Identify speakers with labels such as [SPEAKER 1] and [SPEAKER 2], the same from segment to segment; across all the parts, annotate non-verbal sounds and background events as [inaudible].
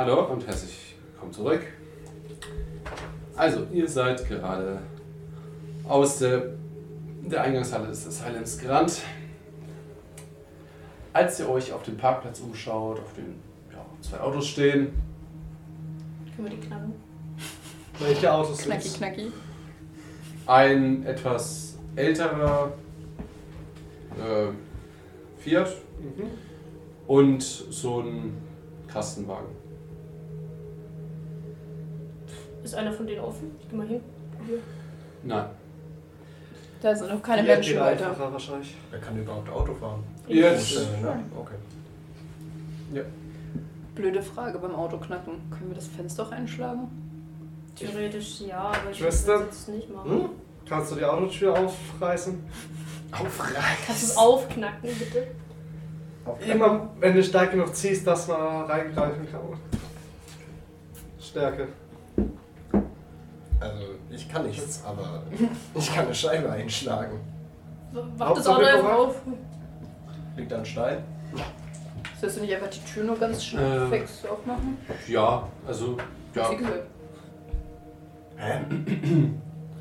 [SPEAKER 1] Hallo und herzlich willkommen zurück. Also, ihr seid gerade aus der, der Eingangshalle des Asylums gerannt. Als ihr euch auf dem Parkplatz umschaut, auf den ja, zwei Autos stehen,
[SPEAKER 2] Können wir die knacken?
[SPEAKER 3] Welche Autos
[SPEAKER 2] Knacki,
[SPEAKER 3] sind
[SPEAKER 2] knacki.
[SPEAKER 1] ein etwas älterer äh, Fiat
[SPEAKER 3] mhm.
[SPEAKER 1] und so ein Kastenwagen.
[SPEAKER 2] Ist einer von denen offen? Ich geh mal hin.
[SPEAKER 1] Nein.
[SPEAKER 2] Da sind noch keine
[SPEAKER 3] Die
[SPEAKER 2] Menschen
[SPEAKER 3] LPR
[SPEAKER 2] weiter.
[SPEAKER 3] Einfacher wahrscheinlich.
[SPEAKER 4] Wer kann überhaupt Auto fahren?
[SPEAKER 1] Jetzt.
[SPEAKER 4] Äh, ne? Okay.
[SPEAKER 2] Blöde Frage beim Autoknacken. Können wir das Fenster auch einschlagen?
[SPEAKER 5] Theoretisch ja, aber ich würde
[SPEAKER 3] Schwester?
[SPEAKER 5] es nicht machen.
[SPEAKER 3] Hm? Kannst du die Autotür aufreißen?
[SPEAKER 1] Aufreißen!
[SPEAKER 5] Kannst du es aufknacken, bitte?
[SPEAKER 3] Immer, wenn du stark genug ziehst, dass man reingreifen kann. Stärke.
[SPEAKER 4] Also, ich kann nichts, aber [laughs] ich kann eine Scheibe einschlagen.
[SPEAKER 5] Wacht das
[SPEAKER 3] Hauptsache
[SPEAKER 5] Auto einfach
[SPEAKER 3] bereit.
[SPEAKER 5] auf.
[SPEAKER 4] Liegt da ein Stein?
[SPEAKER 2] Sollst du nicht einfach die Tür nur ganz schnell
[SPEAKER 1] Äh.
[SPEAKER 2] fix aufmachen?
[SPEAKER 1] Ja, also,
[SPEAKER 2] Hat
[SPEAKER 1] ja.
[SPEAKER 2] sie gesagt.
[SPEAKER 4] Hä?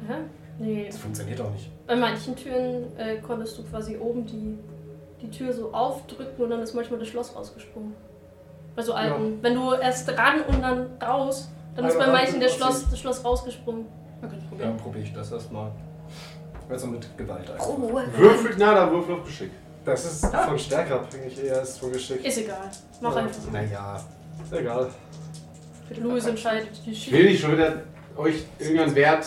[SPEAKER 5] Hä? Nee.
[SPEAKER 4] Das funktioniert doch nicht.
[SPEAKER 5] Bei manchen Türen äh, konntest du quasi oben die, die Tür so aufdrücken und dann ist manchmal das Schloss rausgesprungen. Bei so alten. Wenn du erst ran und dann raus, dann ist bei
[SPEAKER 3] Einmal
[SPEAKER 5] manchen das
[SPEAKER 3] abdrücken,
[SPEAKER 5] Schloss, das Schloss rausgesprungen.
[SPEAKER 2] Man kann es
[SPEAKER 4] Dann
[SPEAKER 2] probieren.
[SPEAKER 4] probiere ich das erstmal. Also mit Gewalt einfach.
[SPEAKER 2] Oh,
[SPEAKER 1] Würfelt, na, da würfel auf Geschick.
[SPEAKER 3] Das ist von Stärke abhängig, eher ist von Geschick.
[SPEAKER 5] Ist egal. Mach
[SPEAKER 3] Ja.
[SPEAKER 5] einfach.
[SPEAKER 4] Naja,
[SPEAKER 3] Egal.
[SPEAKER 5] Louis entscheidet die
[SPEAKER 1] Ich will
[SPEAKER 5] Schiene.
[SPEAKER 1] nicht schon wieder euch irgendeinen Wert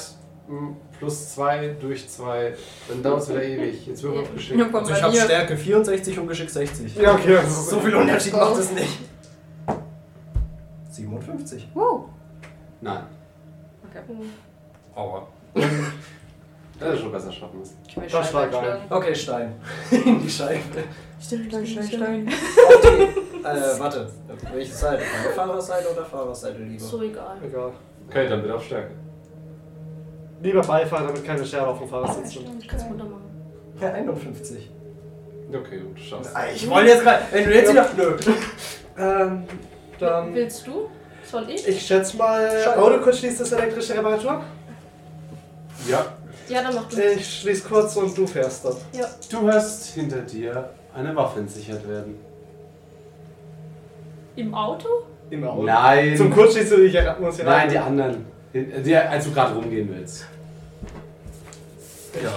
[SPEAKER 1] m, plus 2 durch 2. Dann dauert es wieder ewig. Jetzt wird auf geschickt.
[SPEAKER 2] Irgendwann
[SPEAKER 4] also
[SPEAKER 2] bei
[SPEAKER 4] ich habe
[SPEAKER 2] dir.
[SPEAKER 4] Stärke 64 und Geschick 60.
[SPEAKER 3] Ja, okay, also das ist
[SPEAKER 4] So viel Unterschied macht es nicht. 57.
[SPEAKER 2] Wow.
[SPEAKER 1] Nein,
[SPEAKER 5] Hm.
[SPEAKER 4] Aua.
[SPEAKER 1] das ist schon besser schaffen müssen.
[SPEAKER 2] Ich will
[SPEAKER 3] Das war
[SPEAKER 2] Stein
[SPEAKER 3] geil.
[SPEAKER 2] einschlagen.
[SPEAKER 4] Okay, Stein. [laughs] In die [laughs] Scheibe.
[SPEAKER 5] Stimmt,
[SPEAKER 2] Stein,
[SPEAKER 5] stimmt,
[SPEAKER 2] Stein,
[SPEAKER 5] stimmt.
[SPEAKER 2] Stein.
[SPEAKER 4] Auf die, äh, warte. Welche Seite? Fahrerseite oder Fahrerseite lieber?
[SPEAKER 5] So egal.
[SPEAKER 3] Egal.
[SPEAKER 1] Okay, dann bitte auf Stärke.
[SPEAKER 3] Lieber Beifahrer, damit keine Schere auf dem Fahrersitz sind.
[SPEAKER 2] Stein,
[SPEAKER 5] Kannst
[SPEAKER 2] Stein.
[SPEAKER 5] runtermachen.
[SPEAKER 4] Ja, 51.
[SPEAKER 1] Okay, gut, du schaffst
[SPEAKER 4] Ah, Ich wollte jetzt gerade. Wenn du jetzt wieder. Nö.
[SPEAKER 3] Ähm, dann.
[SPEAKER 5] Willst du? Soll ich?
[SPEAKER 3] Ich schätze mal,
[SPEAKER 4] Scheiße.
[SPEAKER 3] Auto kurz schließt das elektrische Reparatur.
[SPEAKER 1] es. Ja,
[SPEAKER 5] Ja, dann mach du.
[SPEAKER 4] Äh,
[SPEAKER 3] Ich schließe kurz und du fährst dann.
[SPEAKER 1] du hörst hinter dir eine Waffe entsichert werden.
[SPEAKER 5] Im Auto?
[SPEAKER 3] Im Auto.
[SPEAKER 1] Nein.
[SPEAKER 3] Zum Kurzschließen will ich ja, muss ja
[SPEAKER 1] Nein, die anderen. Hin- Die, als du gerade rumgehen willst.
[SPEAKER 4] Ja.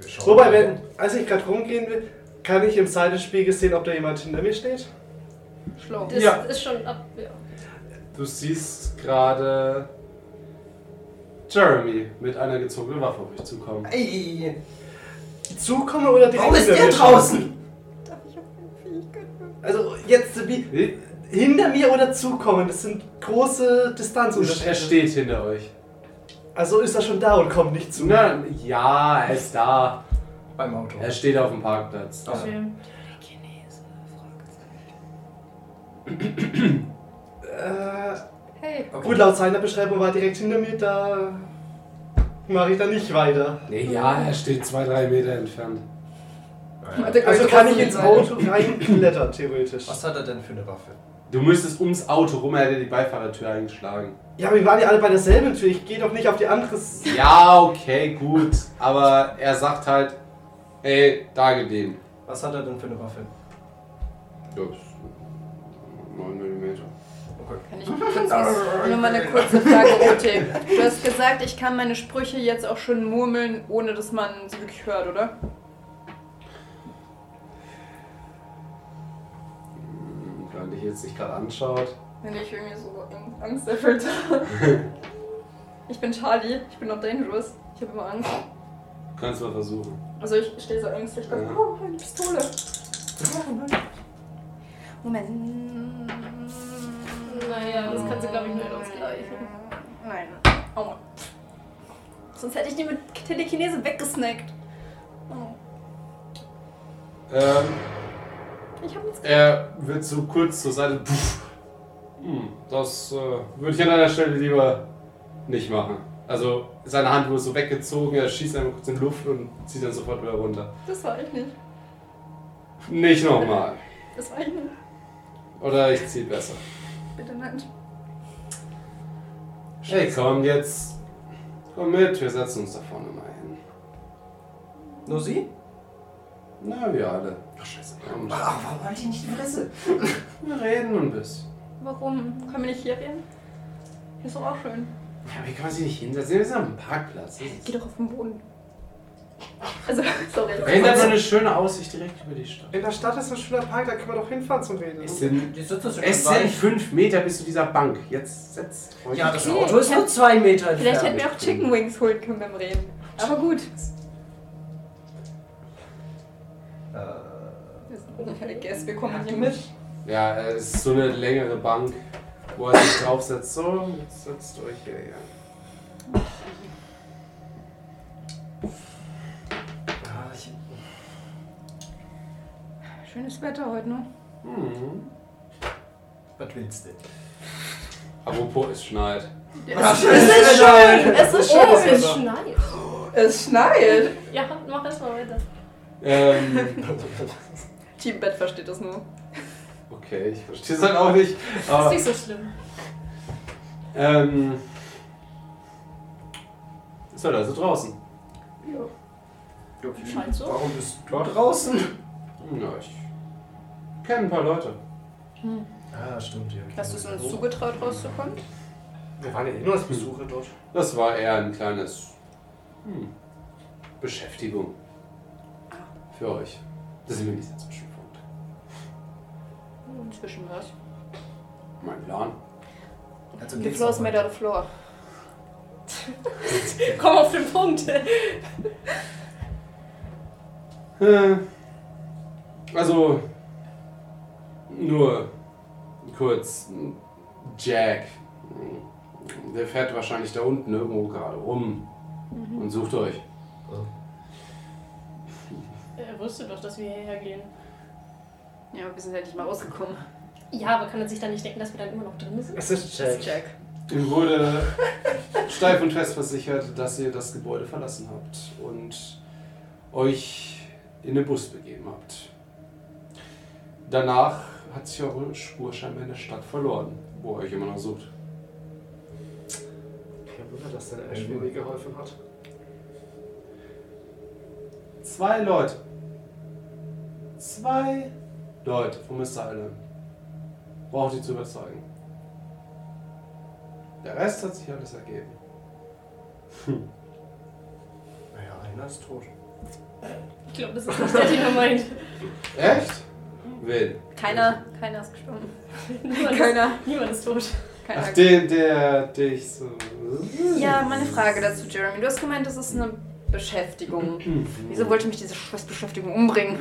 [SPEAKER 4] Wir schauen
[SPEAKER 3] Wobei,
[SPEAKER 4] mal.
[SPEAKER 3] wenn, als ich gerade rumgehen will, kann ich im Seitenspiegel sehen, ob da jemand hinter mir steht?
[SPEAKER 2] Schlau.
[SPEAKER 5] Das
[SPEAKER 1] Ja.
[SPEAKER 5] ist schon ab. Ja.
[SPEAKER 1] Du siehst gerade Jeremy mit einer gezogenen Waffe auf dich zukommen.
[SPEAKER 4] Ey,
[SPEAKER 3] Zukomme oder direkt
[SPEAKER 4] warum ist
[SPEAKER 3] hinter
[SPEAKER 4] der
[SPEAKER 3] mir
[SPEAKER 4] draußen?
[SPEAKER 3] stehen? Also jetzt, wie,
[SPEAKER 1] Nee,
[SPEAKER 3] hinter mir oder zukommen, das sind große
[SPEAKER 1] Er
[SPEAKER 3] Distanzunterschiede.
[SPEAKER 1] steht hinter euch.
[SPEAKER 3] Also ist er schon da und kommt nicht zu.
[SPEAKER 1] Na, ja, er ist da.
[SPEAKER 4] Beim Auto.
[SPEAKER 1] Er steht auf dem Parkplatz.
[SPEAKER 4] Ja.
[SPEAKER 5] Okay.
[SPEAKER 3] Äh,
[SPEAKER 2] Hey.
[SPEAKER 4] Okay.
[SPEAKER 3] Gut, laut seiner Beschreibung war direkt hinter mir, da mache ich dann nicht weiter.
[SPEAKER 1] Nee, ja, er steht zwei, drei Meter entfernt.
[SPEAKER 4] Naja.
[SPEAKER 3] Also kann ich ins
[SPEAKER 2] jetzt
[SPEAKER 3] Auto reinklettern, theoretisch.
[SPEAKER 4] Was hat er denn für eine Waffe?
[SPEAKER 1] Du müsstest ums Auto rum, er hätte die Beifahrertür eingeschlagen.
[SPEAKER 3] Ja, aber wir waren ja alle bei derselben Tür, ich gehe doch nicht auf die andere Seite.
[SPEAKER 1] [laughs] Ja, okay, gut. Aber er sagt halt, ey, da geht dem.
[SPEAKER 4] Was hat er denn für eine Waffe?
[SPEAKER 1] Ja, 9 mm.
[SPEAKER 4] Okay.
[SPEAKER 2] Kann ich
[SPEAKER 3] [laughs]
[SPEAKER 2] kurz was, nur mal eine kurze Frage, Ute. Du hast gesagt, ich kann meine Sprüche jetzt auch schon murmeln, ohne dass man sie wirklich hört, oder?
[SPEAKER 1] Hm, Wenn dich jetzt nicht gerade anschaut.
[SPEAKER 2] Wenn ich irgendwie so in Angst erfüllt habe. [laughs] Ich bin Charlie, ich bin noch dangerous. Ich habe immer Angst.
[SPEAKER 1] Kannst mal versuchen.
[SPEAKER 2] Also ich stehe so ängstlich da.
[SPEAKER 1] Ja.
[SPEAKER 2] Oh, eine Pistole. Moment.
[SPEAKER 5] Naja, das kannst du, glaube ich, nicht ausgleichen.
[SPEAKER 2] Nein. Aua. Oh Sonst hätte ich die mit Telekinese weggesnackt. Oh.
[SPEAKER 1] Ähm,
[SPEAKER 2] Ich habe jetzt.
[SPEAKER 1] er wird so kurz zur Seite. Pff, hm, das äh, würde ich an einer Stelle lieber nicht machen. Also seine Hand wurde so weggezogen, er schießt einmal kurz in die Luft und zieht dann sofort wieder runter.
[SPEAKER 2] Das war ich nicht.
[SPEAKER 1] Nicht nochmal.
[SPEAKER 2] Das war ich nicht.
[SPEAKER 1] Oder ich zieh besser.
[SPEAKER 2] Bitte nicht.
[SPEAKER 1] Hey, komm jetzt. Komm mit, wir setzen uns da vorne mal hin.
[SPEAKER 4] Nur sie?
[SPEAKER 1] Na, wir alle. Ach, scheiße. Komm,
[SPEAKER 4] Ach, warum halte ich nicht die Fresse?
[SPEAKER 1] wir reden ein bisschen.
[SPEAKER 2] Warum? Können wir nicht hier reden? Hier ist doch auch schön.
[SPEAKER 1] Ja, wie kann man sich nicht hinsetzen? Wir sind am Parkplatz.
[SPEAKER 2] Geh doch auf den Boden. Also, [laughs] sorry.
[SPEAKER 1] Wir haben da so eine schöne Aussicht direkt über die Stadt.
[SPEAKER 3] In der Stadt ist ein schöner Park, da können wir doch hinfahren zum Reden.
[SPEAKER 1] Es sind,
[SPEAKER 4] Die sitzt so
[SPEAKER 1] es sind fünf Meter bis zu dieser Bank. Jetzt setzt euch.
[SPEAKER 4] Ja, das
[SPEAKER 2] Okay.
[SPEAKER 4] Auto ist nur zwei Meter entfernt.
[SPEAKER 2] Vielleicht hätten wir auch Chicken Wings holen können beim Reden. Aber gut.
[SPEAKER 4] Äh,
[SPEAKER 2] I guess, wir kommen hier mit.
[SPEAKER 1] ja, es ist so eine längere Bank, wo er sich draufsetzt. So, jetzt setzt euch hier. Ja.
[SPEAKER 4] Ah, ich-
[SPEAKER 2] Schönes Wetter heute, ne?
[SPEAKER 1] Hm.
[SPEAKER 4] Was willst du?
[SPEAKER 1] Apropos, es schneit.
[SPEAKER 4] Was
[SPEAKER 2] ist schön. Es ist
[SPEAKER 5] Oh, es
[SPEAKER 2] schön.
[SPEAKER 5] schneit.
[SPEAKER 2] Es schneit.
[SPEAKER 5] Ja, mach erstmal weiter.
[SPEAKER 1] Ähm,
[SPEAKER 2] Team Bett versteht das nur.
[SPEAKER 1] okay, ich verstehe es halt auch nicht.
[SPEAKER 5] Ist
[SPEAKER 4] Ah.
[SPEAKER 1] Aber,
[SPEAKER 5] nicht so schlimm.
[SPEAKER 1] ähm, ist halt also draußen.
[SPEAKER 5] Scheint so.
[SPEAKER 4] Warum bist du draußen?
[SPEAKER 1] Na, ich kenne ein paar Leute.
[SPEAKER 4] Ah, stimmt, ja.
[SPEAKER 2] Hast du es uns zugetraut, rauszukommen?
[SPEAKER 3] Wir waren ja eh nur als Besucher dort.
[SPEAKER 1] Das war eher ein kleines hm, Beschäftigung für euch. Das ist mir nicht der Zwischenpunkt.
[SPEAKER 2] Zwischen was?
[SPEAKER 1] Mein Plan.
[SPEAKER 4] Also
[SPEAKER 2] The
[SPEAKER 4] geht's
[SPEAKER 2] floor
[SPEAKER 4] auch
[SPEAKER 2] is made
[SPEAKER 4] weiter.
[SPEAKER 2] out of floor.
[SPEAKER 5] Komm auf den [laughs] Punkt.
[SPEAKER 1] Äh, Also nur kurz Jack. Der fährt wahrscheinlich da unten irgendwo gerade rum und sucht euch.
[SPEAKER 5] Er wusste doch, dass wir hierher gehen.
[SPEAKER 2] Ja, aber wir sind ja nicht mal rausgekommen.
[SPEAKER 5] Ja, aber kann er sich dann nicht denken, dass wir dann immer noch drin sind?
[SPEAKER 3] Es ist Jack.
[SPEAKER 2] Jack.
[SPEAKER 1] Ihm wurde steif und fest versichert, dass ihr das Gebäude verlassen habt und euch in den Bus begeben habt. Danach hat sich eure Spur scheinbar in der Stadt verloren, wo ihr euch immer noch sucht.
[SPEAKER 3] Kein Wunder, dass dein Ash mir geholfen hat.
[SPEAKER 1] Zwei Leute. Zwei Leute von Mr. Allen. Braucht ihr zu überzeugen. Der Rest hat sich alles ergeben.
[SPEAKER 4] Naja, einer ist tot.
[SPEAKER 5] Ich glaube, das ist nicht der, den er [laughs] meint.
[SPEAKER 1] Echt? Wen?
[SPEAKER 2] Keiner, keiner ist gestorben.
[SPEAKER 5] Niemand,
[SPEAKER 2] [laughs] Keiner.
[SPEAKER 5] Ist, niemand ist tot.
[SPEAKER 2] Keiner.
[SPEAKER 1] Ach, den, der dich so.
[SPEAKER 2] Ja, meine Frage dazu, Jeremy. Du hast gemeint, das ist eine Beschäftigung.
[SPEAKER 1] Mhm. Hm.
[SPEAKER 2] Wieso wollte mich diese Scheißbeschäftigung umbringen?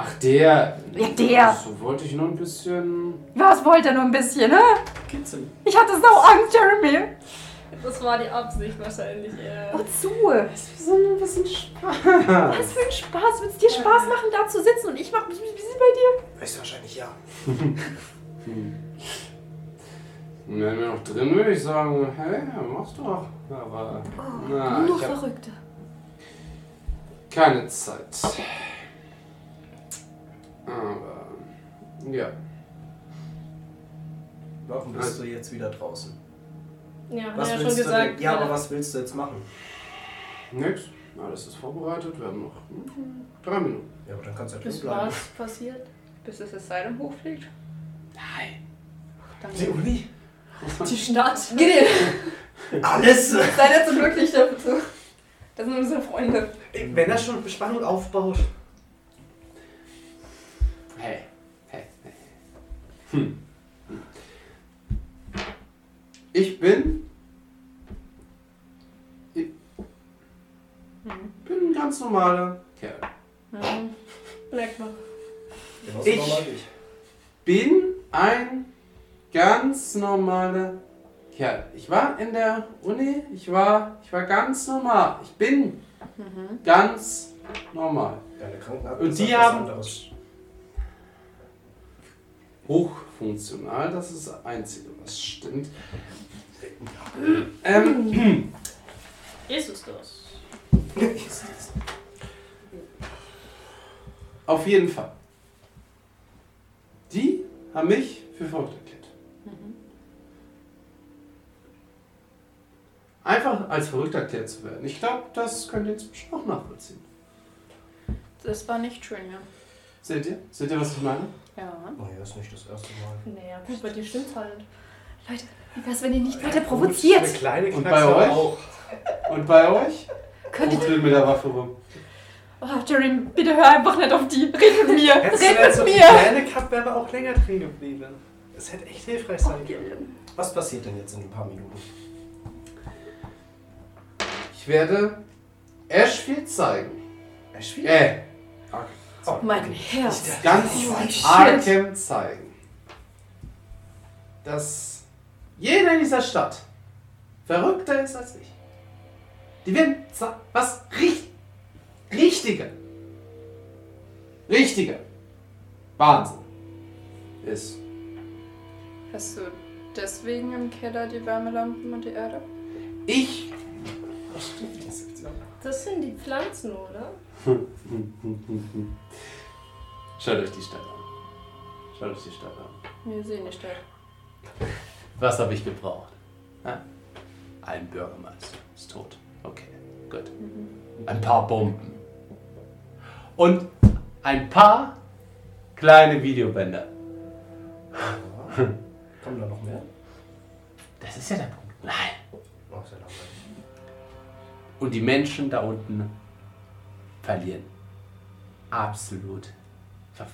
[SPEAKER 1] Ach, der.
[SPEAKER 2] Ja, der.
[SPEAKER 1] So wollte ich nur ein bisschen.
[SPEAKER 2] Was wollte er nur ein bisschen, ne?
[SPEAKER 4] Kitzel.
[SPEAKER 2] Ich hatte so Angst, Jeremy.
[SPEAKER 5] Das war die Absicht wahrscheinlich. Äh.
[SPEAKER 2] Wozu?
[SPEAKER 1] So ein bisschen Spaß.
[SPEAKER 2] [laughs] Was für ein Spaß. Wird es dir Spaß machen, da zu sitzen und ich mache mich ein bisschen bei dir?
[SPEAKER 4] Höchstwahrscheinlich ja.
[SPEAKER 1] Wenn wir noch drin, würde ich sagen, hey, mach's doch. Aber. na,
[SPEAKER 2] Nur
[SPEAKER 1] ich hab
[SPEAKER 2] Verrückte.
[SPEAKER 1] keine Zeit. Aber. Ja.
[SPEAKER 4] Warum bist du jetzt wieder draußen?
[SPEAKER 5] Ja, hat
[SPEAKER 4] Was
[SPEAKER 5] er ja schon
[SPEAKER 4] willst du
[SPEAKER 5] gesagt.
[SPEAKER 4] denn? Ja, aber
[SPEAKER 5] äh,
[SPEAKER 4] was willst du jetzt machen?
[SPEAKER 1] Nix. Alles ist vorbereitet. Wir haben noch hm, drei Minuten.
[SPEAKER 4] Ja, aber dann kannst du ja drin
[SPEAKER 5] Bis
[SPEAKER 4] bleiben.
[SPEAKER 5] was passiert?
[SPEAKER 2] Bis das Asylum hochfliegt?
[SPEAKER 1] Nein.
[SPEAKER 2] Danke.
[SPEAKER 4] Uni?
[SPEAKER 5] Die Stadt.
[SPEAKER 2] Gideon,
[SPEAKER 4] Alles!
[SPEAKER 2] sei nicht so glücklich dazu. Das sind unsere Freunde.
[SPEAKER 3] Wenn er schon Spannung aufbaut.
[SPEAKER 1] Hey. Hey. hey. Hm. Ich bin. Ich bin ein ganz normaler Kerl.
[SPEAKER 2] Mhm.
[SPEAKER 5] Merkt man.
[SPEAKER 4] Genauso
[SPEAKER 1] Ich-
[SPEAKER 4] normal wie ich.
[SPEAKER 1] bin ein ganz normaler Kerl. Ich war in der Uni, ich war, ich war ganz normal. Ich bin ganz normal.
[SPEAKER 4] Deine Krankenakte
[SPEAKER 1] Und die
[SPEAKER 4] sagt was
[SPEAKER 1] haben-
[SPEAKER 4] anderes.
[SPEAKER 1] Hochfunktional, das ist das Einzige, was stimmt. Ähm,
[SPEAKER 5] Ist es das?
[SPEAKER 1] auf jeden Fall. Die haben mich für verrückt erklärt. einfach als verrückt erklärt zu werden. Ich glaube, das könnt ihr inzwischen auch nachvollziehen.
[SPEAKER 2] Das war nicht schön, ja.
[SPEAKER 1] Seht ihr? Seht ihr, was ich meine?
[SPEAKER 2] Ja.
[SPEAKER 4] Naja, Oh ist nicht das erste Mal.
[SPEAKER 5] Naja, gut, bei dir stimmt's halt.
[SPEAKER 2] Leute, wie wär's, wenn ihr nicht weiter
[SPEAKER 3] Eine
[SPEAKER 2] provoziert?
[SPEAKER 3] kleine
[SPEAKER 1] Und
[SPEAKER 3] Knackser
[SPEAKER 1] bei euch?
[SPEAKER 3] Auch.
[SPEAKER 1] Und bei euch?
[SPEAKER 2] Könntet
[SPEAKER 1] Fuchtelt mit der Waffe rum.
[SPEAKER 2] Oh, Jerry, bitte hör einfach nicht auf die. Red mit mir.
[SPEAKER 3] Hättest du
[SPEAKER 2] Red
[SPEAKER 3] jetzt
[SPEAKER 2] mit
[SPEAKER 3] so eine
[SPEAKER 2] mir.
[SPEAKER 3] kleine Cup wäre aber auch länger drin geblieben. Das hätte echt hilfreich sein können.
[SPEAKER 4] Was passiert denn jetzt in ein paar Minuten?
[SPEAKER 1] Ich werde Ashfield zeigen.
[SPEAKER 4] Ashfield?
[SPEAKER 1] Äh,
[SPEAKER 2] Mein Herz.
[SPEAKER 1] ganz
[SPEAKER 2] shit.
[SPEAKER 1] Arkham zeigen. Dass jeder in dieser Stadt verrückter ist als ich. Die werden za- was richt richtiger, richtiger Wahnsinn ist.
[SPEAKER 2] Hast du deswegen im Keller die Wärmelampen und die Erde?
[SPEAKER 1] Ich
[SPEAKER 5] Das sind die Pflanzen, oder?
[SPEAKER 1] Schaut euch die Stadt an. Schaut euch die Stadt an.
[SPEAKER 2] Wir sehen die Stadt.
[SPEAKER 1] Was habe ich gebraucht? Ha? Ein Bürgermeister. Ist tot. Okay, gut. Ein paar Bomben. Und ein paar kleine Videobänder.
[SPEAKER 4] [laughs] Kommen da noch mehr?
[SPEAKER 1] Das ist ja der Punkt. Nein.
[SPEAKER 4] Oh, sehr langweilig.
[SPEAKER 1] Und die Menschen da unten verlieren. Absolut. Ver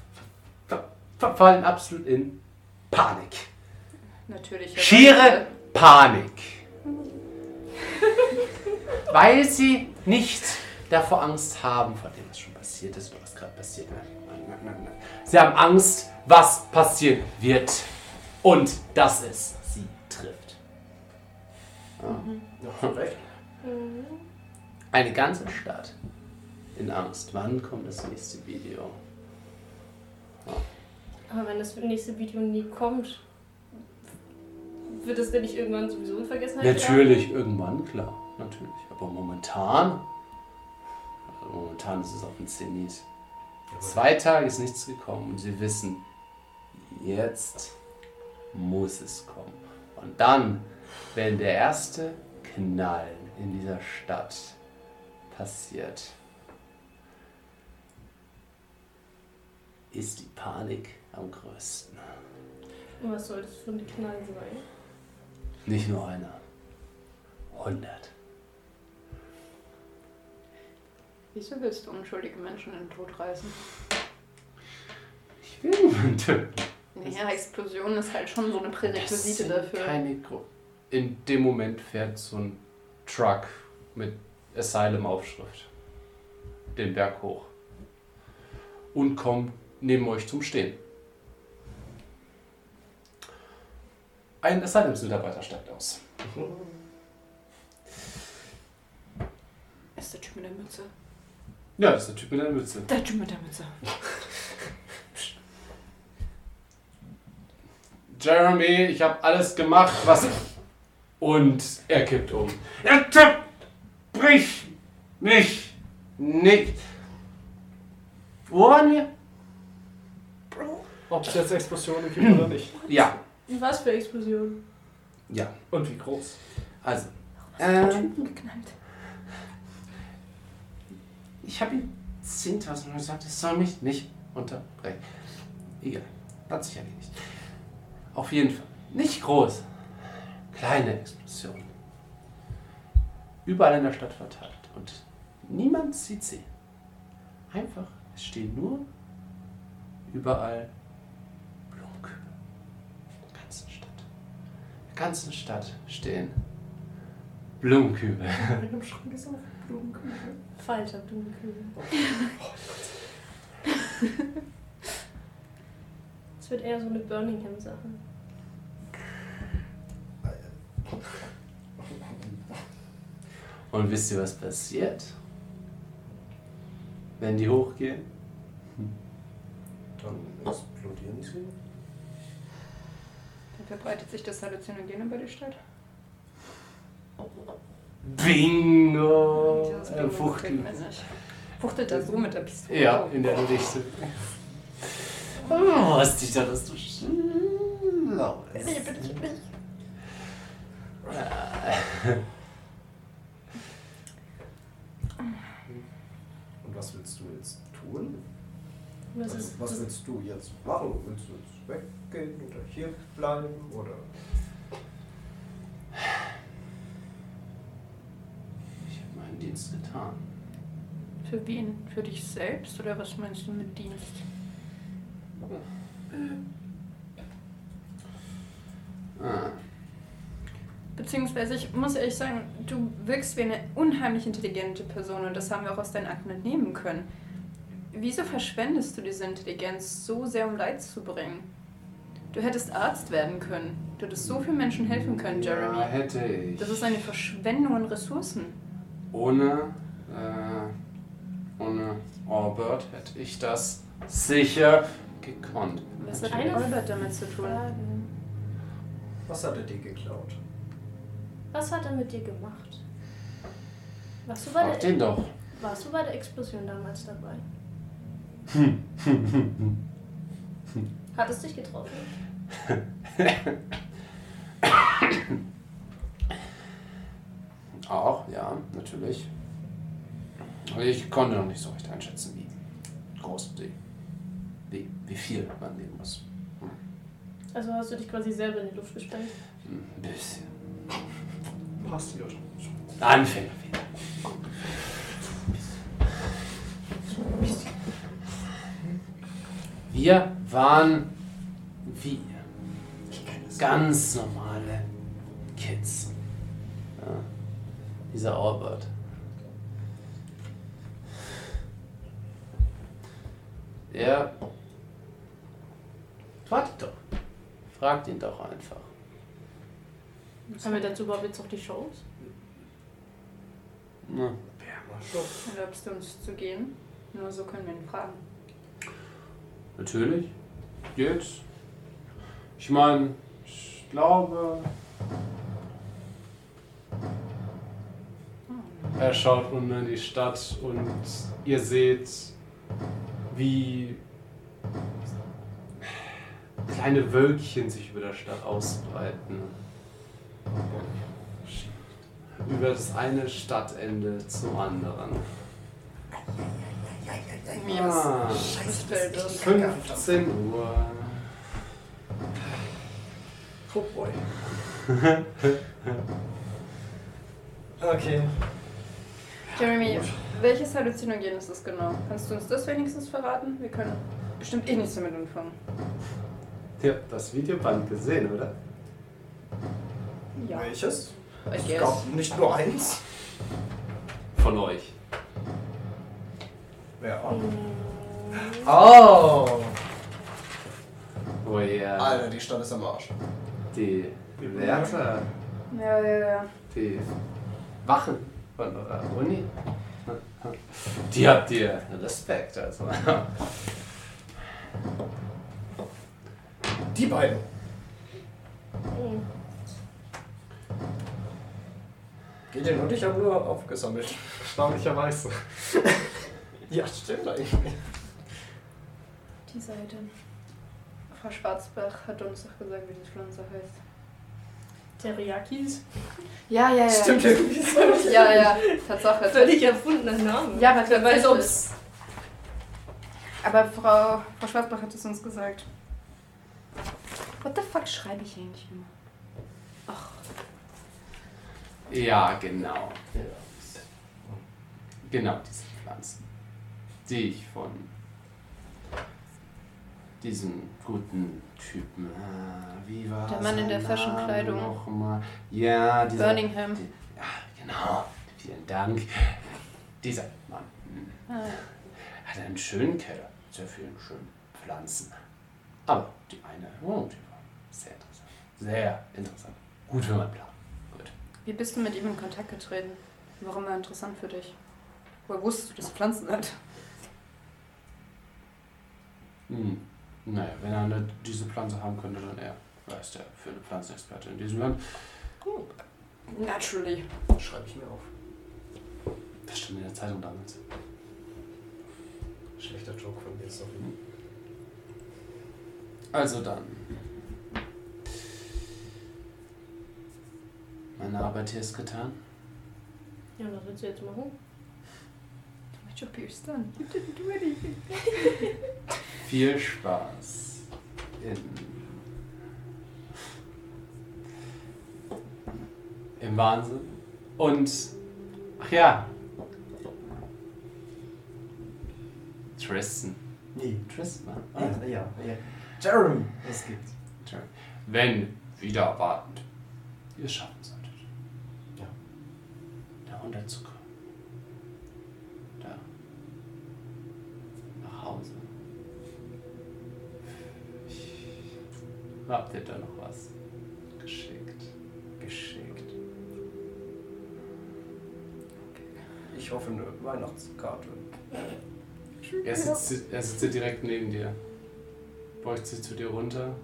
[SPEAKER 1] ver verfallen absolut in Panik.
[SPEAKER 2] Natürlich.
[SPEAKER 1] Schiere Panik. Weil sie nicht davor Angst haben, vor dem, was schon passiert ist oder was gerade passiert. Nein, nein, nein, nein. Sie haben Angst, was passieren wird. Und dass es sie trifft. Ah.
[SPEAKER 4] Noch zu recht.
[SPEAKER 1] Eine ganze Stadt in Angst. Wann kommt das nächste Video?
[SPEAKER 5] Aber wenn das nächste Video nie kommt, wird das denn nicht irgendwann sowieso in Vergessenheit
[SPEAKER 1] Natürlich, irgendwann, klar. Natürlich. Aber momentan. Also momentan ist es auf den Zenit. Zwei Tage ist nichts gekommen und sie wissen, jetzt muss es kommen. Und dann, wenn der erste Knall in dieser Stadt passiert, ist die Panik am größten.
[SPEAKER 5] Und was soll das für ein Knall sein?
[SPEAKER 1] Nicht nur einer, hundert.
[SPEAKER 2] Wieso willst du unschuldige Menschen in den Tod reißen?
[SPEAKER 1] Ich will niemanden töten.
[SPEAKER 2] Naja, Explosion ist halt schon so eine
[SPEAKER 1] Das
[SPEAKER 2] Prärequisite
[SPEAKER 1] sind
[SPEAKER 2] dafür.
[SPEAKER 1] Keine Gru In dem Moment fährt so ein Truck mit Asylum-Aufschrift den Berg hoch und kommt neben euch zum Stehen. Ein Asylums-Mitarbeiter steigt aus.
[SPEAKER 2] Ist der Typ mit der Mütze?
[SPEAKER 1] Ja, das ist der Typ mit der Mütze.
[SPEAKER 2] Der Typ mit der Mütze.
[SPEAKER 1] Jeremy, ich habe alles gemacht, was ich... Und er kippt um. Unterbrich mich nicht. Wo waren wir?
[SPEAKER 3] Ob es jetzt Explosionen gibt
[SPEAKER 4] [clears throat]
[SPEAKER 3] oder nicht.
[SPEAKER 1] Ja,
[SPEAKER 5] Was für Explosion?
[SPEAKER 1] ja.
[SPEAKER 3] Und wie groß.
[SPEAKER 1] Also, ähm,
[SPEAKER 2] Typen geknallt.
[SPEAKER 1] ich habe ihm 10.000 Mal gesagt, es soll mich nicht unterbrechen. Egal, hat sich erledigt. Auf jeden Fall. Nicht groß. Kleine Explosion. Überall in der Stadt verteilt. Und niemand sieht sie. Einfach, es stehen nur überall Blumenkübel. In der ganzen Stadt. In der ganzen Stadt stehen Blumenkübel.
[SPEAKER 5] In einem Schrank ist auch Blumenkübel. Falscher Blumenkübel. Es wird eher so eine Birmingham-Sache.
[SPEAKER 1] Und wisst ihr, was passiert? Wenn die hochgehen?
[SPEAKER 4] Dann explodieren sie.
[SPEAKER 2] Dann verbreitet sich das Halluzinogene bei der Stadt.
[SPEAKER 1] Bingo!
[SPEAKER 2] Dieses
[SPEAKER 1] Äh,
[SPEAKER 2] Bingo kriegt
[SPEAKER 1] Fuchteln.
[SPEAKER 2] man nicht. Fuchtelt er so mit der Pistole?
[SPEAKER 1] Ja, in der Geschichte. Oh, was dich da, dass du schlau bist.
[SPEAKER 2] Nee, bin ich nicht.
[SPEAKER 4] Also, was willst du jetzt machen? Willst du jetzt weggehen oder hier bleiben? Oder
[SPEAKER 1] Ich habe meinen Dienst getan.
[SPEAKER 2] Für wen? Für dich selbst oder was meinst du mit Dienst?
[SPEAKER 1] Ah.
[SPEAKER 2] Beziehungsweise, ich muss ehrlich sagen, du wirkst wie eine unheimlich intelligente Person und das haben wir auch aus deinen Akten entnehmen können. Wieso verschwendest du diese Intelligenz so sehr, um Leid zu bringen? Du hättest Arzt werden können. Du hättest so vielen Menschen helfen können, Jeremy.
[SPEAKER 1] Ja, hätte ich.
[SPEAKER 2] Das ist eine Verschwendung an Ressourcen.
[SPEAKER 1] Ohne, äh, ohne Orbert hätte ich das sicher gekonnt.
[SPEAKER 2] Was hat denn Albert damit zu tun?
[SPEAKER 5] Fragen.
[SPEAKER 4] was hat er dir geklaut?
[SPEAKER 5] Was hat er mit dir gemacht? Warst du, bei
[SPEAKER 1] Frag
[SPEAKER 5] der,
[SPEAKER 1] den doch.
[SPEAKER 5] warst du bei der Explosion damals dabei? Hm. [laughs] Hat es dich getroffen?
[SPEAKER 1] Auch, ja, natürlich. Aber ich konnte noch nicht so recht einschätzen, wie groß die, wie, wie viel man nehmen muss.
[SPEAKER 5] Also hast du dich quasi selber in die Luft gesprengt?
[SPEAKER 1] Ein bisschen.
[SPEAKER 3] Passt wieder schon.
[SPEAKER 1] Anfänger wieder. Wir waren wie ganz normale Kids. Ja. Dieser Orbert. Er. Wartet doch. Fragt ihn doch einfach.
[SPEAKER 5] Haben wir dazu überhaupt jetzt noch die Shows?
[SPEAKER 1] Na,
[SPEAKER 2] Erlaubst du uns zu gehen? Nur so können wir ihn fragen.
[SPEAKER 1] Natürlich. Jetzt. Ich meine, ich glaube. Er schaut unten in die Stadt und ihr seht, wie kleine Wölkchen sich über der Stadt ausbreiten. Über das eine Stadtende zum anderen.
[SPEAKER 2] Mir
[SPEAKER 1] Ah.
[SPEAKER 2] ist missfällt das.
[SPEAKER 1] 15 Uhr.
[SPEAKER 4] Oh boy. okay.
[SPEAKER 2] Jeremy, welches Halluzinogen ist es genau? Kannst du uns das wenigstens verraten? Wir können bestimmt eh nichts damit anfangen.
[SPEAKER 1] Ihr habt das Videoband gesehen, oder?
[SPEAKER 2] Ja,
[SPEAKER 4] Welches?
[SPEAKER 2] I
[SPEAKER 4] Es
[SPEAKER 2] guess.
[SPEAKER 4] gab nicht nur eins.
[SPEAKER 1] Von euch.
[SPEAKER 4] Wer auch.
[SPEAKER 5] Mhm.
[SPEAKER 4] Oh!
[SPEAKER 1] Wo ihr
[SPEAKER 4] Alter, die Stadt ist am Arsch.
[SPEAKER 1] die Wärter,
[SPEAKER 2] Ja, ja, ja.
[SPEAKER 1] die Wachen von eurer Uni, die habt ihr Respekt. Also. [laughs]
[SPEAKER 4] Die beiden.
[SPEAKER 5] Mhm.
[SPEAKER 4] Gideon und ich haben nur aufgesammelt.
[SPEAKER 3] Erstaunlicherweise.
[SPEAKER 4] [laughs] Ja, stimmt eigentlich.
[SPEAKER 2] Die Seite. Frau Schwarzbach hat uns doch gesagt, wie die Pflanze heißt.
[SPEAKER 5] Teriyakis? [laughs]
[SPEAKER 2] Ja, ja, ja.
[SPEAKER 4] Stimmt irgendwie so.
[SPEAKER 2] [laughs] Ja, ja, Tatsache.
[SPEAKER 5] Völlig erfundener Name.
[SPEAKER 2] Ja, aber
[SPEAKER 5] wer weiß, ob
[SPEAKER 2] tatsächlich. Aber Frau, Frau Schwarzbach hat es uns gesagt. What the fuck schreibe ich eigentlich immer?
[SPEAKER 1] Ja, genau. Genau diese Pflanzen, die ich von diesem guten Typen, ah, wie war
[SPEAKER 2] Der Mann
[SPEAKER 1] sein
[SPEAKER 2] in der Fashion-Kleidung.
[SPEAKER 1] Name nochmal? Ja, dieser
[SPEAKER 2] Birmingham.
[SPEAKER 1] Ja, genau. Vielen Dank. Dieser Mann hm,
[SPEAKER 2] Ah.
[SPEAKER 1] hat einen schönen Keller mit sehr vielen schönen Pflanzen. Aber die eine Wohnung, die war sehr interessant. Sehr interessant. Gut für meinen Plan. Gut.
[SPEAKER 2] Wie bist du mit ihm in Kontakt getreten? Warum war er interessant für dich? Woher wusstest du, dass er Pflanzen hat?
[SPEAKER 1] Hm. Naja, wenn er eine, diese Pflanze haben könnte, dann er. Weiß der für eine Pflanzenexperte in diesem Land.
[SPEAKER 2] Naturally.
[SPEAKER 4] Schreibe ich mir auf.
[SPEAKER 1] Das stand in der Zeitung damals.
[SPEAKER 4] Schlechter Joke von mir, sorry.
[SPEAKER 1] Mhm. Also dann. Meine Arbeit hier ist getan.
[SPEAKER 5] Ja, was willst du jetzt machen?
[SPEAKER 2] Ich up your son. You didn't do anything.
[SPEAKER 1] Viel Spaß. In Im Wahnsinn. Und, ach ja. Tristan.
[SPEAKER 4] Nee.
[SPEAKER 1] Tristan. Ah.
[SPEAKER 4] Ja, ja, ja. Jeremy, was gibt's?
[SPEAKER 1] Tja, Wenn, wieder erwartend, ihr es schaffen solltet.
[SPEAKER 4] Ja.
[SPEAKER 1] Da runterzukommen. Da. Nach Hause. Ich hab dir da noch was geschickt. Geschickt.
[SPEAKER 4] Ich hoffe, eine Weihnachtskarte.
[SPEAKER 1] Er sitzt, er sitzt hier direkt neben dir. Beugt sich zu dir runter.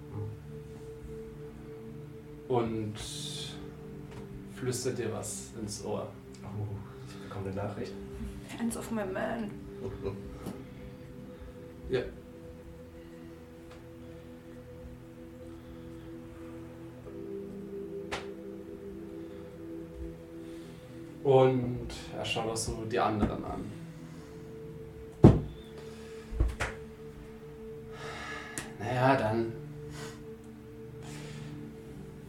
[SPEAKER 1] Und flüstert dir was ins Ohr.
[SPEAKER 4] Oh, ich bekomme eine Nachricht.
[SPEAKER 2] Hands off my man.
[SPEAKER 1] Ja. Und er schaut auch so die anderen an. Naja, dann.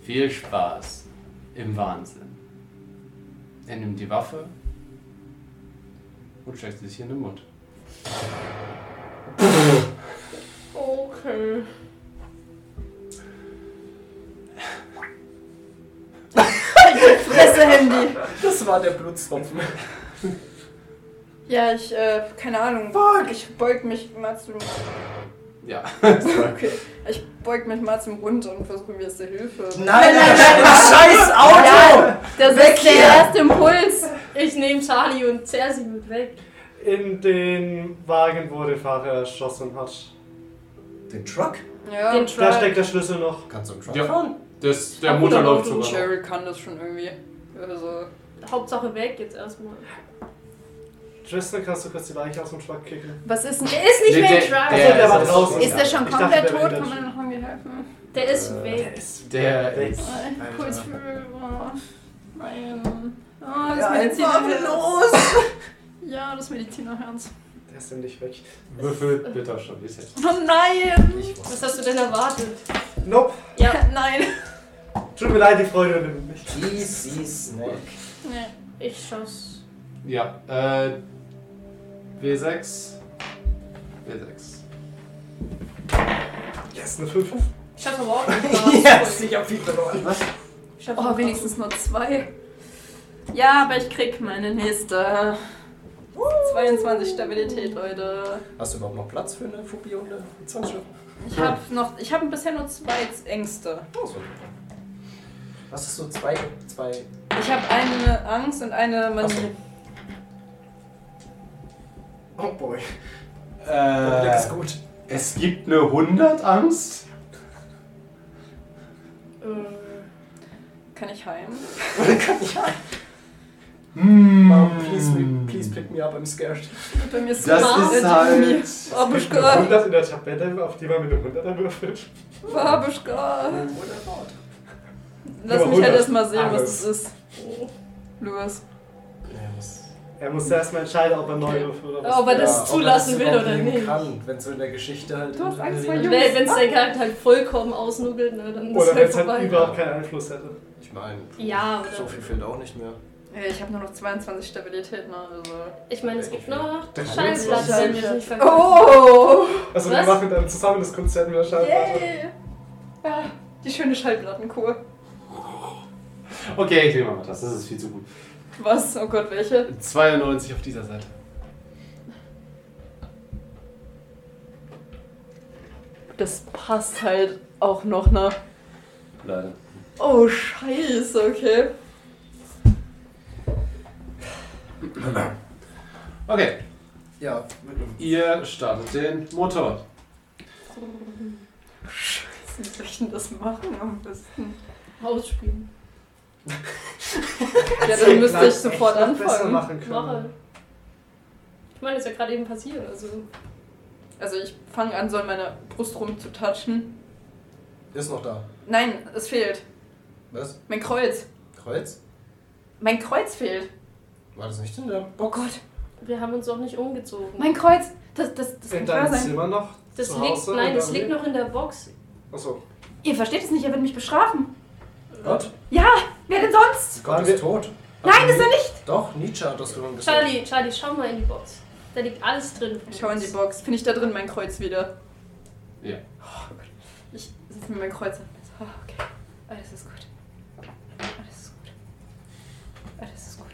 [SPEAKER 1] Viel Spaß im Wahnsinn. Er nimmt die Waffe und steckt sie sich in den Mund.
[SPEAKER 5] Okay.
[SPEAKER 2] Fresse Handy.
[SPEAKER 4] Das war der Blutstropfen.
[SPEAKER 2] Ja, ich, äh, keine Ahnung. Ich beug mich mal zum.
[SPEAKER 1] Ja.
[SPEAKER 2] Okay. Ich beug mich mal zum Hund und versuche mir jetzt die Hilfe.
[SPEAKER 4] Nein, scheiß Auto!
[SPEAKER 5] Das
[SPEAKER 4] Weg
[SPEAKER 5] ist der
[SPEAKER 4] hier!
[SPEAKER 5] erste Impuls. Ich nehme Charlie und zerr sie mit weg.
[SPEAKER 3] In den Wagen, wo der Fahrer erschossen hat.
[SPEAKER 4] Den Truck?
[SPEAKER 2] Ja.
[SPEAKER 5] Den
[SPEAKER 3] Da
[SPEAKER 5] Truck.
[SPEAKER 3] steckt der Schlüssel noch.
[SPEAKER 4] Kannst du einen Truck
[SPEAKER 1] Ja.
[SPEAKER 4] fahren?
[SPEAKER 1] Das, der
[SPEAKER 5] Ach,
[SPEAKER 1] Motor
[SPEAKER 5] oder
[SPEAKER 1] läuft
[SPEAKER 5] Auto.
[SPEAKER 1] sogar noch.
[SPEAKER 2] Sherry kann das schon irgendwie. Also.
[SPEAKER 5] Hauptsache weg jetzt erstmal.
[SPEAKER 3] Tristan, kannst du kurz die Leiche aus dem Truck kicken?
[SPEAKER 2] Was ist denn.
[SPEAKER 5] Der ist nicht
[SPEAKER 1] Nee,
[SPEAKER 5] mehr
[SPEAKER 1] der-
[SPEAKER 5] Truck.
[SPEAKER 3] Achso, der war
[SPEAKER 1] ist-
[SPEAKER 3] draußen.
[SPEAKER 2] Ist der schon
[SPEAKER 3] Ich
[SPEAKER 2] komplett
[SPEAKER 3] dachte, der
[SPEAKER 2] tot?
[SPEAKER 3] wäre
[SPEAKER 2] Kann
[SPEAKER 3] wieder-
[SPEAKER 2] man noch irgendwie helfen?
[SPEAKER 5] Der ist
[SPEAKER 4] Äh,
[SPEAKER 5] weg.
[SPEAKER 3] ist
[SPEAKER 1] Der
[SPEAKER 3] weg.
[SPEAKER 1] ist-
[SPEAKER 2] Äh, Kurz
[SPEAKER 4] Alter.
[SPEAKER 2] für. Oh, nein. Oh, das
[SPEAKER 4] Ja,
[SPEAKER 2] Medizinerherz.
[SPEAKER 4] jetzt-
[SPEAKER 2] Ja, das Medizinerherz.
[SPEAKER 3] Der ist nämlich weg.
[SPEAKER 1] Würfel bitte schon, ist jetzt.
[SPEAKER 2] Oh nein!
[SPEAKER 4] Ich
[SPEAKER 5] Was hast du denn erwartet?
[SPEAKER 3] Nope.
[SPEAKER 5] Ja,
[SPEAKER 2] [laughs] Nein.
[SPEAKER 3] Tut mir leid, die Freude nimmt mich.
[SPEAKER 4] Easy Snack.
[SPEAKER 2] Nee.
[SPEAKER 5] ich schaff's.
[SPEAKER 1] Ja, äh. W6. W6.
[SPEAKER 3] Yes, eine 5.
[SPEAKER 5] Ich schaff's aber auch [laughs] nicht.
[SPEAKER 4] yes, ich hab viel verloren. Was?
[SPEAKER 5] Ich schaff's
[SPEAKER 2] Oh,
[SPEAKER 5] auch
[SPEAKER 2] wenigstens nur zwei. Ja, aber ich krieg meine nächste. 22 Stabilität, Leute.
[SPEAKER 4] Hast du überhaupt noch Platz für eine Phobie und eine Zwangsschrift?
[SPEAKER 2] Ich hab noch, ich hab bisher nur zwei Ängste.
[SPEAKER 4] Oh, Was ist so zwei, zwei
[SPEAKER 2] Ich hab eine Angst und eine
[SPEAKER 4] Ach so.
[SPEAKER 2] Manie.
[SPEAKER 3] Oh boy.
[SPEAKER 4] Der Blick ist
[SPEAKER 1] Äh,
[SPEAKER 4] gut.
[SPEAKER 1] es gibt eine 100 Angst?
[SPEAKER 5] Äh,
[SPEAKER 2] Kann ich heim?
[SPEAKER 1] Hm.
[SPEAKER 4] Mom, mm. please, please pick me up, I'm scared.
[SPEAKER 2] Bei mir ist Oh,
[SPEAKER 1] Das
[SPEAKER 2] Wahnsinn.
[SPEAKER 1] ist halt.
[SPEAKER 3] Eine
[SPEAKER 2] Babuschka,
[SPEAKER 3] 100 in der Tabelle, auf die man mit einem 100er würfelt.
[SPEAKER 2] Babuschka.
[SPEAKER 4] Ja,
[SPEAKER 3] Über Ah,
[SPEAKER 2] Lass mich halt
[SPEAKER 3] 100.
[SPEAKER 2] erstmal sehen, was
[SPEAKER 3] Alles.
[SPEAKER 2] das ist.
[SPEAKER 5] oh.
[SPEAKER 2] Louis.
[SPEAKER 4] was
[SPEAKER 3] Er muss erstmal entscheiden, ob er neu würfelt oder was.
[SPEAKER 5] ob er das
[SPEAKER 4] Ja, ob er
[SPEAKER 5] zulassen will
[SPEAKER 4] überhaupt
[SPEAKER 5] oder
[SPEAKER 4] nehmen
[SPEAKER 5] nicht.
[SPEAKER 4] Kann, wenn so in der Geschichte halt.
[SPEAKER 2] Du hast Angst vor Jungs.
[SPEAKER 5] Wenn es dein Charakter halt vollkommen ausnugelt, ne, dann ist
[SPEAKER 3] Oder wenn
[SPEAKER 5] halt
[SPEAKER 3] es halt
[SPEAKER 5] vorbei.
[SPEAKER 3] überhaupt keinen Einfluss hätte.
[SPEAKER 4] Ich meine,
[SPEAKER 5] ja, oder?
[SPEAKER 4] so viel fehlt auch nicht mehr.
[SPEAKER 2] Ja, Äh, Ich habe nur noch 22 Stabilität, ne? Also.
[SPEAKER 5] Ich meine, es gibt noch
[SPEAKER 4] Der
[SPEAKER 5] Schallplatten,
[SPEAKER 4] Schallplatte.
[SPEAKER 5] wenn wir es nicht vergessen.
[SPEAKER 2] Oh!
[SPEAKER 5] Was?
[SPEAKER 3] Also wir machen dann zusammen das Konzert mit der Schallplatte.
[SPEAKER 2] Yay! Ah, die schöne Schallplattenkur.
[SPEAKER 1] Okay, ich nehme mal das, das ist viel zu gut.
[SPEAKER 2] Was? Oh Gott, welche?
[SPEAKER 1] 92 auf dieser Seite.
[SPEAKER 2] Das passt halt auch noch, ne?
[SPEAKER 1] Leider.
[SPEAKER 2] Oh, scheiße, okay.
[SPEAKER 1] Okay,
[SPEAKER 4] Ja, mit einem
[SPEAKER 1] ihr startet den Motor.
[SPEAKER 2] Oh. Wie soll ich denn das machen am besten?
[SPEAKER 5] Ausspielen.
[SPEAKER 2] Ja, dann müsste ich
[SPEAKER 3] Vielleicht
[SPEAKER 2] sofort
[SPEAKER 3] echt noch Besser
[SPEAKER 2] anfangen.
[SPEAKER 3] machen können.
[SPEAKER 5] Mache. Ich meine, das ist ja gerade eben passiert, also.
[SPEAKER 2] Also ich fange an, so an meiner Brust rumzutatschen.
[SPEAKER 4] Ist noch da.
[SPEAKER 2] Nein, es fehlt.
[SPEAKER 4] Was?
[SPEAKER 2] Mein Kreuz.
[SPEAKER 4] Kreuz?
[SPEAKER 2] Mein Kreuz fehlt.
[SPEAKER 4] War das nicht in der
[SPEAKER 2] Oh
[SPEAKER 4] Box?
[SPEAKER 2] Gott.
[SPEAKER 5] Wir haben uns auch nicht umgezogen.
[SPEAKER 2] Mein Kreuz! Das, das, das kann
[SPEAKER 3] In
[SPEAKER 2] nicht wahr
[SPEAKER 3] deinem
[SPEAKER 2] sein.
[SPEAKER 3] Zimmer noch?
[SPEAKER 5] das
[SPEAKER 3] zu
[SPEAKER 5] liegt,
[SPEAKER 3] Hause
[SPEAKER 5] nein,
[SPEAKER 3] oder
[SPEAKER 5] das
[SPEAKER 3] wie?
[SPEAKER 5] liegt noch in der Box.
[SPEAKER 3] Achso.
[SPEAKER 2] Ihr versteht es nicht, er wird mich bestrafen.
[SPEAKER 4] Gott,
[SPEAKER 2] Ja, wer denn sonst?
[SPEAKER 4] Gott ist tot. Also
[SPEAKER 2] Nein, ist er nicht!
[SPEAKER 4] Doch, Nietzsche hat das gewonnen.
[SPEAKER 5] Charlie, Charlie, schau mal in die Box. Da liegt alles drin. von
[SPEAKER 2] Schau in die
[SPEAKER 5] uns.
[SPEAKER 2] Box. Finde ich da drin mein Kreuz wieder? Oh
[SPEAKER 1] Ja.
[SPEAKER 2] Ich setze mir mein Kreuz an. So, okay. Alles ist gut. Alles ist gut. Alles ist gut.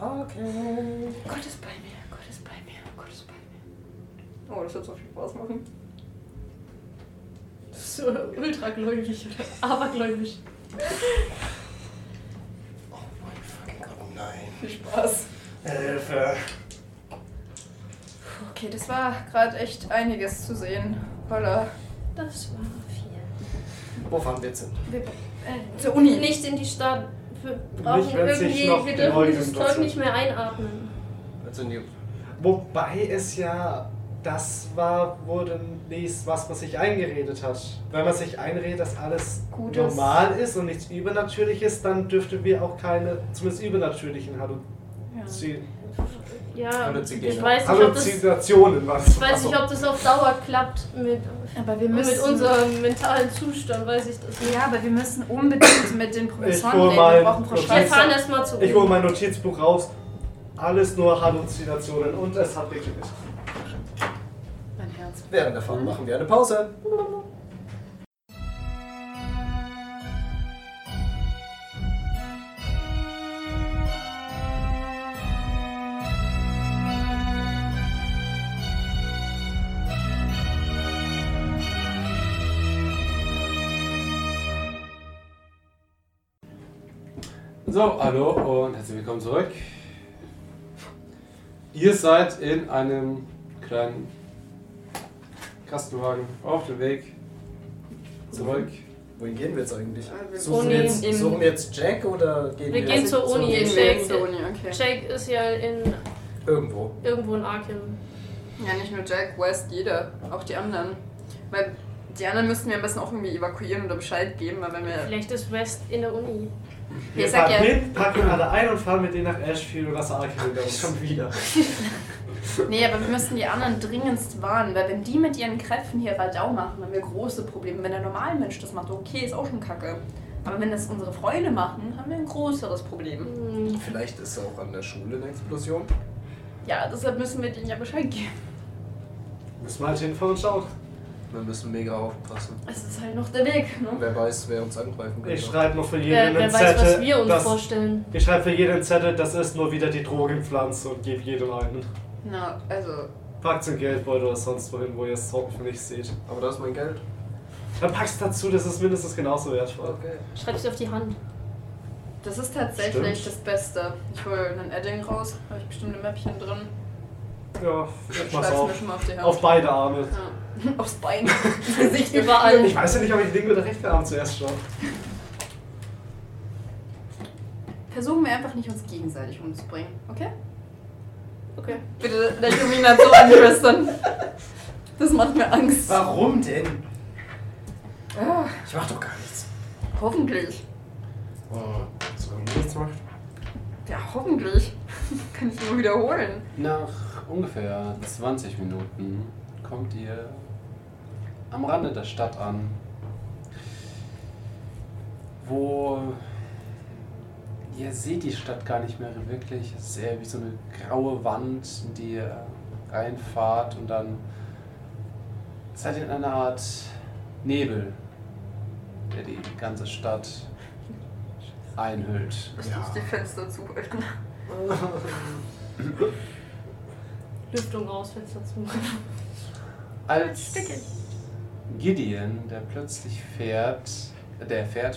[SPEAKER 4] Okay.
[SPEAKER 2] Gott ist bei mir, Gott ist bei mir, Gott ist bei mir. Oh, das wird so viel Spaß machen. [laughs]
[SPEAKER 5] Das ist so ultragläubig oder abergläubig.
[SPEAKER 4] Oh mein fucking Gott, nein.
[SPEAKER 2] Viel Spaß.
[SPEAKER 4] Hilfe.
[SPEAKER 2] Okay, das war gerade echt einiges zu sehen. Holla.
[SPEAKER 5] Das war viel.
[SPEAKER 4] Wo fahren wir jetzt hin?
[SPEAKER 2] Wir, äh, zur Uni.
[SPEAKER 5] Nicht in die Stadt. Wir
[SPEAKER 3] Nicht,
[SPEAKER 5] brauchen
[SPEAKER 3] wenn's sich
[SPEAKER 5] irgendwie,
[SPEAKER 3] noch
[SPEAKER 5] wir
[SPEAKER 3] die
[SPEAKER 5] dürfen
[SPEAKER 3] Leute
[SPEAKER 5] dieses
[SPEAKER 3] im
[SPEAKER 5] Zeug
[SPEAKER 3] Wasser-
[SPEAKER 5] nicht mehr einatmen.
[SPEAKER 4] Also in die.
[SPEAKER 3] Wobei es ja das war, wurde nicht, was man sich eingeredet hat. Wenn man sich einredet, dass alles
[SPEAKER 2] Gutes.
[SPEAKER 3] normal ist und nichts Übernatürliches, dann dürften wir auch keine, zumindest übernatürlichen
[SPEAKER 2] Ja.
[SPEAKER 3] Halluzi-
[SPEAKER 5] Ja,
[SPEAKER 4] Halluzinogene.
[SPEAKER 5] ich weiß nicht, ob das, ich
[SPEAKER 3] Halluzinationen. was?
[SPEAKER 5] weiß nicht, ob das auf Dauer klappt mit,
[SPEAKER 2] Aber wir
[SPEAKER 5] mit
[SPEAKER 2] müssen.
[SPEAKER 5] unserem mentalen Zustand, weiß ich das nicht.
[SPEAKER 2] ja, aber wir müssen unbedingt mit den Professoren
[SPEAKER 3] Ich hol
[SPEAKER 2] reden.
[SPEAKER 3] mal
[SPEAKER 2] Wir brauchen Frau
[SPEAKER 3] Professor.
[SPEAKER 5] Wir
[SPEAKER 2] Schweizer.
[SPEAKER 5] fahren erstmal zurück.
[SPEAKER 3] Ich hole mein Notizbuch raus. Alles nur Halluzinationen und es hat geklappt.
[SPEAKER 2] Mein Herz.
[SPEAKER 4] Während der Fahrt machen wir eine Pause.
[SPEAKER 1] So, hallo und herzlich willkommen zurück. Ihr seid in einem kleinen Kastenwagen auf dem Weg zurück.
[SPEAKER 4] Wohin gehen wir jetzt eigentlich?
[SPEAKER 2] Äh, wir
[SPEAKER 4] Suchen
[SPEAKER 5] Uni
[SPEAKER 4] wir jetzt,
[SPEAKER 2] in-
[SPEAKER 4] suchen wir jetzt Jack oder gehen
[SPEAKER 5] Wir
[SPEAKER 4] wir,
[SPEAKER 5] gehen zur Uni.
[SPEAKER 2] Wir
[SPEAKER 5] Jetzt
[SPEAKER 2] gehen
[SPEAKER 5] Jack.
[SPEAKER 2] zur Uni, okay.
[SPEAKER 5] Jake ist ja in
[SPEAKER 4] Irgendwo.
[SPEAKER 5] irgendwo in Arkham.
[SPEAKER 2] Ja, nicht nur Jack, West, jeder. Auch die anderen. Weil die anderen müssten wir am besten auch irgendwie evakuieren oder Bescheid geben, weil wenn wir.
[SPEAKER 5] Vielleicht ist West in der Uni.
[SPEAKER 3] Wir
[SPEAKER 2] Ich sag
[SPEAKER 3] fahren
[SPEAKER 2] ja-
[SPEAKER 3] mit, packen alle ein und fahren mit denen nach Ashfield oder Arkham wieder
[SPEAKER 4] [laughs] Schon wieder.
[SPEAKER 2] [laughs] Nee, aber wir müssen die anderen dringendst warnen, weil wenn die mit ihren Kräften hier Radau machen, haben wir große Probleme. Wenn der normale Mensch das macht, okay, ist auch schon kacke. Aber wenn das unsere Freunde machen, haben wir ein größeres Problem.
[SPEAKER 5] Hm,
[SPEAKER 4] Vielleicht ist auch an der Schule eine Explosion.
[SPEAKER 2] Ja, deshalb müssen wir denen ja Bescheid geben.
[SPEAKER 3] Müssen wir halt hinfahren und schauen.
[SPEAKER 4] Wir müssen mega aufpassen.
[SPEAKER 2] Es ist halt noch der Weg, ne?
[SPEAKER 4] Wer weiß, wer uns angreifen könnte.
[SPEAKER 3] Ich schreibe noch für jeden
[SPEAKER 5] Wer, wer
[SPEAKER 3] einen
[SPEAKER 5] weiß,
[SPEAKER 3] Zettel.
[SPEAKER 5] was wir uns
[SPEAKER 3] dass-
[SPEAKER 5] vorstellen.
[SPEAKER 3] ich schreibe für jeden einen Zettel, das ist nur wieder die Drogenpflanze und gebe jedem einen.
[SPEAKER 2] Na, also.
[SPEAKER 3] Packt's in den Geldbeutel oder sonst wohin, wo ihr es hoffentlich seht.
[SPEAKER 4] Aber da ist mein Geld.
[SPEAKER 3] Dann pack's dazu, das ist mindestens genauso wertvoll.
[SPEAKER 5] Schreib sie auf die Hand.
[SPEAKER 2] Das ist tatsächlich
[SPEAKER 3] Stimmt.
[SPEAKER 2] das Beste. Ich hole einen Edding raus, habe ich bestimmt ein Mäppchen drin.
[SPEAKER 3] Ja, ich mach's
[SPEAKER 2] Ich schreib's mir
[SPEAKER 3] auf.
[SPEAKER 2] schon mal auf die Hand.
[SPEAKER 3] Auf beide Arme.
[SPEAKER 2] ja. [laughs] Aufs Bein. Ins Gesicht überall.
[SPEAKER 5] Überall.
[SPEAKER 3] Ich weiß ja nicht, ob ich linke oder rechte Arm zuerst schaue.
[SPEAKER 2] Versuchen wir einfach nicht, uns gegenseitig umzubringen, okay?
[SPEAKER 5] Okay.
[SPEAKER 2] Bitte lächel mich nicht so an, Tristan. [laughs] Das macht mir Angst.
[SPEAKER 4] Warum denn?
[SPEAKER 2] Ah,
[SPEAKER 4] Ich mach doch gar nichts.
[SPEAKER 2] hoffentlich.
[SPEAKER 4] Oh, solange du nichts machst.
[SPEAKER 2] Ja, hoffentlich. Kann ich nur wiederholen.
[SPEAKER 1] Nach ungefähr 20 Minuten kommt ihr am Rande der Stadt an, wo ihr seht die Stadt gar nicht mehr wirklich. Es ist eher wie so eine graue Wand, in die ihr reinfahrt und dann seid ihr in einer Art Nebel, der die ganze Stadt einhüllt.
[SPEAKER 2] Ich
[SPEAKER 4] Ja.
[SPEAKER 2] muss die Fenster zuhalten.
[SPEAKER 5] Lüftung raus, Fenster zu machen.
[SPEAKER 1] Als
[SPEAKER 5] Stückchen.
[SPEAKER 1] Gideon, der plötzlich fährt, der fährt.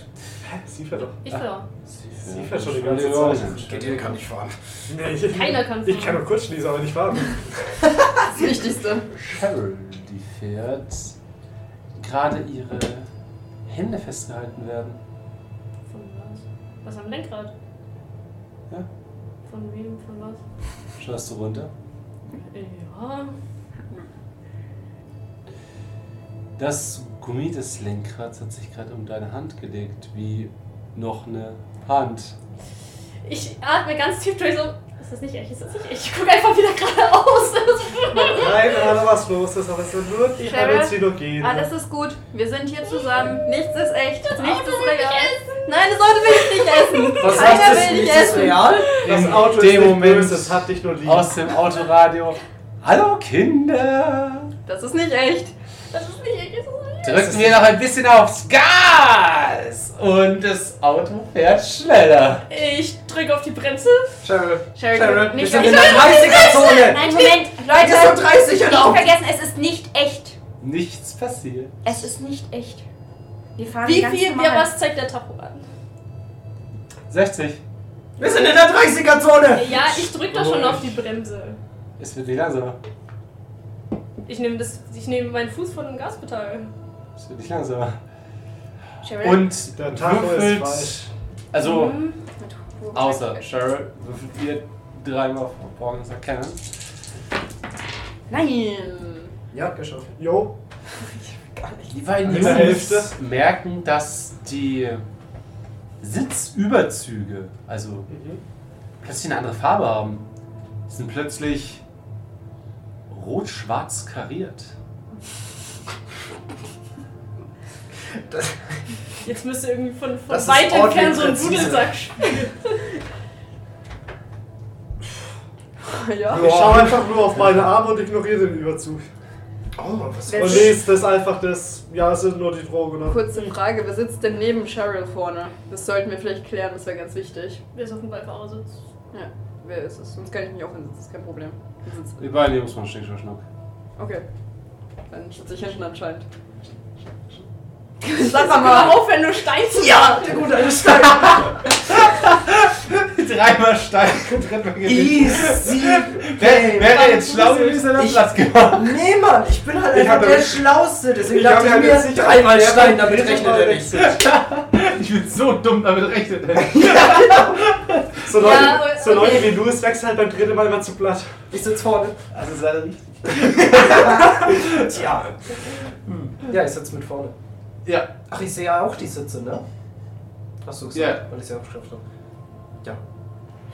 [SPEAKER 3] Hä? Sie fährt doch.
[SPEAKER 5] Ich war.
[SPEAKER 1] Sie
[SPEAKER 3] fährt schon die ganze Zeit.
[SPEAKER 4] Geht dir kann ich fahren.
[SPEAKER 3] Nee, ich,
[SPEAKER 5] Keiner kann
[SPEAKER 3] Ich
[SPEAKER 5] fahren.
[SPEAKER 3] kann nur kurz schließen, aber nicht fahren.
[SPEAKER 2] Das Wichtigste.
[SPEAKER 1] Cheryl, die fährt. Gerade ihre Hände festgehalten werden.
[SPEAKER 5] Von was? Was am Lenkrad?
[SPEAKER 1] Ja.
[SPEAKER 5] Von wem? Von was?
[SPEAKER 1] Schaust du runter?
[SPEAKER 5] Ja.
[SPEAKER 1] Das Gummi des Lenkrads hat sich gerade um deine Hand gelegt, wie noch eine Hand.
[SPEAKER 5] Ich atme ganz tief durch so. Es Ist das nicht echt? Ist das nicht echt? Ich gucke einfach wieder geradeaus.
[SPEAKER 3] Keine Ahnung, was los ist, aber es sind wirklich
[SPEAKER 2] Cheryl,
[SPEAKER 3] Halluzinogene.
[SPEAKER 2] Genau. Alles ist gut. Wir sind hier zusammen. Nichts ist echt. nichts ist real. Nein, das sollte mich nicht essen.
[SPEAKER 1] Was
[SPEAKER 2] Keiner
[SPEAKER 4] das?
[SPEAKER 2] will dich
[SPEAKER 4] Nicht das
[SPEAKER 2] essen.
[SPEAKER 4] real?
[SPEAKER 3] das
[SPEAKER 1] In
[SPEAKER 3] Auto ist
[SPEAKER 1] dem
[SPEAKER 3] nicht
[SPEAKER 1] Moment
[SPEAKER 3] böse, es hat dich nur lieb.
[SPEAKER 1] Aus dem Autoradio. Hallo Kinder!
[SPEAKER 2] Das ist nicht echt.
[SPEAKER 5] Das ist nicht echt. Ist das nicht echt?
[SPEAKER 1] Drücken wir noch ein bisschen aufs Gas! Und das Auto fährt schneller.
[SPEAKER 5] Ich drücke auf die Bremse.
[SPEAKER 4] Cheryl.
[SPEAKER 2] Cheryl,
[SPEAKER 4] Cheryl, wir
[SPEAKER 2] nicht
[SPEAKER 4] sind
[SPEAKER 2] auf-
[SPEAKER 4] in der 30er-Zone.
[SPEAKER 6] Nein, Moment,
[SPEAKER 4] Es ist
[SPEAKER 6] Leute,
[SPEAKER 4] so 30
[SPEAKER 6] nicht
[SPEAKER 4] erlaubt.
[SPEAKER 6] vergessen, es ist nicht echt.
[SPEAKER 1] Nichts passiert.
[SPEAKER 6] Es ist nicht echt. Wir fahren
[SPEAKER 5] Wie
[SPEAKER 6] ganz
[SPEAKER 5] viel,
[SPEAKER 6] normal.
[SPEAKER 5] wer was zeigt der Tacho an?
[SPEAKER 1] 60.
[SPEAKER 4] Wir sind in der 30er-Zone.
[SPEAKER 5] Ja, ich drücke da schon auf die Bremse.
[SPEAKER 1] Es wird nicht langsamer.
[SPEAKER 5] Ich nehme das, ich nehme meinen Fuß von dem Gaspedal.
[SPEAKER 1] Es wird nicht langsamer.
[SPEAKER 2] Cheryl,
[SPEAKER 1] Und
[SPEAKER 3] Der Tacho ist
[SPEAKER 1] würfelt-
[SPEAKER 3] falsch.
[SPEAKER 1] Also,
[SPEAKER 2] mit Ruhe.
[SPEAKER 1] außer Cheryl, würfelt ihr dreimal vor Borgens erkennen.
[SPEAKER 2] Nein. [laughs]
[SPEAKER 4] Ja, hat geschafft.
[SPEAKER 3] Jo,
[SPEAKER 1] Die beiden
[SPEAKER 3] Mit der
[SPEAKER 1] Jungs
[SPEAKER 3] Hälfte.
[SPEAKER 1] merken, dass die Sitzüberzüge, also plötzlich eine andere Farbe haben. Die sind plötzlich rot-schwarz kariert.
[SPEAKER 5] Jetzt müsste irgendwie von, von
[SPEAKER 4] Das ist
[SPEAKER 5] weit
[SPEAKER 4] ordentlich
[SPEAKER 5] entfernt so ein
[SPEAKER 4] präzise.
[SPEAKER 5] Dudelsack spielen.
[SPEAKER 2] Ja.
[SPEAKER 3] ich schaue einfach nur auf meine Arme und ignoriere den Überzug.
[SPEAKER 4] Oh, was
[SPEAKER 3] Und lese das einfach das, ja, es sind nur die Drogen. Ne?
[SPEAKER 2] Kurze Frage, wer sitzt denn neben Cheryl vorne? Das sollten wir vielleicht klären, das wäre ganz wichtig.
[SPEAKER 5] Wer ist auf dem Beifahrersitz?
[SPEAKER 2] Ja, wer ist es? Sonst kann ich mich auch hinsetzen, das ist kein Problem. Dann sitzt-
[SPEAKER 1] Die beiden Jungs machen Schnickschnack.
[SPEAKER 2] Okay. Dann sitze ich hinten anscheinend. Sag mal,
[SPEAKER 5] auf, wenn du Stein zu Ja!
[SPEAKER 4] Der gute alte Stein.
[SPEAKER 1] [laughs] Dreimal steil und dreimal gewinnt.
[SPEAKER 4] Easy.
[SPEAKER 1] Wer- Wäre jetzt schlau gewesen, hätte er
[SPEAKER 4] Ich-
[SPEAKER 1] Platz gemacht.
[SPEAKER 4] Niemand, ich bin halt
[SPEAKER 3] Ich
[SPEAKER 4] einfach
[SPEAKER 3] hab
[SPEAKER 4] der
[SPEAKER 3] ja-
[SPEAKER 4] Schlauste, deswegen
[SPEAKER 3] Ich
[SPEAKER 4] dachte
[SPEAKER 3] hab
[SPEAKER 4] ich
[SPEAKER 3] ja jetzt
[SPEAKER 4] mir,
[SPEAKER 3] nicht-
[SPEAKER 4] dreimal
[SPEAKER 3] Ja,
[SPEAKER 4] Stein,
[SPEAKER 3] ja,
[SPEAKER 4] damit
[SPEAKER 3] ja,
[SPEAKER 4] rechnet
[SPEAKER 3] ja,
[SPEAKER 4] er
[SPEAKER 3] ja,
[SPEAKER 4] nicht.
[SPEAKER 1] Ich bin so dumm, damit rechnet er.
[SPEAKER 3] So Leute,
[SPEAKER 5] Ja,
[SPEAKER 3] so Leute
[SPEAKER 5] okay.
[SPEAKER 3] wie du, es wächst halt beim dritten Mal immer zu platt.
[SPEAKER 4] Ich sitze vorne.
[SPEAKER 1] Also seid ihr
[SPEAKER 4] [laughs]
[SPEAKER 1] richtig.
[SPEAKER 4] Tja. Hm. Ja, ich sitze mit vorne.
[SPEAKER 1] Ja,
[SPEAKER 4] Ach, ich sehe ja auch die Sitze, ne? Hast du gesagt,
[SPEAKER 1] Ja.
[SPEAKER 4] weil ich sie aufgeschrieben habe. Ja.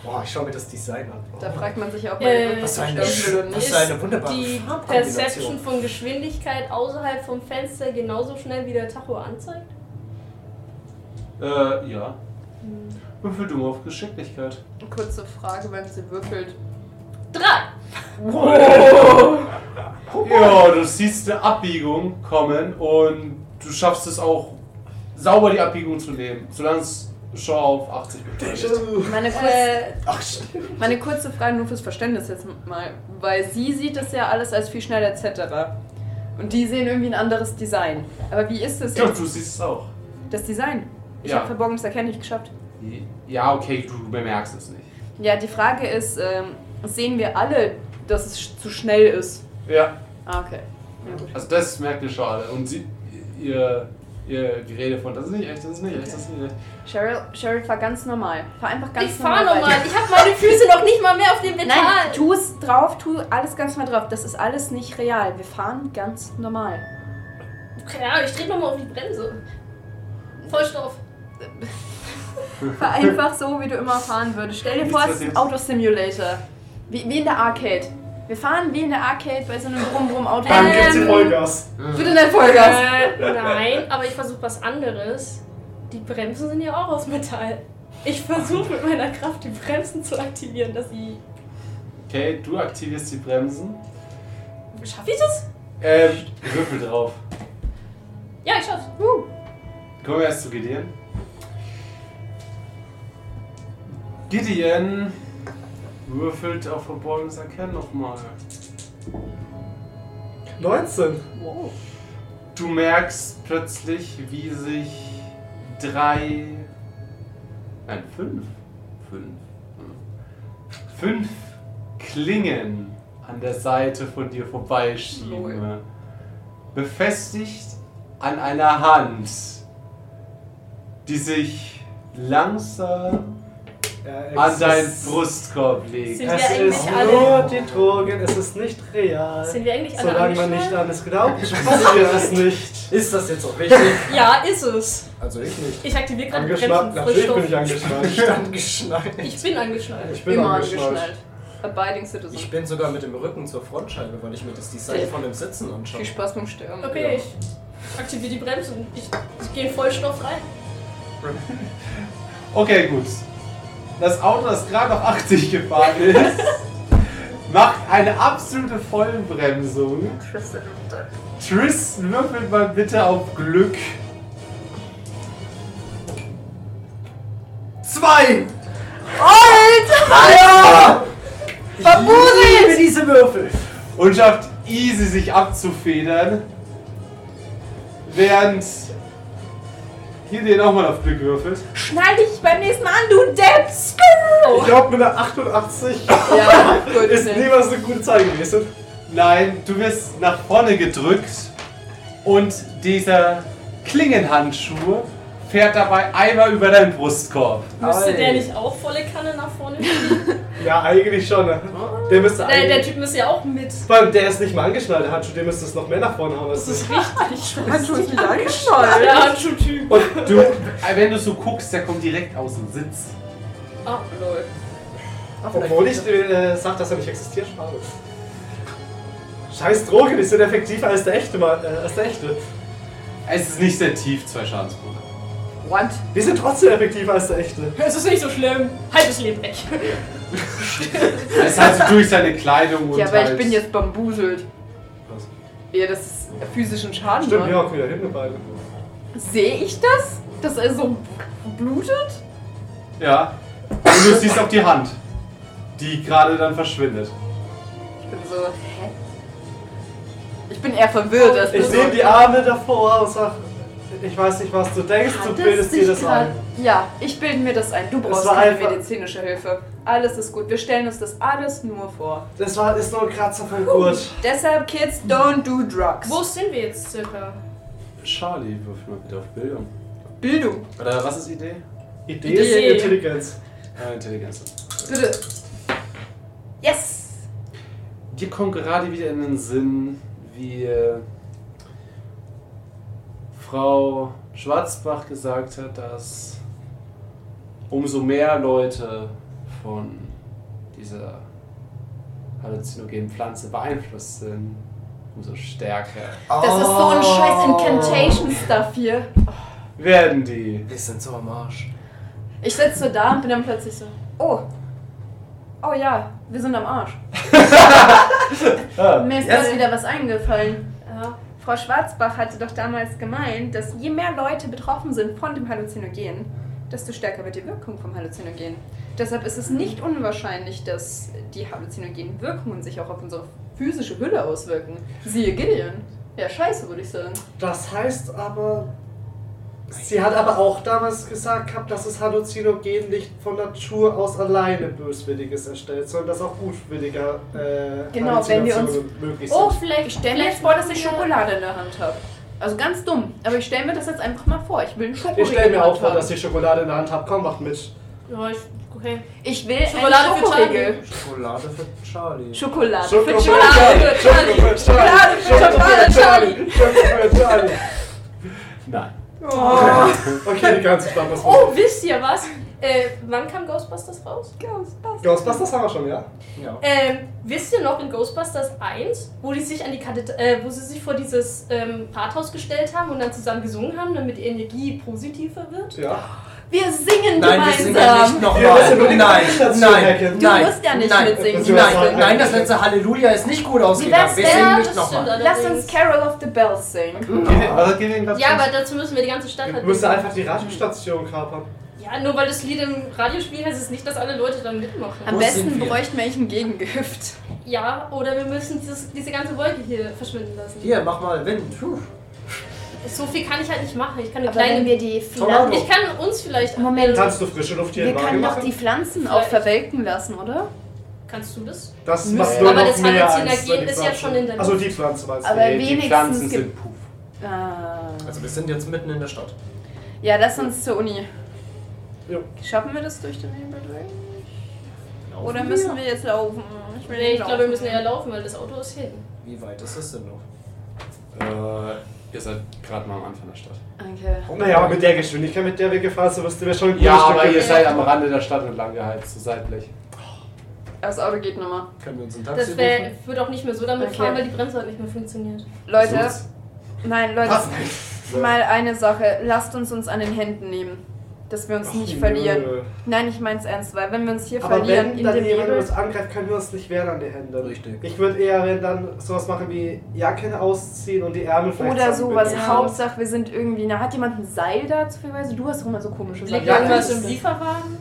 [SPEAKER 4] Boah, ich schau mir das Design an.
[SPEAKER 2] da fragt man sich auch,
[SPEAKER 5] Äh,
[SPEAKER 4] was für
[SPEAKER 2] das
[SPEAKER 4] eine,
[SPEAKER 2] stimmt oder
[SPEAKER 4] was
[SPEAKER 2] nicht.
[SPEAKER 4] für eine wunderbare
[SPEAKER 5] Die Perception
[SPEAKER 4] Farbkombination.
[SPEAKER 5] von Geschwindigkeit außerhalb vom Fenster genauso schnell wie der Tacho anzeigt?
[SPEAKER 1] äh, ja. Hm. Würfel du mal auf Geschicklichkeit.
[SPEAKER 2] Kurze Frage, wenn sie würfelt.
[SPEAKER 5] Drei!
[SPEAKER 1] Oh. Ja, du siehst eine Abbiegung kommen und du schaffst es auch sauber die Abbiegung zu nehmen, solange es schon auf 80 beträgt.
[SPEAKER 2] Meine, kurz,
[SPEAKER 5] Äh,
[SPEAKER 4] Ach, stimmt.
[SPEAKER 2] meine kurze Frage nur fürs Verständnis jetzt mal, weil sie sieht das ja alles als viel schneller etc. Und die sehen irgendwie ein anderes Design. Aber wie ist das
[SPEAKER 1] Ja,
[SPEAKER 2] jetzt?
[SPEAKER 1] du siehst es auch.
[SPEAKER 2] Das Design. Ich
[SPEAKER 1] Ja.
[SPEAKER 2] habe verborgenes Erkennen nicht geschafft.
[SPEAKER 1] Ja, okay, du bemerkst es nicht.
[SPEAKER 2] Ja, die Frage ist, ähm, sehen wir alle, dass es sch- zu schnell ist?
[SPEAKER 1] Ja.
[SPEAKER 2] Ah, okay. Ja, gut.
[SPEAKER 1] Also das merkt ihr schon alle. Und sie, ihr, ihr Gerede von, das ist nicht echt, das ist nicht echt, das ist nicht echt.
[SPEAKER 2] Cheryl, Cheryl, fahr ganz normal. Fahr einfach ganz
[SPEAKER 5] ich fahre
[SPEAKER 2] normal. weiter.
[SPEAKER 5] nochmal. Ich habe meine Füße noch nicht mal mehr auf dem Metall.
[SPEAKER 2] Nein, tu es drauf, tu alles ganz mal drauf. Das ist alles nicht real. Wir fahren ganz normal.
[SPEAKER 5] Keine Ahnung, ich drehe nochmal auf die Bremse. Vollstoff.
[SPEAKER 2] Fahr einfach so, wie du immer fahren würdest. Stell dir
[SPEAKER 1] Nichts
[SPEAKER 2] vor, es ist ein
[SPEAKER 1] passiert.
[SPEAKER 2] Autosimulator. Wie, wie in der Arcade. Wir fahren wie in der Arcade bei so einem Brumm-Brumm-Auto.
[SPEAKER 3] Dann gibt sie
[SPEAKER 5] Ähm.
[SPEAKER 3] Vollgas.
[SPEAKER 2] Bitte nicht Vollgas.
[SPEAKER 5] Äh, nein, aber ich versuche was anderes. Die Bremsen sind ja auch aus Metall. Ich versuche mit meiner Kraft die Bremsen zu aktivieren, dass sie.
[SPEAKER 1] Okay, du aktivierst die Bremsen.
[SPEAKER 5] Schaffe ich das?
[SPEAKER 1] Ähm, Würfel drauf.
[SPEAKER 5] Ja, ich schaff's.
[SPEAKER 1] Kommen wir erst zu Gideon. Gideon würfelt auf verborgenes Erkennen nochmal.
[SPEAKER 3] 19.
[SPEAKER 2] Wow.
[SPEAKER 1] Du merkst plötzlich, wie sich drei. Nein, fünf. Fünf. hm. Fünf Klingen an der Seite von dir vorbeischieben.
[SPEAKER 2] Lol.
[SPEAKER 1] Befestigt an einer Hand, die sich langsam an deinen Brustkorb legt.
[SPEAKER 5] Sind wir
[SPEAKER 3] Es
[SPEAKER 5] eigentlich
[SPEAKER 3] ist
[SPEAKER 5] alle-
[SPEAKER 3] nur die Drogen, es ist nicht real.
[SPEAKER 5] Sind wir eigentlich alle
[SPEAKER 3] Äh, Solange man nicht
[SPEAKER 5] angeschnallt?
[SPEAKER 3] an es glaubt, [laughs] wissen wir es nicht.
[SPEAKER 4] Ist das jetzt auch wichtig?
[SPEAKER 5] [laughs] Ja, ist es.
[SPEAKER 4] Also ich nicht.
[SPEAKER 5] Ich aktiviere gerade die
[SPEAKER 3] Angeschnallt,
[SPEAKER 5] Bremsen.
[SPEAKER 3] natürlich bin
[SPEAKER 5] Vollstoff.
[SPEAKER 3] ich angeschnallt.
[SPEAKER 4] Angeschnallt.
[SPEAKER 5] Ich bin angeschnallt.
[SPEAKER 3] [laughs] Ich bin
[SPEAKER 2] Immer
[SPEAKER 3] angeschnallt.
[SPEAKER 2] angeschnallt. Abiding Citizen.
[SPEAKER 4] Ich bin sogar mit dem Rücken zur Frontscheibe, weil ich mir das Design von dem Sitzen anschaue.
[SPEAKER 2] Viel Spaß beim Sterben.
[SPEAKER 5] Okay,
[SPEAKER 4] Ja.
[SPEAKER 5] ich aktiviere die Bremse und ich, ich gehe voll Stoff rein.
[SPEAKER 1] Okay, gut. Das Auto, das gerade auf 80 gefahren ist, macht eine absolute Vollbremsung. Tristan würfelt mal bitte auf Glück.
[SPEAKER 4] Zwei!
[SPEAKER 2] Verbuddelt!
[SPEAKER 4] Für diese Würfel!
[SPEAKER 1] und schafft easy sich abzufedern. Während hier den auch mal auf Glück würfelt.
[SPEAKER 6] Schneide ich beim nächsten Mal an, du Depps!
[SPEAKER 3] Ich glaube, mit einer 88
[SPEAKER 2] [laughs] Ja, gut.
[SPEAKER 3] ist
[SPEAKER 2] nee.
[SPEAKER 3] niemals eine gute Zahl gewesen.
[SPEAKER 1] Nein, du wirst nach vorne gedrückt und dieser Klingenhandschuh fährt dabei einmal über deinen Brustkorb.
[SPEAKER 5] Müsste
[SPEAKER 4] Ei.
[SPEAKER 5] der nicht auch volle Kanne nach vorne fliegen?
[SPEAKER 3] Ja, eigentlich schon. ne? Der müsste
[SPEAKER 5] Oh. Nein, der
[SPEAKER 3] eigentlich.
[SPEAKER 5] Typ müsste ja auch mit.
[SPEAKER 3] Vor allem, der ist nicht mal angeschnallt, der Handschuh, dem müsste es noch mehr nach vorne hauen. Das ist
[SPEAKER 2] Handschuh ist wieder angeschnallt.
[SPEAKER 5] Der Handschuh-Typ.
[SPEAKER 1] Und du, äh, wenn du so guckst, der kommt direkt aus dem Sitz.
[SPEAKER 5] Ah, lol. Ah,
[SPEAKER 3] Obwohl ich äh, sag, dass er nicht existiert, schade. Scheiß Drogen, die sind effektiver als der echte. Mal, äh, als der echte.
[SPEAKER 1] Es ist nicht sehr tief, zwei Schadenspunkte.
[SPEAKER 2] What?
[SPEAKER 3] Die sind trotzdem effektiver als der echte.
[SPEAKER 5] Es ist nicht so schlimm. Halt das Leben weg.
[SPEAKER 1] Das ist halt so durch seine Kleidung und
[SPEAKER 2] Ja, aber ich
[SPEAKER 1] halt-
[SPEAKER 2] bin jetzt bambuselt.
[SPEAKER 3] Was?
[SPEAKER 2] Ja, das ist physischen Schaden.
[SPEAKER 3] Stimmt,
[SPEAKER 2] ne?
[SPEAKER 3] ja, wieder hin, beide.
[SPEAKER 2] Sehe ich das? Dass er so blutet?
[SPEAKER 1] Ja. Und du siehst auch die Hand, die gerade dann verschwindet.
[SPEAKER 2] Ich bin so, hä? Ich bin eher verwirrt. Als
[SPEAKER 3] Oh, Ich
[SPEAKER 2] nur so-
[SPEAKER 3] sehe die Arme davor und sag, ich weiß nicht, was du denkst, du
[SPEAKER 5] Hat es
[SPEAKER 3] bildest dir
[SPEAKER 5] sich
[SPEAKER 3] das
[SPEAKER 5] grad-
[SPEAKER 3] ein.
[SPEAKER 2] Ja, ich bilde mir das ein. Du brauchst
[SPEAKER 3] war
[SPEAKER 2] keine
[SPEAKER 3] einfach-
[SPEAKER 2] medizinische Hilfe. Alles ist gut. Wir stellen uns das alles nur vor.
[SPEAKER 3] Das war, ist nur ein Kratzer
[SPEAKER 5] [laughs]
[SPEAKER 3] vom Gurt.
[SPEAKER 2] Deshalb, Kids, don't do drugs.
[SPEAKER 5] Wo sind wir jetzt circa?
[SPEAKER 1] Charlie wirft mal bitte auf Bildung.
[SPEAKER 2] Bildung?
[SPEAKER 1] Oder was ist Idee?
[SPEAKER 3] Idee ist
[SPEAKER 5] Idee.
[SPEAKER 3] Intelligenz.
[SPEAKER 1] Äh, Intelligenz.
[SPEAKER 2] Bitte. Yes!
[SPEAKER 1] Dir kommt gerade wieder in den Sinn, wie äh, Frau Schwarzbach gesagt hat, dass umso mehr Leute von dieser halluzinogenen Pflanze beeinflusst sind, umso stärker
[SPEAKER 2] Das ist so
[SPEAKER 3] Oh.
[SPEAKER 2] ein scheiß Incantation-Stuff hier.
[SPEAKER 1] werden die
[SPEAKER 4] Wir sind so am Arsch.
[SPEAKER 2] Ich sitze so da und bin dann plötzlich so, oh. Oh ja, wir sind am Arsch. Mir ist gerade wieder was eingefallen.
[SPEAKER 5] Ja.
[SPEAKER 2] Frau Schwarzbach hatte doch damals gemeint, dass je mehr Leute betroffen sind von dem Halluzinogen, desto stärker wird die Wirkung vom Halluzinogen. Deshalb ist es nicht unwahrscheinlich, dass die halluzinogenen Wirkungen sich auch auf unsere physische Hülle auswirken. Siehe Gideon. Ja, scheiße, würde ich sagen.
[SPEAKER 3] Das heißt aber, sie hat aber auch damals gesagt gehabt, dass das Halluzinogen nicht von Natur aus alleine Böswilliges erstellt, sondern dass auch gutwilliger äh,
[SPEAKER 2] Genau, wenn wir uns-
[SPEAKER 3] Halluzinationen möglich sind.
[SPEAKER 5] Oh, vielleicht.
[SPEAKER 2] Ich stelle mir jetzt vor, dass ich Schokolade in der Hand habe. Also ganz dumm, aber ich stelle mir das jetzt einfach mal vor. Ich will einen Schokoriegel
[SPEAKER 3] ich stelle mir auch vor,
[SPEAKER 2] haben.
[SPEAKER 3] dass ich Schokolade in der Hand habe. Komm, macht mit.
[SPEAKER 5] Ja, ich, okay.
[SPEAKER 2] Ich will
[SPEAKER 5] Schokolade
[SPEAKER 2] einen
[SPEAKER 5] für
[SPEAKER 2] Schokoriegel.
[SPEAKER 4] Schokolade für Charlie.
[SPEAKER 2] Schokolade für
[SPEAKER 3] Schokolade,
[SPEAKER 2] Schokolade.
[SPEAKER 3] Schokolade, Schokolade,
[SPEAKER 2] Schokolade,
[SPEAKER 3] Schokolade, Schokolade, Schokolade.
[SPEAKER 1] Nein.
[SPEAKER 3] Okay, die ganze Stadt muss
[SPEAKER 5] Oh, wisst ihr was? Äh, wann kam Ghostbusters raus?
[SPEAKER 3] Ghostbusters haben wir schon, ja?
[SPEAKER 4] Ja.
[SPEAKER 5] Ähm, wisst ihr noch in Ghostbusters 1, wo die sich an die Kathed äh, wo sie sich vor dieses ähm, Rathaus gestellt haben und dann zusammen gesungen haben, damit die Energie positiver wird?
[SPEAKER 3] Ja.
[SPEAKER 2] Wir singen
[SPEAKER 4] Nein, wir singen ja
[SPEAKER 2] gemeinsam.
[SPEAKER 4] nicht nochmal.
[SPEAKER 3] Wir müssen nur die
[SPEAKER 4] Nein,
[SPEAKER 3] Station hacken.
[SPEAKER 4] nein,
[SPEAKER 2] Du
[SPEAKER 4] nein.
[SPEAKER 2] musst ja nicht
[SPEAKER 4] nein.
[SPEAKER 2] mitsingen.
[SPEAKER 3] Das ist
[SPEAKER 4] Nein,
[SPEAKER 3] ja-
[SPEAKER 4] nein, nein, das letzte Halleluja ist nicht gut ausgegangen.
[SPEAKER 2] wär's
[SPEAKER 4] Wir
[SPEAKER 2] denn?
[SPEAKER 4] singen
[SPEAKER 5] das
[SPEAKER 4] nicht
[SPEAKER 5] stimmt
[SPEAKER 4] nochmal.
[SPEAKER 2] Lass uns
[SPEAKER 5] allerdings.
[SPEAKER 2] Carol of the Bells singen.
[SPEAKER 5] Ja, aber dazu müssen wir die ganze Stadt
[SPEAKER 3] Wir
[SPEAKER 5] halt.
[SPEAKER 3] müssen einfach die Radiostation kapern.
[SPEAKER 5] Ja, nur weil das Lied im Radiospiel heißt es nicht, dass alle Leute dann mitmachen.
[SPEAKER 2] Am
[SPEAKER 4] Wo
[SPEAKER 2] besten
[SPEAKER 4] sind wir?
[SPEAKER 2] bräuchten wir eigentlich ein Gegengift.
[SPEAKER 5] Ja, oder wir müssen dieses, diese ganze Wolke hier verschwinden lassen.
[SPEAKER 4] Hier, mach mal Wind. Puh.
[SPEAKER 5] So viel kann ich halt nicht machen. Ich kann eine
[SPEAKER 6] Aber wenn
[SPEAKER 5] kleine.
[SPEAKER 6] wir die
[SPEAKER 3] Tornado.
[SPEAKER 6] Pflanzen.
[SPEAKER 5] Ich kann uns vielleicht. Äh,
[SPEAKER 6] Moment.
[SPEAKER 3] Kannst du frische Luft hier
[SPEAKER 6] Wir
[SPEAKER 3] in Wagen
[SPEAKER 6] können doch
[SPEAKER 3] machen?
[SPEAKER 6] die Pflanzen
[SPEAKER 2] Auch
[SPEAKER 6] auf.
[SPEAKER 2] verwelken lassen, oder?
[SPEAKER 5] Kannst du das?
[SPEAKER 3] Das
[SPEAKER 2] Müssen-
[SPEAKER 3] macht nur
[SPEAKER 5] Aber
[SPEAKER 3] noch
[SPEAKER 2] halt
[SPEAKER 5] das
[SPEAKER 3] mehr
[SPEAKER 5] Halluzinogen
[SPEAKER 3] Angst, wenn die
[SPEAKER 5] ist ja
[SPEAKER 3] Pflanze-
[SPEAKER 5] schon in der
[SPEAKER 3] Also
[SPEAKER 5] Luft.
[SPEAKER 3] die Pflanze meinst
[SPEAKER 6] Aber
[SPEAKER 3] du?
[SPEAKER 1] Nee, Äh, die
[SPEAKER 6] wenigstens
[SPEAKER 1] Pflanzen
[SPEAKER 6] gibt-
[SPEAKER 1] sind puff.
[SPEAKER 2] Ah.
[SPEAKER 4] Also wir sind jetzt mitten in der Stadt.
[SPEAKER 2] Ja, lass uns zur Uni.
[SPEAKER 3] Jo.
[SPEAKER 2] Schaffen wir das durch den Nebel durch?
[SPEAKER 4] Laufen
[SPEAKER 2] Oder müssen wir jetzt laufen? Ich will
[SPEAKER 5] Nee, ich
[SPEAKER 2] nicht
[SPEAKER 5] glaube, wir
[SPEAKER 2] laufen.
[SPEAKER 5] müssen eher laufen, weil das Auto ist hinten.
[SPEAKER 4] Wie weit ist es denn noch?
[SPEAKER 1] Äh, ihr seid gerade mal am Anfang der Stadt.
[SPEAKER 2] Okay.
[SPEAKER 3] Oh, Naja, aber mit der Geschwindigkeit, mit der wir gefahren sind, wüssten wir schon ein
[SPEAKER 1] Ja,
[SPEAKER 3] gutes Stück
[SPEAKER 1] aber ihr
[SPEAKER 3] gehen.
[SPEAKER 1] seid am Rande der Stadt entlang geheizt, so seitlich.
[SPEAKER 2] Das Auto geht nimmer.
[SPEAKER 4] Können wir uns ein Taxi
[SPEAKER 5] Das
[SPEAKER 4] rufen?
[SPEAKER 5] wär, würde auch nicht mehr so damit
[SPEAKER 2] Okay.
[SPEAKER 5] fahren, weil die Bremse halt nicht mehr funktioniert.
[SPEAKER 2] Leute,
[SPEAKER 1] Versuch's.
[SPEAKER 2] nein, Leute,
[SPEAKER 3] Was?
[SPEAKER 2] mal eine Sache. Lasst uns uns an den Händen nehmen, dass wir uns nicht verlieren.
[SPEAKER 3] Nö.
[SPEAKER 2] Nein, ich mein's ernst, weil wenn wir uns hier
[SPEAKER 3] Aber
[SPEAKER 2] verlieren
[SPEAKER 3] wenn
[SPEAKER 2] in
[SPEAKER 3] dann
[SPEAKER 2] dem
[SPEAKER 3] jemand
[SPEAKER 2] Nebel,
[SPEAKER 3] uns angreift, können wir uns nicht wehren an die Hände.
[SPEAKER 4] Richtig.
[SPEAKER 3] Ich würde eher wenn dann sowas machen wie Jacke ausziehen und die Ärmel vielleicht
[SPEAKER 2] Oder sowas.
[SPEAKER 3] zusammenbinden.
[SPEAKER 2] Hauptsache, wir sind irgendwie. Na, hat jemand ein Seil da zufälligerweise? Du hast doch immer so komische Sachen.
[SPEAKER 5] Liegt
[SPEAKER 3] Ja,
[SPEAKER 5] irgendwas
[SPEAKER 3] das-
[SPEAKER 5] im Lieferwagen? ne?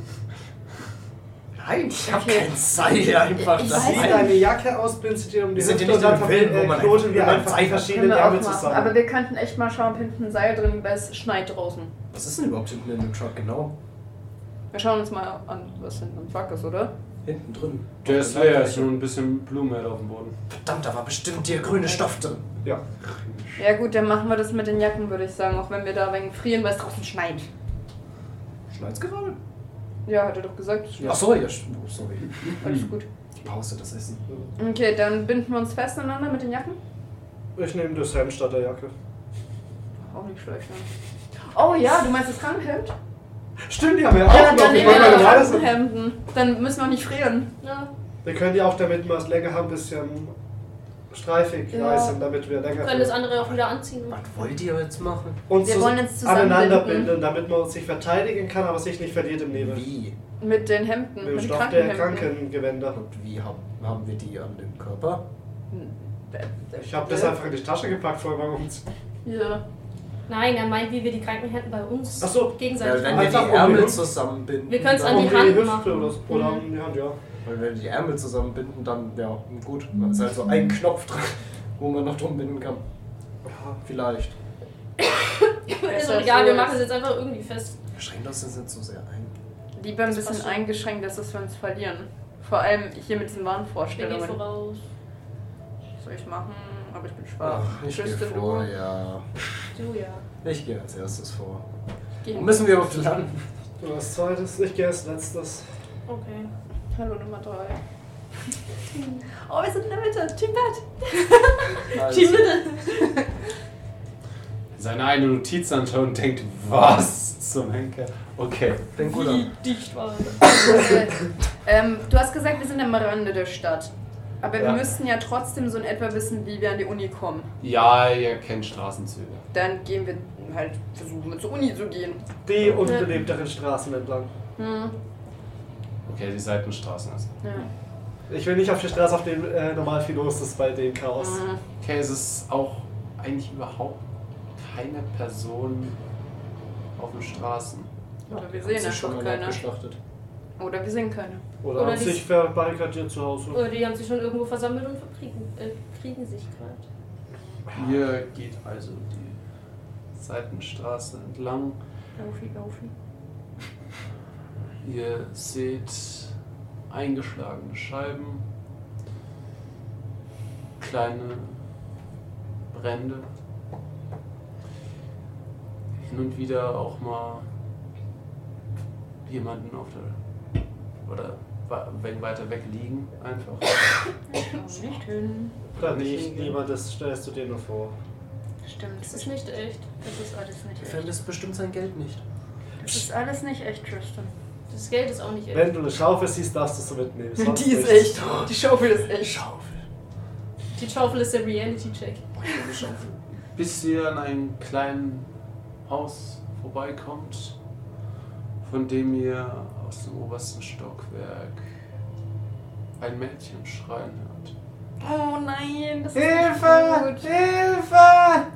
[SPEAKER 4] Nein, ich hab
[SPEAKER 2] Okay.
[SPEAKER 4] kein Seil einfach
[SPEAKER 2] Ich
[SPEAKER 4] das
[SPEAKER 2] weiß
[SPEAKER 3] Zieh
[SPEAKER 2] Nein.
[SPEAKER 3] deine Jacke aus, blinzelt dir um die
[SPEAKER 4] Wir sind
[SPEAKER 3] Hüfte
[SPEAKER 4] hier nicht
[SPEAKER 3] und dann
[SPEAKER 4] im Film, wo
[SPEAKER 3] verbinden-
[SPEAKER 4] man
[SPEAKER 3] knoten wir
[SPEAKER 4] einfach Zeit
[SPEAKER 3] einfach die
[SPEAKER 4] hat.
[SPEAKER 2] Können
[SPEAKER 3] verschiedenen
[SPEAKER 2] wir auch
[SPEAKER 3] Ärmel
[SPEAKER 2] machen.
[SPEAKER 3] zusammen.
[SPEAKER 2] Aber wir könnten echt mal schauen, ob hinten ein Seil drin ist, weil es schneit draußen.
[SPEAKER 4] Was ist denn überhaupt hinten in dem Truck genau?
[SPEAKER 2] Wir schauen uns mal an, was hinten im Truck ist, oder?
[SPEAKER 4] Hinten drin.
[SPEAKER 1] Der ist leer, ist nur ein bisschen Blumenerde auf dem Boden.
[SPEAKER 4] Verdammt, da war bestimmt der grüne Stoff drin.
[SPEAKER 3] ja.
[SPEAKER 2] Ja gut, dann machen wir das mit den Jacken, würde ich sagen, auch wenn wir da wegen frieren, weil es draußen schneit.
[SPEAKER 4] Schneit's gerade?
[SPEAKER 2] Ja, hat er doch gesagt, es schneit.
[SPEAKER 4] Ach so, ja, sch- oh, sorry.
[SPEAKER 2] Alles gut.
[SPEAKER 4] Die Pause, das Essen.
[SPEAKER 2] Okay, dann binden wir uns fest aneinander mit den Jacken.
[SPEAKER 3] Ich nehme das Hemd statt der Jacke.
[SPEAKER 2] Auch nicht schlecht, ne? Oh ja, du meinst das Krankenhemd?
[SPEAKER 3] Stimmt, die haben wir auch
[SPEAKER 2] Ja,
[SPEAKER 3] noch.
[SPEAKER 2] dann
[SPEAKER 3] Ich
[SPEAKER 2] nehmen wir
[SPEAKER 3] wollte mal
[SPEAKER 2] die
[SPEAKER 3] gerade sagen,
[SPEAKER 2] Krankenhemden. Dann müssen wir auch nicht frieren.
[SPEAKER 5] Ja.
[SPEAKER 3] Wir können die auch, damit wir es länger haben, ein bisschen streifig
[SPEAKER 2] Ja.
[SPEAKER 3] reißen, damit wir länger
[SPEAKER 5] Können das andere auch wieder anziehen.
[SPEAKER 4] Was wollt ihr jetzt machen?
[SPEAKER 3] uns
[SPEAKER 2] Wir
[SPEAKER 3] zus-
[SPEAKER 2] wollen uns
[SPEAKER 3] aneinander
[SPEAKER 2] zusammenbinden.
[SPEAKER 3] binden, damit man sich verteidigen kann, aber sich nicht verliert im Nebel.
[SPEAKER 4] Wie?
[SPEAKER 2] Mit den Hemden,
[SPEAKER 3] Mit dem
[SPEAKER 2] mit den
[SPEAKER 3] Stoff der
[SPEAKER 2] Krankenhemden.
[SPEAKER 3] Krankengewänder.
[SPEAKER 4] Und wie haben, haben wir die an dem Körper?
[SPEAKER 3] Ich habe das
[SPEAKER 2] Ja.
[SPEAKER 3] einfach in die Tasche gepackt vorher beim Umziehen.
[SPEAKER 2] Äh, Ja.
[SPEAKER 5] Nein, er meint, wie wir die Krankenhänden bei uns
[SPEAKER 3] Ach so.
[SPEAKER 5] gegenseitig
[SPEAKER 4] wenn
[SPEAKER 5] machen.
[SPEAKER 4] wir die
[SPEAKER 3] Einfach um die
[SPEAKER 4] Ärmel
[SPEAKER 3] Hüfte.
[SPEAKER 4] zusammenbinden.
[SPEAKER 5] Wir können's
[SPEAKER 4] dann-
[SPEAKER 5] an die
[SPEAKER 3] Um
[SPEAKER 5] Hand
[SPEAKER 3] Hüfte
[SPEAKER 5] machen.
[SPEAKER 3] Oder, so. oder
[SPEAKER 5] Mhm.
[SPEAKER 3] an die Hand, ja.
[SPEAKER 4] Weil wenn wir die Ärmel zusammenbinden, dann ja gut. Dann ist halt so ein Knopf dran, [laughs] wo man noch drum binden kann.
[SPEAKER 3] ja.
[SPEAKER 4] Vielleicht.
[SPEAKER 5] Ist
[SPEAKER 2] Besser
[SPEAKER 5] doch egal, wir
[SPEAKER 2] so
[SPEAKER 5] machen es
[SPEAKER 2] als-
[SPEAKER 5] jetzt einfach irgendwie fest.
[SPEAKER 4] Wir schränken uns das nicht so sehr ein.
[SPEAKER 2] Lieber ein
[SPEAKER 5] Das
[SPEAKER 2] bisschen
[SPEAKER 5] passt schon.
[SPEAKER 2] eingeschränkt, dass das wir uns verlieren. Vor allem hier mit diesen
[SPEAKER 5] Wir gehen
[SPEAKER 2] Wahnvorstellungen.
[SPEAKER 5] voraus.
[SPEAKER 2] Soll ich machen? Aber ich bin schwach.
[SPEAKER 4] Ach, ich gehe
[SPEAKER 2] Tristan,
[SPEAKER 4] vor, ja.
[SPEAKER 5] Du ja.
[SPEAKER 4] Ich gehe als erstes vor.
[SPEAKER 2] Geh.
[SPEAKER 4] Müssen wir auf die Land?
[SPEAKER 3] Du hast zweites, ich gehe als letztes.
[SPEAKER 5] Okay.
[SPEAKER 2] Hallo Nummer 3. Oh, wir sind in der Mitte. Team Bad.
[SPEAKER 5] [laughs]
[SPEAKER 4] Also,
[SPEAKER 1] Seine eine Notiz anschaut und denkt, was zum Henker? Okay.
[SPEAKER 4] bin gut
[SPEAKER 5] Wie
[SPEAKER 4] an.
[SPEAKER 5] dicht war das?
[SPEAKER 2] Okay. ähm, du hast gesagt, wir sind am Rande der Stadt. Aber wir
[SPEAKER 1] Ja.
[SPEAKER 2] müssten ja trotzdem so in etwa wissen, wie wir an die Uni kommen.
[SPEAKER 1] Ja, ihr kennt Straßenzüge.
[SPEAKER 2] Dann gehen wir halt versuchen, wir zur Uni zu gehen.
[SPEAKER 3] Die unbelebteren Straßen entlang.
[SPEAKER 2] Hm.
[SPEAKER 1] Okay, die Seitenstraßen also.
[SPEAKER 2] Ja.
[SPEAKER 3] Ich will nicht auf die Straße, auf dem äh, normal viel los ist bei dem Chaos.
[SPEAKER 2] Mhm.
[SPEAKER 1] Okay, es ist auch eigentlich überhaupt keine Person auf den Straßen.
[SPEAKER 2] Oder wir
[SPEAKER 4] Hat
[SPEAKER 2] sehen
[SPEAKER 4] sie schon
[SPEAKER 2] einfach
[SPEAKER 4] mal
[SPEAKER 2] keine.
[SPEAKER 4] abgeschlachtet.
[SPEAKER 2] Oder wir sehen keine.
[SPEAKER 3] Oder,
[SPEAKER 5] Oder
[SPEAKER 3] haben
[SPEAKER 5] die-
[SPEAKER 3] sich verbarrikadiert zu Hause.
[SPEAKER 5] Oder Oh, die haben sich schon irgendwo versammelt und verkriegen, äh, kriegen sich gerade.
[SPEAKER 1] Hier geht also die Seitenstraße entlang.
[SPEAKER 2] Laufi, laufi.
[SPEAKER 1] Ihr seht eingeschlagene Scheiben, kleine Brände, hin und wieder auch mal jemanden auf der oder wa- wenn weiter weg liegen einfach.
[SPEAKER 2] Nicht hin.
[SPEAKER 3] Dann nicht niemand, das stellst du dir nur vor.
[SPEAKER 2] Stimmt.
[SPEAKER 5] Das ist nicht echt.
[SPEAKER 2] Das ist alles nicht
[SPEAKER 4] Der
[SPEAKER 2] echt.
[SPEAKER 4] verlässt bestimmt sein Geld nicht.
[SPEAKER 2] Das ist alles nicht echt, Tristan.
[SPEAKER 5] Das Geld ist auch nicht echt.
[SPEAKER 3] Wenn du eine Schaufel siehst, darfst du sie mitnehmen. sonst
[SPEAKER 2] Die ist
[SPEAKER 3] nichts.
[SPEAKER 2] echt. Die Schaufel ist echt.
[SPEAKER 4] Schaufel.
[SPEAKER 5] Die Schaufel ist der Reality-Check.
[SPEAKER 4] Eine Schaufel.
[SPEAKER 1] bis ihr an einem kleinen Haus vorbeikommt, von dem ihr aus dem obersten Stockwerk ein Mädchen schreien hört.
[SPEAKER 2] Oh nein, das
[SPEAKER 3] Hilfe!
[SPEAKER 2] ist nicht gut.
[SPEAKER 3] Hilfe!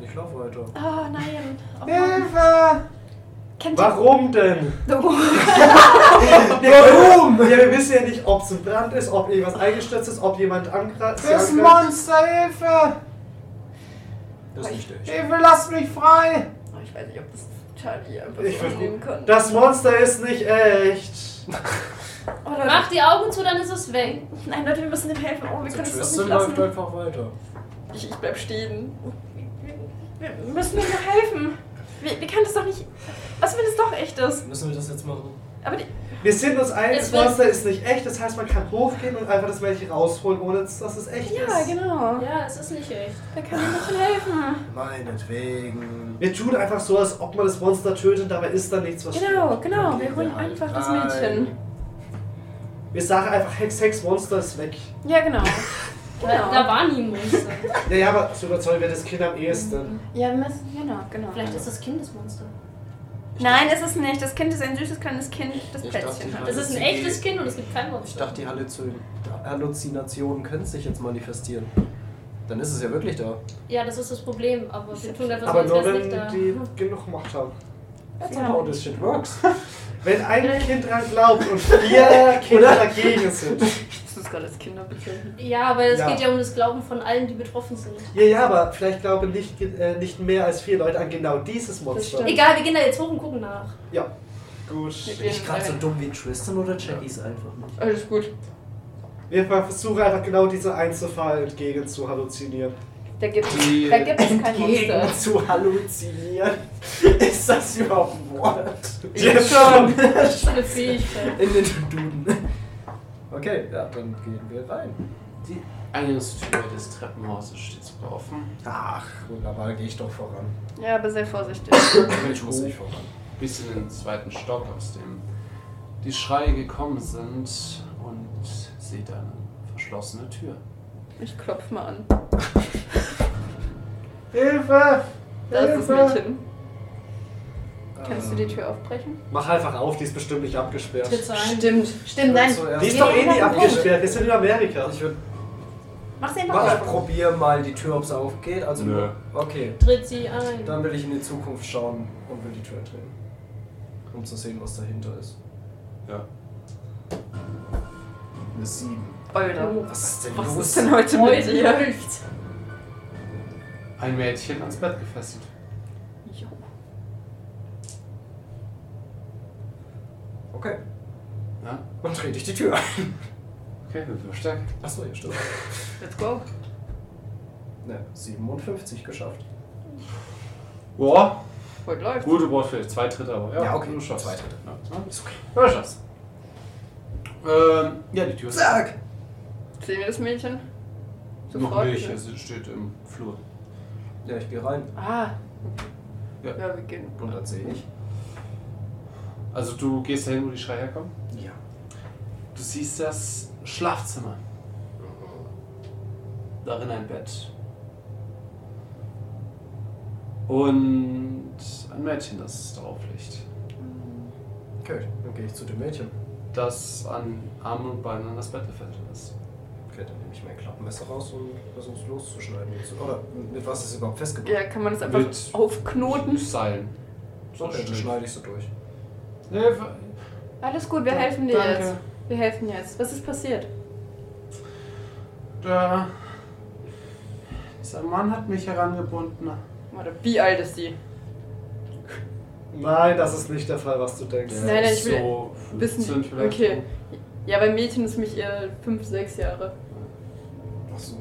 [SPEAKER 4] Ich laufe weiter.
[SPEAKER 2] Oh nein. Oh, Mann.
[SPEAKER 3] Hilfe!
[SPEAKER 2] Kennt ihr-
[SPEAKER 3] Warum denn?
[SPEAKER 2] Oh.
[SPEAKER 3] Warum? Ja, wir wissen ja nicht, ob es ein Brand ist, ob irgendwas eingestürzt ist, ob jemand angreift. Das Monster, Hilfe!
[SPEAKER 4] Das ist nicht echt.
[SPEAKER 3] Hilfe, lass mich frei!
[SPEAKER 2] Oh, Ich weiß nicht, ob das Charlie einfach
[SPEAKER 3] Ich
[SPEAKER 2] so annehmen kann.
[SPEAKER 3] Das Monster ist nicht echt.
[SPEAKER 2] oh, Leute.
[SPEAKER 5] Mach die Augen zu, dann ist es weg.
[SPEAKER 2] Nein, Leute, wir müssen dem helfen. Oh, wir
[SPEAKER 4] Also
[SPEAKER 2] können es doch
[SPEAKER 4] Tristan
[SPEAKER 2] nicht
[SPEAKER 4] läuft
[SPEAKER 2] lassen.
[SPEAKER 4] einfach weiter.
[SPEAKER 2] Ich, ich bleib stehen. Wir müssen ihm doch helfen. Wir, wir können das doch nicht... Was, wenn es doch echt ist?
[SPEAKER 4] Müssen wir das jetzt machen?
[SPEAKER 2] Aber die,
[SPEAKER 3] Wir sind uns einig, das
[SPEAKER 5] Es wird-
[SPEAKER 3] Monster ist nicht echt. Das heißt, man kann hochgehen und einfach das Mädchen rausholen, ohne dass es echt ist.
[SPEAKER 2] ja, genau.
[SPEAKER 5] Ja, es ist nicht echt.
[SPEAKER 2] Da kann ihm doch helfen.
[SPEAKER 4] Meinetwegen.
[SPEAKER 3] Wir tun einfach so, als ob man das Monster tötet, dabei ist da nichts, was
[SPEAKER 2] Genau, genau.
[SPEAKER 4] Dann
[SPEAKER 2] Wir
[SPEAKER 4] gehen
[SPEAKER 2] holen
[SPEAKER 4] halt
[SPEAKER 2] einfach das
[SPEAKER 4] rein.
[SPEAKER 2] Mädchen.
[SPEAKER 3] Wir sagen einfach Hex, Hex, Monster ist weg.
[SPEAKER 2] Ja, [laughs] genau.
[SPEAKER 5] Da, da war nie ein Monster.
[SPEAKER 3] Ja, ja, aber so überzeugen wir das Kind am ehesten.
[SPEAKER 2] Ja, wir müssen, genau, genau.
[SPEAKER 5] [laughs] Vielleicht ist das Kind das Monster.
[SPEAKER 2] Nein, ist es nicht. Das Kind ist ein süßes kleines Kind, das
[SPEAKER 7] Ich
[SPEAKER 2] Plätzchen
[SPEAKER 7] dachte,
[SPEAKER 2] hat.
[SPEAKER 5] Das ist ein echtes Kind und es gibt kein
[SPEAKER 7] Ich
[SPEAKER 5] Monster.
[SPEAKER 7] dachte, die Halluzi- Halluzinationen können sich jetzt manifestieren. Dann ist es ja wirklich da.
[SPEAKER 5] Ja, das ist das Problem, aber wir tun etwas,
[SPEAKER 3] Aber
[SPEAKER 5] als
[SPEAKER 3] nur
[SPEAKER 5] wäre es
[SPEAKER 3] wenn
[SPEAKER 5] nicht da.
[SPEAKER 3] die genug gemacht haben.
[SPEAKER 7] That's
[SPEAKER 2] Ja.
[SPEAKER 7] how this shit works.
[SPEAKER 3] Wenn
[SPEAKER 2] Äh.
[SPEAKER 3] ein Kind dran glaubt und
[SPEAKER 2] [laughs]
[SPEAKER 3] vier Kinder dagegen sind.
[SPEAKER 2] Das ist gerade das Kinderbild.
[SPEAKER 5] Ja, aber es
[SPEAKER 3] Ja.
[SPEAKER 5] geht ja um das Glauben von allen, die betroffen sind.
[SPEAKER 3] Ja, ja, aber vielleicht glauben nicht, äh, nicht mehr als vier Leute an genau dieses Monster.
[SPEAKER 2] stimmt.
[SPEAKER 5] Egal, wir gehen da jetzt hoch und gucken nach.
[SPEAKER 3] Ja. Gut.
[SPEAKER 7] Bin ich gerade so dumm wie Tristan oder check ich's einfach nicht?
[SPEAKER 2] Alles gut.
[SPEAKER 3] Wir versuchen einfach genau diese Einzelfall entgegen zu
[SPEAKER 2] [laughs]
[SPEAKER 3] halluzinieren.
[SPEAKER 2] Da gibt,
[SPEAKER 1] Die-
[SPEAKER 2] da gibt es kein
[SPEAKER 7] Gegen
[SPEAKER 2] Monster.
[SPEAKER 7] zu halluzinieren. [laughs] Ist das überhaupt ein Wort?
[SPEAKER 3] Jetzt schon.
[SPEAKER 5] Das ist eine Fähigkeit.
[SPEAKER 7] In den Duden. Okay, ja, dann gehen wir rein.
[SPEAKER 1] Die Eingangstür des Treppenhauses steht sogar offen.
[SPEAKER 7] Ach, wunderbar, gehe ich doch voran. Oh.
[SPEAKER 2] Ja, aber sehr [coughs] vorsichtig.
[SPEAKER 7] Natürlich muss ich voran.
[SPEAKER 1] Bis in den zweiten Stock, aus dem die Schreie gekommen sind. Und seht eine verschlossene Tür.
[SPEAKER 2] Ich klopf mal an.
[SPEAKER 3] Hilfe!
[SPEAKER 2] Da ist das
[SPEAKER 3] Hilfe!
[SPEAKER 2] Mädchen. Kannst du die Tür aufbrechen?
[SPEAKER 3] Mach einfach auf, die ist bestimmt nicht abgesperrt.
[SPEAKER 5] Tritt so ein.
[SPEAKER 2] Stimmt, stimmt, nein.
[SPEAKER 7] Zuerst-
[SPEAKER 3] Die ist doch eh
[SPEAKER 2] Ja,
[SPEAKER 3] nicht
[SPEAKER 2] warum?
[SPEAKER 3] abgesperrt, wir sind in Amerika.
[SPEAKER 7] Ich würde
[SPEAKER 2] Mach's einfach
[SPEAKER 7] mal
[SPEAKER 2] auf.
[SPEAKER 7] probieren, mal die Tür, ob sie aufgeht. Also,
[SPEAKER 1] Nö.
[SPEAKER 7] nur- okay.
[SPEAKER 5] Tritt sie ein.
[SPEAKER 7] Dann will ich in die Zukunft schauen und will die Tür drehen. Um zu sehen, was dahinter ist.
[SPEAKER 1] Ja.
[SPEAKER 7] Eine 7.
[SPEAKER 2] Alter.
[SPEAKER 5] Oh,
[SPEAKER 7] Was ist denn
[SPEAKER 2] Was
[SPEAKER 7] los?
[SPEAKER 2] ist denn heute mit dir?
[SPEAKER 1] Ein Mädchen ans Bett gefesselt.
[SPEAKER 2] Jo.
[SPEAKER 7] Okay.
[SPEAKER 1] Ja?
[SPEAKER 7] Dann dreh ich die Tür.
[SPEAKER 1] Okay, Würfelstärke.
[SPEAKER 7] Achso, ja, stimmt.
[SPEAKER 2] Let's go.
[SPEAKER 7] Ne, 57 geschafft.
[SPEAKER 1] Boah,
[SPEAKER 2] Heute läuft.
[SPEAKER 1] gut, du brauchst vielleicht zwei Dritte, aber ja,
[SPEAKER 7] Ja, okay,
[SPEAKER 1] du schaffst.
[SPEAKER 7] zwei Drittel.
[SPEAKER 1] Ja,
[SPEAKER 7] Ist okay.
[SPEAKER 1] ja, du schaffst. Ähm, ja, die Tür ist
[SPEAKER 7] Zack!
[SPEAKER 2] Sehen wir das Mädchen?
[SPEAKER 1] noch nicht,
[SPEAKER 2] ne?
[SPEAKER 1] es steht im Flur.
[SPEAKER 7] Ja, ich gehe rein.
[SPEAKER 2] Ah.
[SPEAKER 1] Ja.
[SPEAKER 2] Ja. wir gehen.
[SPEAKER 7] Und dann sehe ich.
[SPEAKER 1] Also du gehst dahin, wo die Schreie herkommen.
[SPEAKER 7] Ja.
[SPEAKER 1] Du siehst das Schlafzimmer. Darin ein Bett. Und ein Mädchen, das darauf liegt.
[SPEAKER 7] Okay, dann gehe ich zu dem Mädchen.
[SPEAKER 1] Das an Armen und Beinen an das Bett gefesselt ist.
[SPEAKER 7] Okay, dann nehme ich mein Klappmesser raus und versuche es loszuschneiden. Jetzt. Oder mit was ist es überhaupt festgebunden?
[SPEAKER 2] Ja, kann man das einfach
[SPEAKER 1] Mit-
[SPEAKER 2] aufknoten?
[SPEAKER 1] Seilen. So
[SPEAKER 7] Okay, dann
[SPEAKER 1] schlimm.
[SPEAKER 7] schneide ich so durch.
[SPEAKER 1] Hilfe!
[SPEAKER 2] Alles gut, wir helfen dir
[SPEAKER 1] Danke.
[SPEAKER 2] jetzt. Wir helfen jetzt. Was ist passiert?
[SPEAKER 1] Da. Dieser Mann hat mich herangebunden.
[SPEAKER 2] Warte, wie alt ist die?
[SPEAKER 3] Nein, das ist nicht der Fall, was du denkst.
[SPEAKER 2] Ja. Nein, nein, ich will
[SPEAKER 1] so
[SPEAKER 2] wissen,
[SPEAKER 1] 15 vielleicht.
[SPEAKER 2] okay. Ja, bei Mädchen ist mich eher 5, 6 Jahre.
[SPEAKER 7] Achso.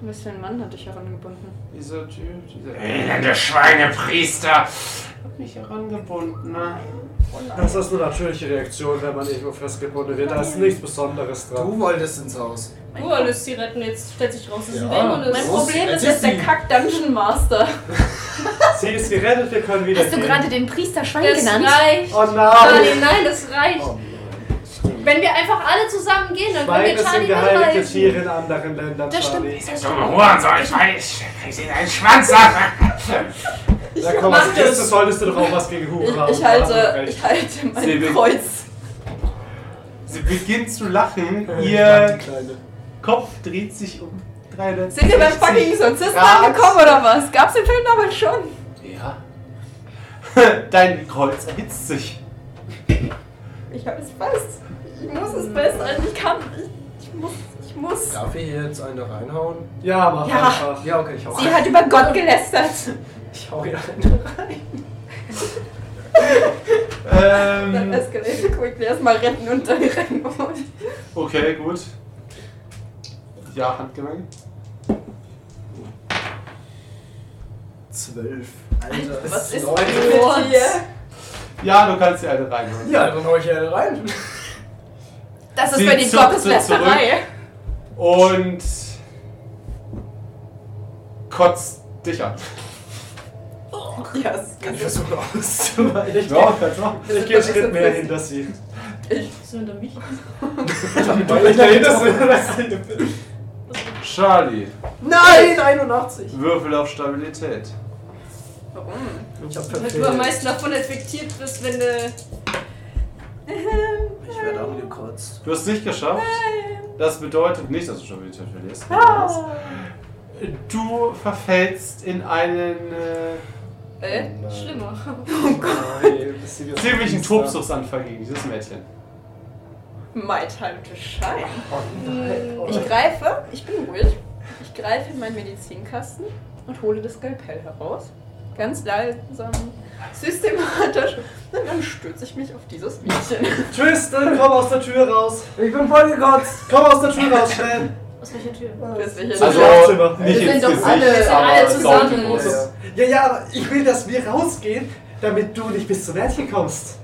[SPEAKER 2] Was für ein Mann hat dich herangebunden?
[SPEAKER 1] Dieser Typ, dieser elende Schweinepriester hat mich herangebunden. Ne?
[SPEAKER 3] Das ist eine natürliche Reaktion, wenn man irgendwo festgebunden wird. Da ist nichts Besonderes dran.
[SPEAKER 7] Du wolltest ins Haus.
[SPEAKER 2] Mein,
[SPEAKER 5] Du wolltest sie retten, jetzt stellt sich raus, es ist ein
[SPEAKER 7] Ja.
[SPEAKER 5] Dämon.
[SPEAKER 2] mein
[SPEAKER 5] es-
[SPEAKER 7] Los,
[SPEAKER 2] Problem ist
[SPEAKER 7] jetzt
[SPEAKER 2] jetzt
[SPEAKER 7] ist
[SPEAKER 2] der
[SPEAKER 7] sie.
[SPEAKER 2] Kack-Dungeon
[SPEAKER 7] [laughs]
[SPEAKER 2] Master.
[SPEAKER 3] Sie ist gerettet, wir können wieder gehen.
[SPEAKER 8] den Priester Schwein
[SPEAKER 5] Das reicht.
[SPEAKER 3] Oh
[SPEAKER 5] Charlie,
[SPEAKER 3] nein!
[SPEAKER 5] nein, das reicht.
[SPEAKER 7] Oh,
[SPEAKER 5] Wenn wir einfach alle zusammen gehen, dann können wir
[SPEAKER 3] Schweine sind
[SPEAKER 5] Charlie
[SPEAKER 3] geheiligte
[SPEAKER 5] anhalten.
[SPEAKER 3] Tiere in anderen Ländern,
[SPEAKER 8] Das stimmt.
[SPEAKER 3] Charlie.
[SPEAKER 1] So Hurensohn, ich weiß, ich sehe deinen Schwanz ab.
[SPEAKER 3] Na komm,
[SPEAKER 5] mach
[SPEAKER 3] als Christ
[SPEAKER 5] das.
[SPEAKER 3] solltest du doch auch was gegen
[SPEAKER 2] Ich,
[SPEAKER 3] Huren haben.
[SPEAKER 2] ich
[SPEAKER 3] Da hast du
[SPEAKER 2] halte,
[SPEAKER 3] recht.
[SPEAKER 2] ich halte mein
[SPEAKER 1] Sie will-
[SPEAKER 2] Kreuz.
[SPEAKER 1] Sie beginnt zu lachen,
[SPEAKER 7] ja.
[SPEAKER 1] ihr
[SPEAKER 7] Äh, Die Kleine.
[SPEAKER 1] Kopf dreht sich um 360.
[SPEAKER 2] Sind wir beim fucking Exorzisten angekommen oder was? Gab's den Film damals schon?
[SPEAKER 1] Ja. [laughs] Dein Kreuz erhitzt sich.
[SPEAKER 2] Ich habe es fest. Ich muss es fest, also ich kann. Ich, ich muss. Ich muss.
[SPEAKER 7] Darf ich hier jetzt eine reinhauen?
[SPEAKER 3] Ja, mach
[SPEAKER 2] Ja.
[SPEAKER 3] einfach.
[SPEAKER 7] Ja, okay, ich hau
[SPEAKER 2] Sie hat über Gott gelästert.
[SPEAKER 7] Ich hau hier eine.
[SPEAKER 2] Dann
[SPEAKER 1] Ähm,
[SPEAKER 2] escalate quickly. Erstmal retten und dann reinholen.
[SPEAKER 1] okay, gut. Ja, Handgemenge.
[SPEAKER 7] Zwölf. Alter,
[SPEAKER 2] Was ist
[SPEAKER 7] Leute.
[SPEAKER 2] mit dir?
[SPEAKER 1] Ja, du kannst dir eine reinholen.
[SPEAKER 7] Ja,
[SPEAKER 3] also
[SPEAKER 7] dann hau ich hier eine rein.
[SPEAKER 2] Das ist
[SPEAKER 1] Sie
[SPEAKER 2] für die
[SPEAKER 1] zuckte
[SPEAKER 2] Gotteslästerei.
[SPEAKER 1] Und kotzt dich an.
[SPEAKER 2] Yes. Oh,
[SPEAKER 7] Kann ich versuchen auszuweichen.
[SPEAKER 1] Ja, kannst machen.
[SPEAKER 3] Ich gehe einen Schritt mehr hinter sie.
[SPEAKER 5] Bist du hinter mich?
[SPEAKER 4] Weil ich dahinter
[SPEAKER 3] [laughs] Oh,
[SPEAKER 4] bin.
[SPEAKER 1] Charlie,
[SPEAKER 4] Nein, 81.
[SPEAKER 1] Würfel auf Stabilität.
[SPEAKER 2] Warum?
[SPEAKER 4] Ich hab
[SPEAKER 5] Weil du am meisten davon infektiert bist, wenn du.
[SPEAKER 7] Ich werde angekotzt.
[SPEAKER 1] Du hast es nicht geschafft. Das bedeutet nicht, dass du Stabilität verlierst. Ah. Du verfällst in einen äh,
[SPEAKER 2] Äh?
[SPEAKER 5] Schlimmer.
[SPEAKER 1] ziemlichen Tobsuchtsanfall gegen dieses Mädchen.
[SPEAKER 2] My time to shine. Ich greife, ich bin ruhig, ich greife in meinen Medizinkasten und hole das Skalpell heraus. Ganz langsam, systematisch. Und dann stürze ich mich auf dieses Mädchen.
[SPEAKER 3] [laughs] Tristan, komm aus der Tür raus.
[SPEAKER 4] Ich bin voll gekotzt.
[SPEAKER 3] Komm aus der Tür raus, schnell.
[SPEAKER 5] Aus welcher Tür?
[SPEAKER 2] Das ist
[SPEAKER 3] Also-
[SPEAKER 2] sicher.
[SPEAKER 3] Schlafzimmer.
[SPEAKER 1] nicht
[SPEAKER 6] Wir
[SPEAKER 1] ins
[SPEAKER 6] sind doch
[SPEAKER 1] Gesicht,
[SPEAKER 6] alle- wir sind
[SPEAKER 1] aber
[SPEAKER 5] alle
[SPEAKER 1] es
[SPEAKER 5] zusammen.
[SPEAKER 1] saugt groß.
[SPEAKER 5] Ja.
[SPEAKER 3] Ja, ja, aber ich will, dass wir rausgehen, damit du nicht bis zum Mädchen kommst.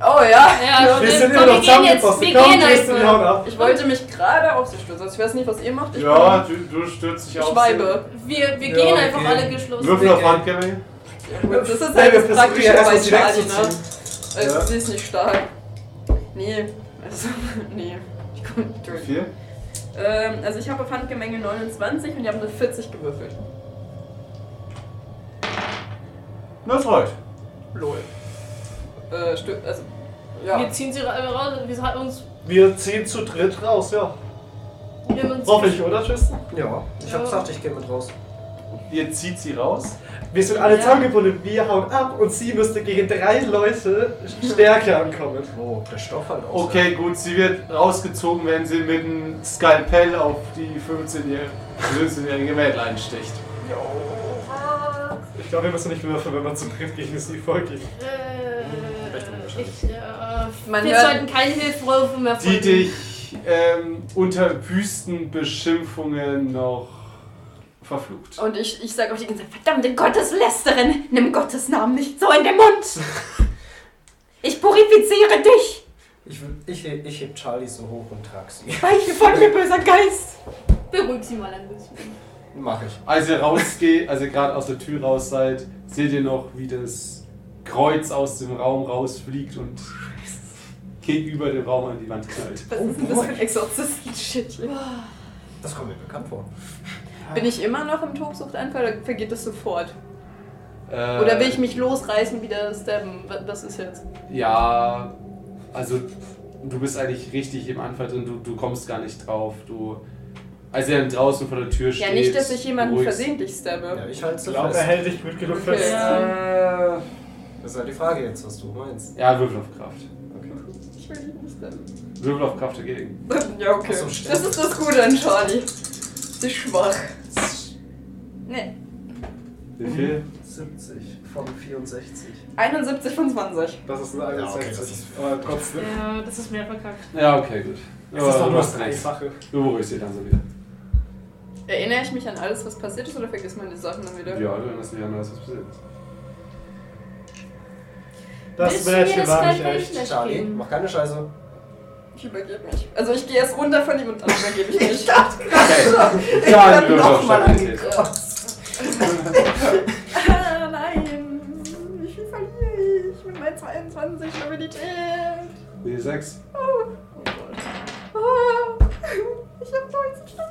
[SPEAKER 2] oh ja.
[SPEAKER 5] Ja,
[SPEAKER 3] Wir
[SPEAKER 5] stimmt.
[SPEAKER 3] sind
[SPEAKER 5] Komm,
[SPEAKER 3] immer noch zusammengepostet.
[SPEAKER 5] Wir
[SPEAKER 3] Komm,
[SPEAKER 5] gehen also. jetzt.
[SPEAKER 3] Tristan, wir hauen
[SPEAKER 5] mal.
[SPEAKER 3] ab.
[SPEAKER 2] Ich wollte mich gerade auf sie stürzen. Also ich weiß nicht, was ihr macht. Ich
[SPEAKER 1] Ja, du, du stürzt dich
[SPEAKER 2] bin
[SPEAKER 1] auf.
[SPEAKER 2] Schweibe.
[SPEAKER 5] Wir, wir
[SPEAKER 4] Ja,
[SPEAKER 5] gehen
[SPEAKER 4] wir
[SPEAKER 5] einfach
[SPEAKER 4] gehen.
[SPEAKER 5] alle geschlossen.
[SPEAKER 1] Würfel auf Handgelenk.
[SPEAKER 2] Das ist halt
[SPEAKER 3] Nein, wir
[SPEAKER 2] das
[SPEAKER 3] versuchen
[SPEAKER 2] Praktische
[SPEAKER 3] ja erst,
[SPEAKER 2] bei
[SPEAKER 3] sie
[SPEAKER 2] Charlie, ne?
[SPEAKER 3] wegzuziehen.
[SPEAKER 2] Also,
[SPEAKER 1] Ja.
[SPEAKER 2] Sie ist nicht stark. Nee, also, [laughs] nee. Ich komme nicht durch.
[SPEAKER 1] Vier.
[SPEAKER 2] Ähm, also ich habe auf Handgemenge 29 und die haben eine 40 gewürfelt.
[SPEAKER 1] Das reicht.
[SPEAKER 2] Lol. Äh, stö- also, ja.
[SPEAKER 5] Wir ziehen sie ra- raus. Wir haben uns.
[SPEAKER 3] Wir ziehen zu dritt raus, ja.
[SPEAKER 5] Wir haben uns
[SPEAKER 3] Hoffe ich, oder Tristan?
[SPEAKER 4] Ja, ich hab gesagt, ich geh mit raus.
[SPEAKER 1] Ihr zieht sie raus.
[SPEAKER 3] Wir sind alle
[SPEAKER 5] Ja.
[SPEAKER 3] zusammengebunden, wir hauen ab und sie müsste gegen drei Leute stärker ankommen.
[SPEAKER 4] Oh, der Stoff halt aus.
[SPEAKER 1] Okay, gut, sie wird rausgezogen, wenn sie mit einem Skalpell auf die 15-jährige 15-jährige Mädel einsticht.
[SPEAKER 3] Ich glaube, wir müssen nicht würfeln, wenn man zu dritt gegen sie vorgeht.
[SPEAKER 5] Äh, ich, äh,
[SPEAKER 2] Man
[SPEAKER 5] wir
[SPEAKER 2] hört-
[SPEAKER 5] sollten keine Hilferufe mehr
[SPEAKER 1] Die
[SPEAKER 5] folgen.
[SPEAKER 1] dich ähm, unter Wüstenbeschimpfungen noch verflucht.
[SPEAKER 2] Und ich, ich sage auf die ganze Zeit, verdammte Gotteslästerin, nimm Gottes Namen nicht so in den Mund! [laughs] Ich purifiziere dich!
[SPEAKER 4] Ich, ich, heb- ich heb Charlie so hoch und trag sie.
[SPEAKER 2] [laughs] Weiche von mir, böser Geist!
[SPEAKER 5] Beruhig sie mal ein bisschen.
[SPEAKER 4] Mach ich.
[SPEAKER 1] Als ihr rausgeht, als ihr gerade aus der Tür raus seid, seht ihr noch, wie das Kreuz aus dem Raum rausfliegt und gegenüber dem Raum an die Wand knallt.
[SPEAKER 2] Was ist denn das für ein Exorzisten-Shit? hier?
[SPEAKER 4] Das kommt mir bekannt vor.
[SPEAKER 2] Bin ich immer noch im Tobsuchtanfall oder vergeht das sofort?
[SPEAKER 1] Äh,
[SPEAKER 2] Oder will ich mich losreißen, wieder stabben? Wa- Was ist jetzt?
[SPEAKER 1] Ja, also du bist eigentlich richtig im Anfall drin, du, du kommst gar nicht drauf. Du, als ihr dann draußen vor der Tür steht.
[SPEAKER 2] Ja, nicht, dass ich jemanden
[SPEAKER 1] beruhigst-
[SPEAKER 2] versehentlich stabbe.
[SPEAKER 4] Ja, ich halte
[SPEAKER 3] Ich
[SPEAKER 4] sie
[SPEAKER 3] glaube, er
[SPEAKER 4] fest.
[SPEAKER 3] hält dich gut genug
[SPEAKER 2] Okay.
[SPEAKER 3] fest.
[SPEAKER 4] Äh, das ist ja die Frage jetzt, was du meinst.
[SPEAKER 1] Ja, Würfel auf Kraft.
[SPEAKER 2] Ich will ihn nicht stabben. [laughs]
[SPEAKER 1] Würfel auf Kraft dagegen.
[SPEAKER 2] Ja, okay.
[SPEAKER 4] Ach so, stimmt.
[SPEAKER 2] das ist das Gute an Charlie. Sie ist schwach. Nee,
[SPEAKER 1] Wie viel?
[SPEAKER 2] Mhm.
[SPEAKER 7] 70 von 64.
[SPEAKER 2] 71 von 20.
[SPEAKER 3] Das ist eine
[SPEAKER 4] Ja, okay,
[SPEAKER 3] 61.
[SPEAKER 4] das ist-
[SPEAKER 3] aber trotzdem.
[SPEAKER 5] Ja, das ist mehr verkackt.
[SPEAKER 1] Ja, okay, gut.
[SPEAKER 3] Es ist doch nur
[SPEAKER 1] machst
[SPEAKER 3] das Dreifache.
[SPEAKER 1] Du beruhigst dich dann so wieder.
[SPEAKER 2] Erinnere ich mich an alles, was passiert ist, oder vergisst man die Sachen dann wieder?
[SPEAKER 1] Ja, du erinnerst dich an alles, was passiert ist.
[SPEAKER 3] Das
[SPEAKER 5] Willst du mir
[SPEAKER 3] Mädchen
[SPEAKER 5] das
[SPEAKER 3] war nicht
[SPEAKER 5] Skalpell
[SPEAKER 3] echt.
[SPEAKER 5] vielleicht
[SPEAKER 4] Charlie,
[SPEAKER 5] geben?
[SPEAKER 4] mach keine Scheiße.
[SPEAKER 2] Ich übergebe mich. Also ich gehe erst runter von ihm und dann übergebe ich mich.
[SPEAKER 1] Okay. Dann Würfel auf Stabilität.
[SPEAKER 2] [laughs] ah, nein. Wie viel verliere ich mit meinen 22 Stabilität?
[SPEAKER 1] Die 6.
[SPEAKER 2] Oh Gott. Ah, [laughs] ich habe 19 Stabilität.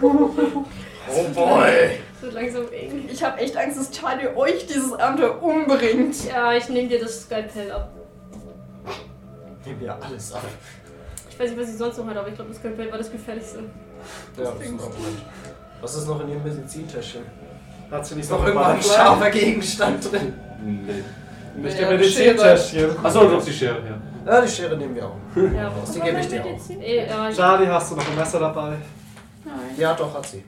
[SPEAKER 4] Oh boy!
[SPEAKER 5] Es wird langsam eng.
[SPEAKER 2] ich habe echt Angst, dass Charlie euch dieses Abenteuer umbringt.
[SPEAKER 5] Ja, ich nehme dir das Skalpell ab.
[SPEAKER 4] Gib mir alles ab.
[SPEAKER 5] Ich weiß nicht, was sie sonst noch hat, aber ich glaube, das Skalpell war das Gefährlichste.
[SPEAKER 4] Ja, das ist ein Argument. Was ist noch in ihrem Medizintäschchen?
[SPEAKER 3] Hat sie nicht
[SPEAKER 4] Ist noch
[SPEAKER 3] eine
[SPEAKER 4] irgendwo ein
[SPEAKER 3] Waffe?
[SPEAKER 4] scharfer Gegenstand drin?
[SPEAKER 1] Nee.
[SPEAKER 3] Nicht
[SPEAKER 2] Ja,
[SPEAKER 3] im Medizintäschchen.
[SPEAKER 1] Achso, du hast die Schere, ja.
[SPEAKER 4] Ja, die Schere nehmen wir auch.
[SPEAKER 5] Ja, Eh, äh,
[SPEAKER 4] Die gebe ich dir auch.
[SPEAKER 5] Ey, ja, ich-
[SPEAKER 3] Charlie, hast du noch ein Messer dabei?
[SPEAKER 2] Nein,
[SPEAKER 4] Ja, doch, hat sie.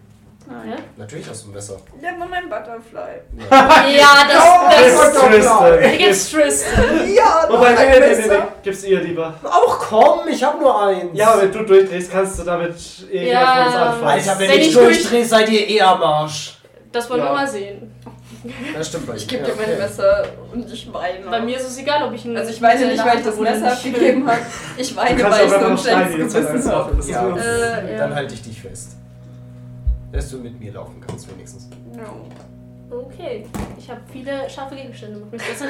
[SPEAKER 2] nein.
[SPEAKER 5] Hä?
[SPEAKER 4] Natürlich hast du ein Messer.
[SPEAKER 2] Ja, nur mein Butterfly.
[SPEAKER 5] Ja, das, das,
[SPEAKER 3] Tristan.
[SPEAKER 5] das gibt's Tristan.
[SPEAKER 2] Ja,
[SPEAKER 3] Wobei, nee, nee, nee, nee, nee. Gib's ihr lieber.
[SPEAKER 4] Auch komm, ich hab nur eins.
[SPEAKER 3] Ja, aber wenn du durchdrehst, kannst du damit eh
[SPEAKER 5] Ja.
[SPEAKER 3] jeder von uns anfangen.
[SPEAKER 4] Alter, wenn,
[SPEAKER 5] Wenn
[SPEAKER 4] ich,
[SPEAKER 5] ich durch-
[SPEAKER 4] durchdrehe, seid ihr eh am Arsch.
[SPEAKER 5] Das wollen wir
[SPEAKER 3] Ja.
[SPEAKER 5] mal sehen.
[SPEAKER 4] Das stimmt bei
[SPEAKER 2] Ich
[SPEAKER 4] dir.
[SPEAKER 2] gebe dir mein
[SPEAKER 4] okay.
[SPEAKER 2] Messer und ich weine.
[SPEAKER 5] Bei mir ist es egal, ob ich ein
[SPEAKER 2] Also ich weine
[SPEAKER 5] Messer
[SPEAKER 2] nicht,
[SPEAKER 5] in der
[SPEAKER 2] weil ich
[SPEAKER 5] Hand
[SPEAKER 2] das
[SPEAKER 5] habe oder
[SPEAKER 2] Messer
[SPEAKER 5] nicht.
[SPEAKER 2] abgegeben habe. Ich
[SPEAKER 3] Du
[SPEAKER 2] weine,
[SPEAKER 3] kannst
[SPEAKER 2] weil ich
[SPEAKER 3] auch
[SPEAKER 2] so ein
[SPEAKER 3] einfach Steine
[SPEAKER 2] schlechtes
[SPEAKER 3] jetzt als
[SPEAKER 2] Gewissen habe.
[SPEAKER 3] Waffe. Das ist
[SPEAKER 4] Ja.
[SPEAKER 3] nur-
[SPEAKER 5] [laughs] Äh, ja.
[SPEAKER 7] halt-
[SPEAKER 4] Dann halte ich dich fest. Dass du mit mir laufen kannst, wenigstens.
[SPEAKER 2] No.
[SPEAKER 5] Okay. Ich habe viele scharfe Gegenstände. Macht mich besser.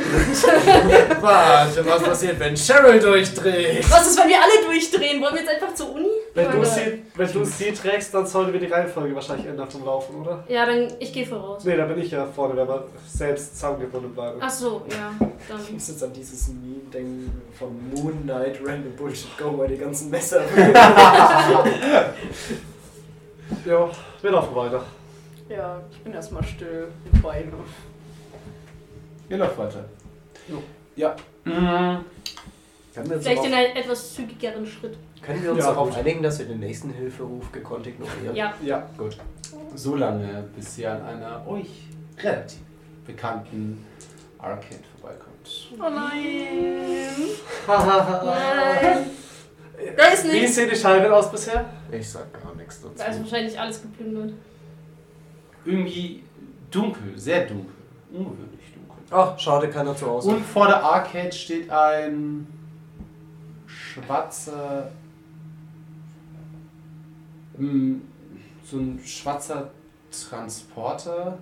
[SPEAKER 4] Warte, was passiert, wenn Cheryl durchdreht?
[SPEAKER 5] Was ist, wenn wir alle durchdrehen? Wollen wir jetzt einfach zur Uni?
[SPEAKER 3] Wenn du,
[SPEAKER 5] Oder-
[SPEAKER 3] sie, wenn du sie trägst, dann sollten wir die Reihenfolge wahrscheinlich ändern vom Laufen, oder?
[SPEAKER 5] Ja, dann ich gehe voraus.
[SPEAKER 3] Nee, da bin ich ja vorne, wenn wir selbst zusammengebunden bleiben.
[SPEAKER 5] Ach so, ja. Dann.
[SPEAKER 7] Ich muss jetzt an dieses Meme denken von Moon Knight, Random Bullshit Go, weil die ganzen Messer.
[SPEAKER 3] Ja, wir laufen weiter.
[SPEAKER 2] Ja, ich bin erstmal still. Beine.
[SPEAKER 4] Ihr läuft weiter.
[SPEAKER 1] Mhm.
[SPEAKER 7] Können wir uns
[SPEAKER 5] Vielleicht in
[SPEAKER 7] darauf,
[SPEAKER 5] einen etwas zügigeren Schritt.
[SPEAKER 7] können wir uns
[SPEAKER 3] Ja,
[SPEAKER 7] darauf
[SPEAKER 3] gut.
[SPEAKER 7] einigen, dass wir den nächsten Hilferuf gekonnt ignorieren?
[SPEAKER 5] Ja.
[SPEAKER 3] Ja.
[SPEAKER 1] So lange, bis ihr an einer euch relativ bekannten Arcade vorbeikommt.
[SPEAKER 5] Oh nein.
[SPEAKER 3] Hahaha.
[SPEAKER 5] Nein. Da ist
[SPEAKER 3] Wie
[SPEAKER 5] nichts.
[SPEAKER 3] sehen die Scheiben aus bisher?
[SPEAKER 4] Ich sag gar nichts dazu.
[SPEAKER 5] Da ist Also wahrscheinlich alles geplündert.
[SPEAKER 1] Irgendwie dunkel, sehr dunkel, ungewöhnlich dunkel.
[SPEAKER 7] Ach, schade, keiner zu Hause.
[SPEAKER 1] Und vor der Arcade steht ein schwarzer. Mm, So ein schwarzer Transporter,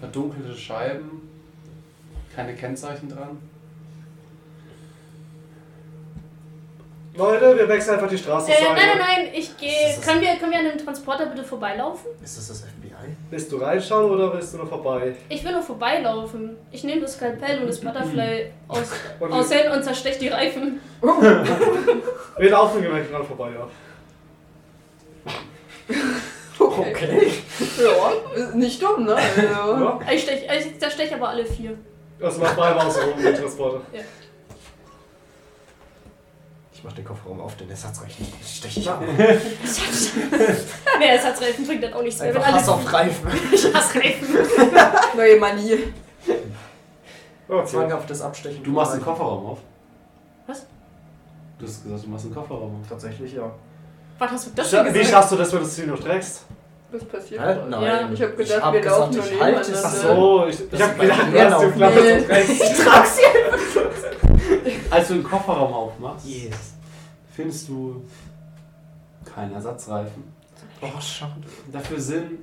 [SPEAKER 1] verdunkelte Scheiben, keine Kennzeichen dran.
[SPEAKER 3] Leute, wir wechseln einfach die Straße.
[SPEAKER 5] Äh,
[SPEAKER 3] Sorry.
[SPEAKER 5] nein, nein, nein. Ich
[SPEAKER 7] Ist
[SPEAKER 5] gehe.
[SPEAKER 7] das-
[SPEAKER 5] Können wir, können wir an dem Transporter bitte vorbeilaufen?
[SPEAKER 7] Ist das das FBI?
[SPEAKER 3] Willst du reinschauen oder willst du nur vorbei?
[SPEAKER 5] Ich will nur vorbeilaufen. Ich nehme das Skalpell und das Butterfly aus,
[SPEAKER 3] Und
[SPEAKER 5] aus Händen und zerstech die Reifen.
[SPEAKER 3] wir laufen gemerkt dran vorbei, ja.
[SPEAKER 7] Okay.
[SPEAKER 6] Ja, nicht dumm, ne? Also,
[SPEAKER 3] ja?
[SPEAKER 5] Ich, stech, ich zerstech aber alle vier.
[SPEAKER 3] Also mach beide aus oben den Transporter.
[SPEAKER 7] Ich mach den Kofferraum auf, denn der Satz reicht nicht. Ich steche ich ab.
[SPEAKER 5] Wer es hat Reifen, bringt dann auch nichts mehr. Wenn
[SPEAKER 7] Einfach
[SPEAKER 5] alle
[SPEAKER 7] Hass auf Reifen.
[SPEAKER 5] [laughs] ich hasse Reifen.
[SPEAKER 6] neue Manie.
[SPEAKER 3] Okay.
[SPEAKER 7] Zwanghaftes Abstechen.
[SPEAKER 1] Du machst den Kofferraum auf.
[SPEAKER 5] Was?
[SPEAKER 1] Du hast gesagt, du machst den Kofferraum auf.
[SPEAKER 7] Tatsächlich, ja.
[SPEAKER 5] Was hast du das denn
[SPEAKER 3] Scha- Wie
[SPEAKER 5] gesagt?
[SPEAKER 3] schaffst du das, wenn du das Ziel noch trägst?
[SPEAKER 2] Was passiert?
[SPEAKER 7] Hä?
[SPEAKER 2] da?
[SPEAKER 7] Nein.
[SPEAKER 5] Ja,
[SPEAKER 2] ich hab gedacht,
[SPEAKER 7] ich hab
[SPEAKER 2] wir
[SPEAKER 7] gesagt,
[SPEAKER 2] laufen nur
[SPEAKER 7] ich halte es.
[SPEAKER 2] nebeneinander.
[SPEAKER 7] Ach so.
[SPEAKER 3] Oh, ich, ich
[SPEAKER 7] Das
[SPEAKER 3] hab
[SPEAKER 7] ist bei
[SPEAKER 3] gedacht, du
[SPEAKER 7] mir
[SPEAKER 3] hast die
[SPEAKER 7] laufen.
[SPEAKER 3] Flamme
[SPEAKER 6] Nee.
[SPEAKER 5] [laughs]
[SPEAKER 3] zum Trägst.
[SPEAKER 6] Ich trag's hier.
[SPEAKER 1] Als du den Kofferraum aufmachst,
[SPEAKER 7] Yes.
[SPEAKER 1] findest du keinen Ersatzreifen.
[SPEAKER 7] Oh, schade.
[SPEAKER 1] Dafür sind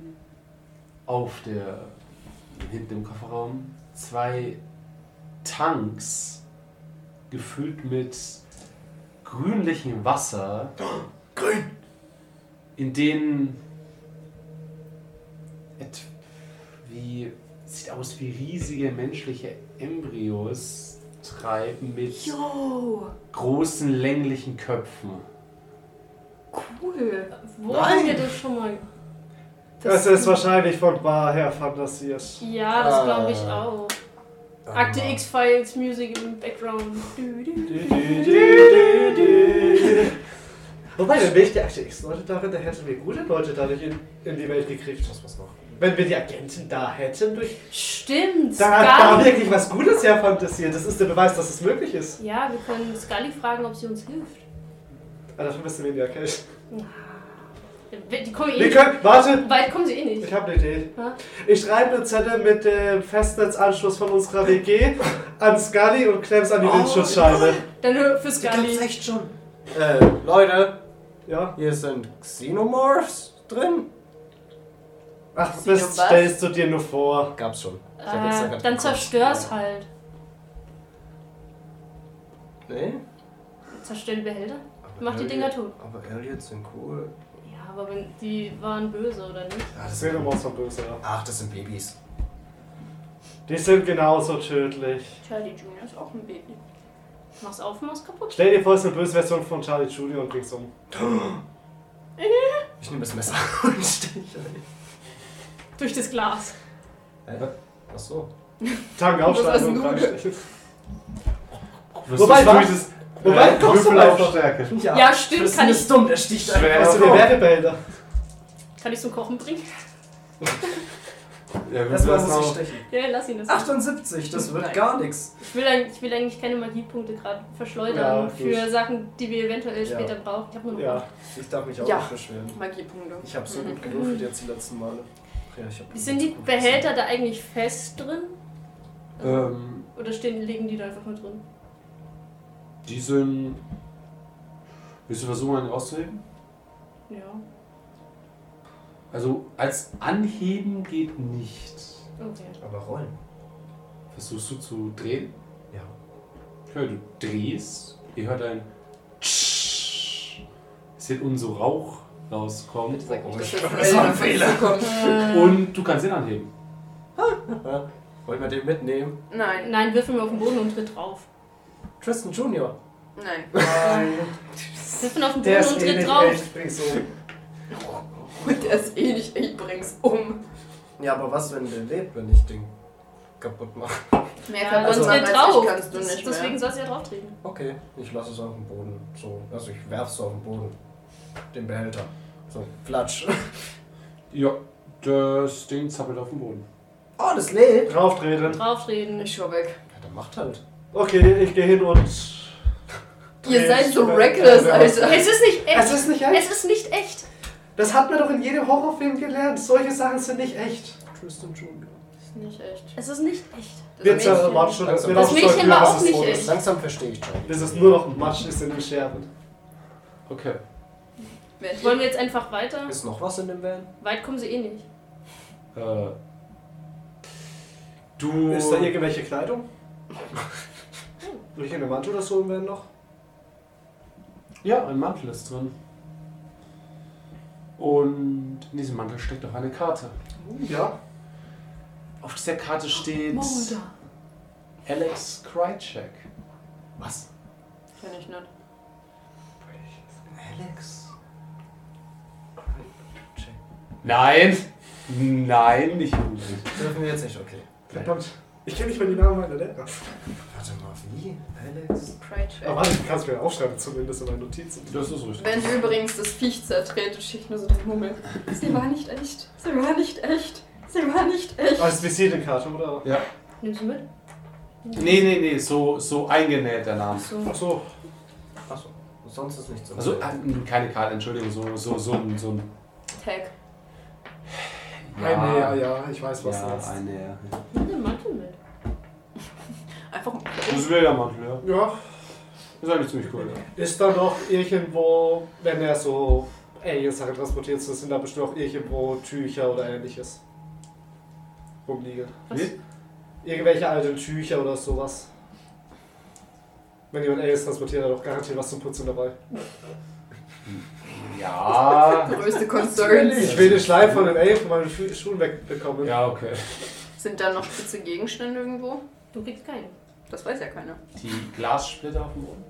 [SPEAKER 1] auf der hinten im Kofferraum zwei Tanks gefüllt mit grünlichem Wasser. Grün! In denen et- wie sieht aus wie riesige menschliche Embryos treiben mit
[SPEAKER 2] Oh,
[SPEAKER 6] Jo,
[SPEAKER 1] großen länglichen Köpfen.
[SPEAKER 6] cool.
[SPEAKER 5] Wo haben wir das schon mal?
[SPEAKER 3] Das ist wahrscheinlich von Bar her fantasiert.
[SPEAKER 5] Ja, das glaube ich
[SPEAKER 7] Äh.
[SPEAKER 3] Ah.
[SPEAKER 5] auch. Akte X-Files, Music im Background. Dü, dü.
[SPEAKER 3] Wobei, wenn ich die Akte X-Leute darin, da hätten wir gute Leute dadurch in, in die Welt gekriegt.
[SPEAKER 7] Muss was noch.
[SPEAKER 3] Wenn wir die Agenten da hätten, durch,
[SPEAKER 5] Stimmt,
[SPEAKER 3] da hat Bar
[SPEAKER 5] Scully.
[SPEAKER 3] wirklich was Gutes her fantasiert. Das ist der Beweis, dass es möglich ist.
[SPEAKER 5] Ja, wir können Scully fragen, ob sie uns hilft.
[SPEAKER 3] Aber Ah, dafür müssen wir in die Arcade.
[SPEAKER 5] Die kommen eh
[SPEAKER 3] Wir können, warte,
[SPEAKER 5] Weit kommen sie eh nicht.
[SPEAKER 3] ich habe eine Idee.
[SPEAKER 5] Ja.
[SPEAKER 3] Ich schreibe eine Zettel mit dem Festnetzanschluss von unserer WG an Scully und klemm's an die Windschutzscheibe.
[SPEAKER 5] Dann hör für
[SPEAKER 7] Die gab's
[SPEAKER 5] Scully.
[SPEAKER 7] echt schon. Äh, Leute,
[SPEAKER 3] Ja?
[SPEAKER 7] hier sind Xenomorphs drin.
[SPEAKER 3] Ach,
[SPEAKER 6] Sie
[SPEAKER 3] das
[SPEAKER 6] doch was?
[SPEAKER 3] stellst du dir nur vor.
[SPEAKER 7] Gab's schon. Ich hab extra
[SPEAKER 5] Äh,
[SPEAKER 7] grad
[SPEAKER 5] dann
[SPEAKER 7] geguckt.
[SPEAKER 5] zerstör's halt.
[SPEAKER 7] Nee?
[SPEAKER 5] Zerstör die Behälter?
[SPEAKER 7] Aber
[SPEAKER 5] Mach die
[SPEAKER 7] Alien-
[SPEAKER 5] Dinger tot.
[SPEAKER 7] Aber Aliens sind cool.
[SPEAKER 5] Ja, aber wenn die waren böse, oder nicht?
[SPEAKER 7] Ah, das sind,
[SPEAKER 3] Xenomorphs von Böse, ja.
[SPEAKER 7] ach, das sind Babys.
[SPEAKER 3] Die sind genauso tödlich.
[SPEAKER 2] Charlie Junior ist auch ein Baby.
[SPEAKER 5] Mach's auf, mach's kaputt.
[SPEAKER 3] Stell dir vor, es ist eine böse Version von Charlie Junior und bring's um.
[SPEAKER 7] Ich nehme das Messer [laughs] und steche.
[SPEAKER 5] Durch das Glas.
[SPEAKER 7] Hä? Ach so.
[SPEAKER 3] Tank
[SPEAKER 6] Das ist
[SPEAKER 3] aufschlagen
[SPEAKER 6] ein
[SPEAKER 3] und
[SPEAKER 6] Gute.
[SPEAKER 3] reinstechen.
[SPEAKER 1] Wirst
[SPEAKER 3] Wobei,
[SPEAKER 1] du
[SPEAKER 3] wa-
[SPEAKER 1] durch das,
[SPEAKER 3] wobei,
[SPEAKER 1] äh,
[SPEAKER 3] kostet
[SPEAKER 1] Würfel
[SPEAKER 3] auch-
[SPEAKER 1] auf Stärke.
[SPEAKER 5] Ja, stimmt.
[SPEAKER 7] Tristan
[SPEAKER 5] Kann ich,
[SPEAKER 7] ist dumm, der sticht
[SPEAKER 1] Schwer.
[SPEAKER 7] einfach.
[SPEAKER 3] Hast du den Werbebehälter?
[SPEAKER 5] kann ich zum Kochen bringen?
[SPEAKER 1] Ja, wir
[SPEAKER 7] Erstmal
[SPEAKER 1] müssen
[SPEAKER 7] muss ich
[SPEAKER 1] auch-
[SPEAKER 7] stechen.
[SPEAKER 5] Ja, lass ihn das.
[SPEAKER 7] 78, das wird
[SPEAKER 6] Nein.
[SPEAKER 7] gar nichts.
[SPEAKER 5] Ich will, eigentlich- ich will eigentlich keine Magiepunkte gerade verschleudern
[SPEAKER 3] Ja,
[SPEAKER 5] für
[SPEAKER 3] gut.
[SPEAKER 5] Sachen, die wir eventuell
[SPEAKER 7] Ja.
[SPEAKER 5] später brauchen. Ich habe nur noch
[SPEAKER 3] Ja.
[SPEAKER 5] acht.
[SPEAKER 7] Ich darf mich auch
[SPEAKER 6] Ja.
[SPEAKER 7] nicht beschweren.
[SPEAKER 6] Magiepunkte.
[SPEAKER 7] Ich habe so
[SPEAKER 2] Mhm.
[SPEAKER 7] gut gewürfelt jetzt die letzten Male. Ja, ich hab
[SPEAKER 5] Sind die Behälter da eigentlich fest drin?
[SPEAKER 1] Ähm,
[SPEAKER 5] Oder stehen, liegen die da einfach mal drin?
[SPEAKER 1] die sind. Willst du versuchen, einen rauszuheben?
[SPEAKER 5] Ja.
[SPEAKER 1] Also, als Anheben geht nicht.
[SPEAKER 5] Okay.
[SPEAKER 9] Aber rollen.
[SPEAKER 1] Versuchst du zu drehen?
[SPEAKER 9] Ja.
[SPEAKER 1] Ja, du drehst, ihr hört ein Tsch. Es wird unser Rauch rauskommen.
[SPEAKER 10] Bitte sag nicht, dass
[SPEAKER 9] ich glaub,
[SPEAKER 10] jetzt
[SPEAKER 9] das war ein
[SPEAKER 10] Elder
[SPEAKER 9] Fehler.
[SPEAKER 10] kommt.
[SPEAKER 1] Und du kannst ihn anheben.
[SPEAKER 7] Wollen wir den mitnehmen?
[SPEAKER 2] Nein,
[SPEAKER 5] Nein, wirf ihn auf den Boden und tritt drauf.
[SPEAKER 7] Tristan Junior.
[SPEAKER 2] nein.
[SPEAKER 5] Wirf ihn auf den
[SPEAKER 3] Der
[SPEAKER 5] Boden und
[SPEAKER 3] ist eh
[SPEAKER 5] tritt
[SPEAKER 3] nicht
[SPEAKER 5] drauf.
[SPEAKER 3] echt, bring's um.
[SPEAKER 10] Und der ist eh nicht, ich bring's um.
[SPEAKER 7] Ja, aber was, wenn der lebt, wenn ich den kaputt mache?
[SPEAKER 2] Mehr
[SPEAKER 5] Ja,
[SPEAKER 2] kaputt
[SPEAKER 5] also
[SPEAKER 2] machen
[SPEAKER 5] tritt
[SPEAKER 2] als
[SPEAKER 5] drauf.
[SPEAKER 2] ich kannst du
[SPEAKER 5] Das-
[SPEAKER 2] nicht
[SPEAKER 5] Deswegen
[SPEAKER 2] mehr.
[SPEAKER 5] soll sie ja drauf treten.
[SPEAKER 7] Okay, ich lasse es auf den Boden. So, also ich werf's auf den Boden. Den Behälter. So, flatsch.
[SPEAKER 1] Ja, das Ding zappelt auf dem Boden.
[SPEAKER 7] Oh, das lebt!
[SPEAKER 3] Drauftreten.
[SPEAKER 5] Drauf treten.
[SPEAKER 10] Ich schau weg.
[SPEAKER 7] Ja, dann macht halt.
[SPEAKER 3] Okay, ich gehe hin und.
[SPEAKER 10] Ihr
[SPEAKER 3] Dreh
[SPEAKER 10] seid
[SPEAKER 3] ich
[SPEAKER 10] so
[SPEAKER 3] weg.
[SPEAKER 10] reckless,
[SPEAKER 3] Ja. genau.
[SPEAKER 10] Alter.
[SPEAKER 5] Es ist nicht echt.
[SPEAKER 3] Es ist nicht echt.
[SPEAKER 5] Es ist nicht echt.
[SPEAKER 3] Das hat man doch in jedem Horrorfilm gelernt. Solche Sachen sind nicht echt.
[SPEAKER 7] Tristan Junior.
[SPEAKER 2] Ist nicht echt.
[SPEAKER 5] Es ist nicht echt.
[SPEAKER 2] Das
[SPEAKER 3] Wir
[SPEAKER 2] Mädchen-
[SPEAKER 3] zerren schon, dass wir
[SPEAKER 7] Das
[SPEAKER 3] rauszeugen,
[SPEAKER 5] Mädchen war
[SPEAKER 3] was
[SPEAKER 5] auch
[SPEAKER 3] es
[SPEAKER 5] nicht
[SPEAKER 3] so
[SPEAKER 5] echt.
[SPEAKER 3] ist.
[SPEAKER 7] Oh, Langsam verstehe ich schon.
[SPEAKER 3] Bis es nur noch Matsch ist in den Scherben.
[SPEAKER 1] Okay.
[SPEAKER 2] Wenn ich-
[SPEAKER 5] Wollen wir jetzt einfach weiter?
[SPEAKER 7] Ist noch was in dem Van?
[SPEAKER 5] Weit kommen sie eh nicht.
[SPEAKER 1] Äh, du.
[SPEAKER 3] Ist da irgendwelche Kleidung? Welche Mantel oder so werden noch?
[SPEAKER 1] ja, ein Mantel ist drin. Und in diesem Mantel steckt auch eine Karte.
[SPEAKER 3] Ja.
[SPEAKER 1] Auf dieser Karte steht Alex Krycek.
[SPEAKER 7] Was?
[SPEAKER 2] Kenn ich nicht.
[SPEAKER 7] Alex?
[SPEAKER 1] Nein! Nein, nicht unbedingt.
[SPEAKER 7] Dürfen wir jetzt nicht, okay.
[SPEAKER 3] Verdammt. Ich kenne nicht mal die Namen meiner Lehrer.
[SPEAKER 7] Warte mal, wie? Alex?
[SPEAKER 2] Pride-Check.
[SPEAKER 3] Aber warte, du kannst mir aufschreiben, zumindest in meinen Notizen.
[SPEAKER 1] Das ist richtig.
[SPEAKER 2] Wenn du übrigens das Viech zertrete, schickt nur so den Mummel. Sie war nicht echt. Sie war nicht echt. Sie war nicht echt.
[SPEAKER 3] Als Visitenkarte, oder?
[SPEAKER 5] Nimm sie mit.
[SPEAKER 1] Nee, nee, nee, so, so eingenäht der Name.
[SPEAKER 3] Ach so.
[SPEAKER 7] Achso, sonst ist nichts.
[SPEAKER 1] Also äh, keine Karte, Entschuldigung, so, so, so, ein- so ein.
[SPEAKER 2] Tag.
[SPEAKER 3] Eine, ja, ja, ich weiß, was du
[SPEAKER 1] Ja,
[SPEAKER 3] hast.
[SPEAKER 1] eine, ja.
[SPEAKER 5] Nimm den Mantel mit.
[SPEAKER 2] Einfach mal.
[SPEAKER 1] Das ist Ledermantel, ja.
[SPEAKER 3] Ja.
[SPEAKER 1] Das ist eigentlich ziemlich cool, ja.
[SPEAKER 3] Ist da noch irgendwo, wenn er so Alien-Sachen transportiert, so sind da bestimmt auch irgendwo Tücher oder ähnliches rumliegen.
[SPEAKER 5] Was?
[SPEAKER 1] Wie?
[SPEAKER 3] Irgendwelche alten Tücher oder sowas. Wenn jemand Aliens transportiert, hat er doch garantiert was zum Putzen dabei.
[SPEAKER 1] [laughs] Ja.
[SPEAKER 10] Größte Concerns.
[SPEAKER 3] Ich will den Schleim von den Alien von meinen Schu Schuhen wegbekommen.
[SPEAKER 1] Ja, okay.
[SPEAKER 2] Sind da noch spitze Gegenstände irgendwo?
[SPEAKER 5] Du kriegst keinen.
[SPEAKER 2] Das weiß ja keiner.
[SPEAKER 1] Die Glassplitter auf dem Boden.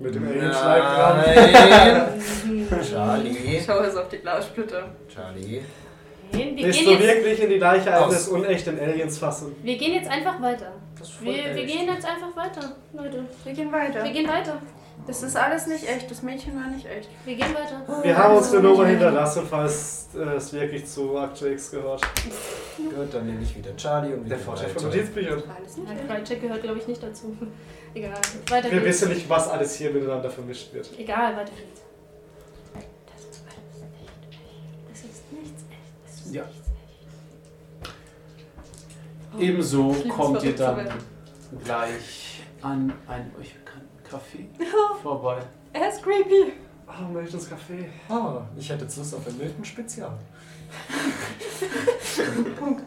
[SPEAKER 3] Mit dem Alien-Schleim dran.
[SPEAKER 7] Nein! [laughs] Charlie.
[SPEAKER 2] Schau es auf die Glassplitter.
[SPEAKER 7] Charlie.
[SPEAKER 5] Nein, wir,
[SPEAKER 3] Willst
[SPEAKER 5] gehen
[SPEAKER 3] du
[SPEAKER 5] jetzt,
[SPEAKER 3] wirklich in die Leiche
[SPEAKER 7] Aus.
[SPEAKER 3] eines unechten Aliens fassen?
[SPEAKER 5] wir gehen jetzt einfach weiter.
[SPEAKER 7] Das ist voll
[SPEAKER 5] Wir, wir
[SPEAKER 7] echt.
[SPEAKER 5] gehen jetzt einfach weiter, Leute.
[SPEAKER 2] Wir gehen weiter.
[SPEAKER 5] Wir gehen weiter.
[SPEAKER 2] Das ist alles nicht echt. Das Mädchen war nicht echt.
[SPEAKER 5] Wir gehen weiter.
[SPEAKER 3] Wir haben uns eine Nummer hinterlassen, falls äh, es wirklich zu Akte X gehört.
[SPEAKER 7] Gut, dann nehme ich wieder Charlie und wieder
[SPEAKER 3] Der Vorteil von
[SPEAKER 7] Walter.
[SPEAKER 3] Notizbüchern.
[SPEAKER 2] War alles
[SPEAKER 5] Ja,
[SPEAKER 2] nicht echt.
[SPEAKER 5] Crycheck gehört, glaube ich, nicht dazu. [laughs] Egal. Weiter
[SPEAKER 3] Wir
[SPEAKER 5] geht's.
[SPEAKER 3] wissen nicht, was alles hier miteinander vermischt wird.
[SPEAKER 5] Egal, weiter geht's. Das ist alles nicht echt. Das ist nichts echt. Das ist
[SPEAKER 1] Ja.
[SPEAKER 5] nichts echt.
[SPEAKER 1] Ebenso
[SPEAKER 2] Ich lieb's,
[SPEAKER 1] kommt ihr
[SPEAKER 2] verrückt zu
[SPEAKER 1] dann
[SPEAKER 2] werden.
[SPEAKER 1] gleich an einen euch bekannten Café vorbei.
[SPEAKER 2] Er ist creepy.
[SPEAKER 3] Oh, Miltons Café.
[SPEAKER 7] Ah, ich hätte jetzt Lust auf ein Milton-Spezial.
[SPEAKER 3] Ein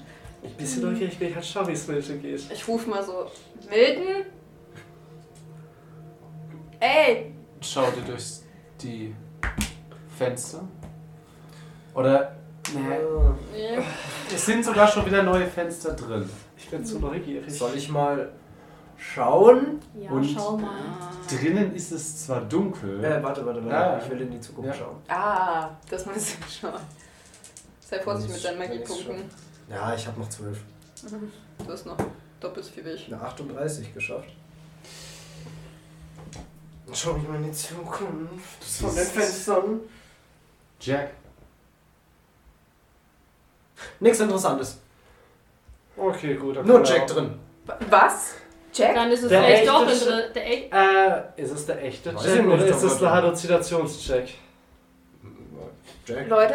[SPEAKER 3] bisschen neugierig bin ich halt schon, wie es Milton geht.
[SPEAKER 2] Ich ruf mal so. Milton? Ey!
[SPEAKER 1] Schaut ihr durch die Fenster? Oder. Nee.
[SPEAKER 7] Ah,
[SPEAKER 1] Es sind sogar schon wieder neue Fenster drin.
[SPEAKER 3] Ich bin zu neugierig.
[SPEAKER 7] Soll ich mal schauen?
[SPEAKER 5] Ja,
[SPEAKER 1] Und-
[SPEAKER 5] schau mal.
[SPEAKER 1] Drinnen ist es zwar dunkel.
[SPEAKER 7] Äh, warte, warte, warte.
[SPEAKER 1] Ah.
[SPEAKER 7] Ich will in die Zukunft
[SPEAKER 1] Ja.
[SPEAKER 7] schauen.
[SPEAKER 2] Ah, das muss ich schon. Sei vorsichtig mit deinen
[SPEAKER 7] Dann ist
[SPEAKER 2] Magiepunkten.
[SPEAKER 7] Ja, ich habe noch 12.
[SPEAKER 2] Du hast noch doppelt so viel wie ich.
[SPEAKER 7] Eine 38 geschafft. Dann Schau ich mal in die Zukunft. Von den Fenstern.
[SPEAKER 1] Jack.
[SPEAKER 7] Nichts Interessantes.
[SPEAKER 3] Okay, gut. dann
[SPEAKER 7] Nur
[SPEAKER 3] können wir
[SPEAKER 7] Jack
[SPEAKER 1] Genau.
[SPEAKER 3] auch-
[SPEAKER 7] drin.
[SPEAKER 2] Wa- Was? Jack?
[SPEAKER 5] Dann ist es
[SPEAKER 3] Der
[SPEAKER 5] vielleicht doch
[SPEAKER 3] echte
[SPEAKER 5] ein der echt.
[SPEAKER 3] Äh, ist es der echte
[SPEAKER 7] Weiß ich
[SPEAKER 3] Jack
[SPEAKER 7] nicht,
[SPEAKER 3] oder ist
[SPEAKER 7] doch,
[SPEAKER 3] es der
[SPEAKER 7] warte.
[SPEAKER 3] Halluzinations-Jack?
[SPEAKER 7] Jack.
[SPEAKER 2] Leute,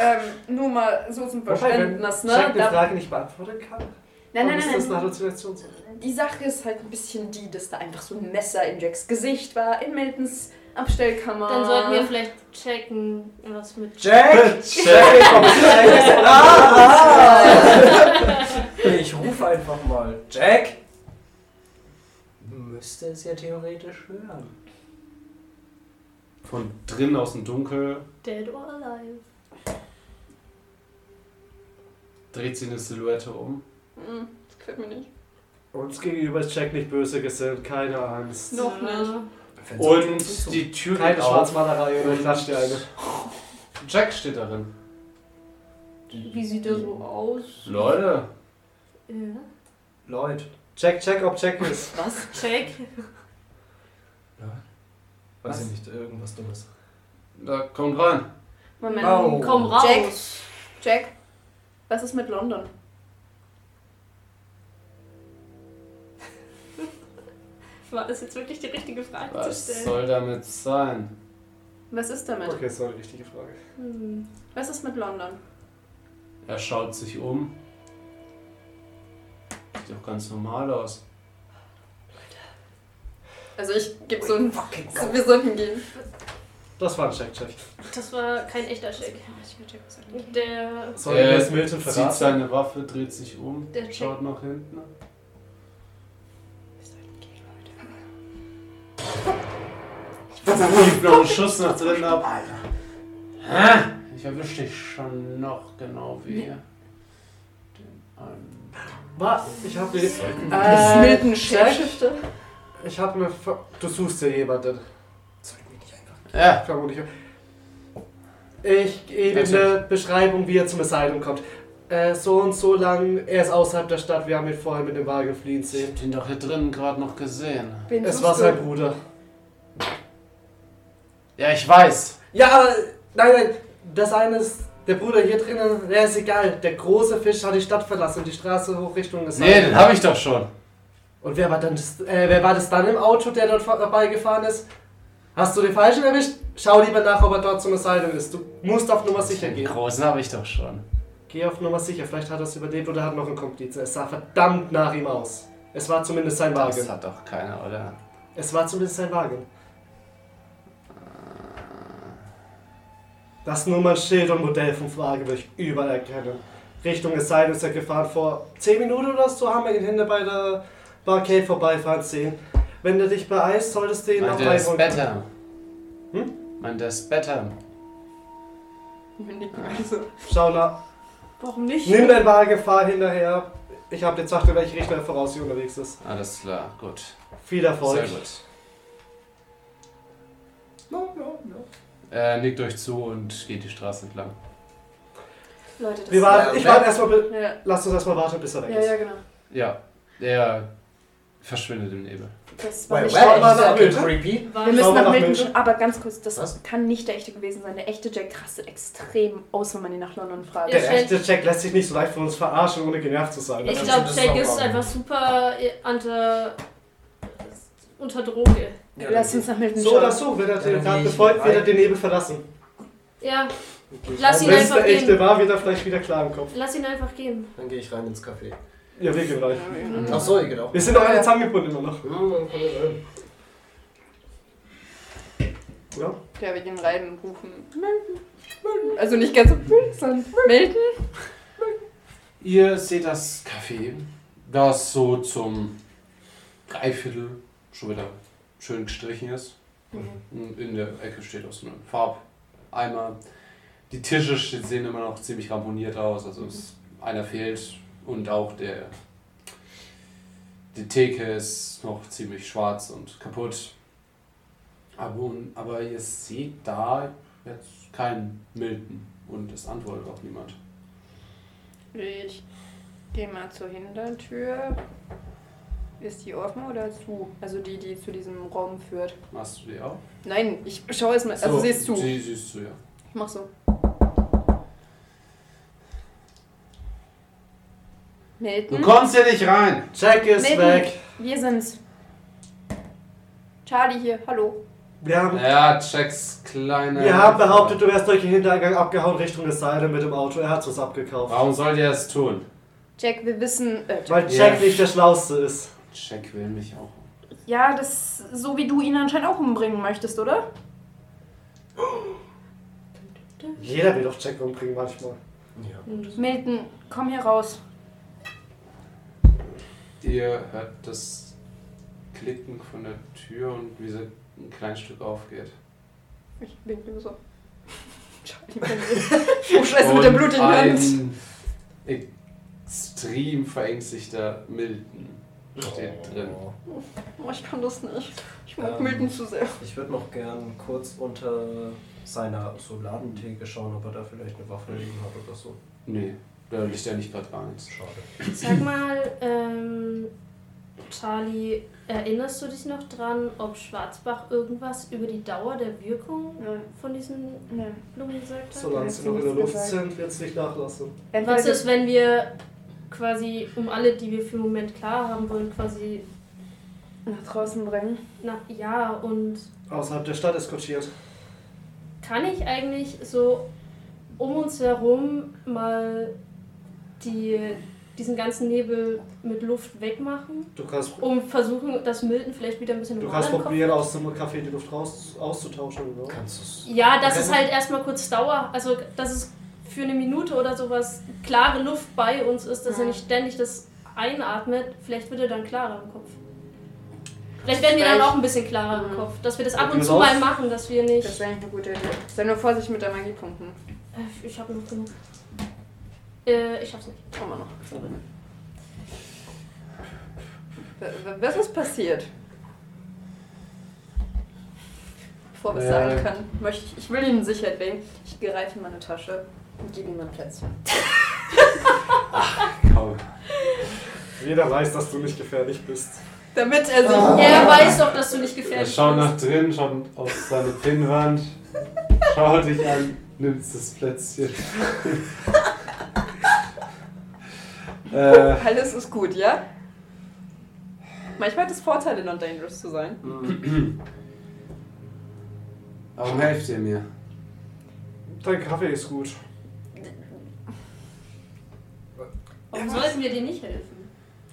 [SPEAKER 2] ähm, nur mal so zum
[SPEAKER 3] Wobei, wenn
[SPEAKER 2] Verständnis,
[SPEAKER 3] Jack
[SPEAKER 2] ne?
[SPEAKER 3] die
[SPEAKER 2] Da,
[SPEAKER 3] Frage nicht beantworten kann.
[SPEAKER 6] Nein,
[SPEAKER 3] Und
[SPEAKER 6] nein,
[SPEAKER 3] ist
[SPEAKER 6] nein.
[SPEAKER 3] das eine
[SPEAKER 6] nein.
[SPEAKER 3] Halluzination?
[SPEAKER 6] Die Sache ist halt ein bisschen die, dass da einfach so ein Messer in Jacks Gesicht war, in Meltons Abstellkammer.
[SPEAKER 5] Dann sollten wir vielleicht checken, was mit
[SPEAKER 7] Jack! [laughs]
[SPEAKER 1] Check.
[SPEAKER 7] Ah, Ich rufe einfach mal. Jack! Müsste es ja theoretisch hören.
[SPEAKER 1] Von drinnen aus dem Dunkel
[SPEAKER 5] Dead or Alive.
[SPEAKER 1] dreht sie eine Silhouette um.
[SPEAKER 2] Hm, das gefällt mir nicht.
[SPEAKER 3] Uns gegenüber ist Jack nicht böse gesinnt, keine Angst.
[SPEAKER 2] Noch nicht.
[SPEAKER 1] Und die Tür
[SPEAKER 3] Keine
[SPEAKER 1] geht auf.
[SPEAKER 3] Schwarzmalerei oder ich lasse dir eine.
[SPEAKER 1] Jack steht darin.
[SPEAKER 5] Wie sieht er so aus?
[SPEAKER 1] Leute,
[SPEAKER 5] Ja.
[SPEAKER 7] Leute.
[SPEAKER 3] Check, check, ob [laughs] Jack ist.
[SPEAKER 6] Was?
[SPEAKER 5] Check.
[SPEAKER 7] Weiß ich nicht, irgendwas Dummes.
[SPEAKER 1] da kommt rein.
[SPEAKER 2] Moment.
[SPEAKER 7] Oh.
[SPEAKER 5] Komm raus.
[SPEAKER 2] Jack. Jack, was ist mit London?
[SPEAKER 5] War das jetzt wirklich die richtige Frage zu
[SPEAKER 1] Was
[SPEAKER 5] stellen?
[SPEAKER 1] soll damit sein?
[SPEAKER 2] Was ist damit?
[SPEAKER 3] Okay, das war eine richtige Frage.
[SPEAKER 5] Hm.
[SPEAKER 2] Was ist mit London?
[SPEAKER 1] Er schaut sich um. Sieht doch ganz normal aus.
[SPEAKER 2] Also ich gebe so ein... Wir sollten gehen.
[SPEAKER 3] Das war ein Check, Check.
[SPEAKER 5] Das war kein echter Check. Der,
[SPEAKER 3] Soll
[SPEAKER 1] Er
[SPEAKER 3] ich jetzt Milton
[SPEAKER 1] Zieht
[SPEAKER 3] verraten?
[SPEAKER 1] seine Waffe, dreht sich um,
[SPEAKER 5] Der Jack-
[SPEAKER 1] schaut nach hinten. Gibt noch einen Schuss nach drinnen ab. Hä? Ich erwische dich schon noch genau wie ihr. Den einen.
[SPEAKER 3] Was? Ich habe eine,
[SPEAKER 2] Ist
[SPEAKER 3] Äh,
[SPEAKER 2] Milton Shapeshifter?
[SPEAKER 3] ich hab eine Ver Du suchst dir jemanden.
[SPEAKER 1] Ja,
[SPEAKER 3] Vermutlich. Ich gebe
[SPEAKER 1] Also-
[SPEAKER 3] eine Beschreibung, wie er zum Asylum kommt. Äh, so und so lang, er ist außerhalb der Stadt, wir haben ihn vorher mit dem Wagen fliehen
[SPEAKER 1] ich
[SPEAKER 3] sehen.
[SPEAKER 1] hab den doch hier drinnen gerade noch gesehen.
[SPEAKER 6] Wen
[SPEAKER 3] Es
[SPEAKER 6] suchst
[SPEAKER 3] war
[SPEAKER 6] du?
[SPEAKER 3] sein Bruder.
[SPEAKER 1] Ja, ich weiß.
[SPEAKER 3] Ja, aber nein, nein, das eine ist der Bruder hier drinnen, der ist egal. Der große Fisch hat die Stadt verlassen und die Straße hoch Richtung des
[SPEAKER 1] Nee, den hab ich doch schon.
[SPEAKER 3] Und wer war, dann das, äh, wer war das dann im Auto, der dort vorbeigefahren ist? Hast du den falschen erwischt? Schau lieber nach, ob er dort zum Asylum ist. Du musst auf Nummer sicher
[SPEAKER 1] Den
[SPEAKER 3] gehen.
[SPEAKER 1] großen hab ich doch schon.
[SPEAKER 3] Geh auf Nummer sicher, vielleicht hat er es überlebt oder hat noch einen Komplizen. Es sah verdammt nach ihm aus. Es war zumindest sein
[SPEAKER 1] Das
[SPEAKER 3] Wagen.
[SPEAKER 1] hat doch keiner, oder?
[SPEAKER 3] Es war zumindest sein Wagen. Das Nummernschild und Modell vom Wagen würde ich überall erkennen. Richtung Asylum ist er gefahren. Vor 10 Minuten oder so haben wir ihn hinter bei der Barcade vorbeifahren sehen. Wenn du dich beeilst, solltest du ihn
[SPEAKER 1] Meint
[SPEAKER 3] noch
[SPEAKER 1] der ist
[SPEAKER 3] beiholen.
[SPEAKER 1] better. Hm? Meint der ist better.
[SPEAKER 2] Wir nicken alle so.
[SPEAKER 3] Schau nach.
[SPEAKER 2] Warum nicht?
[SPEAKER 3] Nimm dein Wagen, fahr hinterher. Ich habe dir gesagt, in welche Richtung er voraus hier unterwegs ist.
[SPEAKER 1] Alles klar, gut.
[SPEAKER 3] Viel Erfolg.
[SPEAKER 1] Sehr gut.
[SPEAKER 7] No, no, no.
[SPEAKER 1] Er Äh, nickt euch zu und geht die Straße entlang.
[SPEAKER 2] Leute, das
[SPEAKER 3] Wir warten, ich warte erstmal. bi-
[SPEAKER 2] Ja,
[SPEAKER 3] Lass uns erstmal warten, bis er weg
[SPEAKER 2] ja,
[SPEAKER 3] ist.
[SPEAKER 2] ja, genau.
[SPEAKER 1] Ja, er verschwindet im Nebel.
[SPEAKER 2] Das war
[SPEAKER 7] Wait,
[SPEAKER 2] nicht
[SPEAKER 7] where
[SPEAKER 2] der
[SPEAKER 7] is that
[SPEAKER 2] echte.
[SPEAKER 3] Milton.
[SPEAKER 7] creepy?
[SPEAKER 2] Wir
[SPEAKER 5] war,
[SPEAKER 2] müssen
[SPEAKER 3] Schauen wir
[SPEAKER 2] nach
[SPEAKER 3] nach
[SPEAKER 2] Milton
[SPEAKER 3] Milton.
[SPEAKER 2] schauen. Aber ganz kurz, das
[SPEAKER 7] Was?
[SPEAKER 2] kann nicht der echte gewesen sein. Der echte Jack rastet extrem aus, wenn man ihn nach London fragt.
[SPEAKER 5] Ja.
[SPEAKER 3] Der echte Jack lässt sich nicht so leicht von uns verarschen, ohne genervt zu sein. Also
[SPEAKER 5] ich
[SPEAKER 7] stimmt,
[SPEAKER 5] glaube,
[SPEAKER 7] das ist
[SPEAKER 5] Jack
[SPEAKER 7] auch
[SPEAKER 5] ist
[SPEAKER 7] wahr.
[SPEAKER 5] einfach super äh, unter, unter Droge.
[SPEAKER 2] Lass uns nach Milton
[SPEAKER 3] So
[SPEAKER 2] schauen.
[SPEAKER 3] oder so, wenn er
[SPEAKER 7] Ja,
[SPEAKER 3] den Rat
[SPEAKER 7] nee, ich
[SPEAKER 3] befolgt, wird er
[SPEAKER 7] weiß.
[SPEAKER 3] den Nebel verlassen.
[SPEAKER 5] Ja,
[SPEAKER 7] Okay, ich
[SPEAKER 5] Lass
[SPEAKER 7] rein-
[SPEAKER 5] ihn
[SPEAKER 3] Wenn es
[SPEAKER 5] einfach
[SPEAKER 3] der echte
[SPEAKER 5] gehen.
[SPEAKER 3] war, wird er vielleicht wieder klar im Kopf.
[SPEAKER 5] Lass ihn einfach gehen.
[SPEAKER 7] Dann gehe ich rein ins Café.
[SPEAKER 3] Ja, wir gehen rein.
[SPEAKER 7] Achso, ihr geht auch.
[SPEAKER 3] Wir sind doch alle zusammengebunden immer noch.
[SPEAKER 7] Hm, dann kommt ihr rein.
[SPEAKER 3] Ja?
[SPEAKER 2] Ja, wir gehen rein und rufen Milton. Also nicht ganz so Milton, sondern Milton.
[SPEAKER 1] Ihr seht das Café, das so zum Dreiviertel schon wieder schön gestrichen ist. Und in der Ecke steht auch so ein Farbeimer. Die Tische ste- sehen immer noch ziemlich ramponiert aus. Also es, einer fehlt und auch der die Theke ist noch ziemlich schwarz und kaputt. Aber, aber ihr seht da jetzt keinen Milton und es antwortet auch niemand.
[SPEAKER 2] Ich gehe mal zur Hintertür. Ist die offen oder zu? Also die, die zu diesem Raum führt.
[SPEAKER 1] Machst du die auch?
[SPEAKER 2] Nein, ich schaue erstmal. Also
[SPEAKER 1] So,
[SPEAKER 2] sie ist zu.
[SPEAKER 1] Sie siehst du, ja.
[SPEAKER 2] Ich mach so.
[SPEAKER 1] Du
[SPEAKER 2] Milton,
[SPEAKER 1] kommst hier nicht rein!
[SPEAKER 3] Jack ist
[SPEAKER 2] Milton.
[SPEAKER 3] weg.
[SPEAKER 2] wir sind's. Charlie hier, hallo.
[SPEAKER 3] Wir haben,
[SPEAKER 1] Ja, Jacks kleine.
[SPEAKER 3] wir haben behauptet, du wärst durch den Hintereingang abgehauen Richtung des Seiden mit dem Auto. Er hat uns abgekauft.
[SPEAKER 1] Warum sollt ihr das tun?
[SPEAKER 6] Jack, wir wissen. Äh, Jack.
[SPEAKER 3] Weil Jack nicht der Schlauste ist.
[SPEAKER 1] Jack will mich auch.
[SPEAKER 2] Ja, das so wie du ihn anscheinend auch umbringen möchtest, oder?
[SPEAKER 3] Jeder will doch Jack umbringen manchmal.
[SPEAKER 2] Milton, komm hier raus.
[SPEAKER 1] Ihr hört das Klicken von der Tür und wie sie ein kleines Stück aufgeht.
[SPEAKER 6] Ich bin nur
[SPEAKER 2] [laughs]
[SPEAKER 6] so. Scheiße, oh, Scheiße mit dem Blut in der Hand.
[SPEAKER 1] ein extrem verängstigter Milton steht drin.
[SPEAKER 6] Oh, ich kann das nicht. Ich mag
[SPEAKER 7] Ähm.
[SPEAKER 6] Milton zu sehr.
[SPEAKER 7] Ich würde noch gern kurz unter seiner Soldatentheke schauen, ob er da vielleicht eine Waffe liegen hat oder so.
[SPEAKER 1] Nee, da liegt ja nicht gerade gar nichts.
[SPEAKER 7] Schade.
[SPEAKER 5] Sag mal, ähm, Charlie, erinnerst du dich noch dran, ob Schwarzbach irgendwas über die Dauer der Wirkung
[SPEAKER 2] Nein,
[SPEAKER 5] von diesen
[SPEAKER 2] nein.
[SPEAKER 5] Blumen gesagt hat?
[SPEAKER 3] Solange sie noch in der Luft sind, wird es nicht nachlassen.
[SPEAKER 5] Was ist, wenn wir quasi, um alle, die wir für den Moment klar haben wollen, quasi
[SPEAKER 2] nach draußen bringen?
[SPEAKER 5] nach Ja und
[SPEAKER 3] Außerhalb der Stadt eskortiert.
[SPEAKER 5] kann ich eigentlich so um uns herum mal die, diesen ganzen Nebel mit Luft wegmachen?
[SPEAKER 3] Du kannst,
[SPEAKER 5] Um versuchen, dass Milton vielleicht wieder ein bisschen
[SPEAKER 3] du
[SPEAKER 5] normaler
[SPEAKER 3] kannst
[SPEAKER 5] im Kopf
[SPEAKER 3] probieren, aus dem Café die Luft raus, auszutauschen. Oder?
[SPEAKER 7] Kannst du
[SPEAKER 5] Ja, dass es halt erstmal kurz Dauer, also dass es für eine Minute oder sowas klare Luft bei uns ist, dass er nicht ständig das einatmet. Vielleicht wird er dann klarer im Kopf. Vielleicht werden wir dann auch ein bisschen klarer im
[SPEAKER 2] Mhm.
[SPEAKER 5] Kopf, dass wir das ab
[SPEAKER 3] Probieren
[SPEAKER 5] und zu
[SPEAKER 3] wir's
[SPEAKER 5] mal
[SPEAKER 3] aus.
[SPEAKER 5] machen, dass wir nicht.
[SPEAKER 2] Das wäre eigentlich eine gute Idee. Sei nur vorsichtig mit deinen Magiepunkten.
[SPEAKER 5] Äh, Ich habe noch genug. Äh, ich hab's nicht.
[SPEAKER 2] Immer noch. W- w- Was ist passiert? Bevor wir es
[SPEAKER 1] Äh.
[SPEAKER 2] sagen können, möchte ich, ich will ihm Sicherheit wählen. Ich greife in meine Tasche und gebe ihm mein Plätzchen.
[SPEAKER 1] Kaum.
[SPEAKER 3] Jeder weiß, dass du nicht gefährlich bist.
[SPEAKER 2] Damit er sich.
[SPEAKER 3] Oh.
[SPEAKER 5] Er weiß doch, dass du nicht
[SPEAKER 1] Er
[SPEAKER 5] gefährlich
[SPEAKER 1] schaut
[SPEAKER 5] bist.
[SPEAKER 1] nach drin, schaut auf seine Pinnwand, schaut dich an, nimmst das Plätzchen. äh,
[SPEAKER 2] Alles ist gut, ja? Manchmal hat es Vorteile, non dangerous zu sein.
[SPEAKER 1] warum helft ihr mir?
[SPEAKER 3] Dein Kaffee ist gut.
[SPEAKER 5] Warum sollten wir dir nicht helfen?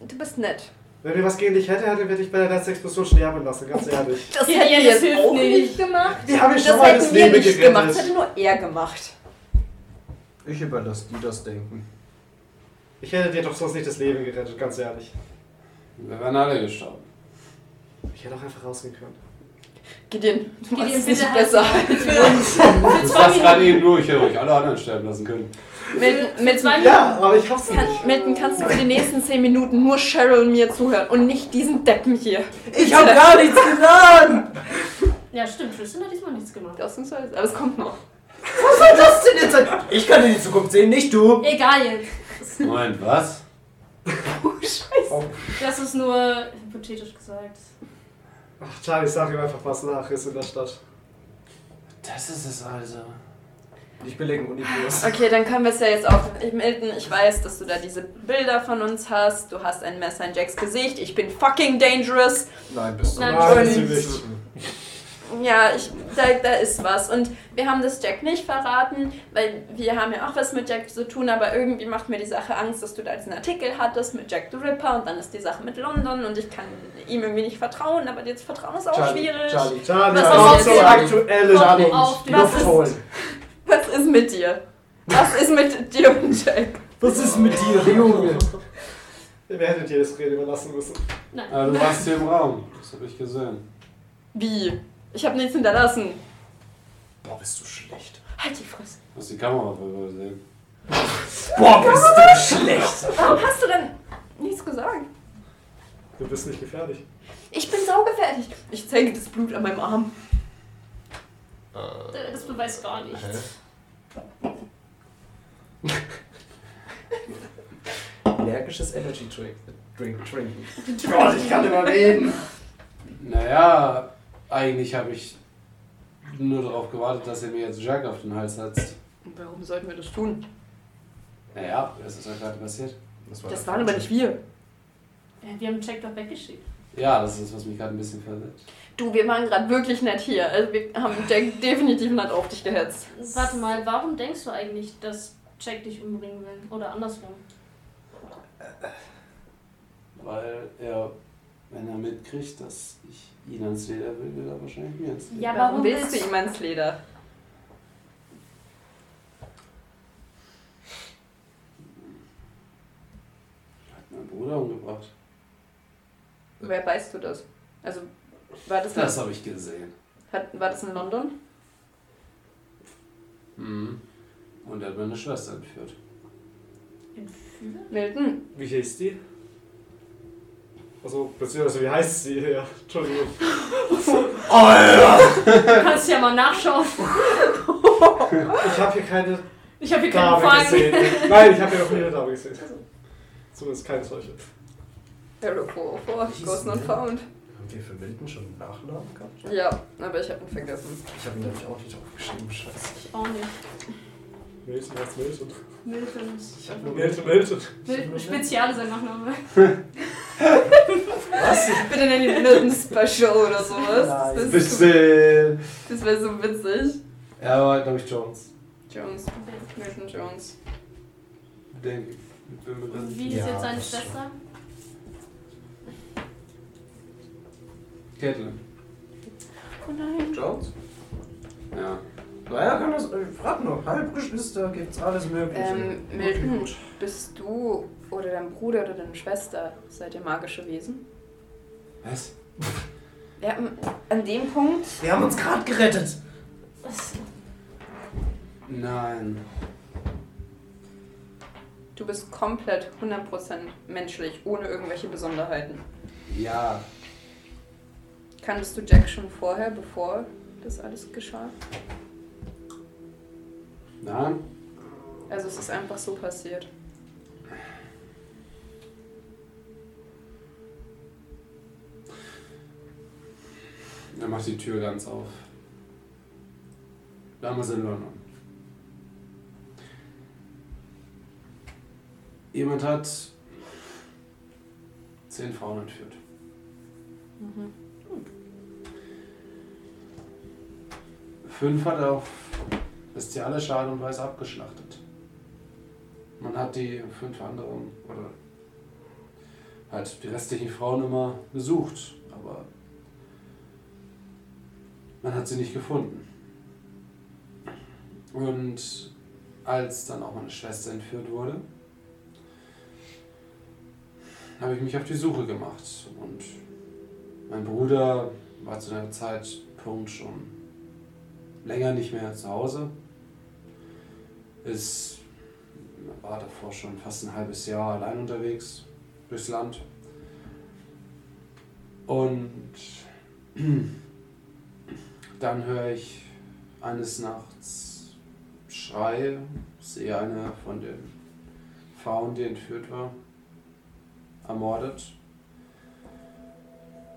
[SPEAKER 2] Du bist nett.
[SPEAKER 3] Wenn wir was gegen dich hätte, hätte wir dich bei der letzten Explosion sterben lassen, ganz ehrlich.
[SPEAKER 2] Das
[SPEAKER 5] Ja,
[SPEAKER 2] hätte
[SPEAKER 5] ja,
[SPEAKER 2] er
[SPEAKER 5] das
[SPEAKER 2] jetzt
[SPEAKER 5] hilft
[SPEAKER 2] auch
[SPEAKER 5] nicht.
[SPEAKER 2] nicht gemacht.
[SPEAKER 3] Wir haben ja
[SPEAKER 2] Das
[SPEAKER 3] schon mal das
[SPEAKER 2] hätten wir
[SPEAKER 3] Leben
[SPEAKER 2] nicht gemacht, das
[SPEAKER 3] gerettet.
[SPEAKER 2] hätte nur er gemacht.
[SPEAKER 7] Ich überlasse dir das Denken.
[SPEAKER 3] Ich hätte dir doch sonst nicht das Leben gerettet, ganz ehrlich.
[SPEAKER 1] Wir wären alle gestorben.
[SPEAKER 3] Ich hätte auch einfach rausgehen können.
[SPEAKER 2] Gideon, du
[SPEAKER 5] Gideon,
[SPEAKER 2] machst es
[SPEAKER 5] bitte
[SPEAKER 2] nicht
[SPEAKER 5] halt
[SPEAKER 2] besser.
[SPEAKER 1] Das war's gerade eben durch, ich hätte euch alle anderen sterben lassen können.
[SPEAKER 2] Mit, mit,
[SPEAKER 5] Zwei
[SPEAKER 3] Ja, aber ich hab's nicht.
[SPEAKER 2] Kann, Milton, kannst du für die nächsten 10 Minuten nur Cheryl und mir zuhören und nicht diesen Deppen hier?
[SPEAKER 3] Ich hab gar nichts getan!
[SPEAKER 5] Ja, stimmt. Tristan hat diesmal nichts gemacht.
[SPEAKER 2] Ausnahmsweise, aber es kommt noch.
[SPEAKER 7] Was denn jetzt? ein- Ich kann in die Zukunft sehen, nicht du!
[SPEAKER 5] Egal jetzt.
[SPEAKER 1] Moment, was?
[SPEAKER 5] Das ist nur hypothetisch gesagt.
[SPEAKER 3] Ach, Charlie, sag ihm einfach, was nach ist in der Stadt.
[SPEAKER 1] Das ist es also.
[SPEAKER 7] Ich belege einen Universe.
[SPEAKER 2] Okay, dann können wir es ja jetzt auch. Ich- Milton, ich weiß, dass du da diese Bilder von uns hast. Du hast ein Messer in Jacks Gesicht. Ich bin fucking dangerous.
[SPEAKER 7] Nein, bist du
[SPEAKER 5] Nein,
[SPEAKER 3] Nein,
[SPEAKER 5] bist
[SPEAKER 3] sie
[SPEAKER 5] du
[SPEAKER 3] nicht.
[SPEAKER 2] Ja, ich, da, da ist was. Und wir haben das Jack nicht verraten, weil wir haben ja auch was mit Jack zu tun, aber irgendwie macht mir die Sache Angst, dass du da diesen Artikel hattest mit Jack the Ripper und dann ist die Sache mit London und ich kann ihm irgendwie nicht vertrauen, aber jetzt Vertrauen ist auch schwierig.
[SPEAKER 7] Charlie,
[SPEAKER 3] Charlie,
[SPEAKER 2] Was
[SPEAKER 3] komm
[SPEAKER 2] ist
[SPEAKER 3] zum
[SPEAKER 2] jetzt?
[SPEAKER 3] aktuellen
[SPEAKER 5] Komm
[SPEAKER 3] Charlie.
[SPEAKER 5] auf die
[SPEAKER 7] Luft
[SPEAKER 2] ist-
[SPEAKER 7] holen.
[SPEAKER 2] Was ist mit dir? Was ist mit dir und Jack?
[SPEAKER 7] Was ist mit dir, Junge?
[SPEAKER 3] Wir hätten dir das Reden überlassen müssen.
[SPEAKER 5] Nein.
[SPEAKER 1] Aber du warst hier im Raum, das habe ich gesehen.
[SPEAKER 2] Wie? Ich habe nichts hinterlassen.
[SPEAKER 7] Boah, bist du schlecht.
[SPEAKER 2] Halt die Fresse.
[SPEAKER 1] Du hast die Kamera voll gesehen.
[SPEAKER 7] Boah, bist du schlecht!
[SPEAKER 2] Warum hast du denn nichts gesagt?
[SPEAKER 3] Du bist nicht gefährlich.
[SPEAKER 2] Ich bin saugefährlich. Ich zeige das Blut an meinem Arm.
[SPEAKER 5] Das beweist gar nichts.
[SPEAKER 7] Energisches Energy Drink. Drink, trinken.
[SPEAKER 3] Gott, ich kann immer reden.
[SPEAKER 1] Naja, eigentlich habe ich nur darauf gewartet, dass ihr mir jetzt Jack auf den Hals setzt.
[SPEAKER 2] Warum sollten wir das tun?
[SPEAKER 1] Naja, das ist ja gerade passiert.
[SPEAKER 7] war
[SPEAKER 2] Das waren aber nicht wir.
[SPEAKER 5] Äh, Wir haben Jack doch weggeschickt.
[SPEAKER 1] Ja, das ist, was mich gerade ein bisschen verwirrt.
[SPEAKER 2] Du, wir waren gerade wirklich nett hier. Also wir haben Jack definitiv nicht auf dich gehetzt.
[SPEAKER 5] Warte mal, warum denkst du eigentlich, dass Jack dich umbringen will? Oder andersrum?
[SPEAKER 1] Weil er, wenn er mitkriegt, dass ich ihn ans Leder will, will er wahrscheinlich mir ans
[SPEAKER 5] Ja,
[SPEAKER 2] Warum willst du ihm ans Leder?
[SPEAKER 1] Er hat meinen Bruder umgebracht.
[SPEAKER 2] Wer weißt du das? Also, war das,
[SPEAKER 1] Das habe ich gesehen.
[SPEAKER 2] hat, war das in London?
[SPEAKER 1] Mhm. Und er hat meine Schwester entführt.
[SPEAKER 2] Milton?
[SPEAKER 3] Wie hieß die? Also, beziehungsweise wie heißt sie? Ja, Entschuldigung.
[SPEAKER 5] Du kannst ja mal nachschauen.
[SPEAKER 3] Ich habe hier keine
[SPEAKER 5] Ich habe hier keine
[SPEAKER 3] Dame
[SPEAKER 5] Fragen.
[SPEAKER 3] gesehen. Nein, ich habe hier noch nie eine Dame gesehen. Zumindest keine solche.
[SPEAKER 2] Hello, Ghost Not Found.
[SPEAKER 7] Haben wir für Milton schon einen Nachnamen gehabt?
[SPEAKER 2] Ja, aber ich habe ihn vergessen.
[SPEAKER 7] Ich habe ihn nämlich auch nicht aufgeschrieben, scheiße.
[SPEAKER 5] Ich auch nicht.
[SPEAKER 3] Milton heißt Milton.
[SPEAKER 5] Milton ist
[SPEAKER 7] Ich hab
[SPEAKER 5] einfach-
[SPEAKER 7] nur
[SPEAKER 3] Milton, Milton.
[SPEAKER 5] Milton Spezial ist sein Nachname.
[SPEAKER 2] Bitte nenn ihn Milton Special oder sowas. Das, ist-
[SPEAKER 1] Bitte!
[SPEAKER 2] das wäre so witzig.
[SPEAKER 1] Er war, glaube ich, Jones.
[SPEAKER 2] Jones. Milton Jones.
[SPEAKER 1] Denke ich. Ich bin mir
[SPEAKER 5] Und
[SPEAKER 1] das-
[SPEAKER 5] wie ist
[SPEAKER 7] Ja,
[SPEAKER 5] jetzt seine
[SPEAKER 7] das-
[SPEAKER 5] Schwester?
[SPEAKER 1] Caitlin.
[SPEAKER 2] Oh nein.
[SPEAKER 7] Jones?
[SPEAKER 1] Ja.
[SPEAKER 7] Naja, kann das. Ich frag nur, Halbgeschwister gibt's alles Mögliche.
[SPEAKER 2] Ähm, Milton, bist du oder dein Bruder oder deine Schwester, seid ihr magische Wesen?
[SPEAKER 1] Was?
[SPEAKER 2] Ja, m- an dem Punkt
[SPEAKER 7] Wir haben uns gerade gerettet.
[SPEAKER 5] Das-
[SPEAKER 1] Nein.
[SPEAKER 2] Du bist komplett 100% menschlich, ohne irgendwelche Besonderheiten.
[SPEAKER 1] Ja.
[SPEAKER 2] Kanntest du Jack schon vorher, bevor das alles geschah?
[SPEAKER 1] Nein?
[SPEAKER 2] Also es ist einfach so passiert.
[SPEAKER 1] Er macht die Tür ganz auf. Damals in London. Jemand hat zehn Frauen entführt. Mhm. Fünf hat er auf bestialische Art und Weise abgeschlachtet. Man hat die fünf anderen oder halt die restlichen Frauen immer gesucht, aber man hat sie nicht gefunden. Und als dann auch meine Schwester entführt wurde, habe ich mich auf die Suche gemacht. Und mein Bruder war zu dem Zeitpunkt schon länger nicht mehr zu Hause. Ist, war davor schon fast ein halbes Jahr allein unterwegs durchs Land. Und dann höre ich eines Nachts Schreie, sehe eine von den Frauen, die entführt war, ermordet.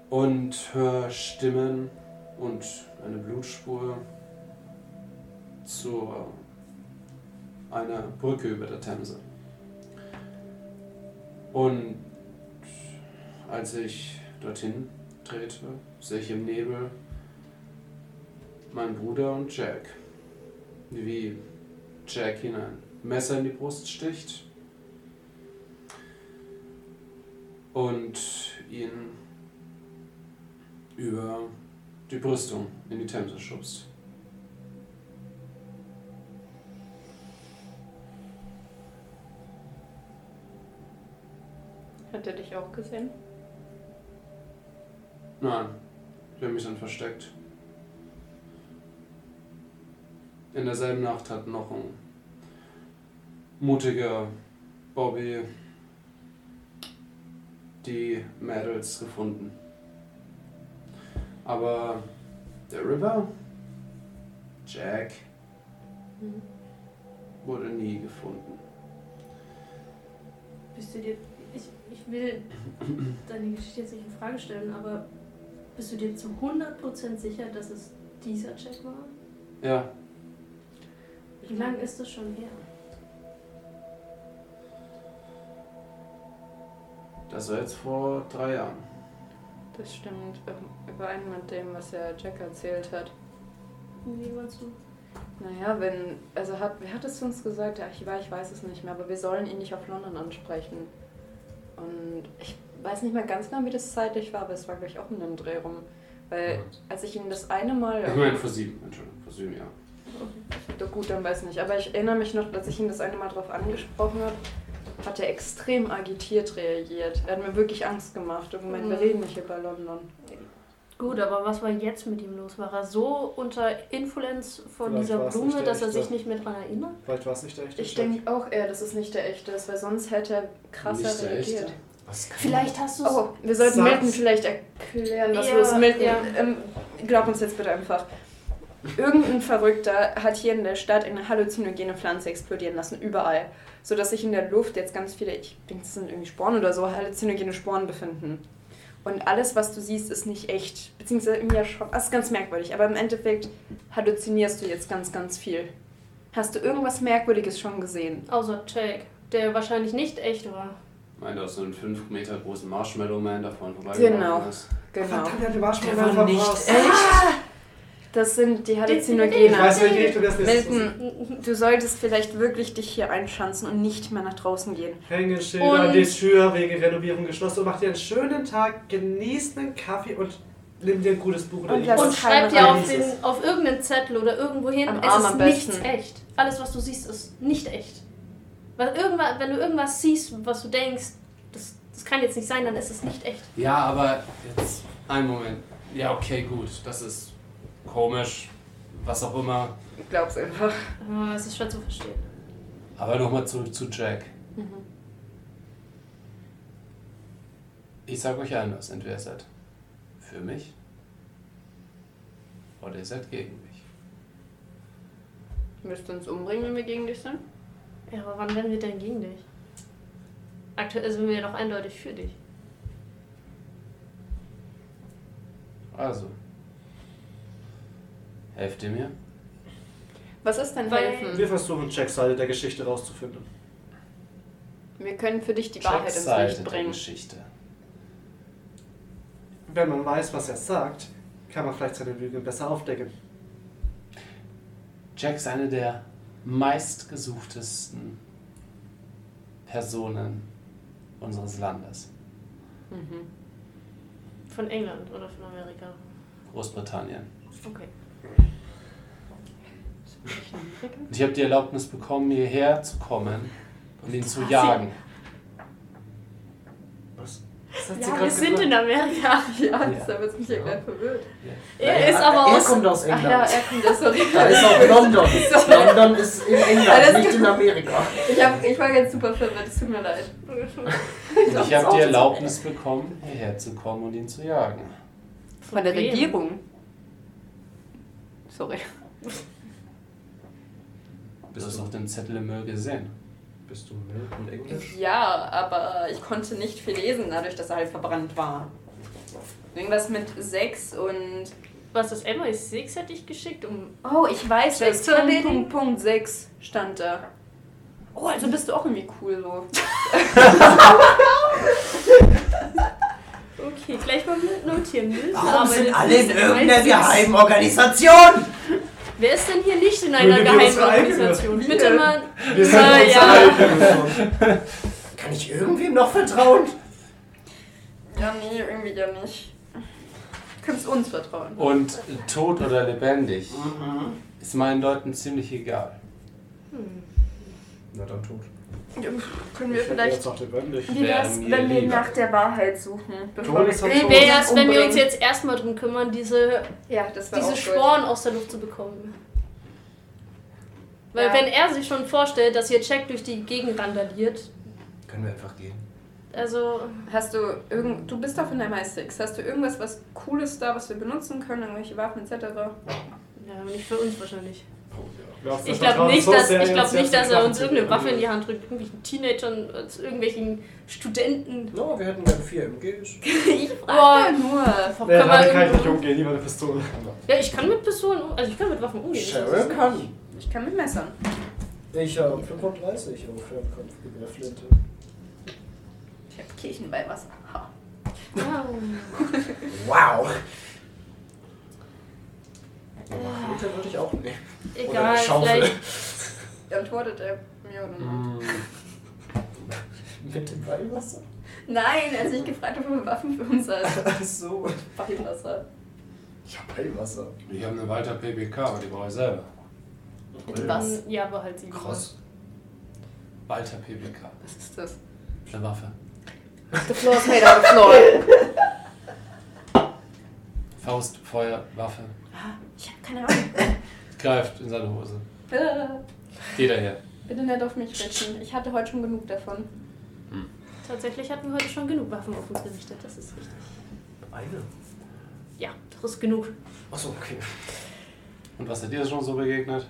[SPEAKER 1] Und höre Stimmen und eine Blutspur zu einer Brücke über der Themse. Und als ich dorthin trete, sehe ich im Nebel mein Bruder und Jack. Wie Jack ihn ein Messer in die Brust sticht und ihn über die Brüstung in die Themse schubst.
[SPEAKER 2] Hat er dich auch gesehen?
[SPEAKER 1] Nein, ich habe mich dann versteckt. In derselben Nacht hat noch ein mutiger Bobby die Mädels gefunden. Aber der River, Jack, wurde nie gefunden.
[SPEAKER 5] Bist du dir. Ich, ich will deine Geschichte jetzt nicht in Frage stellen, aber bist du dir zu 100% sicher, dass es dieser Check war?
[SPEAKER 1] Ja,
[SPEAKER 5] Wie lange ist das schon her?
[SPEAKER 1] das war jetzt vor drei Jahren.
[SPEAKER 2] Das stimmt ähm, überein mit dem, was ja Jack erzählt hat.
[SPEAKER 5] Wie meinst du?
[SPEAKER 2] Naja, wenn, also hat, wer hat es uns gesagt? Der Archivar, ich weiß es nicht mehr, aber wir sollen ihn nicht auf London ansprechen. Und ich weiß nicht mehr ganz genau, wie das zeitlich war, aber es war, glaube ich, auch in einem Dreh rum. Weil als ich ihn das eine Mal.
[SPEAKER 1] Ich meine, vor sieben, Entschuldigung, vor sieben, ja.
[SPEAKER 2] Doch gut, dann weiß nicht. Aber ich erinnere mich noch, dass ich ihn das eine Mal drauf angesprochen habe, hat er extrem agitiert reagiert. Er hat mir wirklich Angst gemacht. Im Moment, wir
[SPEAKER 5] Mhm.
[SPEAKER 2] reden nicht über London.
[SPEAKER 5] Gut, aber was war jetzt mit ihm los? War er so unter Influence von
[SPEAKER 11] Vielleicht
[SPEAKER 5] dieser
[SPEAKER 11] war's nicht
[SPEAKER 5] Blume,
[SPEAKER 11] der
[SPEAKER 5] dass er
[SPEAKER 11] echte.
[SPEAKER 5] sich nicht mehr dran erinnert?
[SPEAKER 11] Vielleicht war es nicht der echte
[SPEAKER 2] Ich
[SPEAKER 11] Schritt.
[SPEAKER 2] denke auch eher, dass es nicht der echte ist, weil sonst hätte er krasser
[SPEAKER 1] halt. Nicht der echte?
[SPEAKER 2] reagiert.
[SPEAKER 11] Was kann
[SPEAKER 5] Vielleicht hast du es.
[SPEAKER 2] Oh, wir sollten
[SPEAKER 11] Sag's.
[SPEAKER 2] Milton vielleicht erklären, was
[SPEAKER 5] Ja,
[SPEAKER 2] los ist. Milton,
[SPEAKER 5] ja.
[SPEAKER 2] ähm, glaub uns jetzt bitte einfach. Irgendein Verrückter hat hier in der Stadt eine halluzinogene Pflanze explodieren lassen, überall. Sodass sich in der Luft jetzt ganz viele, ich denke, es sind irgendwie Sporen oder so, halluzinogene Sporen befinden. Und alles, was du siehst, ist nicht echt. Beziehungsweise, ja, schon. Das ist ganz merkwürdig. Aber im Endeffekt halluzinierst du jetzt ganz, ganz viel. Hast du irgendwas Merkwürdiges schon gesehen?
[SPEAKER 5] Außer Jake, der wahrscheinlich nicht echt war.
[SPEAKER 1] Ich meine, da ist so ein 5 Meter großen Marshmallow Man da vorne vorbei.
[SPEAKER 2] Genau. Genau.
[SPEAKER 3] Verdammt, der Marshmallow
[SPEAKER 2] Der war
[SPEAKER 3] Man
[SPEAKER 2] nicht
[SPEAKER 3] verpasst.
[SPEAKER 2] Das sind die
[SPEAKER 5] Ich
[SPEAKER 2] Halluzinogene.
[SPEAKER 5] Genau.
[SPEAKER 3] Ich weiß, welche Richtung das nächste ist.
[SPEAKER 2] Milton, du solltest vielleicht wirklich dich hier einschanzen und nicht mehr nach draußen gehen.
[SPEAKER 3] Hängeschilder
[SPEAKER 5] Und-
[SPEAKER 3] an die Tür wegen Renovierung geschlossen und mach dir einen schönen Tag, genieß einen Kaffee und nimm dir ein gutes Buch oder
[SPEAKER 2] Und lass-
[SPEAKER 3] irgendwas.
[SPEAKER 5] Und
[SPEAKER 2] ist
[SPEAKER 5] schreib
[SPEAKER 2] keine
[SPEAKER 5] dir auf,
[SPEAKER 3] Reise.
[SPEAKER 5] den, auf irgendeinen Zettel oder irgendwo hin,
[SPEAKER 2] Am
[SPEAKER 5] es
[SPEAKER 2] Arm
[SPEAKER 5] ist
[SPEAKER 2] am
[SPEAKER 5] nichts
[SPEAKER 2] besten.
[SPEAKER 5] echt. Alles, was du siehst, ist nicht echt. Weil irgendwann, wenn du irgendwas siehst, was du denkst, das, das kann jetzt nicht sein, dann ist es nicht echt.
[SPEAKER 1] Ja, aber jetzt einen Moment. Ja, okay, gut. Das ist komisch, was auch immer.
[SPEAKER 2] Ich glaub's einfach.
[SPEAKER 5] Äh, Es ist schwer zu verstehen.
[SPEAKER 1] Aber nochmal zurück zu Jack.
[SPEAKER 2] Mhm.
[SPEAKER 1] Ich sag euch anders, entweder ihr seid für mich oder ihr seid gegen mich.
[SPEAKER 2] Müsst uns umbringen, wenn wir gegen dich sind?
[SPEAKER 5] Ja, aber wann werden wir denn gegen dich? Aktuell sind wir doch eindeutig für dich.
[SPEAKER 1] Also, helft ihr mir?
[SPEAKER 2] Was ist denn
[SPEAKER 5] Weil-
[SPEAKER 2] helfen?
[SPEAKER 3] Wir versuchen, Jacks Seite der Geschichte rauszufinden.
[SPEAKER 2] Wir können für dich die
[SPEAKER 1] Jacks
[SPEAKER 2] Wahrheit ins
[SPEAKER 1] Seite
[SPEAKER 2] Licht
[SPEAKER 1] der
[SPEAKER 2] bringen.
[SPEAKER 1] Geschichte.
[SPEAKER 3] Wenn man weiß, was er sagt, kann man vielleicht seine Lügen besser aufdecken.
[SPEAKER 1] Jack ist eine der meistgesuchtesten Personen unseres Landes,
[SPEAKER 5] Von England oder von Amerika.
[SPEAKER 1] Großbritannien.
[SPEAKER 5] Okay.
[SPEAKER 1] Und ich habe die Erlaubnis bekommen, hierher zu kommen und ihn zu jagen.
[SPEAKER 3] Was? Das hat sie
[SPEAKER 5] Ja,
[SPEAKER 3] grad
[SPEAKER 5] wir sind
[SPEAKER 3] gesagt.
[SPEAKER 5] in
[SPEAKER 2] [laughs]
[SPEAKER 5] Amerika.
[SPEAKER 2] [laughs] Ja, jetzt da wird's mich ja gleich verwirrt.
[SPEAKER 5] Er ist aber
[SPEAKER 7] er
[SPEAKER 5] aus-
[SPEAKER 7] kommt aus
[SPEAKER 2] Ach
[SPEAKER 7] England.
[SPEAKER 2] ja, er kommt ja, sorry.
[SPEAKER 7] Da ist auch
[SPEAKER 2] [laughs]
[SPEAKER 7] London. London ist in England,
[SPEAKER 2] Alles
[SPEAKER 7] nicht
[SPEAKER 2] gut.
[SPEAKER 7] in Amerika.
[SPEAKER 2] Ich, hab, ich war jetzt super verwirrt, es tut mir leid.
[SPEAKER 5] [laughs]
[SPEAKER 1] Und ich habe die Erlaubnis bekommen, hierher zu kommen und ihn zu jagen.
[SPEAKER 2] Von der
[SPEAKER 5] Von wem?
[SPEAKER 2] Regierung. Sorry.
[SPEAKER 1] Du hast auf dem Zettel im Müll gesehen.
[SPEAKER 7] Bist du Milton Englisch?
[SPEAKER 2] Ja, aber ich konnte nicht viel lesen, dadurch, dass er halt verbrannt war. Irgendwas mit 6 und
[SPEAKER 5] Was das MI6 hätte ich geschickt, um.
[SPEAKER 2] Oh, ich weiß,
[SPEAKER 5] Sechs
[SPEAKER 2] das
[SPEAKER 5] zu erledigen.
[SPEAKER 2] Punkt, Punkt 6 stand da. Oh, also bist du auch irgendwie cool so.
[SPEAKER 5] Okay, gleich mal notieren. Milton
[SPEAKER 7] Warum
[SPEAKER 5] arbeitet
[SPEAKER 7] sind alle in
[SPEAKER 5] für
[SPEAKER 7] irgendeiner
[SPEAKER 5] MI6?
[SPEAKER 7] geheimen Organisation?
[SPEAKER 5] Wer ist denn hier nicht in einer
[SPEAKER 3] Würde wir
[SPEAKER 5] geheimen
[SPEAKER 3] unsere eigene-
[SPEAKER 5] Organisation? Bitte mal.
[SPEAKER 3] Wir sind
[SPEAKER 5] Ah,
[SPEAKER 3] unsere
[SPEAKER 5] ja.
[SPEAKER 3] eigene
[SPEAKER 7] Kann ich irgendwem noch vertrauen?
[SPEAKER 2] Ja, nee, irgendwie ja nicht. Du kannst uns vertrauen.
[SPEAKER 1] Und tot oder lebendig ist meinen Leuten ziemlich egal.
[SPEAKER 11] Na dann tot.
[SPEAKER 2] Können wir vielleicht.
[SPEAKER 11] auch den Wendlich.
[SPEAKER 2] Wie wär's,
[SPEAKER 1] Wären wir
[SPEAKER 2] wenn wir
[SPEAKER 1] lieber.
[SPEAKER 2] nach der Wahrheit suchen? Bevor wir
[SPEAKER 3] Todes-
[SPEAKER 5] Wie wäre es, wenn wir uns jetzt erstmal drum kümmern, diese,
[SPEAKER 2] Ja, das war
[SPEAKER 5] diese
[SPEAKER 2] auch
[SPEAKER 5] Sporen aus der Luft zu bekommen? Weil
[SPEAKER 2] Ja.
[SPEAKER 5] wenn er sich schon vorstellt, dass hier Jack durch die Gegend randaliert,
[SPEAKER 7] Können wir einfach gehen.
[SPEAKER 5] also
[SPEAKER 2] gut. Hast du irgend. Du bist doch von der MI6. Hast du irgendwas was Cooles da, was wir benutzen können? Irgendwelche Waffen etc.
[SPEAKER 5] ja, aber nicht für uns wahrscheinlich.
[SPEAKER 3] Glaubst du,
[SPEAKER 5] Ich
[SPEAKER 3] das
[SPEAKER 5] glaube
[SPEAKER 3] war
[SPEAKER 5] nicht,
[SPEAKER 3] so
[SPEAKER 5] dass,
[SPEAKER 3] sehr
[SPEAKER 5] ich glaub
[SPEAKER 3] ernst,
[SPEAKER 5] nicht,
[SPEAKER 3] dass
[SPEAKER 5] dass er
[SPEAKER 3] die
[SPEAKER 5] uns
[SPEAKER 3] Waffen-
[SPEAKER 5] irgendeine Waffe in die Hand drückt, irgendwelchen Teenagern, äh, zu irgendwelchen
[SPEAKER 7] [laughs]
[SPEAKER 5] Studenten.
[SPEAKER 7] No, wir hätten dann 4 MGs.
[SPEAKER 5] Ich
[SPEAKER 2] Ja,
[SPEAKER 5] frage
[SPEAKER 2] nur.
[SPEAKER 5] oh,
[SPEAKER 3] Nee,
[SPEAKER 5] kann
[SPEAKER 3] damit kann ich nicht
[SPEAKER 5] man
[SPEAKER 3] umgehen, lieber eine Pistole.
[SPEAKER 5] ja, ich kann mit Pistolen, um- also ich kann mit Waffen umgehen.
[SPEAKER 7] Sharon kann.
[SPEAKER 2] Ich kann mit Messern.
[SPEAKER 7] Ich habe 35 auf Fernkampf mit der Flinte.
[SPEAKER 2] Ich hab Kirchenweihwasser. Ha.
[SPEAKER 5] Ah.
[SPEAKER 7] Wow. Flinte Äh, würde ich auch nehmen. Oder
[SPEAKER 5] Egal,
[SPEAKER 7] eine Schaufel.
[SPEAKER 5] vielleicht.
[SPEAKER 3] Mhm.
[SPEAKER 2] Antwortet er mir oder nicht?
[SPEAKER 7] [laughs] Mit dem Weihwasser?
[SPEAKER 2] Nein, er hat sich gefragt, ob wir Waffen für uns hat.
[SPEAKER 4] Ach so.
[SPEAKER 2] Fahrwasser.
[SPEAKER 4] Ich hab Heilwasser.
[SPEAKER 1] Ich habe eine Walter PBK, aber die brauche ich selber.
[SPEAKER 2] Was?
[SPEAKER 5] Ähm, Ja, aber halt sie.
[SPEAKER 1] Cross. Walter PBK.
[SPEAKER 2] Was ist das?
[SPEAKER 1] Eine Waffe.
[SPEAKER 6] The floor is made out of floor.
[SPEAKER 1] Faust, Feuer, Waffe.
[SPEAKER 2] Ich habe keine Ahnung.
[SPEAKER 1] Greift in seine Hose.
[SPEAKER 2] Ah,
[SPEAKER 1] Geht daher.
[SPEAKER 2] Bitte nicht auf mich richten. Ich hatte heute schon genug davon.
[SPEAKER 5] [laughs] Tatsächlich hatten wir heute schon genug Waffen auf uns gerichtet, das ist richtig.
[SPEAKER 7] Eine?
[SPEAKER 5] Ja, das ist genug.
[SPEAKER 7] Achso, okay.
[SPEAKER 1] Und was hat dir schon so begegnet?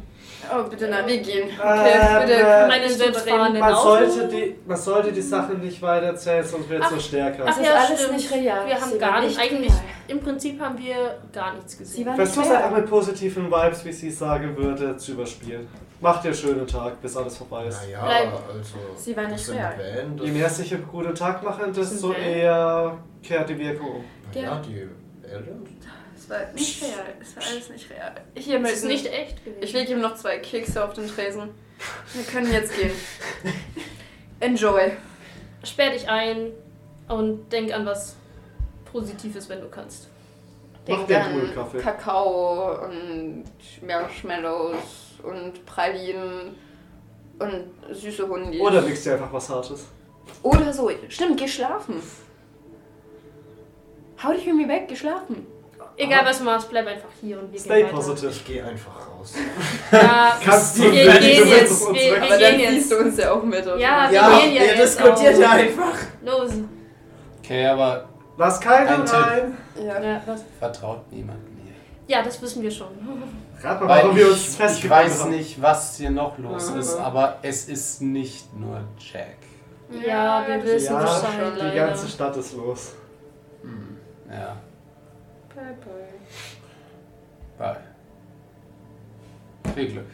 [SPEAKER 6] Oh, bitte, na, wir gehen.
[SPEAKER 3] Ähm,
[SPEAKER 6] Okay,
[SPEAKER 3] äh,
[SPEAKER 6] bitte.
[SPEAKER 5] Meinen
[SPEAKER 6] nicht
[SPEAKER 5] selbstfahrenden
[SPEAKER 3] Man sollte,
[SPEAKER 5] Auto.
[SPEAKER 3] die, man sollte die Sache nicht weiterzählen, sonst wird es
[SPEAKER 5] Ach.
[SPEAKER 3] nur stärker.
[SPEAKER 5] Ach
[SPEAKER 6] Das ist
[SPEAKER 5] ja,
[SPEAKER 6] alles
[SPEAKER 5] stimmt.
[SPEAKER 6] nicht real.
[SPEAKER 5] Wir haben
[SPEAKER 6] Sie
[SPEAKER 5] gar
[SPEAKER 6] waren
[SPEAKER 5] nicht,
[SPEAKER 6] nicht
[SPEAKER 5] eigentlich,
[SPEAKER 6] real.
[SPEAKER 5] im Prinzip haben wir gar nichts
[SPEAKER 6] Sie
[SPEAKER 5] gesehen.
[SPEAKER 6] waren
[SPEAKER 3] Versuch's
[SPEAKER 6] fair.
[SPEAKER 3] einfach mit positiven Vibes, wie sie es sagen würde, zu überspielen. Macht dir einen schönen Tag, bis alles vorbei ist.
[SPEAKER 4] Naja,
[SPEAKER 5] Bleib-
[SPEAKER 4] also.
[SPEAKER 6] Sie war nicht
[SPEAKER 4] das sind
[SPEAKER 6] real.
[SPEAKER 4] Van, das,
[SPEAKER 3] Je mehr sich einen guten Tag machen, desto
[SPEAKER 5] Okay.
[SPEAKER 3] eher kehrt die Wirkung um.
[SPEAKER 4] naja, die Eltern.
[SPEAKER 2] Es war nicht real. Es war alles nicht real.
[SPEAKER 6] Hier,
[SPEAKER 5] Das ist
[SPEAKER 6] Milton.
[SPEAKER 5] nicht echt gewesen.
[SPEAKER 6] Ich lege ihm noch zwei Kekse auf den Tresen. Wir können jetzt
[SPEAKER 3] [laughs]
[SPEAKER 6] gehen. Enjoy.
[SPEAKER 5] Sperr dich ein und denk an was Positives, wenn du kannst.
[SPEAKER 3] Mach
[SPEAKER 6] Denk
[SPEAKER 3] dir
[SPEAKER 6] an
[SPEAKER 3] einen coolen Kaffee.
[SPEAKER 6] Kakao und Marshmallows und Pralinen und süße Hunde.
[SPEAKER 3] Oder wickst dir einfach was Hartes.
[SPEAKER 6] Oder so. Stimmt, geh schlafen. Hau dich irgendwie weg, geh schlafen.
[SPEAKER 5] Egal was du machst, bleib einfach hier und wir
[SPEAKER 3] Stay
[SPEAKER 5] gehen weiter.
[SPEAKER 3] positive.
[SPEAKER 7] Ich gehe einfach raus.
[SPEAKER 5] Ja,
[SPEAKER 3] Kannst du
[SPEAKER 5] wir gehen
[SPEAKER 3] nicht, du willst
[SPEAKER 5] jetzt.
[SPEAKER 3] es uns
[SPEAKER 5] Wir,
[SPEAKER 3] weg-
[SPEAKER 5] wir
[SPEAKER 6] Aber dann
[SPEAKER 5] gehen
[SPEAKER 6] ziehst
[SPEAKER 5] jetzt.
[SPEAKER 6] du uns ja auch mit. oder?
[SPEAKER 5] Ja, wir gehen ja jetzt. auch.
[SPEAKER 7] einfach.
[SPEAKER 5] Los.
[SPEAKER 1] Okay, aber
[SPEAKER 3] Lass keinen
[SPEAKER 1] Ein Tipp.
[SPEAKER 3] rein!
[SPEAKER 6] ja.
[SPEAKER 5] Ja, was?
[SPEAKER 1] vertraut niemandem hier.
[SPEAKER 5] ja, das wissen wir schon.
[SPEAKER 3] Rat mal, warum wir uns
[SPEAKER 1] ich
[SPEAKER 3] festgebunden
[SPEAKER 1] weiß
[SPEAKER 3] haben.
[SPEAKER 1] nicht, was hier noch los
[SPEAKER 3] Mhm.
[SPEAKER 1] ist, aber es ist nicht nur Jack.
[SPEAKER 5] Ja, wir wissen
[SPEAKER 3] Ja,
[SPEAKER 5] Bescheid,
[SPEAKER 3] Die
[SPEAKER 5] leider.
[SPEAKER 3] ganze Stadt ist los. [laughs]
[SPEAKER 1] Ja,
[SPEAKER 6] Bye, bye.
[SPEAKER 1] bye. Viel Glück.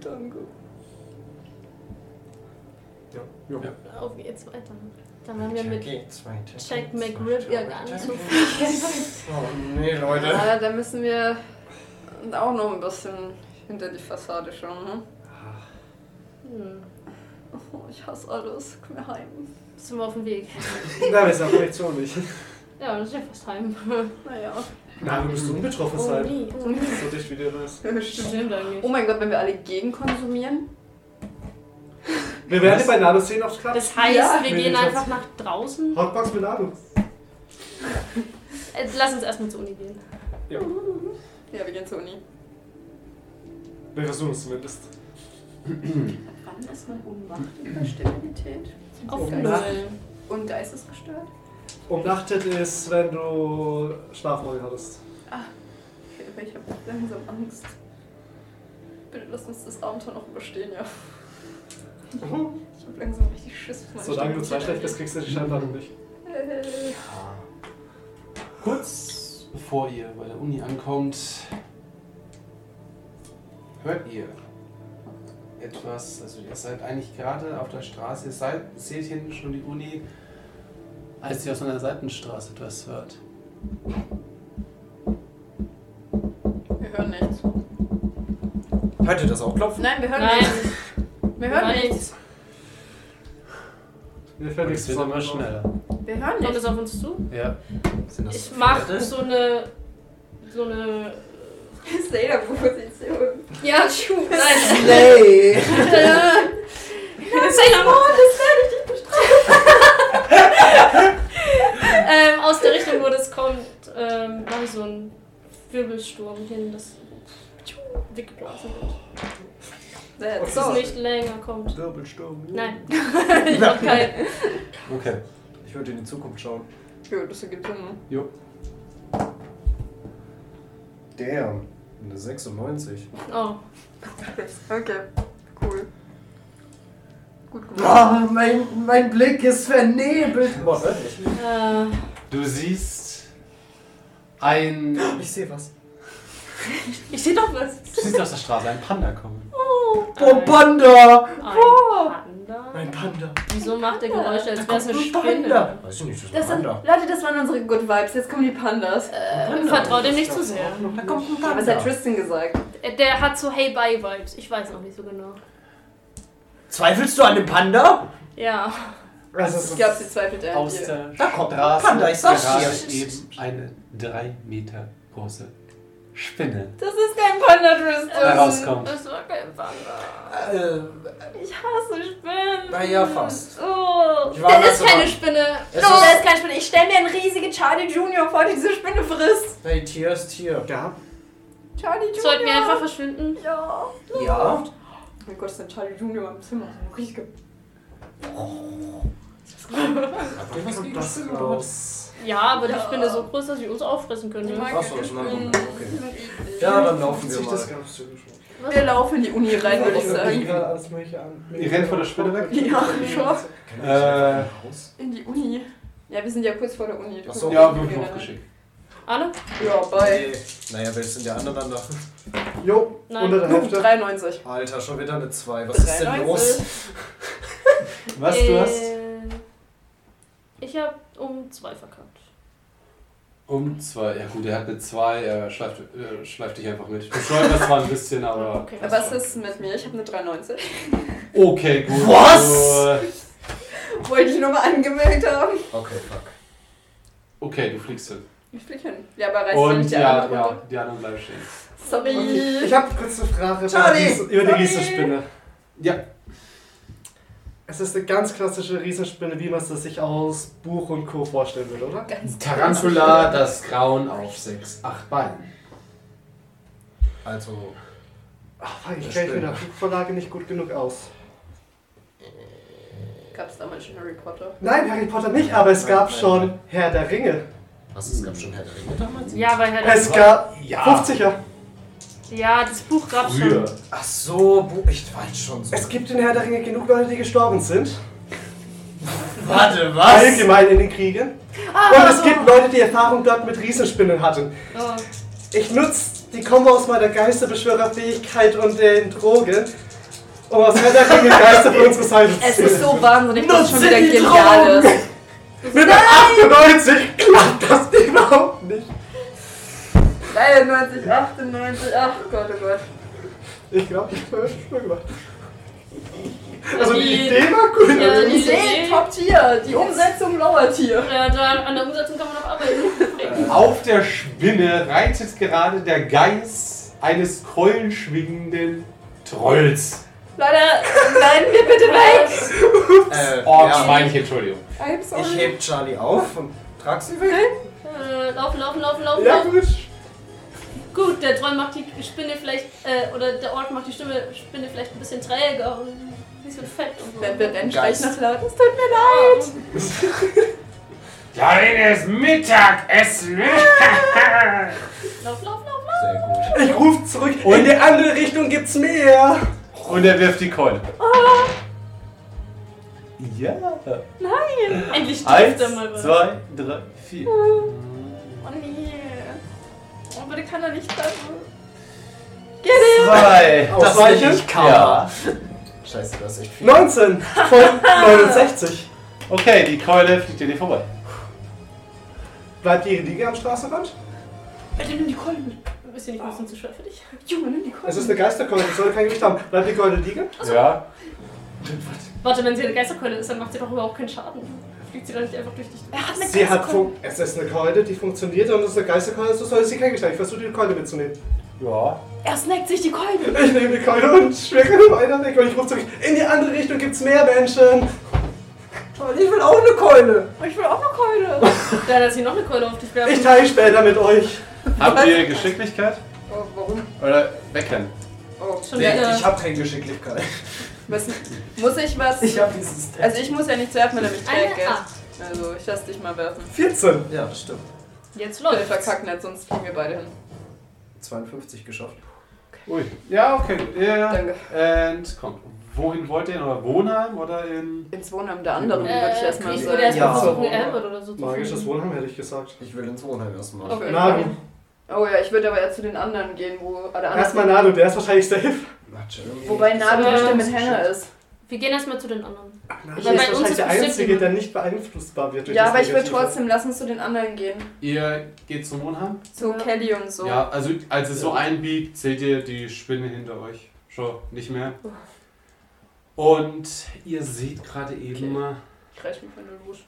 [SPEAKER 6] Danke.
[SPEAKER 5] Auf geht's weiter. Dann waren wir mit
[SPEAKER 7] geht's weiter.
[SPEAKER 5] Jack McRib ja gar nicht so
[SPEAKER 7] Oh nee, Leute.
[SPEAKER 6] Ja, da müssen wir auch noch ein bisschen hinter die Fassade schauen, ne?
[SPEAKER 5] [laughs]
[SPEAKER 6] [laughs]
[SPEAKER 5] Hm.
[SPEAKER 6] Oh, ich hasse alles. Komm mir heim.
[SPEAKER 5] Sind wir auf dem Weg?
[SPEAKER 3] Na, wir sind vielleicht so nicht.
[SPEAKER 5] Ja, das ist ja fast heim.
[SPEAKER 6] Naja.
[SPEAKER 3] Na, wir müssen unbetroffen
[SPEAKER 5] Oh,
[SPEAKER 3] sein.
[SPEAKER 5] nie. Oh, nie.
[SPEAKER 3] So dicht wie der ist.
[SPEAKER 5] [laughs] Stimmt
[SPEAKER 6] Oh
[SPEAKER 5] eigentlich.
[SPEAKER 6] mein Gott, wenn wir alle gegenkonsumieren?
[SPEAKER 3] Wir werden bei Nano sehen aufs Karte.
[SPEAKER 5] Das heißt,
[SPEAKER 6] Ja.
[SPEAKER 5] wir gehen einfach nach draußen.
[SPEAKER 3] Hotbox mit Nano.
[SPEAKER 5] Äh, Lass uns erstmal zur Uni gehen.
[SPEAKER 6] Ja, wir gehen zur Uni.
[SPEAKER 3] Wir versuchen es zumindest.
[SPEAKER 2] Wann ist man unwacht über Sterilität?
[SPEAKER 5] Auf
[SPEAKER 3] Uni.
[SPEAKER 5] Null.
[SPEAKER 2] Und geistesgestört?
[SPEAKER 3] Umnachtet ist, wenn du Schlafmangel hattest.
[SPEAKER 2] Okay, aber ich habe langsam Angst. Bitte lass uns das Abenteuer noch überstehen, ja.
[SPEAKER 7] Mhm.
[SPEAKER 2] Ich habe langsam richtig Schiss vor meiner
[SPEAKER 3] Solange du zwei schlecht
[SPEAKER 2] Sterilität.
[SPEAKER 3] bist, kriegst du die Scheinladung nicht.
[SPEAKER 2] Äh,
[SPEAKER 1] Kurz bevor ihr bei der Uni ankommt, hört ihr etwas, also ihr seid eigentlich gerade auf der Straße, ihr seid, seht hinten schon die Uni, als ihr aus einer Seitenstraße etwas hört.
[SPEAKER 6] Wir hören nichts.
[SPEAKER 7] Hört ihr das auch klopfen?
[SPEAKER 6] Nein, wir hören
[SPEAKER 5] Nein,
[SPEAKER 6] nichts. Wir hören
[SPEAKER 5] war
[SPEAKER 6] nichts.
[SPEAKER 5] nichts.
[SPEAKER 3] Mir fällt
[SPEAKER 1] Und
[SPEAKER 3] nichts
[SPEAKER 1] es wird immer
[SPEAKER 3] zusammen.
[SPEAKER 1] schneller.
[SPEAKER 6] Wir hören
[SPEAKER 5] Kommt
[SPEAKER 6] nichts.
[SPEAKER 5] es auf uns zu?
[SPEAKER 1] Ja.
[SPEAKER 7] Sind das
[SPEAKER 5] Ich mach
[SPEAKER 7] Pferde?
[SPEAKER 5] so eine. so eine.
[SPEAKER 2] Sailor-Position.
[SPEAKER 5] Ja, tschu. [laughs] Nein.
[SPEAKER 7] Slay!
[SPEAKER 5] Sailor Moon, das werde ich nicht
[SPEAKER 6] [laughs]
[SPEAKER 5] bestrafen. [laughs] ähm, aus der Richtung, wo das kommt, ähm, mache ich so einen Wirbelsturm hin, das tschu, weggeblasen wird.
[SPEAKER 6] That's
[SPEAKER 5] Dass
[SPEAKER 6] so.
[SPEAKER 5] es nicht länger kommt.
[SPEAKER 7] Wirbelsturm.
[SPEAKER 6] [laughs]
[SPEAKER 5] Nein. ich mach keinen.
[SPEAKER 1] Okay.
[SPEAKER 7] Ich würde in die Zukunft schauen.
[SPEAKER 6] Ja, das ergibt Sinn. ne?
[SPEAKER 7] Damn. Eine 96.
[SPEAKER 5] Oh.
[SPEAKER 6] Okay, cool. Gut gemacht.
[SPEAKER 7] Oh, mein, mein Blick ist vernebelt. Boah, hört nicht.
[SPEAKER 5] Äh,
[SPEAKER 1] Du siehst ein. Du
[SPEAKER 7] Ich sehe was.
[SPEAKER 5] ich sehe doch was.
[SPEAKER 1] siehst aus der Straße einen Panda kommen.
[SPEAKER 7] Oh, Panda!
[SPEAKER 5] Ein Panda.
[SPEAKER 7] Ein Panda.
[SPEAKER 5] Wieso macht der Geräusche, als wäre es eine Spinne?
[SPEAKER 7] Panda. Weiß ich nicht, das
[SPEAKER 6] Das
[SPEAKER 7] ist ein
[SPEAKER 6] sind,
[SPEAKER 7] Panda.
[SPEAKER 6] Leute, das waren unsere Good Vibes. Jetzt kommen die Pandas.
[SPEAKER 5] Äh, vertraut dem nicht zu sehr.
[SPEAKER 7] Da kommt ein
[SPEAKER 6] Was hat Tristan gesagt?
[SPEAKER 5] Äh, Der hat so Hey Bye Vibes. Ich weiß noch nicht so genau.
[SPEAKER 7] Zweifelst du an dem Panda?
[SPEAKER 5] Ja.
[SPEAKER 3] Also, es
[SPEAKER 2] Ich
[SPEAKER 3] ist-
[SPEAKER 2] glaube, sie zweifelt an
[SPEAKER 12] Aus
[SPEAKER 2] dir.
[SPEAKER 12] der
[SPEAKER 7] Da kommt
[SPEAKER 12] Straße
[SPEAKER 7] Panda, ich sag's
[SPEAKER 12] gerade
[SPEAKER 7] dir.
[SPEAKER 12] eben eine drei Meter große Spinne
[SPEAKER 2] Das ist kein Panda Tristan.
[SPEAKER 12] herauskommt.
[SPEAKER 5] Das war kein Panda.
[SPEAKER 7] Äh,
[SPEAKER 5] Ich hasse Spinnen.
[SPEAKER 7] Naja, fast.
[SPEAKER 5] Oh.
[SPEAKER 7] Ich war
[SPEAKER 5] Das ist
[SPEAKER 7] letzte
[SPEAKER 5] keine
[SPEAKER 7] Mal-
[SPEAKER 5] Spinne.
[SPEAKER 7] Es
[SPEAKER 2] Oh,
[SPEAKER 7] ist-
[SPEAKER 2] das ist kein Spinne. Ich stelle mir einen riesigen Charlie Junior vor, der diese Spinne frisst.
[SPEAKER 7] Hey, Tier ist Tier.
[SPEAKER 3] Ja,
[SPEAKER 2] Charlie Junior.
[SPEAKER 5] Sollten wir einfach verschwinden?
[SPEAKER 2] Ja.
[SPEAKER 7] Ja.
[SPEAKER 2] Oh mein Gott, ist ein Charlie Junior im Zimmer. So ein riesiger.
[SPEAKER 7] Habt ihr was gegen
[SPEAKER 3] das
[SPEAKER 7] Spinnen, oder was?
[SPEAKER 3] raus.
[SPEAKER 5] Ja, aber die Spinne ist so groß, dass sie uns auffressen könnte.
[SPEAKER 7] Ach so, ist ein anderer, okay. Ja, dann laufen wir
[SPEAKER 3] Sich das
[SPEAKER 7] mal.
[SPEAKER 3] ganz schön schon.
[SPEAKER 2] Wir laufen in die Uni rein, würde ich
[SPEAKER 3] Ich bin
[SPEAKER 2] sagen.
[SPEAKER 3] gerade alles Mögliche an.
[SPEAKER 1] Ihr rennt vor der Spinne weg?
[SPEAKER 2] Ja, schon.
[SPEAKER 1] Äh,
[SPEAKER 2] In die Uni. Ja, wir sind ja kurz vor der Uni.
[SPEAKER 7] Ach so.
[SPEAKER 1] ja, wir wurden aufgeschickt.
[SPEAKER 5] Alle?
[SPEAKER 2] Ja, bei
[SPEAKER 7] Nee. Naja, wer ist denn der andere dann da?
[SPEAKER 3] Jo,
[SPEAKER 5] Nein.
[SPEAKER 3] unter der Hälfte.
[SPEAKER 2] 93.
[SPEAKER 7] Alter, schon wieder eine 2. Was ist denn los?
[SPEAKER 2] 93.
[SPEAKER 1] Was, du hast
[SPEAKER 5] Äh, Ich hab um zwei verkackt.
[SPEAKER 1] um zwei. Ja gut, er hat eine zwei, er schleift, äh, schleift dich einfach mit. [laughs] Du schleudert zwar ein bisschen, aber...
[SPEAKER 5] Okay.
[SPEAKER 2] Was ist mit mir? Ich habe eine 93.
[SPEAKER 1] Okay, gut.
[SPEAKER 7] Was?
[SPEAKER 1] Du, äh,
[SPEAKER 2] Wollte ich nur mal angemerkt haben.
[SPEAKER 7] Okay, fuck.
[SPEAKER 1] okay, du fliegst hin.
[SPEAKER 2] Ich flieg hin. Ja, aber reißt du
[SPEAKER 1] Und
[SPEAKER 2] nicht die
[SPEAKER 1] ja,
[SPEAKER 2] andere
[SPEAKER 1] ja,
[SPEAKER 2] runter?
[SPEAKER 1] die anderen bleiben stehen.
[SPEAKER 2] Sorry.
[SPEAKER 3] Okay. Ich habe kurz eine Frage über die Riesen- über die Riesenspinne.
[SPEAKER 1] Ja.
[SPEAKER 3] Es ist eine ganz klassische Riesenspinne, wie man es sich aus Buch und Co. vorstellen würde, oder?
[SPEAKER 2] Ganz
[SPEAKER 1] Tarantula, das Grauen auf sechs, acht Beinen.
[SPEAKER 7] Also,
[SPEAKER 3] Ach, Ah, fuck, ich
[SPEAKER 7] Das
[SPEAKER 3] kenne mich mit
[SPEAKER 7] stimmt.
[SPEAKER 3] der Buchvorlage nicht gut genug aus.
[SPEAKER 2] Gab es damals schon Harry Potter?
[SPEAKER 3] Nein, Harry Potter nicht, aber es
[SPEAKER 7] Nein,
[SPEAKER 3] gab
[SPEAKER 7] nein,
[SPEAKER 3] schon
[SPEAKER 7] nein.
[SPEAKER 3] Herr der Ringe.
[SPEAKER 7] was? Es gab schon Herr der Ringe damals?
[SPEAKER 5] Ja, weil halt.
[SPEAKER 3] Es gab
[SPEAKER 1] Ja.
[SPEAKER 3] 50er.
[SPEAKER 5] Ja, das Buch gab's
[SPEAKER 1] Früher.
[SPEAKER 5] schon.
[SPEAKER 7] Ach so, Bu- ich weiß schon so.
[SPEAKER 3] Es gibt in Herr der Ringe genug Leute, die gestorben sind.
[SPEAKER 7] Warte,
[SPEAKER 3] Allgemein in den Kriegen.
[SPEAKER 5] Ah.
[SPEAKER 3] Und es gibt Leute, die Erfahrung dort mit Riesenspinnen hatten.
[SPEAKER 5] Oh.
[SPEAKER 3] Ich nutze die Kombo aus meiner Geisterbeschwörerfähigkeit und den Drogen, um aus Herr der Ringe Geister für unsere Seite zu
[SPEAKER 2] Es ist
[SPEAKER 3] ziehen.
[SPEAKER 2] so wahnsinnig, dass es schon
[SPEAKER 3] Nutze
[SPEAKER 2] wieder
[SPEAKER 3] die
[SPEAKER 2] genial
[SPEAKER 3] Drogen!
[SPEAKER 2] ist.
[SPEAKER 3] Mit der 98 klappt das überhaupt nicht.
[SPEAKER 2] 93, 98, ach Gott, oh Gott.
[SPEAKER 3] Ich glaube, ich habe schon gemacht. Also die,
[SPEAKER 5] Die-
[SPEAKER 3] Idee war gut.
[SPEAKER 5] Ja,
[SPEAKER 3] also
[SPEAKER 5] die-
[SPEAKER 3] die,
[SPEAKER 5] Idee.
[SPEAKER 2] Idee, Top Tier, die Umsetzung Lower Tier.
[SPEAKER 5] Ja, Äh, da, an der Umsetzung kann man noch arbeiten. Äh,
[SPEAKER 1] Auf der Spinne reitet gerade der Geist eines keulenschwingenden Trolls.
[SPEAKER 2] Leider, bleiben wir bitte weg.
[SPEAKER 7] Äh,
[SPEAKER 1] Oh,
[SPEAKER 7] ja.
[SPEAKER 1] Schweinchen, Entschuldigung.
[SPEAKER 2] I'm
[SPEAKER 7] Ich
[SPEAKER 2] sorry.
[SPEAKER 7] heb Charlie auf und trag sie weg.
[SPEAKER 5] Äh, laufen, laufen, laufen, laufen,
[SPEAKER 3] ja,
[SPEAKER 5] laufen.
[SPEAKER 3] gut.
[SPEAKER 5] Gut, der Troll macht die Spinne vielleicht, äh, oder der Ork macht die Stimme, Spinne vielleicht ein bisschen träger und ein bisschen fett und so. [laughs]
[SPEAKER 2] Wenn wir rennen, schrei ich
[SPEAKER 7] Geist.
[SPEAKER 2] noch laut. Es tut mir leid.
[SPEAKER 5] Nein!
[SPEAKER 1] Darin ist Mittagessen.
[SPEAKER 5] [laughs] Lauf, lauf, lauf, lauf!
[SPEAKER 7] Sehr gut.
[SPEAKER 3] Ich rufe zurück. in die andere Richtung gibt's mehr.
[SPEAKER 1] Und er wirft die Keule.
[SPEAKER 3] Oh.
[SPEAKER 1] Ja.
[SPEAKER 5] Endlich trifft
[SPEAKER 1] Eins,
[SPEAKER 5] er mal was.
[SPEAKER 1] zwei, drei, vier.
[SPEAKER 2] Oh nee. Oh, bitte kann er nicht treffen.
[SPEAKER 1] Zwei.
[SPEAKER 3] Ausweichen.
[SPEAKER 1] Ja.
[SPEAKER 7] Scheiße, das ist echt viel.
[SPEAKER 3] 19 von 69.
[SPEAKER 1] Okay, die Keule fliegt dir nicht vorbei.
[SPEAKER 3] Bleibt die Liege am Straßenrand?
[SPEAKER 5] Bitte nimm die Keule mit. Du bist ja nicht ein bisschen zu schwer für dich.
[SPEAKER 2] Junge, nimm die Kurve.
[SPEAKER 3] Es ist eine Geisterkeule, die soll kein Gewicht haben. Bleibt die Keule liegen?
[SPEAKER 1] Ja.
[SPEAKER 5] Warte, wenn sie eine Geisterkeule ist, dann macht sie doch überhaupt keinen Schaden. Fliegt sie doch nicht einfach durch dich durch.
[SPEAKER 3] Sie hat fun Es ist eine Keule, die funktioniert und es ist eine Geisterkeule, so soll ich sie kennengelernt. Ich versuche die Keule mitzunehmen.
[SPEAKER 1] Ja.
[SPEAKER 2] Er snackt sich die Keule.
[SPEAKER 3] Ich nehme die Keule und schwinge weiter weg und ich rufe zurück. In die andere Richtung gibt's mehr Menschen.
[SPEAKER 7] Charlie, ich will auch eine Keule.
[SPEAKER 2] Oh, Ich will auch eine Keule.
[SPEAKER 5] Dann hat sie noch eine Keule auf dich
[SPEAKER 3] Ich
[SPEAKER 5] werfen.
[SPEAKER 3] teile später mit euch.
[SPEAKER 1] Habt ihr Geschicklichkeit?
[SPEAKER 2] Oh, warum?
[SPEAKER 1] Oder wegrennen?
[SPEAKER 2] Oh,
[SPEAKER 5] Schon
[SPEAKER 7] Nee,
[SPEAKER 5] wieder.
[SPEAKER 7] ich hab keine Geschicklichkeit.
[SPEAKER 2] was, muss ich was?
[SPEAKER 7] hab dieses Test.
[SPEAKER 2] also ich muss ja nichts werfen, wenn er mich trägt,
[SPEAKER 5] Eine
[SPEAKER 2] gell?
[SPEAKER 5] Acht.
[SPEAKER 2] Also ich lass dich mal werfen.
[SPEAKER 3] 14.
[SPEAKER 7] Ja, das stimmt.
[SPEAKER 5] Jetzt
[SPEAKER 2] Bitte
[SPEAKER 5] läuft.
[SPEAKER 2] verkack nicht, sonst fliegen wir beide hin.
[SPEAKER 7] 52 geschafft.
[SPEAKER 1] Ui. Ja, okay. Ja.
[SPEAKER 2] Danke.
[SPEAKER 1] Und kommt. Wohin wollt ihr? hin? Oder Wohnheim oder in.
[SPEAKER 2] Ins Wohnheim der anderen, würde ich
[SPEAKER 5] Äh,
[SPEAKER 2] erstmal
[SPEAKER 5] ich
[SPEAKER 2] sagen.
[SPEAKER 5] würde erstmal
[SPEAKER 7] Ja.
[SPEAKER 5] versuchen, Albert oder so zu
[SPEAKER 3] Magisches
[SPEAKER 5] finden.
[SPEAKER 3] Wohnheim hätte ich gesagt.
[SPEAKER 7] Ich will ins Wohnheim erstmal.
[SPEAKER 2] Okay.
[SPEAKER 3] Nadu.
[SPEAKER 2] Oh ja, ich würde aber eher zu den anderen gehen, wo. Oder anders
[SPEAKER 3] Erstmal Nadu, der ist wahrscheinlich safe.
[SPEAKER 7] Na, Jeremy.
[SPEAKER 2] Wobei Nadu
[SPEAKER 5] Ähm,
[SPEAKER 2] bestimmt mit Hannah ist.
[SPEAKER 5] Wir gehen erstmal zu den anderen.
[SPEAKER 3] Nadu
[SPEAKER 5] Ich meine,
[SPEAKER 3] ist
[SPEAKER 5] bei uns
[SPEAKER 3] wahrscheinlich
[SPEAKER 5] ist
[SPEAKER 3] der
[SPEAKER 5] bestimmt
[SPEAKER 3] Einzige,
[SPEAKER 5] jemand-
[SPEAKER 3] der nicht beeinflussbar wird durch
[SPEAKER 2] Ja,
[SPEAKER 3] das
[SPEAKER 2] aber ich würde
[SPEAKER 3] Negative.
[SPEAKER 2] trotzdem, lass uns zu den anderen gehen.
[SPEAKER 1] Ihr geht zum Wohnheim?
[SPEAKER 2] Zu
[SPEAKER 5] Ja.
[SPEAKER 2] Kelly und so.
[SPEAKER 1] Ja, also als es so einbiegt, seht ihr die Spinne hinter euch. Schon nicht mehr. Und ihr seht gerade eben
[SPEAKER 2] Ich reiß mich von der Lusch.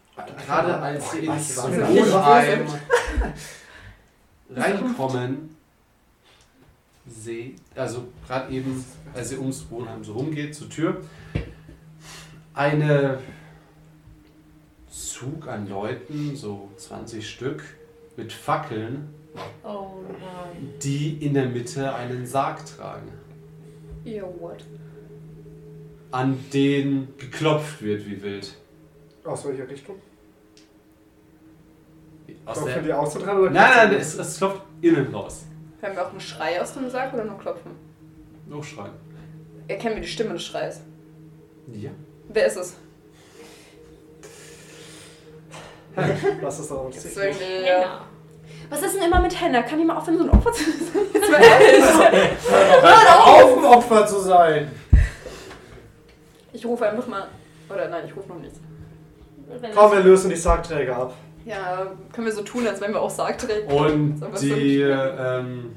[SPEAKER 1] Gerade als sie ins
[SPEAKER 7] was?
[SPEAKER 1] Wohnheim
[SPEAKER 5] [laughs]
[SPEAKER 1] reinkommen, sehe, also gerade eben, als ihr ums Wohnheim so rumgeht, zur Tür, eine Zug an Leuten, so 20 Stück, mit Fackeln,
[SPEAKER 5] Oh nein.
[SPEAKER 1] die in der Mitte einen Sarg tragen,
[SPEAKER 2] Yo, what?
[SPEAKER 1] an den geklopft wird wie wild.
[SPEAKER 3] Aus welcher Richtung?
[SPEAKER 1] Aus
[SPEAKER 3] Auch
[SPEAKER 1] der,
[SPEAKER 3] für
[SPEAKER 1] nein,
[SPEAKER 3] die auszutreiben? oder
[SPEAKER 1] nein, es, es klopft innen raus.
[SPEAKER 2] Hören wir auch einen Schrei aus dem Sarg oder nur Klopfen?
[SPEAKER 1] Hochschreien.
[SPEAKER 2] Erkennen wir die Stimme des Schreis.
[SPEAKER 1] Ja.
[SPEAKER 2] Wer ist es?
[SPEAKER 3] Lass es doch uns
[SPEAKER 2] Jetzt
[SPEAKER 3] nicht.
[SPEAKER 2] irgendwie. [laughs]
[SPEAKER 5] Henna.
[SPEAKER 6] Was ist denn immer mit Henna? Kann die mal aufhören, so ein Opfer zu sein?
[SPEAKER 5] [laughs]
[SPEAKER 4] Auf dem Opfer zu sein!
[SPEAKER 2] Ich rufe einfach mal. Oder nein, ich rufe noch nicht.
[SPEAKER 5] Wenn
[SPEAKER 3] Komm,
[SPEAKER 5] es-
[SPEAKER 3] wir lösen die Sargträger ab.
[SPEAKER 2] Ja, können wir so tun, als wenn wir auch Sarg
[SPEAKER 3] Oh.
[SPEAKER 2] trägen.
[SPEAKER 1] Und
[SPEAKER 2] So, was soll
[SPEAKER 1] die
[SPEAKER 2] ich
[SPEAKER 1] ähm,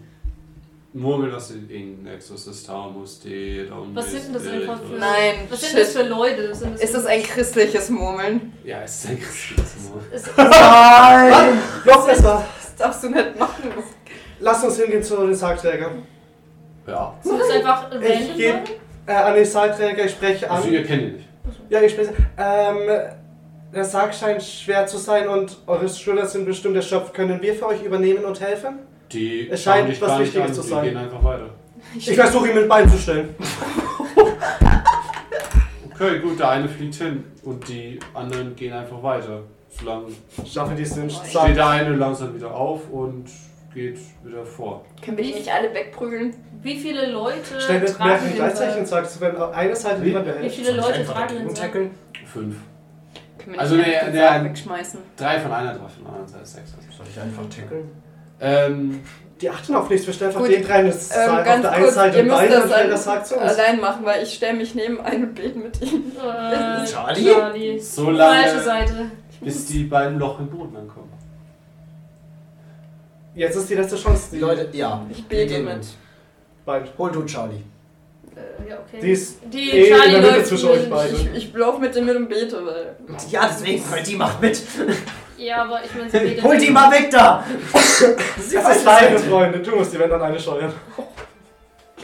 [SPEAKER 1] Murmel, dass sie in Exorcist Tamus steht. um
[SPEAKER 5] Was sind denn das
[SPEAKER 1] ist
[SPEAKER 5] einfach
[SPEAKER 1] oder-
[SPEAKER 5] für.
[SPEAKER 2] Nein,
[SPEAKER 5] Was sind
[SPEAKER 2] shit.
[SPEAKER 5] das für Leute? Sind
[SPEAKER 2] Ist das ein christliches Murmeln?
[SPEAKER 1] Ja, es ist ein christliches Murmel.
[SPEAKER 5] Ist,
[SPEAKER 3] Noch besser.
[SPEAKER 2] Das darfst du nicht machen.
[SPEAKER 3] Lass uns hingehen zu den Sargträgern.
[SPEAKER 1] Ja. also
[SPEAKER 5] sind das
[SPEAKER 3] [laughs]
[SPEAKER 5] einfach
[SPEAKER 3] Ich
[SPEAKER 5] random
[SPEAKER 3] gebe
[SPEAKER 5] Leute?
[SPEAKER 3] äh, an die Sargträger, ich spreche
[SPEAKER 1] Also,
[SPEAKER 3] an.
[SPEAKER 1] ihr kennt ihn nicht.
[SPEAKER 3] Ja, ich spreche. Ähm, der Sarg scheint schwer zu sein und eure Schultern sind bestimmt erschöpft. Können wir für euch übernehmen und helfen?
[SPEAKER 1] Die
[SPEAKER 3] Es
[SPEAKER 1] schauen
[SPEAKER 3] scheint
[SPEAKER 1] dich
[SPEAKER 3] was
[SPEAKER 1] gar nicht
[SPEAKER 3] Wichtiges
[SPEAKER 1] an,
[SPEAKER 3] zu
[SPEAKER 1] die
[SPEAKER 3] sein.
[SPEAKER 1] gehen einfach weiter.
[SPEAKER 3] Ich versuche ihn mit Bein zu stellen.
[SPEAKER 1] Okay, gut, der eine fliegt hin und die anderen gehen einfach weiter. Solange
[SPEAKER 3] Schaffe dies den
[SPEAKER 2] Oh,
[SPEAKER 1] steht
[SPEAKER 3] Sarg.
[SPEAKER 1] der eine langsam wieder auf und geht wieder vor.
[SPEAKER 2] Können wir die nicht alle wegprügeln?
[SPEAKER 5] Wie viele Leute
[SPEAKER 3] Schnell mit mehreren
[SPEAKER 5] den
[SPEAKER 3] Gleichzeichen
[SPEAKER 5] Sarg?
[SPEAKER 3] sagst du, wenn auf einer Seite
[SPEAKER 1] Wie?
[SPEAKER 3] niemand
[SPEAKER 5] Wie
[SPEAKER 3] behält.
[SPEAKER 5] viele Leute tragen den Sarg?
[SPEAKER 1] Fünf.
[SPEAKER 2] Können wir nicht
[SPEAKER 1] Also,
[SPEAKER 2] einfach
[SPEAKER 1] der-
[SPEAKER 2] den
[SPEAKER 1] der-
[SPEAKER 2] Sarg wegschmeißen?
[SPEAKER 1] Drei von einer, drei von der anderen, das heißt sechs. also,
[SPEAKER 7] Soll ich einfach tackeln?
[SPEAKER 1] Ähm,
[SPEAKER 3] Die achten auf nichts. Wir stellen einfach
[SPEAKER 2] Gut,
[SPEAKER 3] den rein. Das
[SPEAKER 2] Ähm,
[SPEAKER 3] Sarg auf
[SPEAKER 2] ganz
[SPEAKER 3] der einen
[SPEAKER 2] kurz,
[SPEAKER 3] Seite
[SPEAKER 2] ihr
[SPEAKER 3] und
[SPEAKER 2] müsst
[SPEAKER 3] Bein und
[SPEAKER 2] das
[SPEAKER 3] stellen
[SPEAKER 2] ein-
[SPEAKER 3] das Sarg zu uns.
[SPEAKER 2] allein machen, weil ich stelle mich neben einen und bete mit ihm.
[SPEAKER 5] Äh,
[SPEAKER 4] Charlie?
[SPEAKER 5] Charlie.
[SPEAKER 1] so
[SPEAKER 5] Falsche
[SPEAKER 1] lange,
[SPEAKER 5] Seite.
[SPEAKER 1] bis die beim Loch im Boden ankommen.
[SPEAKER 3] Jetzt ist die letzte Chance.
[SPEAKER 7] Die Leute, ja.
[SPEAKER 2] Ich bete
[SPEAKER 7] Ideen.
[SPEAKER 2] mit.
[SPEAKER 3] Bein.
[SPEAKER 7] Hol du Charlie.
[SPEAKER 5] Äh, ja, okay.
[SPEAKER 3] Die ist
[SPEAKER 5] Die
[SPEAKER 3] eh in
[SPEAKER 5] Charlie
[SPEAKER 3] der Mitte
[SPEAKER 5] läuft
[SPEAKER 3] zwischen euch
[SPEAKER 5] mit.
[SPEAKER 3] beiden.
[SPEAKER 2] Ich, ich laufe mit dem mit und bete, weil.
[SPEAKER 7] Ja, deswegen, weil die macht mit.
[SPEAKER 5] Ja, aber ich meine,
[SPEAKER 3] [laughs]
[SPEAKER 5] sie redet
[SPEAKER 7] Hol die mal weg
[SPEAKER 2] [laughs]
[SPEAKER 7] da! Sie
[SPEAKER 3] Das ist deine Freunde. Du musst die Wände an eine steuern.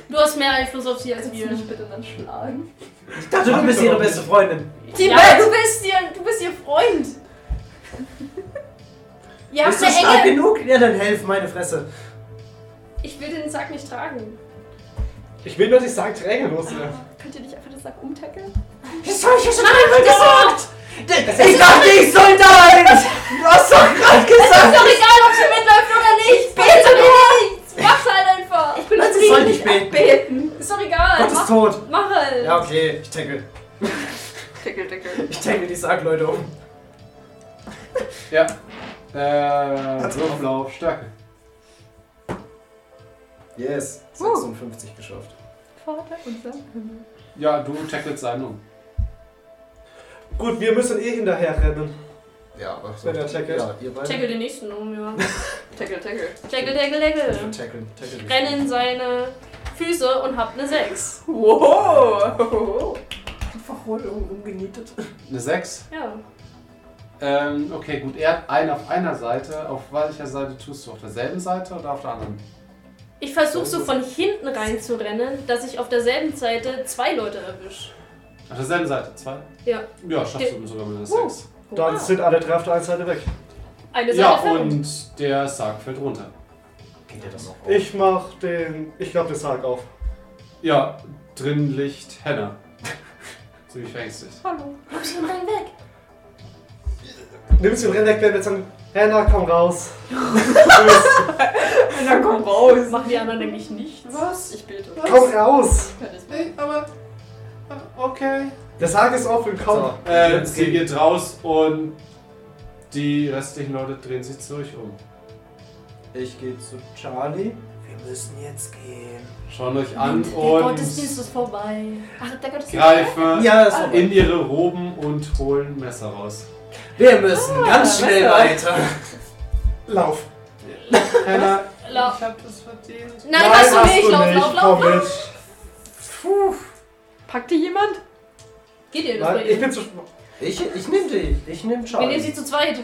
[SPEAKER 5] Du hast mehr Einfluss auf sie als
[SPEAKER 2] Kannst
[SPEAKER 3] [laughs]
[SPEAKER 2] du
[SPEAKER 5] wir.
[SPEAKER 2] mich bitte dann schlagen?
[SPEAKER 7] Ich dachte, du bist ihre beste Freundin.
[SPEAKER 5] Die ja, du bist ihr, du bist ihr Freund. Ihr habt
[SPEAKER 7] Bist du
[SPEAKER 5] eine
[SPEAKER 7] stark
[SPEAKER 5] enge.
[SPEAKER 7] genug? Ja, dann helf, meine Fresse.
[SPEAKER 5] Ich will den Sack nicht tragen.
[SPEAKER 3] Ich will nur die Sargträger
[SPEAKER 7] ne?
[SPEAKER 3] loswerden.
[SPEAKER 2] Könnt ihr nicht einfach das Sack umtackeln?
[SPEAKER 7] Was soll ich ja schon einmal gesagt? Ich dachte, ich soll da hin! Du hast doch gerade
[SPEAKER 5] Ist
[SPEAKER 7] gesagt!
[SPEAKER 5] doch egal, ob sie mitläuft oder nicht. Bete mir nichts. Mach halt einfach.
[SPEAKER 2] Ich bin
[SPEAKER 7] Also soll ich beten?
[SPEAKER 2] beten.
[SPEAKER 5] Ist doch egal.
[SPEAKER 7] Gott ist
[SPEAKER 5] Mach,
[SPEAKER 7] tot.
[SPEAKER 5] mach halt.
[SPEAKER 7] Ja, okay, ich tackle.
[SPEAKER 2] Tickel, tickel.
[SPEAKER 7] Ich tackle die Sargleute um.
[SPEAKER 1] Ja. Äh, Wurflauf, Stärke.
[SPEAKER 7] Yes, 56 geschafft.
[SPEAKER 2] Vater unser.
[SPEAKER 1] Ja, du tackelst einen um.
[SPEAKER 3] Gut, wir müssen eh hinterher rennen.
[SPEAKER 7] Ja, aber
[SPEAKER 3] Wenn er tackelt.
[SPEAKER 7] Ja, ihr beide.
[SPEAKER 5] Tackle den nächsten um, ja.
[SPEAKER 2] Tickel, tickel.
[SPEAKER 5] Tackle, tackle,
[SPEAKER 7] Ich will
[SPEAKER 5] tackle.
[SPEAKER 7] tackeln. Tackle dich.
[SPEAKER 5] Renn in seine Füße und hab eine 6.
[SPEAKER 2] Wow!
[SPEAKER 7] Verrollung umgenietet.
[SPEAKER 1] Eine 6.
[SPEAKER 5] Ja.
[SPEAKER 1] Ähm, okay, gut. Er hat einen auf einer Seite. Auf welcher Seite tust du? Auf derselben Seite oder auf der anderen?
[SPEAKER 5] Ich versuche so von hinten reinzurennen, dass ich auf derselben Seite zwei Leute erwische.
[SPEAKER 1] Auf derselben Seite. Zwei?
[SPEAKER 5] Ja.
[SPEAKER 1] Ja, schaffst du sogar mit einer 6.
[SPEAKER 3] Dann sind alle drei auf der einen Seite weg.
[SPEAKER 5] Eine Seite
[SPEAKER 1] Ja,
[SPEAKER 5] fällt.
[SPEAKER 1] und der Sarg fällt runter.
[SPEAKER 7] Geht dir das auch auf?
[SPEAKER 3] Ich mach den. Ich glaube den Sarg auf.
[SPEAKER 1] Ja, drin liegt [laughs] Henna. Ziemlich verängstigt.
[SPEAKER 5] Mach den rein weg.
[SPEAKER 3] Nimm sie und renn weg, wenn wir sagen, Hannah, komm raus.
[SPEAKER 2] Na komm raus!
[SPEAKER 5] Machen die anderen nämlich nichts.
[SPEAKER 2] Was? Ich bete.
[SPEAKER 3] komm raus!
[SPEAKER 2] Kann ich nicht.
[SPEAKER 1] Ey, aber. äh, Okay.
[SPEAKER 3] Der Sarg ist offen, komm. Ähm,
[SPEAKER 7] So.
[SPEAKER 1] Äh, sie geht raus und die restlichen Leute drehen sich zu euch um.
[SPEAKER 7] Ich gehe zu Charlie. Wir müssen jetzt gehen.
[SPEAKER 1] Schauen euch an
[SPEAKER 5] Der
[SPEAKER 1] und
[SPEAKER 5] Gottesdienst ist vorbei. Ach, der Gottesdienst
[SPEAKER 1] greifen
[SPEAKER 7] Ja, ist vorbei.
[SPEAKER 1] in ihre Roben und holen Messer raus.
[SPEAKER 7] Wir müssen ganz schnell weiter.
[SPEAKER 3] Lauf.
[SPEAKER 1] Hannah,
[SPEAKER 5] Lauf.
[SPEAKER 1] hab das verdient.
[SPEAKER 5] Nein, hast du nicht. Lauf, lauf, lauf.
[SPEAKER 3] komm mit.
[SPEAKER 2] Packt dir jemand?
[SPEAKER 5] Geht ihr das bei
[SPEAKER 3] Nein, ich
[SPEAKER 5] ihr?
[SPEAKER 3] bin zu.
[SPEAKER 7] Ich, ich nehme die. Ich nehme
[SPEAKER 5] Wir
[SPEAKER 7] Charlie.
[SPEAKER 5] nehmen sie zu zweit.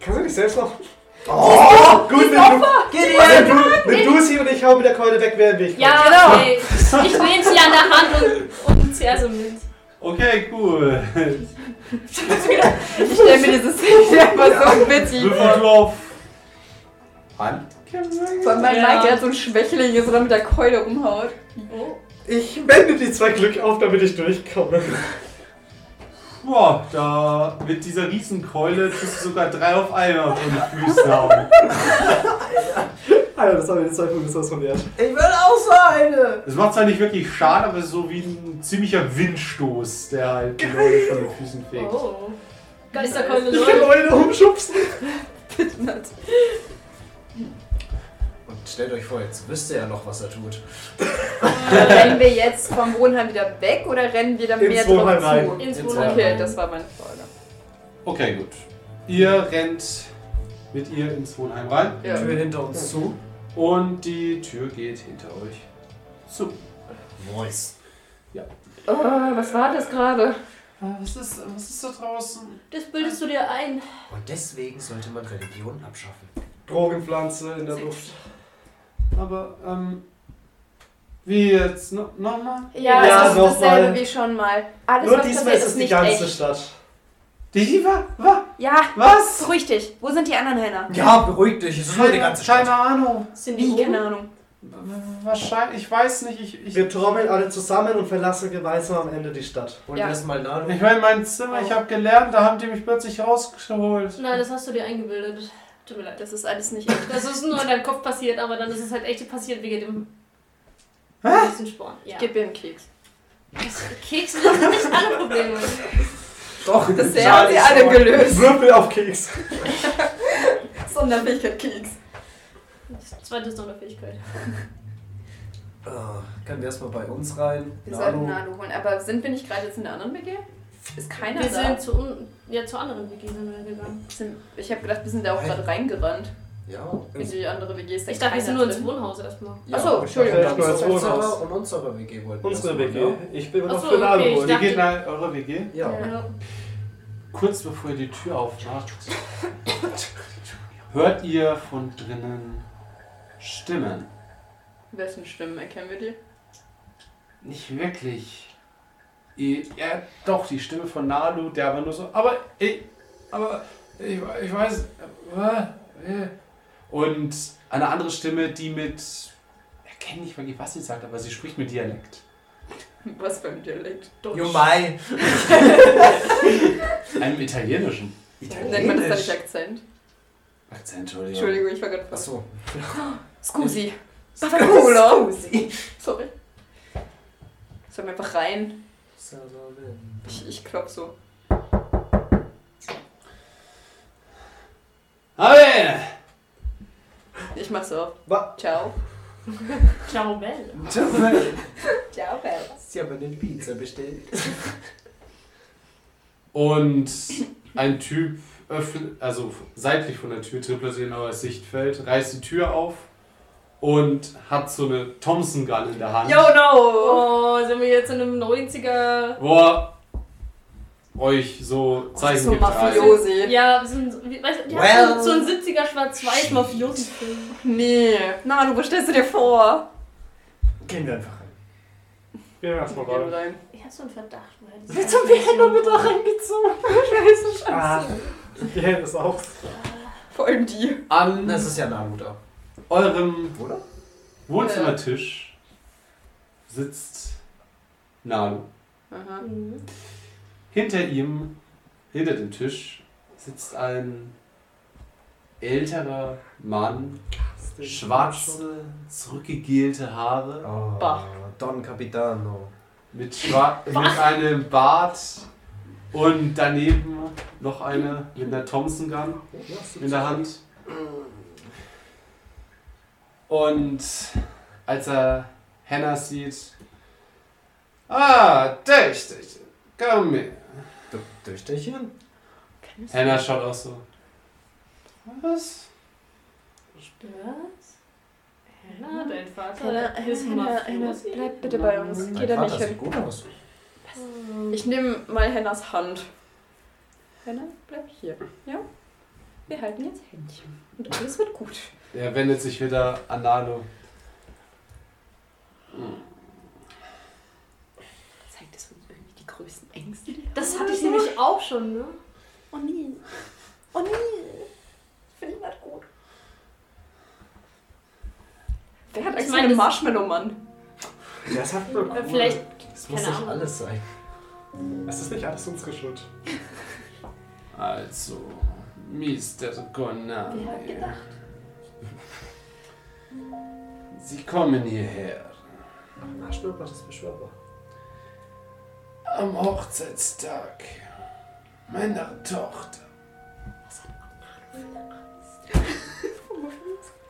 [SPEAKER 3] Kannst du nicht selbst laufen?
[SPEAKER 7] oh,
[SPEAKER 3] Gut, wenn du, wenn
[SPEAKER 7] Gideon!
[SPEAKER 3] du, wenn du sie und ich hau mit der Keule weg, während ich.
[SPEAKER 5] Ja,
[SPEAKER 2] Genau.
[SPEAKER 5] okay. Ich nehme sie an der Hand und, und zerr sie mit.
[SPEAKER 1] Okay, cool.
[SPEAKER 2] Ich stelle mir dieses Bild einfach so witzig vor.
[SPEAKER 1] Würfel du auf Hand?
[SPEAKER 2] Vor allem mein
[SPEAKER 5] Ja.
[SPEAKER 2] Mike, der hat so ein Schwächling, der so dann mit der Keule rumhaut.
[SPEAKER 5] Oh.
[SPEAKER 3] Ich wende die zwei Glück auf, damit ich durchkomme.
[SPEAKER 1] Boah, da mit dieser Riesenkeule tust du sogar drei auf einmal auf den Füßen haben.
[SPEAKER 3] Alter, das haben wir in zwei Punkten was von wert.
[SPEAKER 7] Ich will auch so eine!
[SPEAKER 1] Es macht zwar nicht wirklich Schaden, aber es ist so wie ein ziemlicher Windstoß, der halt die Leute von den Füßen fegt.
[SPEAKER 5] Oh. Geisterkeule
[SPEAKER 3] Ich kann
[SPEAKER 5] läuft.
[SPEAKER 3] Leute umschubsen.
[SPEAKER 7] Und stellt euch vor, jetzt wisst ihr ja noch, was er tut.
[SPEAKER 2] rennen wir jetzt vom Wohnheim wieder weg oder rennen wir da
[SPEAKER 3] Ins
[SPEAKER 2] mehr drauf
[SPEAKER 3] Wohnheim rein.
[SPEAKER 2] zu?
[SPEAKER 5] Ins
[SPEAKER 7] Ins
[SPEAKER 5] Wohnheim.
[SPEAKER 2] Okay, das war meine Frage.
[SPEAKER 1] Okay, gut. Ihr rennt mit ihr ins Wohnheim rein
[SPEAKER 2] Ja.
[SPEAKER 7] Tür hinter uns zu.
[SPEAKER 1] und die Tür geht hinter euch zu.
[SPEAKER 7] Nice.
[SPEAKER 2] Oh, was war das gerade?
[SPEAKER 1] Äh, Was ist, was ist da draußen?
[SPEAKER 5] Das bildest du dir ein.
[SPEAKER 7] Und deswegen sollte man Religion abschaffen.
[SPEAKER 3] Drogenpflanze in der Luft.
[SPEAKER 1] Aber, ähm. Wie jetzt? No, Nochmal?
[SPEAKER 2] Ja,
[SPEAKER 3] Ja,
[SPEAKER 2] es ist
[SPEAKER 3] nochmal.
[SPEAKER 2] dasselbe wie schon mal. Alles,
[SPEAKER 3] Nur
[SPEAKER 2] was
[SPEAKER 3] diesmal
[SPEAKER 2] passiert,
[SPEAKER 3] ist
[SPEAKER 2] ist,
[SPEAKER 3] es die
[SPEAKER 2] nicht
[SPEAKER 3] ganze
[SPEAKER 2] echt.
[SPEAKER 3] Stadt.
[SPEAKER 1] Die war? Wa?
[SPEAKER 2] Ja,
[SPEAKER 1] Was?
[SPEAKER 2] beruhig dich. Wo sind die anderen Henner?
[SPEAKER 7] Ja, beruhigt dich, es ist nur die ganze Scheiße.
[SPEAKER 1] Keine Ahnung.
[SPEAKER 5] Sind die
[SPEAKER 2] Wie?
[SPEAKER 5] oben?
[SPEAKER 2] Keine Ahnung.
[SPEAKER 1] W- Wahrscheinlich, ich weiß nicht. Ich, ich,
[SPEAKER 3] Wir trommeln alle zusammen und verlassen gemeinsam am Ende die Stadt.
[SPEAKER 7] Und
[SPEAKER 2] Ja.
[SPEAKER 7] erstmal Nano.
[SPEAKER 1] ich war in meinem Zimmer, ich habe gelernt, da haben die mich plötzlich rausgeholt.
[SPEAKER 5] Nein, das hast du dir eingebildet. Tut mir leid.
[SPEAKER 2] Oh, Das ist alles nicht echt.
[SPEAKER 5] Das ist nur in deinem Kopf passiert, aber dann ist es halt echt passiert wegen dem. Hä? Sporn. Ja.
[SPEAKER 2] Gib mir einen Keks.
[SPEAKER 5] Kekse lösen nicht alle Probleme.
[SPEAKER 7] Doch,
[SPEAKER 2] Bisher haben sie alle gelöst.
[SPEAKER 3] Würfel auf Keks.
[SPEAKER 7] Äh,
[SPEAKER 2] Sonderfähigkeit Keks.
[SPEAKER 5] Das zweite ist noch eine Fähigkeit.
[SPEAKER 7] Ah, können wir erstmal bei uns rein?
[SPEAKER 2] Wir sollten Nalu holen. Aber sind wir nicht gerade jetzt in der anderen WG? Ist keiner
[SPEAKER 5] Wir
[SPEAKER 2] da?
[SPEAKER 5] sind zu un ja, zur anderen WG sind wir gegangen.
[SPEAKER 2] Sind- Ich habe gedacht, wir sind da auch gerade reingerannt.
[SPEAKER 7] Ja.
[SPEAKER 1] Also-
[SPEAKER 2] In die andere WG ist da
[SPEAKER 5] Ich dachte, wir
[SPEAKER 2] keiner
[SPEAKER 5] sind nur ins
[SPEAKER 2] drin.
[SPEAKER 5] Wohnhaus erstmal.
[SPEAKER 7] ja.
[SPEAKER 2] Achso, Entschuldigung.
[SPEAKER 7] Und dann
[SPEAKER 3] Vielleicht nur als Wohnhaus.
[SPEAKER 7] unsere, und unsere WG wollten wir
[SPEAKER 3] Unsere
[SPEAKER 7] erstmal,
[SPEAKER 3] WG. Ich bin immer noch
[SPEAKER 5] Ach so,
[SPEAKER 3] für Nalu.
[SPEAKER 5] okay, ich
[SPEAKER 3] holen.
[SPEAKER 1] Ihr
[SPEAKER 5] dachte-
[SPEAKER 1] geht in eure WG?
[SPEAKER 7] Ja. ja.
[SPEAKER 5] Ja.
[SPEAKER 1] Kurz bevor ihr die Tür aufmacht, hört ihr von drinnen Stimmen.
[SPEAKER 2] Wessen Stimmen erkennen wir die?
[SPEAKER 1] Nicht wirklich. Ihr- Ja, doch, die Stimme von Nalu, der aber nur so, aber ich, aber ich, ich weiß. äh, äh. Und eine andere Stimme, die mit, erkenne nicht wirklich, was sie sagt, aber sie spricht mit Dialekt.
[SPEAKER 2] Was beim Dialekt?
[SPEAKER 7] Jumai.
[SPEAKER 1] Einem italienischen.
[SPEAKER 2] Nennt man das dann nicht Akzent?
[SPEAKER 1] Akzent, Entschuldigung.
[SPEAKER 2] Entschuldigung, ich war gerade fast.
[SPEAKER 7] Achso.
[SPEAKER 2] Scusi. Bavacola. Sorry. Sollen wir einfach rein? Ich, ich klopf so.
[SPEAKER 1] Hey!
[SPEAKER 2] Ich mach's auf.
[SPEAKER 3] Wa-
[SPEAKER 2] Ciao.
[SPEAKER 5] Ciao, Bell.
[SPEAKER 2] Ciao, Bella.
[SPEAKER 7] Sie haben eine Pizza bestellt.
[SPEAKER 1] Und ein Typ öffnet, also seitlich von der Tür, tritt plötzlich in euer Sichtfeld, reißt die Tür auf und hat so eine Thompson Gun in der Hand,
[SPEAKER 2] Yo, no!
[SPEAKER 5] Oh, sind wir jetzt in einem 90er.
[SPEAKER 1] wo er euch so
[SPEAKER 2] Das ist
[SPEAKER 1] Zeichen
[SPEAKER 2] so
[SPEAKER 1] gibt.
[SPEAKER 2] Mafiosi.
[SPEAKER 5] Ja, so ein, wie- weißt, du, ja,
[SPEAKER 7] Well.
[SPEAKER 5] so ein 70er Schwarz-Weiß-Mafiosen-Film.
[SPEAKER 2] Nee. Na, du, was stellst du dir vor?
[SPEAKER 7] Gehen wir einfach rein.
[SPEAKER 3] Gehen wir erstmal rein.
[SPEAKER 5] Ich hab so einen Verdacht.
[SPEAKER 2] Willst du mich nur mit auch reingezogen? Scheiße, scheiße.
[SPEAKER 3] Ah, Die Hände ist auf.
[SPEAKER 2] Vor allem die.
[SPEAKER 1] An
[SPEAKER 7] Das ist ja Nano da.
[SPEAKER 1] eurem
[SPEAKER 7] Oder?
[SPEAKER 1] Wohnzimmertisch sitzt Nalu.
[SPEAKER 2] Aha.
[SPEAKER 5] Mhm.
[SPEAKER 1] Hinter ihm, hinter dem Tisch, sitzt ein älterer Mann, schwarze, zurückgegelte Haare.
[SPEAKER 7] Oh,
[SPEAKER 2] Bah.
[SPEAKER 7] Don Capitano.
[SPEAKER 1] Mit, Schwa mit einem Bart und daneben noch eine mit einer Thompson Gun in der Hand. Und als er Hannah sieht, ah, dich, dich, komm her.
[SPEAKER 7] Du- Durchstechen?
[SPEAKER 1] Hannah schaut auch so, was?
[SPEAKER 5] Was? Hannah, dein Vater
[SPEAKER 2] Hannah,
[SPEAKER 5] ist
[SPEAKER 2] Hannah, Hannah,
[SPEAKER 5] Mafiosi?
[SPEAKER 2] bleib bitte bei uns. Geh
[SPEAKER 7] Mein
[SPEAKER 2] da
[SPEAKER 7] Vater
[SPEAKER 2] nicht hin.
[SPEAKER 7] sieht gut aus.
[SPEAKER 2] Ich nehme mal Hennas Hand. Penner, bleib hier. Ja? Wir halten jetzt Händchen. Und alles wird gut.
[SPEAKER 1] Er wendet sich wieder an Nano.
[SPEAKER 2] Zeigt es uns irgendwie die größten Ängste? die-
[SPEAKER 5] Das hatte ich nämlich auch schon, ne?
[SPEAKER 2] Oh nee. Oh nee. Ich finde das gut. Wer hat
[SPEAKER 5] Ich
[SPEAKER 2] eigentlich
[SPEAKER 5] meine,
[SPEAKER 2] einen
[SPEAKER 5] das-
[SPEAKER 2] Marshmallow-Mann?
[SPEAKER 4] Das hat nur
[SPEAKER 5] Äh, Vielleicht,
[SPEAKER 4] Das muss
[SPEAKER 5] keine
[SPEAKER 4] nicht
[SPEAKER 5] Ahnung.
[SPEAKER 4] alles sein. Es ist nicht alles unsere Schuld.
[SPEAKER 1] Also, Mr. Konami.
[SPEAKER 5] Wer hat gedacht?
[SPEAKER 1] Sie kommen hierher.
[SPEAKER 4] Na, Schnurrbart ist beschwörbar.
[SPEAKER 1] Am Hochzeitstag meiner Tochter.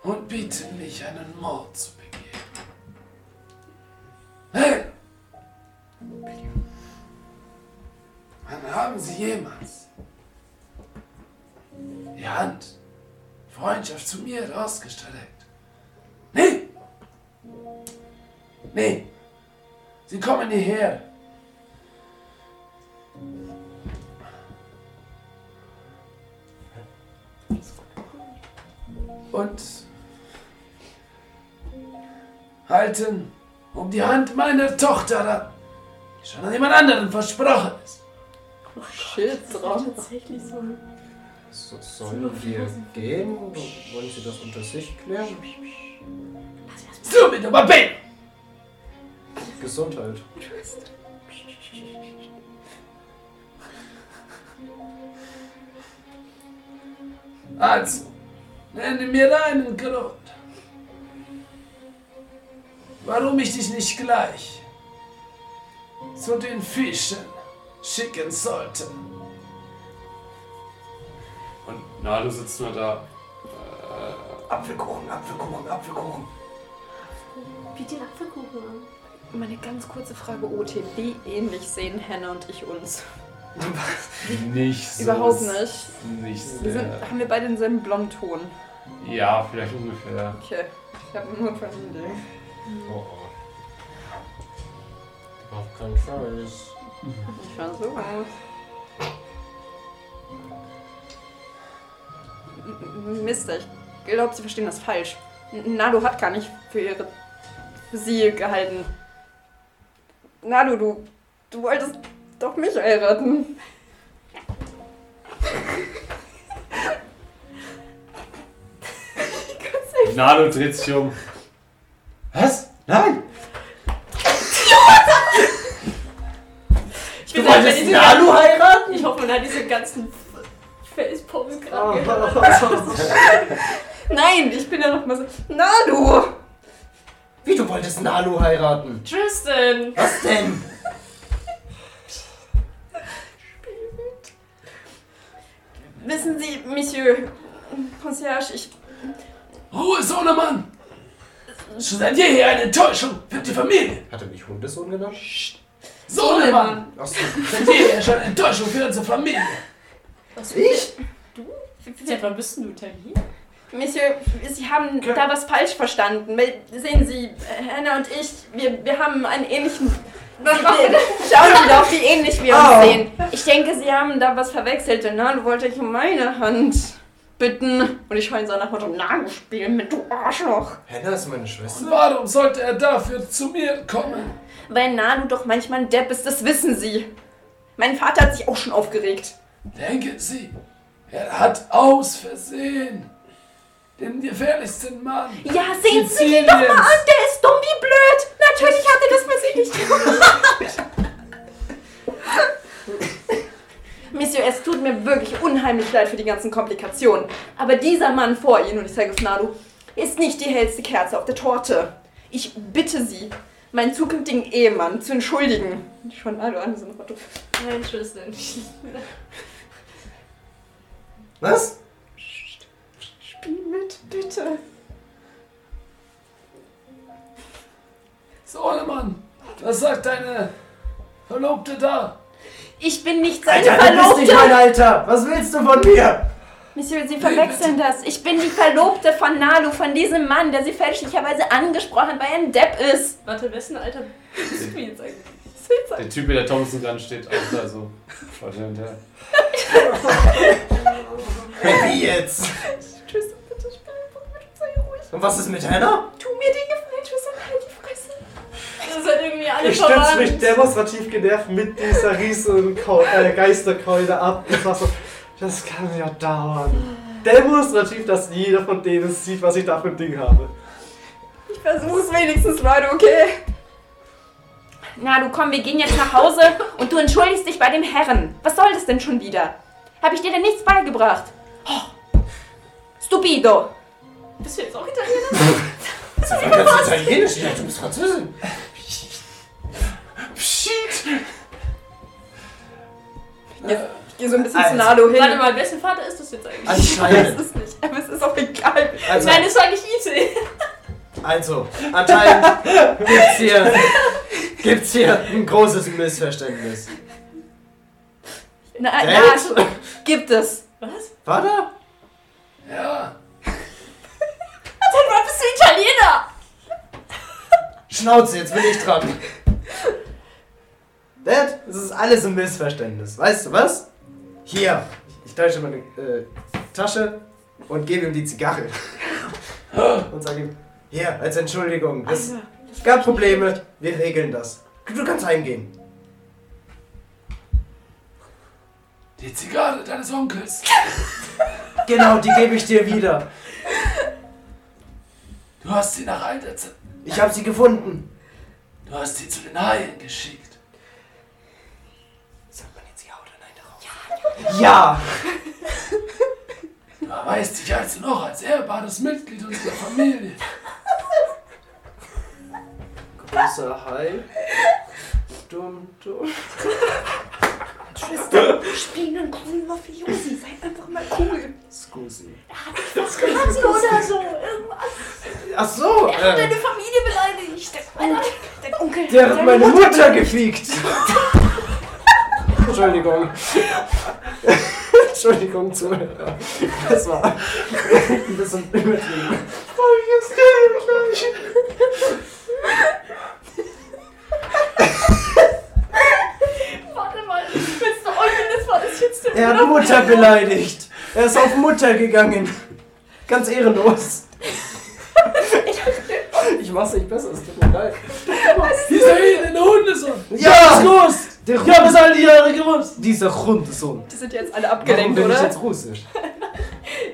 [SPEAKER 1] Und bieten mich einen Mord zu begehen. Hey! Wann haben Sie jemals die Hand, Freundschaft zu mir ausgestreckt? Nee! Nee! Sie kommen hierher! und halten um die Hand meiner Tochter da, die schon an jemand anderen versprochen ist.
[SPEAKER 2] Schildraum.
[SPEAKER 5] tatsächlich so.
[SPEAKER 7] So, sollen wir gehen? Wollen Sie das unter sich klären?
[SPEAKER 1] So mit der Babe!
[SPEAKER 7] Gesundheit.
[SPEAKER 1] Also, nenne mir einen Grund, warum ich dich nicht gleich zu den Fischen schicken sollte. Und na, du sitzt nur da.
[SPEAKER 4] Apfelkuchen, Apfelkuchen, Apfelkuchen.
[SPEAKER 5] Biet den Apfelkuchen an.
[SPEAKER 2] Meine ganz kurze Frage, OT, wie ähnlich sehen Hannah und ich uns?
[SPEAKER 1] Nicht so.
[SPEAKER 2] Überhaupt nicht.
[SPEAKER 1] Nicht
[SPEAKER 2] Wir sind, haben wir beide denselben blonden Ton.
[SPEAKER 1] Ja, vielleicht ungefähr.
[SPEAKER 2] Okay. Ich habe nur von Idee.
[SPEAKER 7] Oh oh. Auf keinen Fall.
[SPEAKER 2] Ich war so aus. M- Mister, ich glaube, Sie verstehen das falsch. N- Nado hat gar nicht für ihre für Sie gehalten. Nado, du, du wolltest doch mich heiraten.
[SPEAKER 1] Nano dreht sich um. Was? Nein!
[SPEAKER 5] Ich
[SPEAKER 1] Du
[SPEAKER 5] bin halt bei
[SPEAKER 1] wolltest
[SPEAKER 5] diesen
[SPEAKER 1] Nalu
[SPEAKER 5] ganzen-
[SPEAKER 1] heiraten?
[SPEAKER 5] Ich hoffe, man hat diese ganzen Facepops
[SPEAKER 3] Ah,
[SPEAKER 4] Oh,
[SPEAKER 5] gerade gehört.
[SPEAKER 2] Nein, ich bin ja noch mal so. Nado!
[SPEAKER 7] Wie, du wolltest Nalu heiraten?
[SPEAKER 5] Tristan!
[SPEAKER 7] Was denn?
[SPEAKER 2] Wissen Sie, Monsieur Concierge, ich.
[SPEAKER 1] Ruhe, Sohnemann! Schon seit jeher eine Enttäuschung für die Familie!
[SPEAKER 7] Hat er mich Hundesohn genannt?
[SPEAKER 1] Sohnemann!
[SPEAKER 7] Achso.
[SPEAKER 1] Seit jeher schon eine Enttäuschung für unsere Familie!
[SPEAKER 5] Was ich? Du? Seit wann bist denn du Termin?
[SPEAKER 2] Monsieur, Sie haben da was falsch verstanden. Weil, Sehen Sie, Hannah und ich, wir, wir haben einen ähnlichen. Schauen Sie doch, wie ähnlich wir uns sehen. Ich denke, Sie haben da was verwechselt, denn dann wollte ich um meine Hand bitten. Und ich schaue ihn so nach dem Nagel spielen mit, du Arschloch.
[SPEAKER 7] Hannah ist meine Schwester.
[SPEAKER 1] Und warum sollte er dafür zu mir kommen?
[SPEAKER 2] Weil Nanu doch manchmal ein Depp ist, das wissen Sie. Mein Vater hat sich auch schon aufgeregt.
[SPEAKER 1] Denken Sie, er hat aus Versehen den gefährlichsten Mann.
[SPEAKER 2] Ja, sehen Sie ihn doch mal an,
[SPEAKER 1] Siziliens.
[SPEAKER 2] der ist dumm wie blöd. Natürlich hat er das für Sie nicht gemacht. [laughs] Monsieur, es tut mir wirklich unheimlich leid für die ganzen Komplikationen. Aber dieser Mann vor Ihnen, und ich sage es Nadu, ist nicht die hellste Kerze auf der Torte. Ich bitte Sie, meinen zukünftigen Ehemann zu entschuldigen. Schon Nadu an, so ein Motto.
[SPEAKER 5] Nein, Tristan.
[SPEAKER 7] Was?
[SPEAKER 2] Spiel mit, bitte.
[SPEAKER 1] Sohnemann, was sagt deine Verlobte da?
[SPEAKER 2] Ich bin nicht seine
[SPEAKER 7] du bist
[SPEAKER 2] Verlobte.
[SPEAKER 7] nicht mein Alter! Was willst du von mir?
[SPEAKER 2] Monsieur, Sie verwechseln das. Ich bin die Verlobte von Nalu, von diesem Mann, der Sie fälschlicherweise angesprochen hat, weil er ein Depp ist.
[SPEAKER 5] Warte, wessen Alter bist du jetzt eigentlich?
[SPEAKER 1] Der Typ mit der Thompson Gun steht auch da so. Schaut hinterher.
[SPEAKER 7] Happy jetzt!
[SPEAKER 2] Tristan, bitte spiel einfach mit uns, sei ruhig.
[SPEAKER 7] Und was ist mit Hannah?
[SPEAKER 2] Tu mir den Gefallen, Tristan, halt die Fresse.
[SPEAKER 5] Das
[SPEAKER 2] halt
[SPEAKER 5] sind irgendwie alle
[SPEAKER 3] Ich stütze
[SPEAKER 5] verwandt.
[SPEAKER 3] mich demonstrativ genervt mit dieser riesen Keu- äh, Geisterkeule ab und war so, das kann ja dauern. Demonstrativ, dass jeder von denen sieht, was ich da für ein Ding habe.
[SPEAKER 2] Ich versuch's wenigstens, Leute, okay?
[SPEAKER 6] Na, du komm, wir gehen jetzt nach Hause und du entschuldigst dich bei dem Herren. Was soll das denn schon wieder? Hab ich dir denn nichts beigebracht? Oh, stupido.
[SPEAKER 5] Bist du jetzt auch Italiener?
[SPEAKER 7] Sie war ganz italienisch, ja, du bist Französin.
[SPEAKER 2] Ich geh so ein bisschen
[SPEAKER 7] Also,
[SPEAKER 2] zu Nalo hin.
[SPEAKER 5] Warte mal, wessen Vater ist das jetzt eigentlich?
[SPEAKER 2] Das
[SPEAKER 7] Anscheinend.
[SPEAKER 2] ist nicht, [laughs] aber es ist auch egal.
[SPEAKER 7] Also,
[SPEAKER 5] Nein, das war nicht Ite.
[SPEAKER 7] also [laughs] anscheinend gibt's hier, gibt's hier ein großes Missverständnis.
[SPEAKER 6] Na,
[SPEAKER 7] Echt?
[SPEAKER 6] na, gibt es.
[SPEAKER 5] Was?
[SPEAKER 7] Warte?
[SPEAKER 5] Sag mal, bist du Italiener?
[SPEAKER 7] Schnauze, jetzt bin ich dran. Dad, es ist alles ein Missverständnis. Weißt du was? Hier. Ich täusche meine äh, Tasche und gebe ihm die Zigarre. Und sage ihm, hier, als Entschuldigung. Es gab Probleme, wir regeln das. Du kannst heimgehen.
[SPEAKER 12] Die Zigarre deines Onkels.
[SPEAKER 7] Genau, die gebe ich dir wieder.
[SPEAKER 12] Du hast sie nach alter Zeit.
[SPEAKER 7] Ich habe sie gefunden.
[SPEAKER 12] Du hast sie zu den Haien geschickt.
[SPEAKER 7] Sagt man jetzt ja oder nein darauf?
[SPEAKER 12] [laughs]
[SPEAKER 7] Ja!
[SPEAKER 12] Du erweist dich als also noch als ehrbares Mitglied unserer Familie.
[SPEAKER 7] Großer Hai. Dumm, dumm.
[SPEAKER 2] Tristan, spielen einen coolen Mafiosi. Seid einfach mal cool.
[SPEAKER 7] Scusi.
[SPEAKER 5] Katze oder so. Irgendwas.
[SPEAKER 7] Ach so!
[SPEAKER 5] Er hat
[SPEAKER 7] äh,
[SPEAKER 5] deine Familie beleidigt.
[SPEAKER 2] Dein Onkel.
[SPEAKER 7] Der hat meine Mutter gefiegt. [laughs] Entschuldigung. Entschuldigung, Zuhörer. Das war ein bisschen übertrieben.
[SPEAKER 5] Warte mal, willst du Eugen, das war das jetzt der
[SPEAKER 7] Er hat Mutter beleidigt. Er ist auf Mutter gegangen. Ganz ehrenlos. Ich mach's nicht besser, es tut mir leid.
[SPEAKER 12] Dieser elende Hundesohn.
[SPEAKER 7] Ja, was ist los? Der ja, was all die Jahre gewusst? Dieser Hundesohn.
[SPEAKER 2] Die sind jetzt alle
[SPEAKER 7] Warum
[SPEAKER 2] abgelenkt,
[SPEAKER 7] bin ich
[SPEAKER 2] oder?
[SPEAKER 7] jetzt russisch?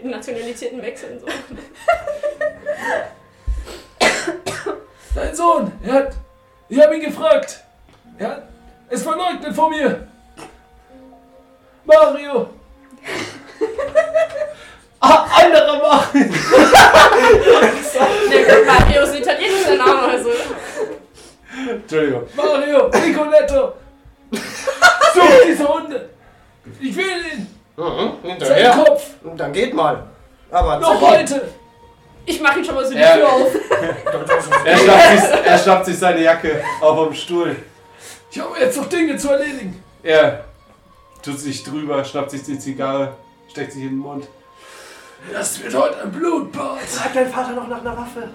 [SPEAKER 5] Nationalitäten wechseln so.
[SPEAKER 12] Dein Sohn. Er hat. Ich habe ihn gefragt. Er hat es verleugnet von mir. Mario. ah, anderer Mario.
[SPEAKER 5] Der Gott, Mario ist ein italienischer Name, also.
[SPEAKER 1] Entschuldigung.
[SPEAKER 12] Mario, Nicoletto. Such diese Hunde. Ich will ihn. Seinen Kopf.
[SPEAKER 7] Und dann geht mal. Aber
[SPEAKER 12] Noch heute.
[SPEAKER 5] Ich mach ihn schon mal so die
[SPEAKER 1] Ja.
[SPEAKER 5] Tür auf.
[SPEAKER 1] Er schnappt, sich, er schnappt sich seine Jacke auf vom Stuhl.
[SPEAKER 12] Ich habe jetzt noch Dinge zu erledigen.
[SPEAKER 1] Er tut sich drüber, schnappt sich die Zigarre, steckt sich in den Mund.
[SPEAKER 12] Das wird heute ein Blutbad.
[SPEAKER 3] Frag deinen Vater noch nach einer Waffe.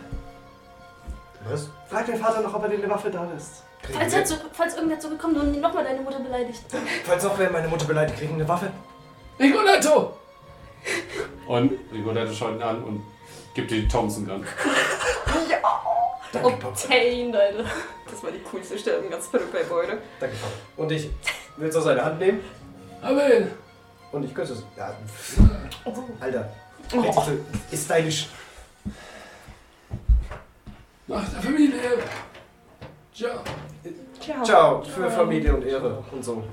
[SPEAKER 7] Was?
[SPEAKER 3] Frag deinen Vater noch, ob er dir eine Waffe da ist.
[SPEAKER 5] Falls, er zu, falls irgendwer zurückkommt und nochmal deine Mutter beleidigt.
[SPEAKER 7] Falls auch wer meine Mutter beleidigt, kriegen eine Waffe.
[SPEAKER 12] Nicoletto.
[SPEAKER 1] Und Rigoletto schaut ihn an und gibt die Thompson [laughs] Gun.
[SPEAKER 7] Danke, Papa.
[SPEAKER 5] Obtain, Leute.
[SPEAKER 2] Das war die coolste Stelle im ganzen Peter Boy, oder?
[SPEAKER 7] Danke, Papa. Und ich will so seine Hand nehmen
[SPEAKER 12] Aber ihn.
[SPEAKER 7] und ich küsse es. Ja. Oh. Alter. Richtig so ist stylisch.
[SPEAKER 12] Nach der Familie. Ciao.
[SPEAKER 2] Ciao.
[SPEAKER 7] Ciao. Für Familie und Ehre und so.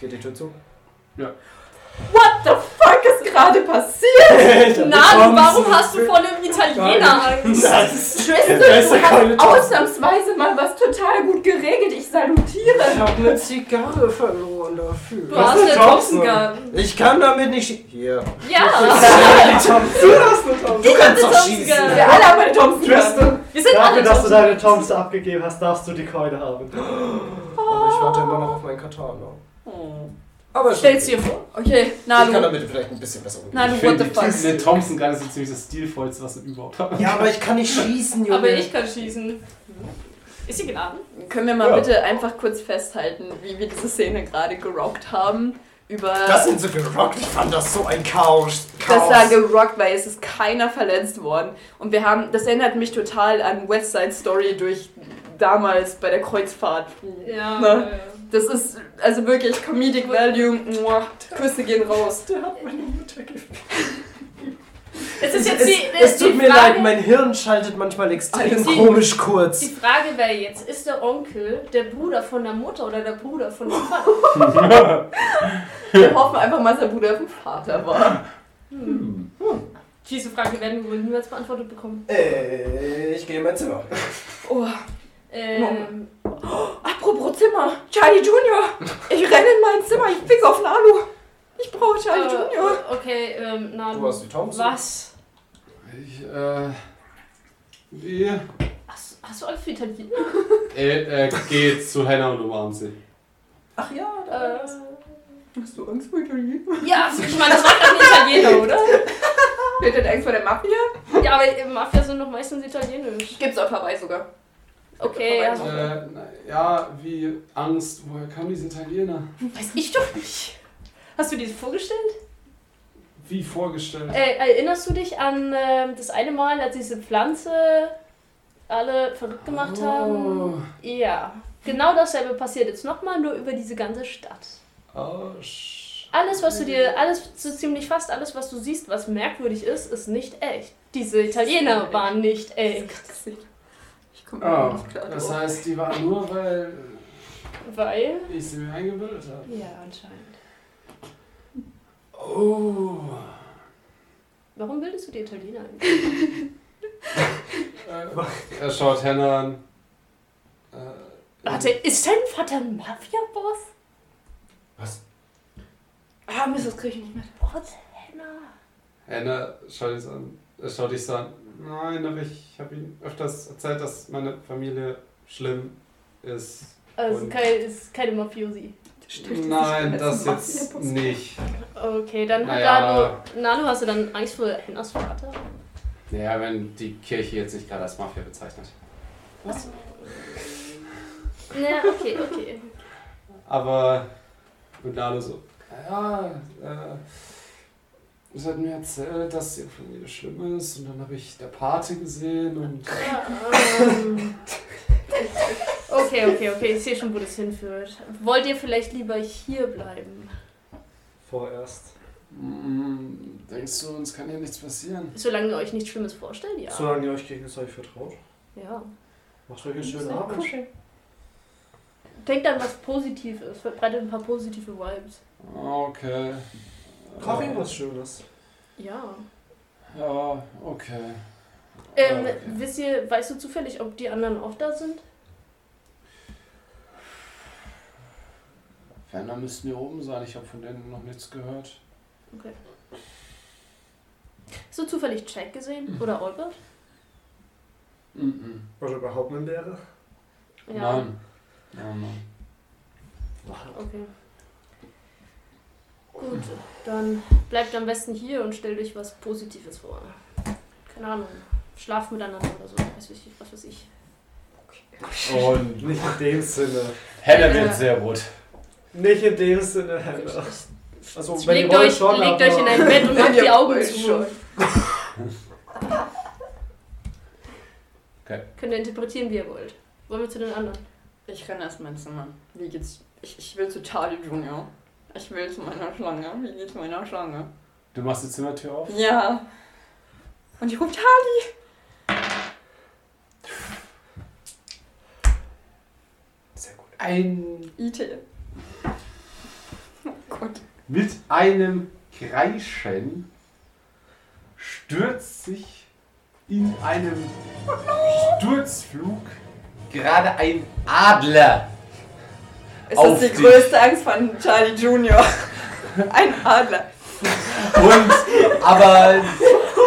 [SPEAKER 7] Geht die Tür zu?
[SPEAKER 2] What the fuck ist gerade passiert?
[SPEAKER 5] Nano, warum hast du vor einem Italiener Angst?
[SPEAKER 2] Tristan, du hast ausnahmsweise mal was total gut geregelt. Ich salutiere.
[SPEAKER 7] habe eine ne Zigarre verloren dafür.
[SPEAKER 5] Du hast eine Thompson Gun.
[SPEAKER 7] Ich kann damit nicht schießen. Hier.
[SPEAKER 5] Ja,
[SPEAKER 7] Du kannst doch
[SPEAKER 5] Thompson
[SPEAKER 7] schießen.
[SPEAKER 5] Gun.
[SPEAKER 2] Wir alle haben eine Thompson.
[SPEAKER 3] Tristan,
[SPEAKER 5] Wir sind alle
[SPEAKER 3] dafür, dass du
[SPEAKER 5] Thompson.
[SPEAKER 3] deine Thompson abgegeben hast, darfst du die Keule haben.
[SPEAKER 7] Aber ich warte immer noch auf meinen Katana. Aber ich,
[SPEAKER 2] Stell's dir vor. Okay,
[SPEAKER 7] ich kann
[SPEAKER 2] Nalu.
[SPEAKER 7] damit vielleicht ein bisschen besser umgehen.
[SPEAKER 2] Nalu, what the fuck?
[SPEAKER 1] Eine Thompson Gun ist so ziemlich das stilvollste, was wir überhaupt haben.
[SPEAKER 7] Ja, aber ich kann nicht schießen, Junge.
[SPEAKER 5] Aber ich kann schießen. Ist sie geladen?
[SPEAKER 2] Können wir mal
[SPEAKER 1] Ja.
[SPEAKER 2] bitte einfach kurz festhalten, wie wir diese Szene gerade gerockt haben? über
[SPEAKER 7] Das sind so gerockt. Ich fand das so ein Chaos.
[SPEAKER 2] das da
[SPEAKER 7] Chaos.
[SPEAKER 2] gerockt, weil es ist keiner verletzt worden. Und wir haben, das erinnert mich total an West Side Story durch damals bei der Kreuzfahrt.
[SPEAKER 5] Ja.
[SPEAKER 2] Ne? Das ist also wirklich Comedic Value. Muah. Küsse gehen raus.
[SPEAKER 5] Es ist jetzt
[SPEAKER 7] es,
[SPEAKER 5] die,
[SPEAKER 7] es tut
[SPEAKER 5] die
[SPEAKER 7] mir
[SPEAKER 5] Frage,
[SPEAKER 7] leid, mein Hirn schaltet manchmal extrem
[SPEAKER 5] Die-
[SPEAKER 7] komisch
[SPEAKER 5] Die
[SPEAKER 7] kurz.
[SPEAKER 5] Frage wäre jetzt, ist der Onkel der Bruder von der Mutter oder der Bruder von dem Vater?
[SPEAKER 2] Wir hoffen einfach mal, dass der Bruder vom Vater war.
[SPEAKER 5] Hm. Diese Frage werden wir wohl niemals beantwortet bekommen.
[SPEAKER 7] Äh, ich gehe in mein Zimmer.
[SPEAKER 2] Oh.
[SPEAKER 5] Ähm,
[SPEAKER 2] Apropos Zimmer. Charlie Junior. Ich renne in mein Zimmer. Ich fick auf Nalu. Ich brauche Charlie Junior.
[SPEAKER 5] äh, okay, ähm, na,
[SPEAKER 13] Du
[SPEAKER 7] Also,
[SPEAKER 13] hast die Thompson.
[SPEAKER 5] was?
[SPEAKER 1] Ich, äh. Wie?
[SPEAKER 5] Hast, hast du Amphetamine?
[SPEAKER 1] Äh, äh, geht zu Hannah und umarmt sie.
[SPEAKER 5] Ach ja, äh,
[SPEAKER 2] Hast du Angst vor Charlie?
[SPEAKER 5] Ja, ich meine, das macht doch ein Italiener, oder?
[SPEAKER 2] Wer hat Angst vor der Mafia?
[SPEAKER 5] Ja, aber äh, Mafia sind doch meistens italienisch.
[SPEAKER 2] Gibt's auf Hawaii sogar.
[SPEAKER 5] Okay, ja.
[SPEAKER 2] Also-
[SPEAKER 1] Äh, na, ja, wie Angst. Woher kam diese Italiener?
[SPEAKER 5] Weiß ich doch nicht. Hast du dir das vorgestellt?
[SPEAKER 1] Wie vorgestellt.
[SPEAKER 5] Äh, erinnerst du dich an ähm, das eine Mal, als diese Pflanze alle verrückt gemacht haben? Ja, genau dasselbe passiert jetzt nochmal, nur über diese ganze Stadt.
[SPEAKER 1] Oh, sch.
[SPEAKER 5] Alles, was du dir, alles, so ziemlich fast alles, was du siehst, was merkwürdig ist, ist nicht echt. Diese Italiener waren nicht echt,
[SPEAKER 2] Ich komme
[SPEAKER 1] Oh,
[SPEAKER 2] nicht klar.
[SPEAKER 1] das
[SPEAKER 2] drauf.
[SPEAKER 1] heißt, die waren nur, weil
[SPEAKER 5] weil.
[SPEAKER 1] ich sie mir eingebildet habe.
[SPEAKER 5] Ja, anscheinend.
[SPEAKER 1] Oh.
[SPEAKER 5] Warum bildest du die Italiener eigentlich?
[SPEAKER 1] Äh, er schaut Hannah an. Äh,
[SPEAKER 5] Warte, ist dein Vater ein Mafia-Boss?
[SPEAKER 2] Ah, Mist, das krieg ich nicht mit.
[SPEAKER 5] What, Hannah?
[SPEAKER 1] Hannah schaut ihn so an. Er schaut dich so an. Nein, aber ich habe ihm öfters erzählt, dass meine Familie schlimm ist.
[SPEAKER 5] Also,
[SPEAKER 1] Und-
[SPEAKER 5] kein, ist keine Mafiosi.
[SPEAKER 1] Nein, das jetzt nicht.
[SPEAKER 5] Okay, dann hat
[SPEAKER 1] Naja.
[SPEAKER 5] Nano. Nano, hast du dann Angst vor Hennas Vater?
[SPEAKER 1] Naja, wenn die Kirche jetzt nicht gerade als Mafia bezeichnet.
[SPEAKER 5] Ja, okay, okay.
[SPEAKER 1] Aber und Lalo so, ja, äh, es hat mir erzählt, dass die Familie schlimm ist und dann habe ich der Pate gesehen und
[SPEAKER 5] Ja, ähm. Okay, okay, okay, ich sehe schon, wo das hinführt. Wollt ihr vielleicht lieber hier bleiben?
[SPEAKER 13] Vorerst.
[SPEAKER 1] mm, denkst du, uns kann hier nichts passieren?
[SPEAKER 5] Solange ihr euch nichts Schlimmes vorstellt, ja.
[SPEAKER 3] Solange ihr euch gegenseitig vertraut,
[SPEAKER 5] ja.
[SPEAKER 3] macht euch einen schönen Abend.
[SPEAKER 5] Denkt an was Positives, verbreitet ein paar positive Vibes.
[SPEAKER 1] Okay.
[SPEAKER 3] Koch ihm
[SPEAKER 1] Äh,
[SPEAKER 3] was Schönes.
[SPEAKER 5] Ja.
[SPEAKER 1] Ja, okay.
[SPEAKER 5] Ähm,
[SPEAKER 1] Okay.
[SPEAKER 5] wisst ihr, weißt du zufällig, ob die anderen auch da sind?
[SPEAKER 1] Wenn, dann müssten wir oben sein. Ich habe von denen noch nichts gehört.
[SPEAKER 5] Hast du zufällig Jack gesehen? Oder Albert?
[SPEAKER 1] Mhm.
[SPEAKER 13] Oder überhaupt eine Lehre?
[SPEAKER 1] Nein. Nein, nein.
[SPEAKER 5] Okay. Gut, dann bleibt am besten hier und stellt euch was Positives vor. Keine Ahnung. Schlaft miteinander oder so. Weiß ich, was weiß ich.
[SPEAKER 3] Und nicht in dem Sinne.
[SPEAKER 1] Hannah
[SPEAKER 5] wird
[SPEAKER 1] sehr rot.
[SPEAKER 3] Nicht in dem Sinne, Hannah. Also, wenn ihr
[SPEAKER 5] Legt
[SPEAKER 3] wollt,
[SPEAKER 5] euch,
[SPEAKER 3] schon,
[SPEAKER 5] legt
[SPEAKER 3] aber-
[SPEAKER 5] euch in ein Bett und macht die Augen zu.
[SPEAKER 2] Schon.
[SPEAKER 5] Könnt ihr interpretieren, wie ihr wollt. Wollen wir zu den anderen?
[SPEAKER 2] Ich renne erst mein Zimmer. Wie geht's? Ich, ich will zu Charlie Junior. Ich will zu meiner Schlange. Wie geht's meiner Schlange?
[SPEAKER 1] Du machst die Zimmertür auf?
[SPEAKER 2] Ja. Und ich rufe Charlie.
[SPEAKER 1] Ein.
[SPEAKER 2] IT. Oh Gott.
[SPEAKER 1] Mit einem Kreischen stürzt sich in einem Sturzflug gerade ein Adler.
[SPEAKER 2] Ist
[SPEAKER 1] Auf
[SPEAKER 2] das die
[SPEAKER 1] dich.
[SPEAKER 2] größte Angst von Charlie Junior? [laughs] Ein Adler.
[SPEAKER 1] Und aber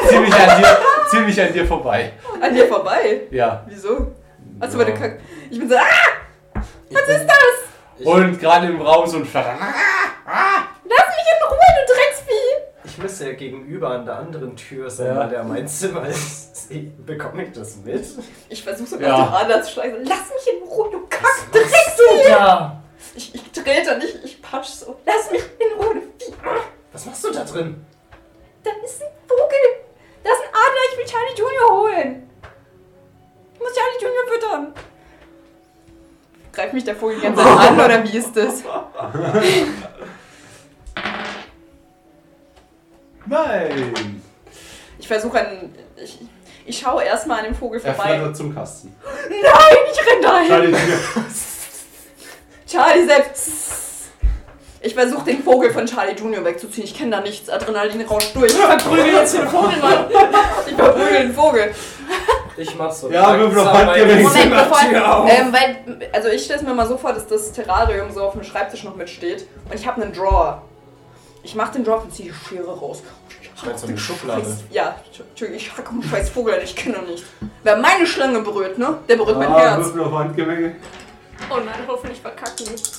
[SPEAKER 1] ziemlich an dir, ziemlich an dir vorbei.
[SPEAKER 2] An dir vorbei.
[SPEAKER 1] Ja.
[SPEAKER 2] Wieso? Achso,
[SPEAKER 1] Ja.
[SPEAKER 2] meine Kack. Ich bin so. Ah!
[SPEAKER 7] Was ist das?
[SPEAKER 1] Und gerade im Raum so ein Flatter.
[SPEAKER 2] Lass mich in Ruhe, du Drecksvieh!
[SPEAKER 7] Ich müsste ja gegenüber an der anderen Tür sein,
[SPEAKER 1] Ja.
[SPEAKER 7] weil der mein Zimmer ist. Ich- Bekomme ich das mit?
[SPEAKER 2] Ich versuche sogar
[SPEAKER 1] Ja.
[SPEAKER 2] auf den Adler zu schlagen. Lass mich in Ruhe, du Kack.
[SPEAKER 7] Bist du da?
[SPEAKER 2] Ich, ich trete und ich, ich patsch so. Lass mich in Ruhe. Vieh.
[SPEAKER 7] Was machst du da drin?
[SPEAKER 2] Da ist ein Vogel. Da ist ein Adler. Ich will Charlie Junior holen. Ich muss Charlie Junior füttern. Greift mich der Vogel ganz an oder wie ist das?
[SPEAKER 1] Nein!
[SPEAKER 2] Ich versuche einen. Ich, ich schaue erstmal an dem Vogel
[SPEAKER 1] Er
[SPEAKER 2] vorbei.
[SPEAKER 1] flattert zum Kasten.
[SPEAKER 2] Nein, ich renne dahin.
[SPEAKER 1] Charlie Junior.
[SPEAKER 2] Charlie selbst. Ich versuche den Vogel von Charlie Junior wegzuziehen. Ich kenne da nichts. Adrenalin rauscht durch. Ich verprügel jetzt den Vogel, Mann. Ich verprügel den Vogel.
[SPEAKER 14] Ich mach's so.
[SPEAKER 1] Ja, wir haben noch
[SPEAKER 14] Langsam
[SPEAKER 1] Handgelenk.
[SPEAKER 14] rein.
[SPEAKER 2] Moment, bevor. Ähm, weil, also ich stelle es mir mal so vor, dass das Terrarium so auf dem Schreibtisch noch mitsteht. Und ich habe einen Drawer. Ich mache den Drawer und ziehe die Schere raus.
[SPEAKER 7] Meinst du eine Schublade?
[SPEAKER 2] Scheiß- Ja, Entschuldigung, ich hacke einen scheiß Vogel, ich kenne ihn nicht. Wer meine Schlange berührt, ne? Der berührt mein
[SPEAKER 1] Ah,
[SPEAKER 2] Herz.
[SPEAKER 1] Würfel auf Handgemenge.
[SPEAKER 5] Oh nein, hoffentlich verkacken nicht.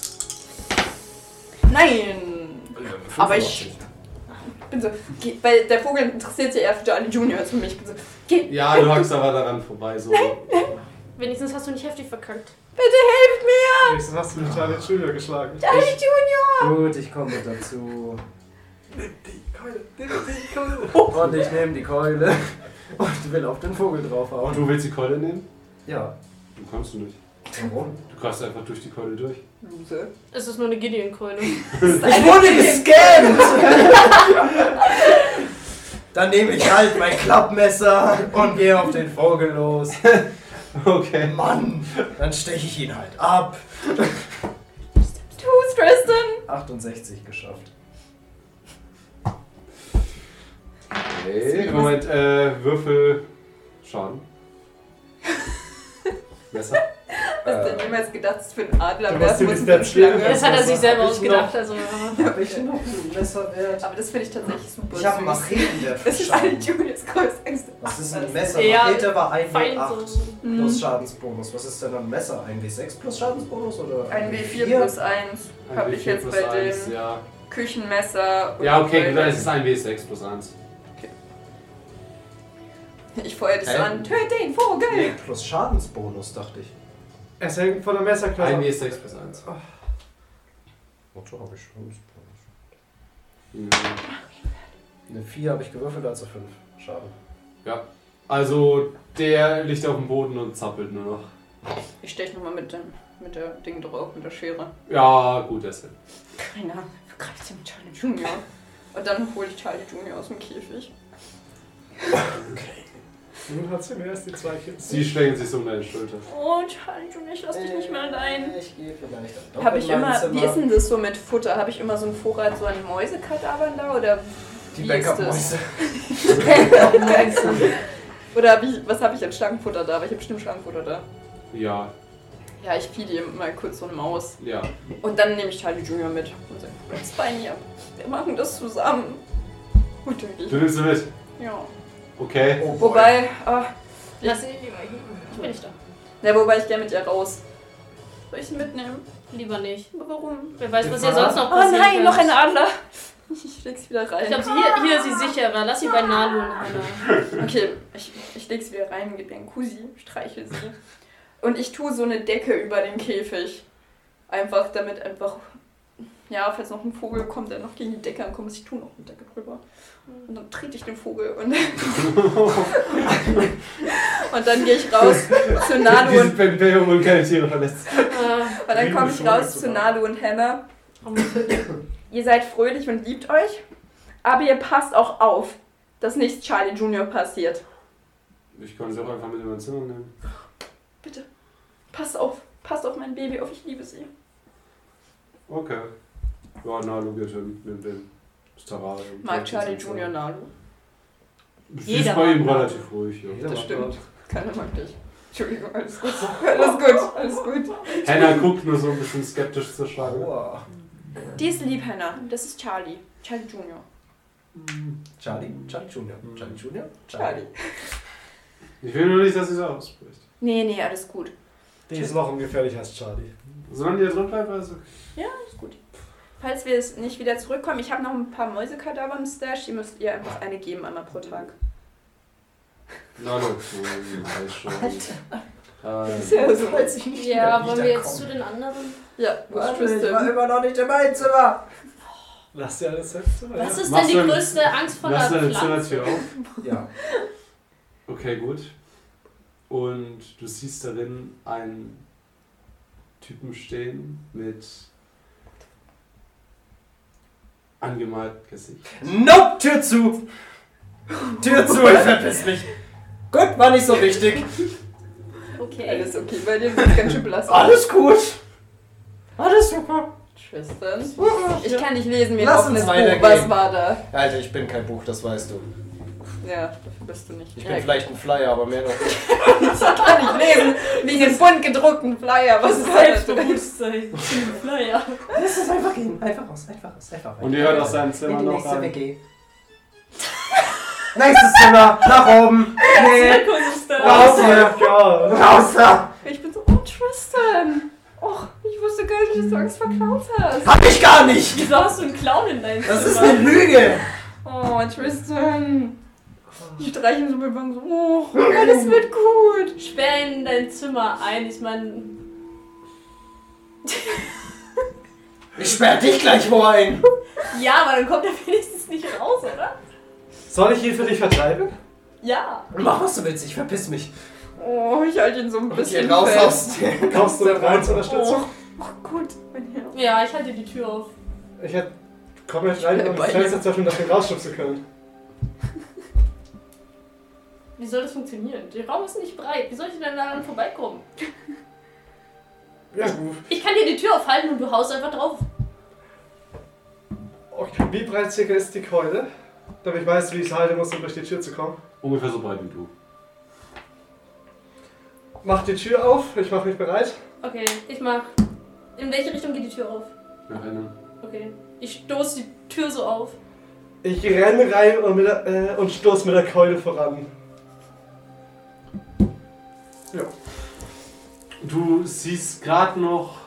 [SPEAKER 2] Nein! Aber ich. bin so. Geh, weil der Vogel interessiert sich eher für Charlie Junior als für mich. Ich bin so. Geh,
[SPEAKER 1] Ja, du hackst aber daran vorbei. So.
[SPEAKER 5] Wenigstens hast du nicht heftig verkackt.
[SPEAKER 2] bitte helft mir!
[SPEAKER 3] Wenigstens hast du mit Charlie Junior geschlagen.
[SPEAKER 2] Charlie Junior!
[SPEAKER 7] Gut, ich komme dazu. Und ich nehme die Keule [laughs] und will auf den Vogel
[SPEAKER 1] Und
[SPEAKER 7] draufhauen.
[SPEAKER 1] du willst die Keule nehmen?
[SPEAKER 7] Ja.
[SPEAKER 1] Du kommst du nicht.
[SPEAKER 7] Warum?
[SPEAKER 1] Du kannst einfach durch die Keule [laughs] durch.
[SPEAKER 2] Lose.
[SPEAKER 5] Es ist nur eine Gideon-Keule.
[SPEAKER 7] Ich wurde gescannt! Dann nehme ich halt mein Klappmesser und gehe auf den Vogel los.
[SPEAKER 1] Okay.
[SPEAKER 7] Mann! Dann steche ich ihn halt ab.
[SPEAKER 2] Du, Tristan!
[SPEAKER 7] 68 geschafft.
[SPEAKER 1] okay. Moment, äh, Würfel.
[SPEAKER 2] [laughs]
[SPEAKER 1] Schaden. Besser.
[SPEAKER 2] Hast du niemals gedacht, dass für einen Adler
[SPEAKER 3] Du
[SPEAKER 2] wäre
[SPEAKER 3] musst dir
[SPEAKER 2] muss
[SPEAKER 3] nicht
[SPEAKER 2] eine
[SPEAKER 3] erzählen,
[SPEAKER 2] Schlange?
[SPEAKER 5] Das hat er sich selber
[SPEAKER 14] hab ich
[SPEAKER 5] ausgedacht. Also, ja.
[SPEAKER 7] Hab ich noch einen Messerwert?
[SPEAKER 2] Aber das finde ich tatsächlich super
[SPEAKER 7] Ich habe einen
[SPEAKER 2] süß.
[SPEAKER 7] Machetenwert
[SPEAKER 2] Das ist Charlie
[SPEAKER 7] verschafft.
[SPEAKER 2] Juniors größte
[SPEAKER 7] Was ist ein
[SPEAKER 2] Messer?
[SPEAKER 7] Messer?
[SPEAKER 5] Ja,
[SPEAKER 7] Machete war
[SPEAKER 5] fein
[SPEAKER 7] 1,8
[SPEAKER 5] so.
[SPEAKER 7] plus Schadensbonus. Was ist denn ein Messer? 1W6 plus Schadensbonus oder
[SPEAKER 2] Ein W4
[SPEAKER 7] W4?
[SPEAKER 2] plus 1 habe ich
[SPEAKER 1] W4
[SPEAKER 2] jetzt
[SPEAKER 1] plus
[SPEAKER 2] bei
[SPEAKER 1] eins,
[SPEAKER 2] dem
[SPEAKER 1] Ja,
[SPEAKER 2] Küchenmesser. und
[SPEAKER 1] ja okay,
[SPEAKER 2] bei
[SPEAKER 1] gut, dann ist es ein W6 plus 1.
[SPEAKER 2] dem- Ich feuer dich so
[SPEAKER 7] Hä?
[SPEAKER 2] an. Töte den Vogel!
[SPEAKER 7] Nee, plus Schadensbonus, dachte ich.
[SPEAKER 3] Es hängt von der
[SPEAKER 1] Ein
[SPEAKER 3] Messerklasse. ab.
[SPEAKER 1] W6 plus 1.
[SPEAKER 7] Wozu habe ich Schadensbonus?
[SPEAKER 1] Mhm.
[SPEAKER 7] Eine 4 habe ich gewürfelt, also 5 Schaden.
[SPEAKER 1] Also, der liegt auf dem Boden und zappelt nur noch.
[SPEAKER 2] Ich steche nochmal mit, dem- mit der Ding drauf, mit der Schere.
[SPEAKER 1] Ja, gut, das hin.
[SPEAKER 2] Keine Ahnung, wer greift denn mit Charlie Junior? Und dann hole ich Charlie Junior aus dem käfig.
[SPEAKER 3] Nun hat sie mir erst die zwei Kids.
[SPEAKER 1] Sie schlägen sich so um deine Schulter.
[SPEAKER 5] Oh, Charlie Junior, ich lass dich nicht mehr allein.
[SPEAKER 7] Ich gehe vielleicht dann Äh, doch
[SPEAKER 2] Habe
[SPEAKER 7] in
[SPEAKER 2] ich
[SPEAKER 7] mein
[SPEAKER 2] immer,
[SPEAKER 7] Zimmer.
[SPEAKER 2] wie ist denn das so mit Futter? Habe ich immer so einen Vorrat, so an Mäusekadavern da? Oder
[SPEAKER 7] Die Oh,
[SPEAKER 2] wie ist [laughs]
[SPEAKER 7] Backup-Mäuse.
[SPEAKER 2] das? oder hab ich, was habe ich an Schlangenfutter da? Aber ich habe bestimmt Schlangenfutter da.
[SPEAKER 1] Ja,
[SPEAKER 2] Ja, ich feed ihm mal kurz so eine Maus.
[SPEAKER 1] ja.
[SPEAKER 2] Und dann nehme ich Charlie Junior mit und sage, du bleibst bei mir. Wir machen das zusammen. Gut,
[SPEAKER 1] Du
[SPEAKER 2] wirklich.
[SPEAKER 1] nimmst sie mit.
[SPEAKER 2] Ja.
[SPEAKER 1] Okay.
[SPEAKER 7] Oh, boy.
[SPEAKER 2] Wobei, ah,
[SPEAKER 5] Lass ihn lieber hier. Ich bin nicht da.
[SPEAKER 2] ja, wobei ich gerne mit ihr raus. Soll ich sie mitnehmen?
[SPEAKER 5] Lieber nicht.
[SPEAKER 2] Aber warum?
[SPEAKER 5] Wer weiß, was hier sonst noch
[SPEAKER 2] Oh
[SPEAKER 5] passiert.
[SPEAKER 2] nein, noch ein Adler! [laughs] Ich leg's wieder rein.
[SPEAKER 5] Ich glaube, hier, hier ist sie sicherer. Lass sie bei Nalu und Anna.
[SPEAKER 2] okay, ich, ich leg's wieder rein, gib ihr einen Kusi, streichel sie. Und ich tue so eine Decke über den Käfig. Einfach damit einfach. Ja, falls noch ein Vogel kommt, der noch gegen die Decke ankommt, ich tue noch eine Decke drüber. Und dann trete ich den Vogel und. [laughs] und dann gehe ich raus zu Nalu
[SPEAKER 1] Dieses
[SPEAKER 2] und,
[SPEAKER 1] Penperium und keine Tiere verletzt.
[SPEAKER 5] Äh,
[SPEAKER 2] und dann komme ich raus zu Nalu und Hannah. Ihr seid fröhlich und liebt euch, aber ihr passt auch auf, dass nichts Charlie Junior passiert.
[SPEAKER 1] Ich kann sie auch einfach mit in mein Zimmer nehmen.
[SPEAKER 2] Bitte, passt auf, passt auf mein Baby auf, ich liebe sie.
[SPEAKER 1] Okay. Ja, na, halt logisch, dann nimm den. Das Terrarium.
[SPEAKER 2] Mag Charlie Junior Nalu?
[SPEAKER 1] Sie
[SPEAKER 5] Jeder
[SPEAKER 1] ist bei ihm
[SPEAKER 5] mag
[SPEAKER 1] relativ ruhig. Ja.
[SPEAKER 2] Das stimmt. Keiner mag dich. Entschuldigung, alles gut.
[SPEAKER 7] [laughs]
[SPEAKER 2] Alles gut, alles gut.
[SPEAKER 1] Hannah guckt nur so ein bisschen skeptisch zur Schlange.
[SPEAKER 7] Wow.
[SPEAKER 2] Die ist lieb, Hannah. Das ist Charlie. Charlie Junior.
[SPEAKER 7] Charlie? Charlie Junior. Charlie Junior?
[SPEAKER 2] Charlie.
[SPEAKER 1] Ich will nur nicht, dass sie so ausspricht.
[SPEAKER 2] Nee, nee, alles gut.
[SPEAKER 3] Die ist noch ungefährlich als Charlie.
[SPEAKER 1] Solange die da drin bleibt, also.
[SPEAKER 2] Alles gut. Falls wir es nicht wieder zurückkommen, ich habe noch ein paar Mäusekadaver im Stash. Die müsst ihr einfach eine geben, einmal pro Tag.
[SPEAKER 1] Na, na, na, na, na, na, na, na, na, na, na, na, na, na, na, Äh,
[SPEAKER 2] Ja, so.
[SPEAKER 7] Falls ich nicht
[SPEAKER 5] Ja,
[SPEAKER 7] wieder
[SPEAKER 5] wollen wir jetzt
[SPEAKER 7] wiederkomme.
[SPEAKER 5] zu den anderen?
[SPEAKER 2] Ja, was
[SPEAKER 7] Warte,
[SPEAKER 2] tust
[SPEAKER 7] ich war
[SPEAKER 2] du?
[SPEAKER 7] immer noch nicht in meinem Zimmer.
[SPEAKER 3] Lass dir alles selbst zu.
[SPEAKER 5] Was ist denn
[SPEAKER 1] Machst
[SPEAKER 5] die
[SPEAKER 1] du ein-
[SPEAKER 5] größte Angst vor einer
[SPEAKER 1] lass deine
[SPEAKER 5] Pflanze?
[SPEAKER 1] Zimmertür
[SPEAKER 5] [laughs]
[SPEAKER 1] auf.
[SPEAKER 7] Ja.
[SPEAKER 1] Okay, gut. Und du siehst darin einen Typen stehen mit angemaltem Gesicht.
[SPEAKER 7] Nope, Tür zu. Tür zu, ich verpiss mich. Gut, war nicht so wichtig.
[SPEAKER 5] Okay.
[SPEAKER 2] Alles okay, bei dir sieht ganz schön blass aus.
[SPEAKER 7] Alles gut. Alles super.
[SPEAKER 2] Tristan. Ich kann nicht lesen, mir
[SPEAKER 7] Lass
[SPEAKER 2] laufen
[SPEAKER 7] uns
[SPEAKER 2] das Buch.
[SPEAKER 7] weitergehen.
[SPEAKER 2] Was war da?
[SPEAKER 7] Alter, ich bin kein Buch, das weißt du.
[SPEAKER 2] Ja, dafür bist du nicht.
[SPEAKER 7] Ich
[SPEAKER 2] Ja,
[SPEAKER 7] bin vielleicht ein Flyer, aber mehr noch nicht.
[SPEAKER 2] kann nicht lesen. Wie den bunt gedruckten Flyer. Was ist das?
[SPEAKER 5] Selbstbewusstsein. naja.
[SPEAKER 7] Lass es einfach gehen. Einfach aus, einfach aus, einfach
[SPEAKER 1] Und ihr hört aus seinem Zimmer noch an.
[SPEAKER 7] WG. [laughs] Nächstes Zimmer, nach oben. Nee, raus hier. Raus da.
[SPEAKER 2] Ich bin so, oh Tristan. Och, ich wusste gar nicht, dass du Angst vor Clowns hast.
[SPEAKER 7] Hab ich gar nicht.
[SPEAKER 5] Wieso hast du einen Clown in deinem
[SPEAKER 7] Das ist
[SPEAKER 5] Zimmer?
[SPEAKER 7] eine Lüge.
[SPEAKER 2] Oh, Tristan. Die streichen so mit Bangs. Oh, alles wird gut.
[SPEAKER 5] Sperr ihn in dein Zimmer ein. Ich meine,
[SPEAKER 7] Ich sperr dich gleich wo ein.
[SPEAKER 5] ja, aber dann kommt er wenigstens nicht raus, oder?
[SPEAKER 3] Soll ich ihn für dich vertreiben?
[SPEAKER 5] Ja.
[SPEAKER 7] Mach was du willst, ich verpiss mich.
[SPEAKER 2] Oh, ich halte ihn so ein
[SPEAKER 7] Und
[SPEAKER 2] bisschen
[SPEAKER 7] geh raus
[SPEAKER 2] fest.
[SPEAKER 7] aus dem
[SPEAKER 3] Kommst du rein zur Unterstützung?
[SPEAKER 2] Oh, oh gut, mein Herr.
[SPEAKER 5] Ja, ich halte die Tür auf.
[SPEAKER 3] Ich hätte. Komm jetzt rein, um das Fenster zu öffnen, dass wir ihn rausschubsen können.
[SPEAKER 5] Wie soll das funktionieren? Der Raum ist nicht breit. Wie soll ich denn daran vorbeikommen?
[SPEAKER 3] Ja, gut.
[SPEAKER 5] Ich kann dir die Tür aufhalten und du haust einfach drauf.
[SPEAKER 3] Okay, wie breit circa ist die Keule? Damit ich weiß, wie ich es halten muss, um durch die Tür zu kommen.
[SPEAKER 1] Ungefähr so breit wie du.
[SPEAKER 3] Mach die Tür auf, ich mach mich bereit.
[SPEAKER 5] Okay, ich mach. In welche Richtung geht die Tür auf?
[SPEAKER 1] Nach einem.
[SPEAKER 5] Okay. Ich stoße die Tür so auf.
[SPEAKER 3] Ich renne rein und, mit der, äh, und stoß mit der Keule voran.
[SPEAKER 1] Du siehst gerade noch,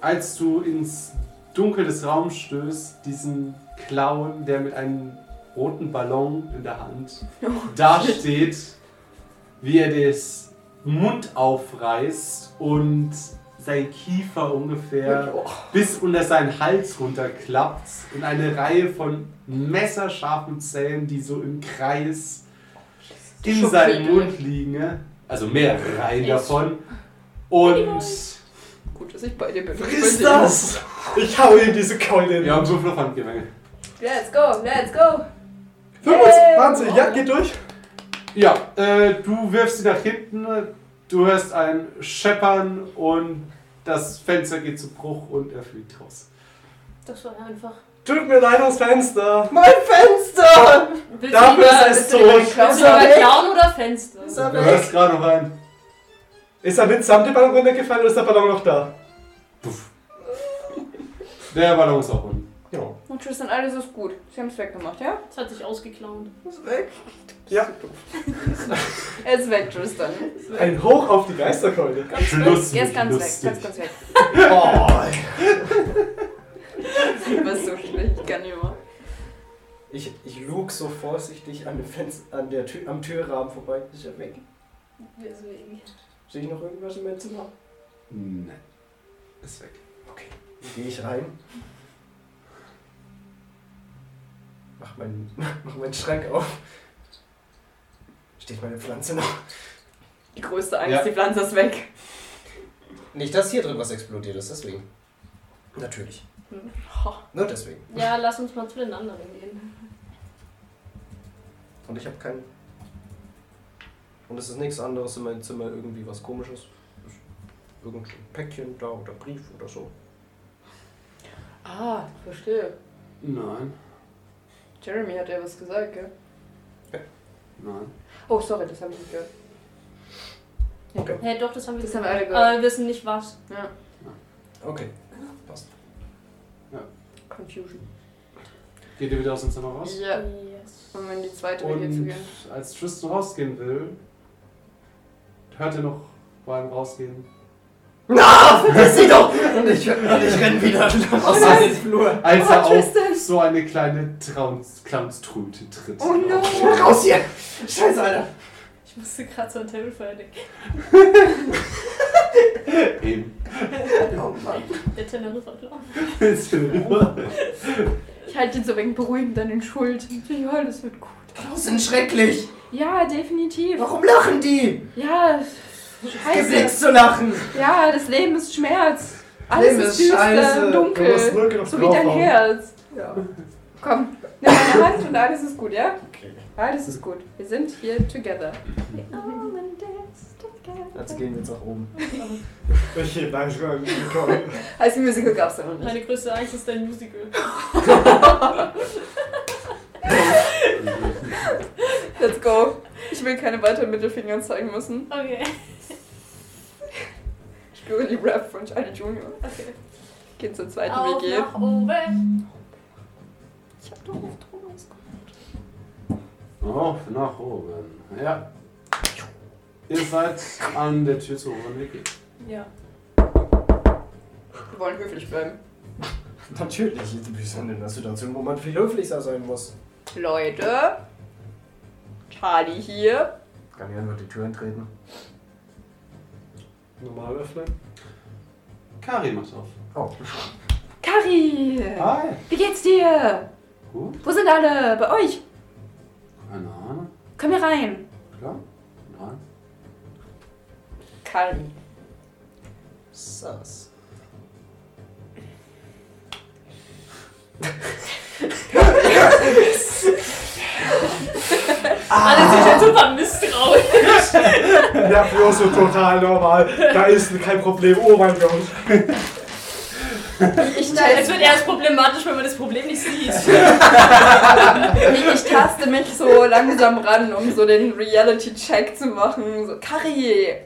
[SPEAKER 1] als du ins Dunkel des Raums stößt, diesen Clown, der mit einem roten Ballon in der Hand da steht, wie er das Mund aufreißt und sein Kiefer ungefähr
[SPEAKER 2] Oh,
[SPEAKER 1] bis unter seinen Hals runterklappt und eine Reihe von messerscharfen Zähnen, die so im Kreis in seinem Mund liegen, ne? also mehrere Reihen
[SPEAKER 5] Echt?
[SPEAKER 1] davon. Und
[SPEAKER 2] Gut, dass ich bei dir bin.
[SPEAKER 3] Ist das? Ich hau ihm diese Keule in.
[SPEAKER 1] wir haben so viel auf Handgemenge.
[SPEAKER 2] Let's go, let's go.
[SPEAKER 3] 25, ja, geht durch.
[SPEAKER 1] Ja, äh, du wirfst sie nach hinten, du hörst ein Scheppern und das Fenster geht zu Bruch und er fliegt raus.
[SPEAKER 5] Das war einfach.
[SPEAKER 3] Tut mir leid ums Fenster.
[SPEAKER 7] Mein Fenster!
[SPEAKER 5] Willst
[SPEAKER 3] Dafür
[SPEAKER 5] lieber,
[SPEAKER 3] ist es tot.
[SPEAKER 5] willst du lieber Clown oder Fenster?
[SPEAKER 7] Ist
[SPEAKER 1] Du
[SPEAKER 7] er
[SPEAKER 1] hörst
[SPEAKER 7] weg?
[SPEAKER 1] gerade noch ein.
[SPEAKER 3] Ist er mitsamt dem Ballon runtergefallen oder ist der Ballon noch da?
[SPEAKER 1] Puff. Der Ballon ist auch unten.
[SPEAKER 3] Ja.
[SPEAKER 2] Und Tristan, alles ist gut. Sie haben es weggemacht, ja?
[SPEAKER 5] Das hat sich ausgeklaunt.
[SPEAKER 7] Ist weg?
[SPEAKER 3] Ja,
[SPEAKER 2] Er ist weg, Tristan.
[SPEAKER 3] ein Hoch auf die Geisterkeule.
[SPEAKER 1] Schluss
[SPEAKER 2] er
[SPEAKER 1] mit
[SPEAKER 2] ist ganz
[SPEAKER 1] lustig.
[SPEAKER 2] weg, ganz, ganz weg.
[SPEAKER 7] Oh,
[SPEAKER 2] Du bist so schlecht, ich kann nicht mehr.
[SPEAKER 7] ich, ich lug so vorsichtig an dem Fenster, an der Tür, am Türrahmen vorbei. Ist er weg?
[SPEAKER 5] Deswegen.
[SPEAKER 7] Sehe ich noch irgendwas in meinem Zimmer?
[SPEAKER 1] Nein. Ist weg.
[SPEAKER 7] Gehe ich rein. Mach meinen, mach meinen Schrank auf. Steht meine Pflanze noch?
[SPEAKER 2] Die größte Angst,
[SPEAKER 1] Ja.
[SPEAKER 2] die Pflanze ist weg.
[SPEAKER 7] Nicht, dass hier drin was explodiert ist, deswegen. Natürlich.
[SPEAKER 15] [laughs]
[SPEAKER 5] Hm.
[SPEAKER 7] Nur deswegen.
[SPEAKER 5] Ja, lass uns mal zu den anderen gehen.
[SPEAKER 7] Und ich habe keinen. Und es ist nichts anderes in meinem Zimmer, irgendwie was komisches. Ist Irgendein Päckchen da oder Brief oder so.
[SPEAKER 2] Ah, verstehe.
[SPEAKER 1] Nein,
[SPEAKER 2] Jeremy hat ja was gesagt, gell?
[SPEAKER 1] nein.
[SPEAKER 2] Oh, sorry, das habe ich nicht gehört.
[SPEAKER 7] Okay.
[SPEAKER 5] Hey, doch, das haben wir
[SPEAKER 2] Das haben wir alle
[SPEAKER 5] Aber
[SPEAKER 2] gehört.
[SPEAKER 5] wir wissen nicht was.
[SPEAKER 2] Ja,
[SPEAKER 7] Okay. Passt.
[SPEAKER 2] Confusion.
[SPEAKER 1] Geht ihr wieder aus dem Zimmer raus?
[SPEAKER 2] Ja,
[SPEAKER 5] Yes.
[SPEAKER 2] um in die zweite WG zu
[SPEAKER 1] Und
[SPEAKER 2] gehen.
[SPEAKER 1] als Tristan rausgehen will, hört er noch beim Rausgehen.
[SPEAKER 7] Na, [laughs] das sieht doch! Und ich, und ich renn wieder aus dem Flur.
[SPEAKER 1] Als
[SPEAKER 2] Oh,
[SPEAKER 1] er
[SPEAKER 2] Tristan!
[SPEAKER 1] auf so eine kleine Traum- Klamstrute tritt.
[SPEAKER 2] Oh no!
[SPEAKER 7] Raus hier! Scheiße, Alter!
[SPEAKER 5] Ich musste gerade so an Terrifier denken.
[SPEAKER 1] Eben. [laughs]
[SPEAKER 5] Der Teneriffa-Clown.
[SPEAKER 15] Ich halte ihn so wegen beruhigend an den Schultern. Ja, alles wird gut.
[SPEAKER 7] Klaus sind schrecklich.
[SPEAKER 15] Ja, definitiv.
[SPEAKER 7] Warum lachen die?
[SPEAKER 15] Ja,
[SPEAKER 7] Gibt
[SPEAKER 15] scheiße.
[SPEAKER 7] nichts zu lachen.
[SPEAKER 15] Ja, das Leben ist Schmerz. Alles
[SPEAKER 7] Leben
[SPEAKER 15] ist
[SPEAKER 7] ist
[SPEAKER 15] düster
[SPEAKER 7] scheiße.
[SPEAKER 15] und
[SPEAKER 16] Du musst
[SPEAKER 15] dunkel.
[SPEAKER 16] nur genug
[SPEAKER 15] So wie dein
[SPEAKER 16] draufhauen.
[SPEAKER 15] Herz. Ja. Komm, nimm meine Hand und alles ist gut, ja? Alles ist gut. Wir sind hier together.
[SPEAKER 7] Jetzt gehen wir jetzt nach oben.
[SPEAKER 3] Welche Bandschuhe gekommen?
[SPEAKER 2] Als Musical gab es
[SPEAKER 5] [laughs]
[SPEAKER 2] da noch nicht.
[SPEAKER 5] Meine größte Angst ist dein Musical.
[SPEAKER 2] Let's go. Ich will keine weiteren Mittelfinger zeigen müssen.
[SPEAKER 5] Okay.
[SPEAKER 2] Ich spüre die Rap von Charlie Junior.
[SPEAKER 5] okay.
[SPEAKER 2] Geht zur zweiten
[SPEAKER 5] Auf
[SPEAKER 2] WG.
[SPEAKER 5] nach oben.
[SPEAKER 2] Ich hab doch auf Drogen ausgekommen.
[SPEAKER 1] Auf nach oben. Ja. Ihr seid an der Tür zur oberen Wiki.
[SPEAKER 5] Ja.
[SPEAKER 2] Wir wollen höflich bleiben.
[SPEAKER 7] Natürlich, du bist in einer Situation, wo man viel höflicher sein muss.
[SPEAKER 2] Leute. Charlie hier.
[SPEAKER 7] Kann ich einfach die Tür eintreten?
[SPEAKER 16] Normal öffnen.
[SPEAKER 1] Kari macht auf.
[SPEAKER 7] Oh.
[SPEAKER 15] Kari!
[SPEAKER 1] Hi.
[SPEAKER 15] Wie geht's dir?
[SPEAKER 1] Gut.
[SPEAKER 15] Wo sind alle? Bei euch?
[SPEAKER 1] Keine Ahnung.
[SPEAKER 15] Komm hier rein.
[SPEAKER 1] Klar. Nein.
[SPEAKER 2] Kari.
[SPEAKER 7] Sass.
[SPEAKER 5] Alle sind schon super misstrauisch.
[SPEAKER 3] Ja, für uns so total normal. Da ist kein Problem. Oh mein Gott.
[SPEAKER 2] Ich, also,
[SPEAKER 5] Es
[SPEAKER 2] taste,
[SPEAKER 5] wird erst problematisch, wenn man das Problem nicht sieht.
[SPEAKER 2] ich, ich taste mich so langsam ran, um so den Reality-Check zu machen. So, Kari.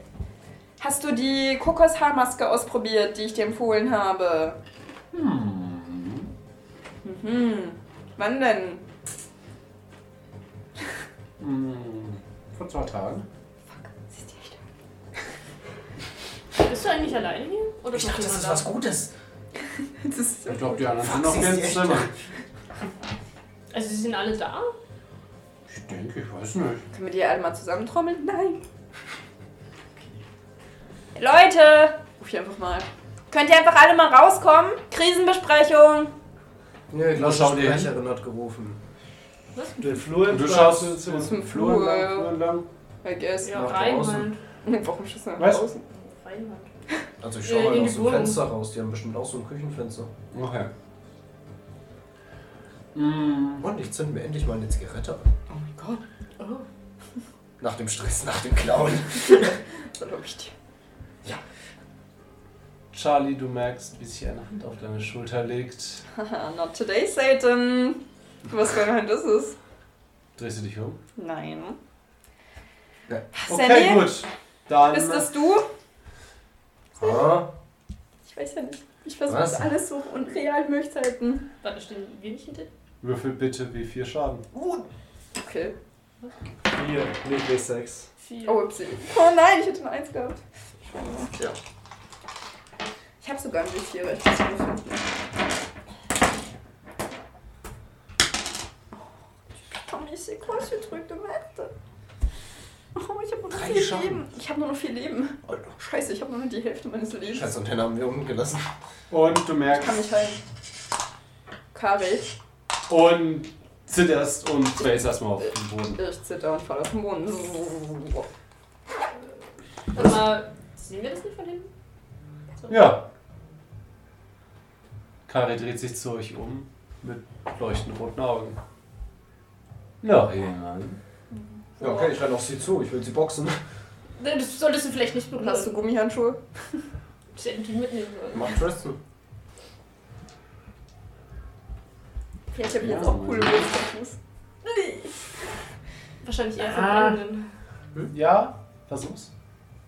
[SPEAKER 2] Hast du die Kokoshaarmaske ausprobiert, die ich dir empfohlen habe? Hm. Mhm. Wann denn?
[SPEAKER 1] Hm, Vor zwei Tagen.
[SPEAKER 5] Bist du eigentlich alleine hier? Oder ist noch jemand da?
[SPEAKER 7] Gutes.
[SPEAKER 2] Das ist
[SPEAKER 1] Ich glaube, die anderen sind
[SPEAKER 7] sie
[SPEAKER 1] noch
[SPEAKER 7] ist
[SPEAKER 1] im
[SPEAKER 7] die echte.
[SPEAKER 1] Zimmer.
[SPEAKER 5] Also, sie sind alle da?
[SPEAKER 1] Ich denke, ich weiß nicht.
[SPEAKER 2] Können wir die alle mal zusammentrommeln? Nein. Leute! Ruf ich einfach mal. Könnt ihr einfach alle mal rauskommen? Krisenbesprechung!
[SPEAKER 7] Nee,
[SPEAKER 1] Wo
[SPEAKER 7] Klaus
[SPEAKER 1] schaut ihr hin?
[SPEAKER 7] Sprecherin hat gerufen.
[SPEAKER 16] Den Flur
[SPEAKER 1] Und du
[SPEAKER 16] entlang
[SPEAKER 1] schaust
[SPEAKER 16] zum Zimmer.
[SPEAKER 1] zum
[SPEAKER 2] Flur,
[SPEAKER 1] Flur
[SPEAKER 2] ja.
[SPEAKER 1] lang, Flur lang.
[SPEAKER 2] I guess.
[SPEAKER 5] Ja,
[SPEAKER 2] [laughs]
[SPEAKER 7] nach
[SPEAKER 5] Reinwand.
[SPEAKER 7] draußen.
[SPEAKER 2] Warum schuss nach
[SPEAKER 3] Was?
[SPEAKER 2] draußen?
[SPEAKER 5] Reinwand.
[SPEAKER 7] Also ich
[SPEAKER 5] Äh,
[SPEAKER 7] schau mal
[SPEAKER 5] in
[SPEAKER 7] aus
[SPEAKER 5] die
[SPEAKER 7] dem
[SPEAKER 5] Wohnung.
[SPEAKER 7] Fenster raus. Die haben bestimmt auch so ein Küchenfenster.
[SPEAKER 1] Okay. Hm,
[SPEAKER 7] Und ich zünd mir endlich mal eine Zigarette an.
[SPEAKER 2] Oh mein Gott.
[SPEAKER 5] Oh.
[SPEAKER 7] Nach dem Stress, nach dem Klauen.
[SPEAKER 2] So glaub ich dir.
[SPEAKER 1] Charlie, du merkst, wie sich eine Hand auf deine Schulter legt.
[SPEAKER 2] Haha, not today, Satan. Was für ein Hand ist es?
[SPEAKER 1] Drehst du dich um?
[SPEAKER 2] Nein.
[SPEAKER 7] Ja.
[SPEAKER 1] Okay,
[SPEAKER 2] Sammy?
[SPEAKER 1] gut. Dann
[SPEAKER 2] Bist das du?
[SPEAKER 7] Ah,
[SPEAKER 2] Ich weiß ja nicht. Ich versuche
[SPEAKER 7] Was?
[SPEAKER 2] das alles so unreal möglich zu halten.
[SPEAKER 5] Warte, stehen wir nicht hinter dir?
[SPEAKER 1] würfel bitte W4 Schaden.
[SPEAKER 2] Okay.
[SPEAKER 16] Vier, nicht W6.
[SPEAKER 5] Vier.
[SPEAKER 2] Oh, upsie. Oh nein, ich hätte nur eins gehabt.
[SPEAKER 7] ja.
[SPEAKER 2] Ich habe sogar ein bisschen, aber ich muss es noch finden. Oh, Ich kann nicht sehen, Kreuz gedrückt im Ende. Oh, ich habe nur noch
[SPEAKER 7] Drei
[SPEAKER 2] vier
[SPEAKER 7] Schaden.
[SPEAKER 2] Leben. Ich habe nur noch vier Leben. Scheiße, ich habe nur noch die Hälfte meines Lebens.
[SPEAKER 7] Oh, Scheiße, und den haben wir unten gelassen.
[SPEAKER 1] Und du
[SPEAKER 2] Ich kann
[SPEAKER 1] merkst
[SPEAKER 2] mich heilen. Kari,
[SPEAKER 1] und zitterst und fällst erstmal auf den Boden.
[SPEAKER 2] ich zitter und falle auf den Boden.
[SPEAKER 5] Sag mal, sehen wir das nicht von hinten? So.
[SPEAKER 1] Ja. Kari dreht sich zu euch um mit leuchtend roten Augen. Noch jemand?
[SPEAKER 7] Ja, okay, ich renn auf sie zu. Ich will sie boxen.
[SPEAKER 5] Ne, Das solltest du vielleicht nicht bekommen.
[SPEAKER 2] Hast du Gummihandschuhe?
[SPEAKER 5] Das hätte ich mitnehmen sollen.
[SPEAKER 7] Mach Tristan.
[SPEAKER 2] Vielleicht habe ich
[SPEAKER 1] Ja,
[SPEAKER 2] jetzt auch
[SPEAKER 1] Mann.
[SPEAKER 2] coole Wurst am Fuß.
[SPEAKER 5] Wahrscheinlich eher
[SPEAKER 2] Ah.
[SPEAKER 5] verbrennen.
[SPEAKER 1] Ja, versuch's.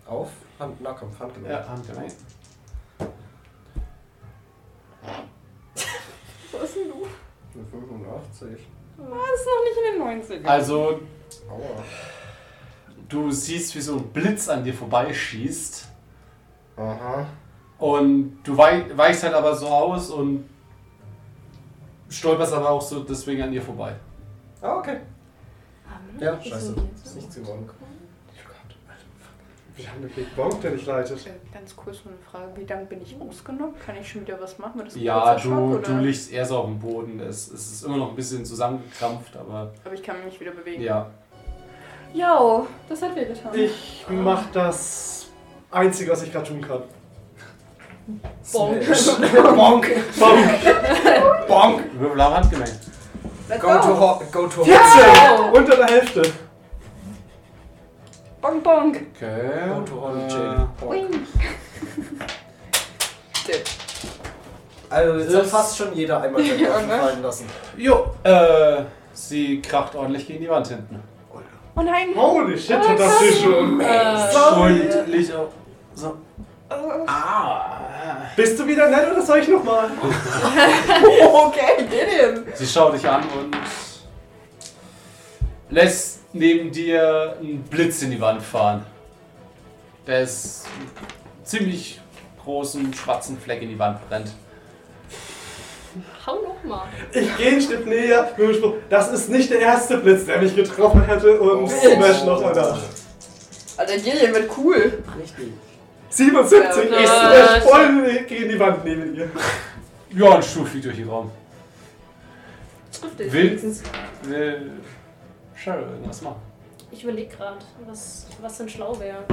[SPEAKER 7] Auf. Hand, Nahkampf, Handgelenk.
[SPEAKER 1] Ja, Handgelenk.
[SPEAKER 2] Wo ist denn du?
[SPEAKER 7] 85.
[SPEAKER 2] Ah, das ist noch nicht in den 90
[SPEAKER 1] Also,
[SPEAKER 7] Aua.
[SPEAKER 1] du siehst, wie so ein Blitz an dir vorbeischießt.
[SPEAKER 7] Aha.
[SPEAKER 1] Und du wei- weichst halt aber so aus und stolperst aber auch so deswegen an ihr vorbei.
[SPEAKER 7] Ah, okay.
[SPEAKER 5] Ah, Mann,
[SPEAKER 7] Ja,
[SPEAKER 5] ist
[SPEAKER 7] scheiße.
[SPEAKER 5] denn jetzt
[SPEAKER 7] Ist nichts geworden.
[SPEAKER 5] so?
[SPEAKER 3] Wir haben den Big Bong, der dich leitet.
[SPEAKER 2] Äh, Ganz kurz nur eine Frage, wie lange bin ich ausgenommen? Kann ich schon wieder was machen? War das ein
[SPEAKER 1] Ja,
[SPEAKER 2] kurzer
[SPEAKER 1] du,
[SPEAKER 2] Schock,
[SPEAKER 1] du
[SPEAKER 2] oder?
[SPEAKER 1] liegst eher so auf dem Boden. Es, es ist immer noch ein bisschen zusammengekrampft, aber
[SPEAKER 2] Aber ich kann mich wieder bewegen.
[SPEAKER 1] ja.
[SPEAKER 2] Jo, das hat wir getan.
[SPEAKER 3] Ich mach das Einzige, was ich gerade tun [laughs] kann.
[SPEAKER 5] Bonk.
[SPEAKER 7] Bonk.
[SPEAKER 3] [laughs]
[SPEAKER 7] Bonk. Bonk.
[SPEAKER 1] Würfel am Handgelenk.
[SPEAKER 2] Let's
[SPEAKER 7] Go to
[SPEAKER 2] go!
[SPEAKER 7] ho Go to
[SPEAKER 3] Ja! Unter der Hälfte.
[SPEAKER 2] Bonk, bonk!
[SPEAKER 1] Okay.
[SPEAKER 7] Go to Holly
[SPEAKER 1] Äh,
[SPEAKER 7] Jane.
[SPEAKER 2] [laughs]
[SPEAKER 7] Bonk.
[SPEAKER 2] Wing.
[SPEAKER 7] Also jetzt hat
[SPEAKER 1] Das-
[SPEAKER 7] fast schon jeder [laughs] einmal den
[SPEAKER 2] Ja,
[SPEAKER 7] Kopf
[SPEAKER 2] ne?
[SPEAKER 7] fallen lassen.
[SPEAKER 1] Jo, äh, sie kracht ordentlich gegen die Wand hinten.
[SPEAKER 2] Oh nein!
[SPEAKER 3] Holy shit, hat das hier schon.
[SPEAKER 1] Und liegt auf. So. Ah.
[SPEAKER 3] Bist du wieder nett oder soll ich nochmal?
[SPEAKER 2] [laughs] Okay, get him!
[SPEAKER 1] Sie schaut dich an und lässt neben dir einen Blitz in die Wand fahren. Der ist einen ziemlich großen schwarzen Fleck in die Wand brennt.
[SPEAKER 5] Hau nochmal.
[SPEAKER 3] Ich gehe einen Schritt näher mit dem Spruch, das ist nicht der erste Blitz, der mich getroffen hätte
[SPEAKER 7] Oh.
[SPEAKER 3] und smash nochmal nach.
[SPEAKER 2] Alter, Gillian wird cool.
[SPEAKER 3] 77,
[SPEAKER 2] Ja,
[SPEAKER 3] ich
[SPEAKER 5] das-
[SPEAKER 3] smash voll gegen die Wand neben ihr.
[SPEAKER 1] Ja, ein Stuhl fliegt durch den Raum.
[SPEAKER 5] Trifft dich.
[SPEAKER 1] Will, will Cheryl irgendwas machen?
[SPEAKER 5] Ich überlege gerade, was, was denn schlau wäre.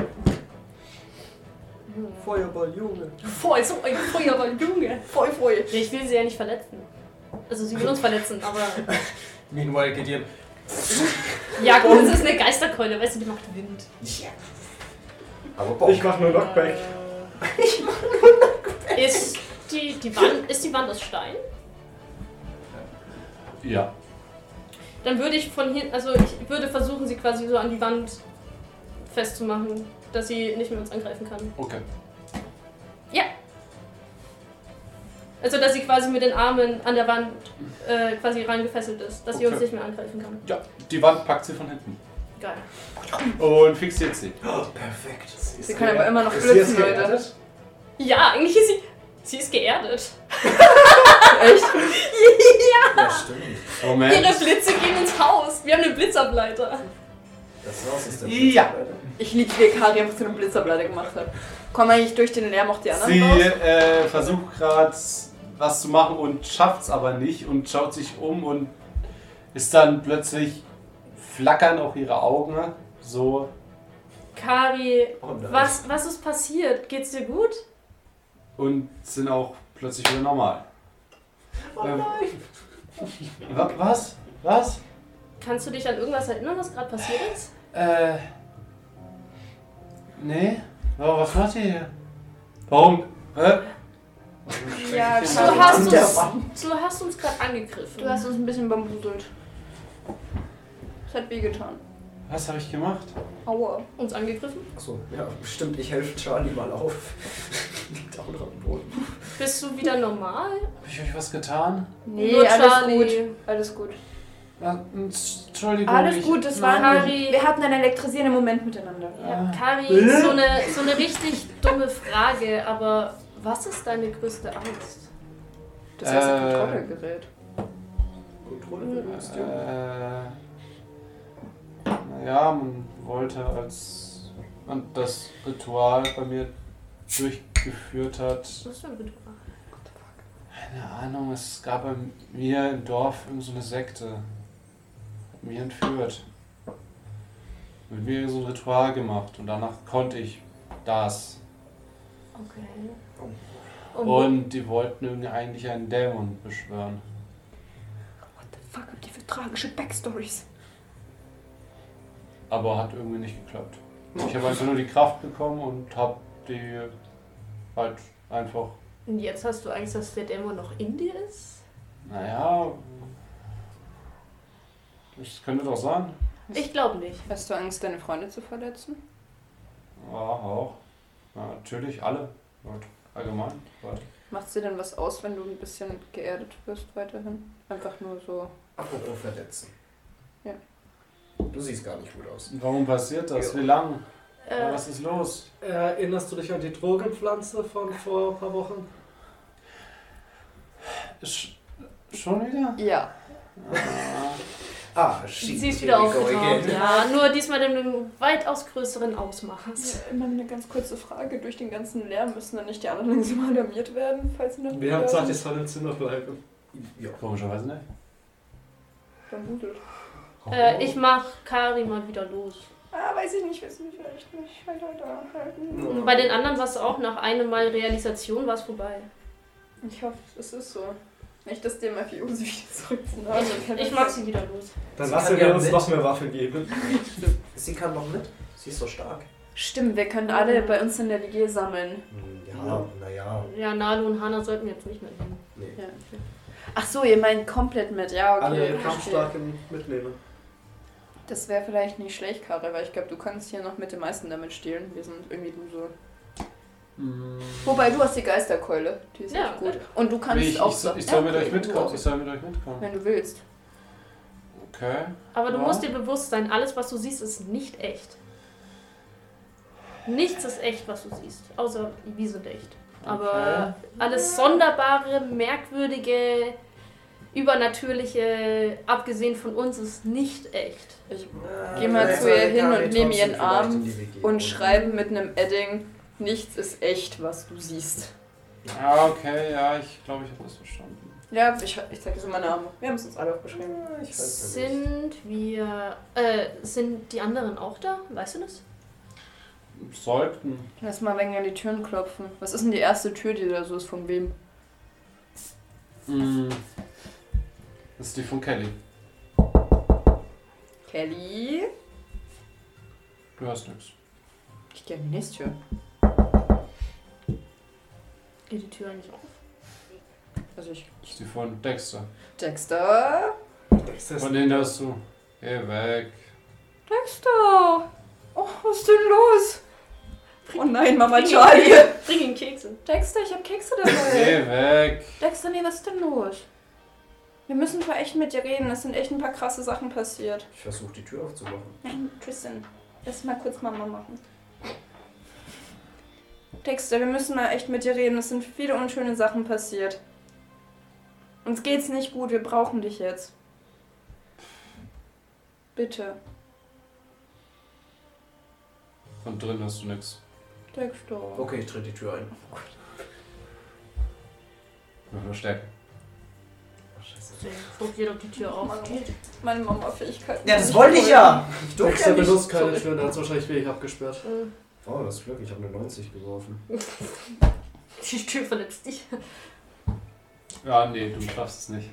[SPEAKER 7] Feuerball, Junge.
[SPEAKER 5] Voll, so ein Feuerball, Junge.
[SPEAKER 2] Voll, voll.
[SPEAKER 5] Nee, ich will sie ja nicht verletzen. Also sie will uns verletzen, aber...
[SPEAKER 2] [laughs]
[SPEAKER 7] Meanwhile geht ihr.
[SPEAKER 5] Ja gut, es ist eine Geisterkeule, weißt du, die macht Wind.
[SPEAKER 7] Aber
[SPEAKER 3] Ich
[SPEAKER 7] Bonk.
[SPEAKER 3] mach nur Knockback.
[SPEAKER 5] Ist die, die Wand, ist die Wand aus Stein?
[SPEAKER 1] Ja.
[SPEAKER 5] Dann würde ich von hinten, also ich würde versuchen, sie quasi so an die Wand festzumachen, dass sie nicht mehr uns angreifen kann.
[SPEAKER 1] Okay.
[SPEAKER 5] Also dass sie quasi mit den Armen an der Wand äh, quasi reingefesselt ist, dass sie
[SPEAKER 1] Okay.
[SPEAKER 5] uns nicht mehr angreifen kann.
[SPEAKER 1] Ja, die Wand packt sie von hinten.
[SPEAKER 5] Geil.
[SPEAKER 1] Und fixiert sie.
[SPEAKER 7] Perfekt.
[SPEAKER 2] Sie können aber immer noch
[SPEAKER 3] Ist sie jetzt
[SPEAKER 2] blitzen, Leute.
[SPEAKER 3] geerdet?
[SPEAKER 5] Ja, eigentlich ist sie. Sie
[SPEAKER 1] [laughs]
[SPEAKER 5] ist geerdet. [laughs]
[SPEAKER 2] Echt?
[SPEAKER 7] Ja, stimmt.
[SPEAKER 1] Moment.
[SPEAKER 5] Ihre Blitze gehen ins Haus. Wir haben einen Blitzableiter.
[SPEAKER 7] Das Haus ist der
[SPEAKER 1] Ja.
[SPEAKER 2] Ich lieg, wie Kari einfach zu einem Blitzerblader gemacht hat. Komm eigentlich durch den Lärm auch die anderen
[SPEAKER 1] Sie
[SPEAKER 2] raus?
[SPEAKER 1] äh, versucht gerade was zu machen und schafft es aber nicht und schaut sich um und ist dann plötzlich flackern auch ihre Augen. ne, So.
[SPEAKER 5] Kari,
[SPEAKER 7] Oh nein.
[SPEAKER 5] was, was ist passiert? Geht's dir gut?
[SPEAKER 1] Und sind auch plötzlich wieder normal. Oh nein. was? Was?
[SPEAKER 5] Kannst du dich an irgendwas erinnern, was gerade passiert ist?
[SPEAKER 1] Äh. Nee? Warum, was macht ihr hier? Warum? Hä?
[SPEAKER 2] Ja,
[SPEAKER 1] Du
[SPEAKER 5] Du
[SPEAKER 2] klar.
[SPEAKER 5] hast
[SPEAKER 7] in der
[SPEAKER 5] uns, du hast uns gerade angegriffen.
[SPEAKER 2] Du hast uns ein bisschen bambuselt. Das hat wehgetan.
[SPEAKER 1] Was habe ich gemacht?
[SPEAKER 2] Aua.
[SPEAKER 5] uns angegriffen.
[SPEAKER 7] Achso, ja, bestimmt. Ich helfe Charlie mal auf. [laughs] Liegt auch noch am Boden.
[SPEAKER 5] Bist du wieder normal?
[SPEAKER 1] Habe ich euch was getan?
[SPEAKER 2] Nee,
[SPEAKER 5] Nur
[SPEAKER 2] alles
[SPEAKER 5] Charlie.
[SPEAKER 2] gut. Alles gut.
[SPEAKER 1] Na, Entschuldigung.
[SPEAKER 2] Alles
[SPEAKER 1] ich-
[SPEAKER 2] gut, das war
[SPEAKER 1] Nein.
[SPEAKER 5] Nein.
[SPEAKER 2] ein, Wir hatten einen elektrisierenden Moment miteinander.
[SPEAKER 5] Ja, Kari, so eine, so eine richtig dumme Frage, aber was ist deine größte Angst?
[SPEAKER 2] Das heißt,
[SPEAKER 1] Äh.
[SPEAKER 2] ein Controllergerät.
[SPEAKER 7] Kontrolle.
[SPEAKER 1] Äh, naja, man wollte, als man das Ritual bei mir durchgeführt hat,
[SPEAKER 5] Was für ein Ritual?
[SPEAKER 1] keine Ahnung, es gab bei mir im Dorf irgend so eine Sekte. Hat mir entführt. Mit mir so ein Ritual gemacht und danach konnte ich das.
[SPEAKER 5] Okay. Und,
[SPEAKER 1] Und die wollten irgendwie eigentlich einen Dämon beschwören.
[SPEAKER 2] What the fuck habt ihr für tragische Backstories?
[SPEAKER 1] Aber hat irgendwie nicht geklappt. Ich habe einfach nur die Kraft bekommen und habe die halt einfach,
[SPEAKER 5] und jetzt hast du Angst, dass der Dämon noch in dir ist?
[SPEAKER 1] naja, das könnte doch sein.
[SPEAKER 5] Ich glaube nicht.
[SPEAKER 2] Hast du Angst, deine Freunde zu verletzen?
[SPEAKER 1] Ja, auch. Ja, natürlich alle. Leute, Allgemein. Leute.
[SPEAKER 2] Macht dir denn was aus, wenn du ein bisschen geerdet wirst weiterhin? Einfach nur so.
[SPEAKER 7] Apropos verletzen.
[SPEAKER 2] Ja.
[SPEAKER 7] Du siehst gar nicht gut aus.
[SPEAKER 1] Warum passiert das?
[SPEAKER 7] Ja.
[SPEAKER 1] Wie lang?
[SPEAKER 5] Äh,
[SPEAKER 1] Was ist los?
[SPEAKER 3] Erinnerst du dich an die Drogenpflanze von vor ein paar Wochen?
[SPEAKER 1] [laughs] Sch schon wieder?
[SPEAKER 2] Ja.
[SPEAKER 1] Ah,
[SPEAKER 7] Ah, shit.
[SPEAKER 5] Sie ist wieder
[SPEAKER 7] here we go
[SPEAKER 5] aufgetaucht.
[SPEAKER 7] again.
[SPEAKER 5] Ja, nur diesmal in einem weitaus größeren Ausmaß.
[SPEAKER 6] Immer eine ganz kurze Frage. Durch den ganzen Lärm müssen dann nicht die anderen
[SPEAKER 2] [laughs]
[SPEAKER 6] langsam alarmiert werden, falls sie noch
[SPEAKER 3] Wir haben gesagt, jetzt soll im Zimmer bleiben.
[SPEAKER 1] Ja, komischerweise nicht.
[SPEAKER 6] vermutet.
[SPEAKER 5] Äh, ich mach Kari mal wieder los.
[SPEAKER 6] Ah, weiß ich nicht, wissen wir vielleicht nicht. Halt, halt, halt, halten.
[SPEAKER 5] Und Bei den anderen war es auch nach einem Mal Realisation war es vorbei.
[SPEAKER 6] Ich hoffe, es ist so. Nicht, dass der Mafiosi wieder Also, zurück zu
[SPEAKER 5] Ich, ich mag sie wieder los.
[SPEAKER 3] Dann
[SPEAKER 7] Sie
[SPEAKER 3] lassen
[SPEAKER 7] kann
[SPEAKER 3] wir
[SPEAKER 7] ja
[SPEAKER 3] uns
[SPEAKER 7] mit.
[SPEAKER 3] noch mehr Waffe geben.
[SPEAKER 7] Sie kann noch mit. Sie ist so stark.
[SPEAKER 2] Stimmt, wir können alle bei uns in der WG sammeln.
[SPEAKER 7] Ja, naja.
[SPEAKER 5] Ja, Nalu und Hana sollten wir jetzt nicht mitnehmen.
[SPEAKER 2] Ja, okay. Ach so, ihr meint komplett mit. Ja, okay.
[SPEAKER 3] Alle
[SPEAKER 2] verstehe.
[SPEAKER 3] kampfstarken mitnehmen.
[SPEAKER 2] Das wäre vielleicht nicht schlecht, Karre, weil ich glaube, du kannst hier noch mit den meisten damit stehlen. Wir sind irgendwie Loser. Wobei, du hast die Geisterkeule. Die ist
[SPEAKER 5] Ja,
[SPEAKER 2] echt gut. Und du kannst
[SPEAKER 1] Nee, ich,
[SPEAKER 2] auch...
[SPEAKER 1] ich, ich soll mit
[SPEAKER 2] Ja, okay,
[SPEAKER 1] euch
[SPEAKER 2] du
[SPEAKER 1] mitkommen.
[SPEAKER 2] auch.
[SPEAKER 1] Ich soll mit euch mitkommen.
[SPEAKER 2] Wenn du willst.
[SPEAKER 1] Okay.
[SPEAKER 5] Aber du
[SPEAKER 1] Ja.
[SPEAKER 5] musst dir bewusst sein, alles, was du siehst, ist nicht echt. Nichts ist echt, was du siehst. Außer wir sind echt. Aber alles Sonderbare, Merkwürdige, Übernatürliche, abgesehen von uns, ist nicht echt.
[SPEAKER 2] Geh mal
[SPEAKER 7] Vielleicht
[SPEAKER 2] zu ihr
[SPEAKER 7] Ah, soll
[SPEAKER 2] hin
[SPEAKER 7] Kari
[SPEAKER 2] und nimm ihren
[SPEAKER 7] trotzdem vielleicht
[SPEAKER 2] Arm
[SPEAKER 7] in die WG gehen.
[SPEAKER 2] Und schreiben mit einem Edding, nichts ist echt, was du siehst.
[SPEAKER 1] Ja, okay, ja, ich glaube, ich habe das verstanden.
[SPEAKER 2] Ja, ich, ich zeige es in meine Arme. Wir haben es uns alle aufgeschrieben.
[SPEAKER 7] Ja, ich weiß ja nicht.
[SPEAKER 5] Sind wir. Äh, sind die anderen auch da? Weißt du das?
[SPEAKER 1] Sollten.
[SPEAKER 2] Lass mal wegen an die Türen klopfen. Was ist denn die erste Tür, die da so ist? Von wem?
[SPEAKER 1] Mm. Das ist die von Kelly.
[SPEAKER 2] Kelly?
[SPEAKER 1] Du hörst nichts.
[SPEAKER 2] Ich gehe an die nächste Tür.
[SPEAKER 5] Geht die Tür eigentlich auf?
[SPEAKER 2] Also ich.
[SPEAKER 1] Das ist die von Dexter.
[SPEAKER 2] Dexter?
[SPEAKER 1] Von denen hörst du. Geh weg.
[SPEAKER 2] Dexter! Oh, was ist denn los? Oh nein, Mama
[SPEAKER 5] Bring ihn-
[SPEAKER 2] [laughs] Charlie!
[SPEAKER 5] Bring ihn Kekse.
[SPEAKER 2] Dexter, ich hab Kekse
[SPEAKER 1] Geh [laughs]
[SPEAKER 2] dabei.
[SPEAKER 1] weg.
[SPEAKER 2] Dexter, nee, was ist denn los? Wir müssen mal echt mit dir reden. Es sind echt ein paar krasse Sachen passiert.
[SPEAKER 7] Ich versuche die Tür aufzumachen.
[SPEAKER 2] Nein, Tristan, lass mal kurz Mama machen. Dexter, wir müssen mal echt mit dir reden. Es sind viele unschöne Sachen passiert. Uns geht's nicht gut, wir brauchen dich jetzt. Bitte,
[SPEAKER 1] Von drin hörst du nichts.
[SPEAKER 2] Dexter.
[SPEAKER 7] Okay, ich drehe die Tür ein.
[SPEAKER 1] Mit nur Stärke.
[SPEAKER 5] Guck dir doch die Tür auf.
[SPEAKER 2] Meine Mama-Fähigkeiten.
[SPEAKER 7] Ja, das wollte ich ja. Ich durfte
[SPEAKER 3] Dexter
[SPEAKER 7] ja nicht.
[SPEAKER 3] benutzt keine Türen, der hat wahrscheinlich wenig abgesperrt.
[SPEAKER 7] Oh, das Glück, ich habe eine 90 geworfen.
[SPEAKER 5] Die Tür verletzt dich.
[SPEAKER 1] Ja, nee, du schaffst es nicht.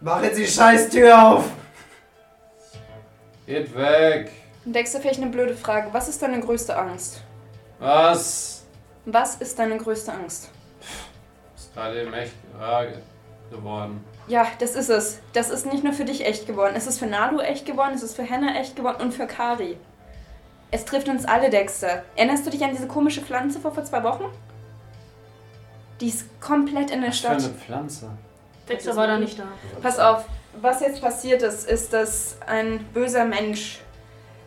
[SPEAKER 7] Mach jetzt die scheiß Tür auf!
[SPEAKER 1] Geht weg.
[SPEAKER 2] Dexter, vielleicht eine blöde Frage. Was ist deine größte Angst?
[SPEAKER 1] Was?
[SPEAKER 2] Was ist deine größte Angst?
[SPEAKER 1] Ist gerade eben echt Frage geworden.
[SPEAKER 2] Ja, das ist es. Das ist nicht nur für dich echt geworden. Es ist für Nalu echt geworden, es ist für Hannah echt geworden und für Kari. Es trifft uns alle, Dexter. Erinnerst du dich an diese komische Pflanze vor, vor zwei Wochen? Die ist komplett in der
[SPEAKER 1] Was für eine
[SPEAKER 2] Stadt.
[SPEAKER 1] Pflanze.
[SPEAKER 5] Dexter war da nicht da.
[SPEAKER 2] Pass auf, was jetzt passiert ist, ist, dass ein böser Mensch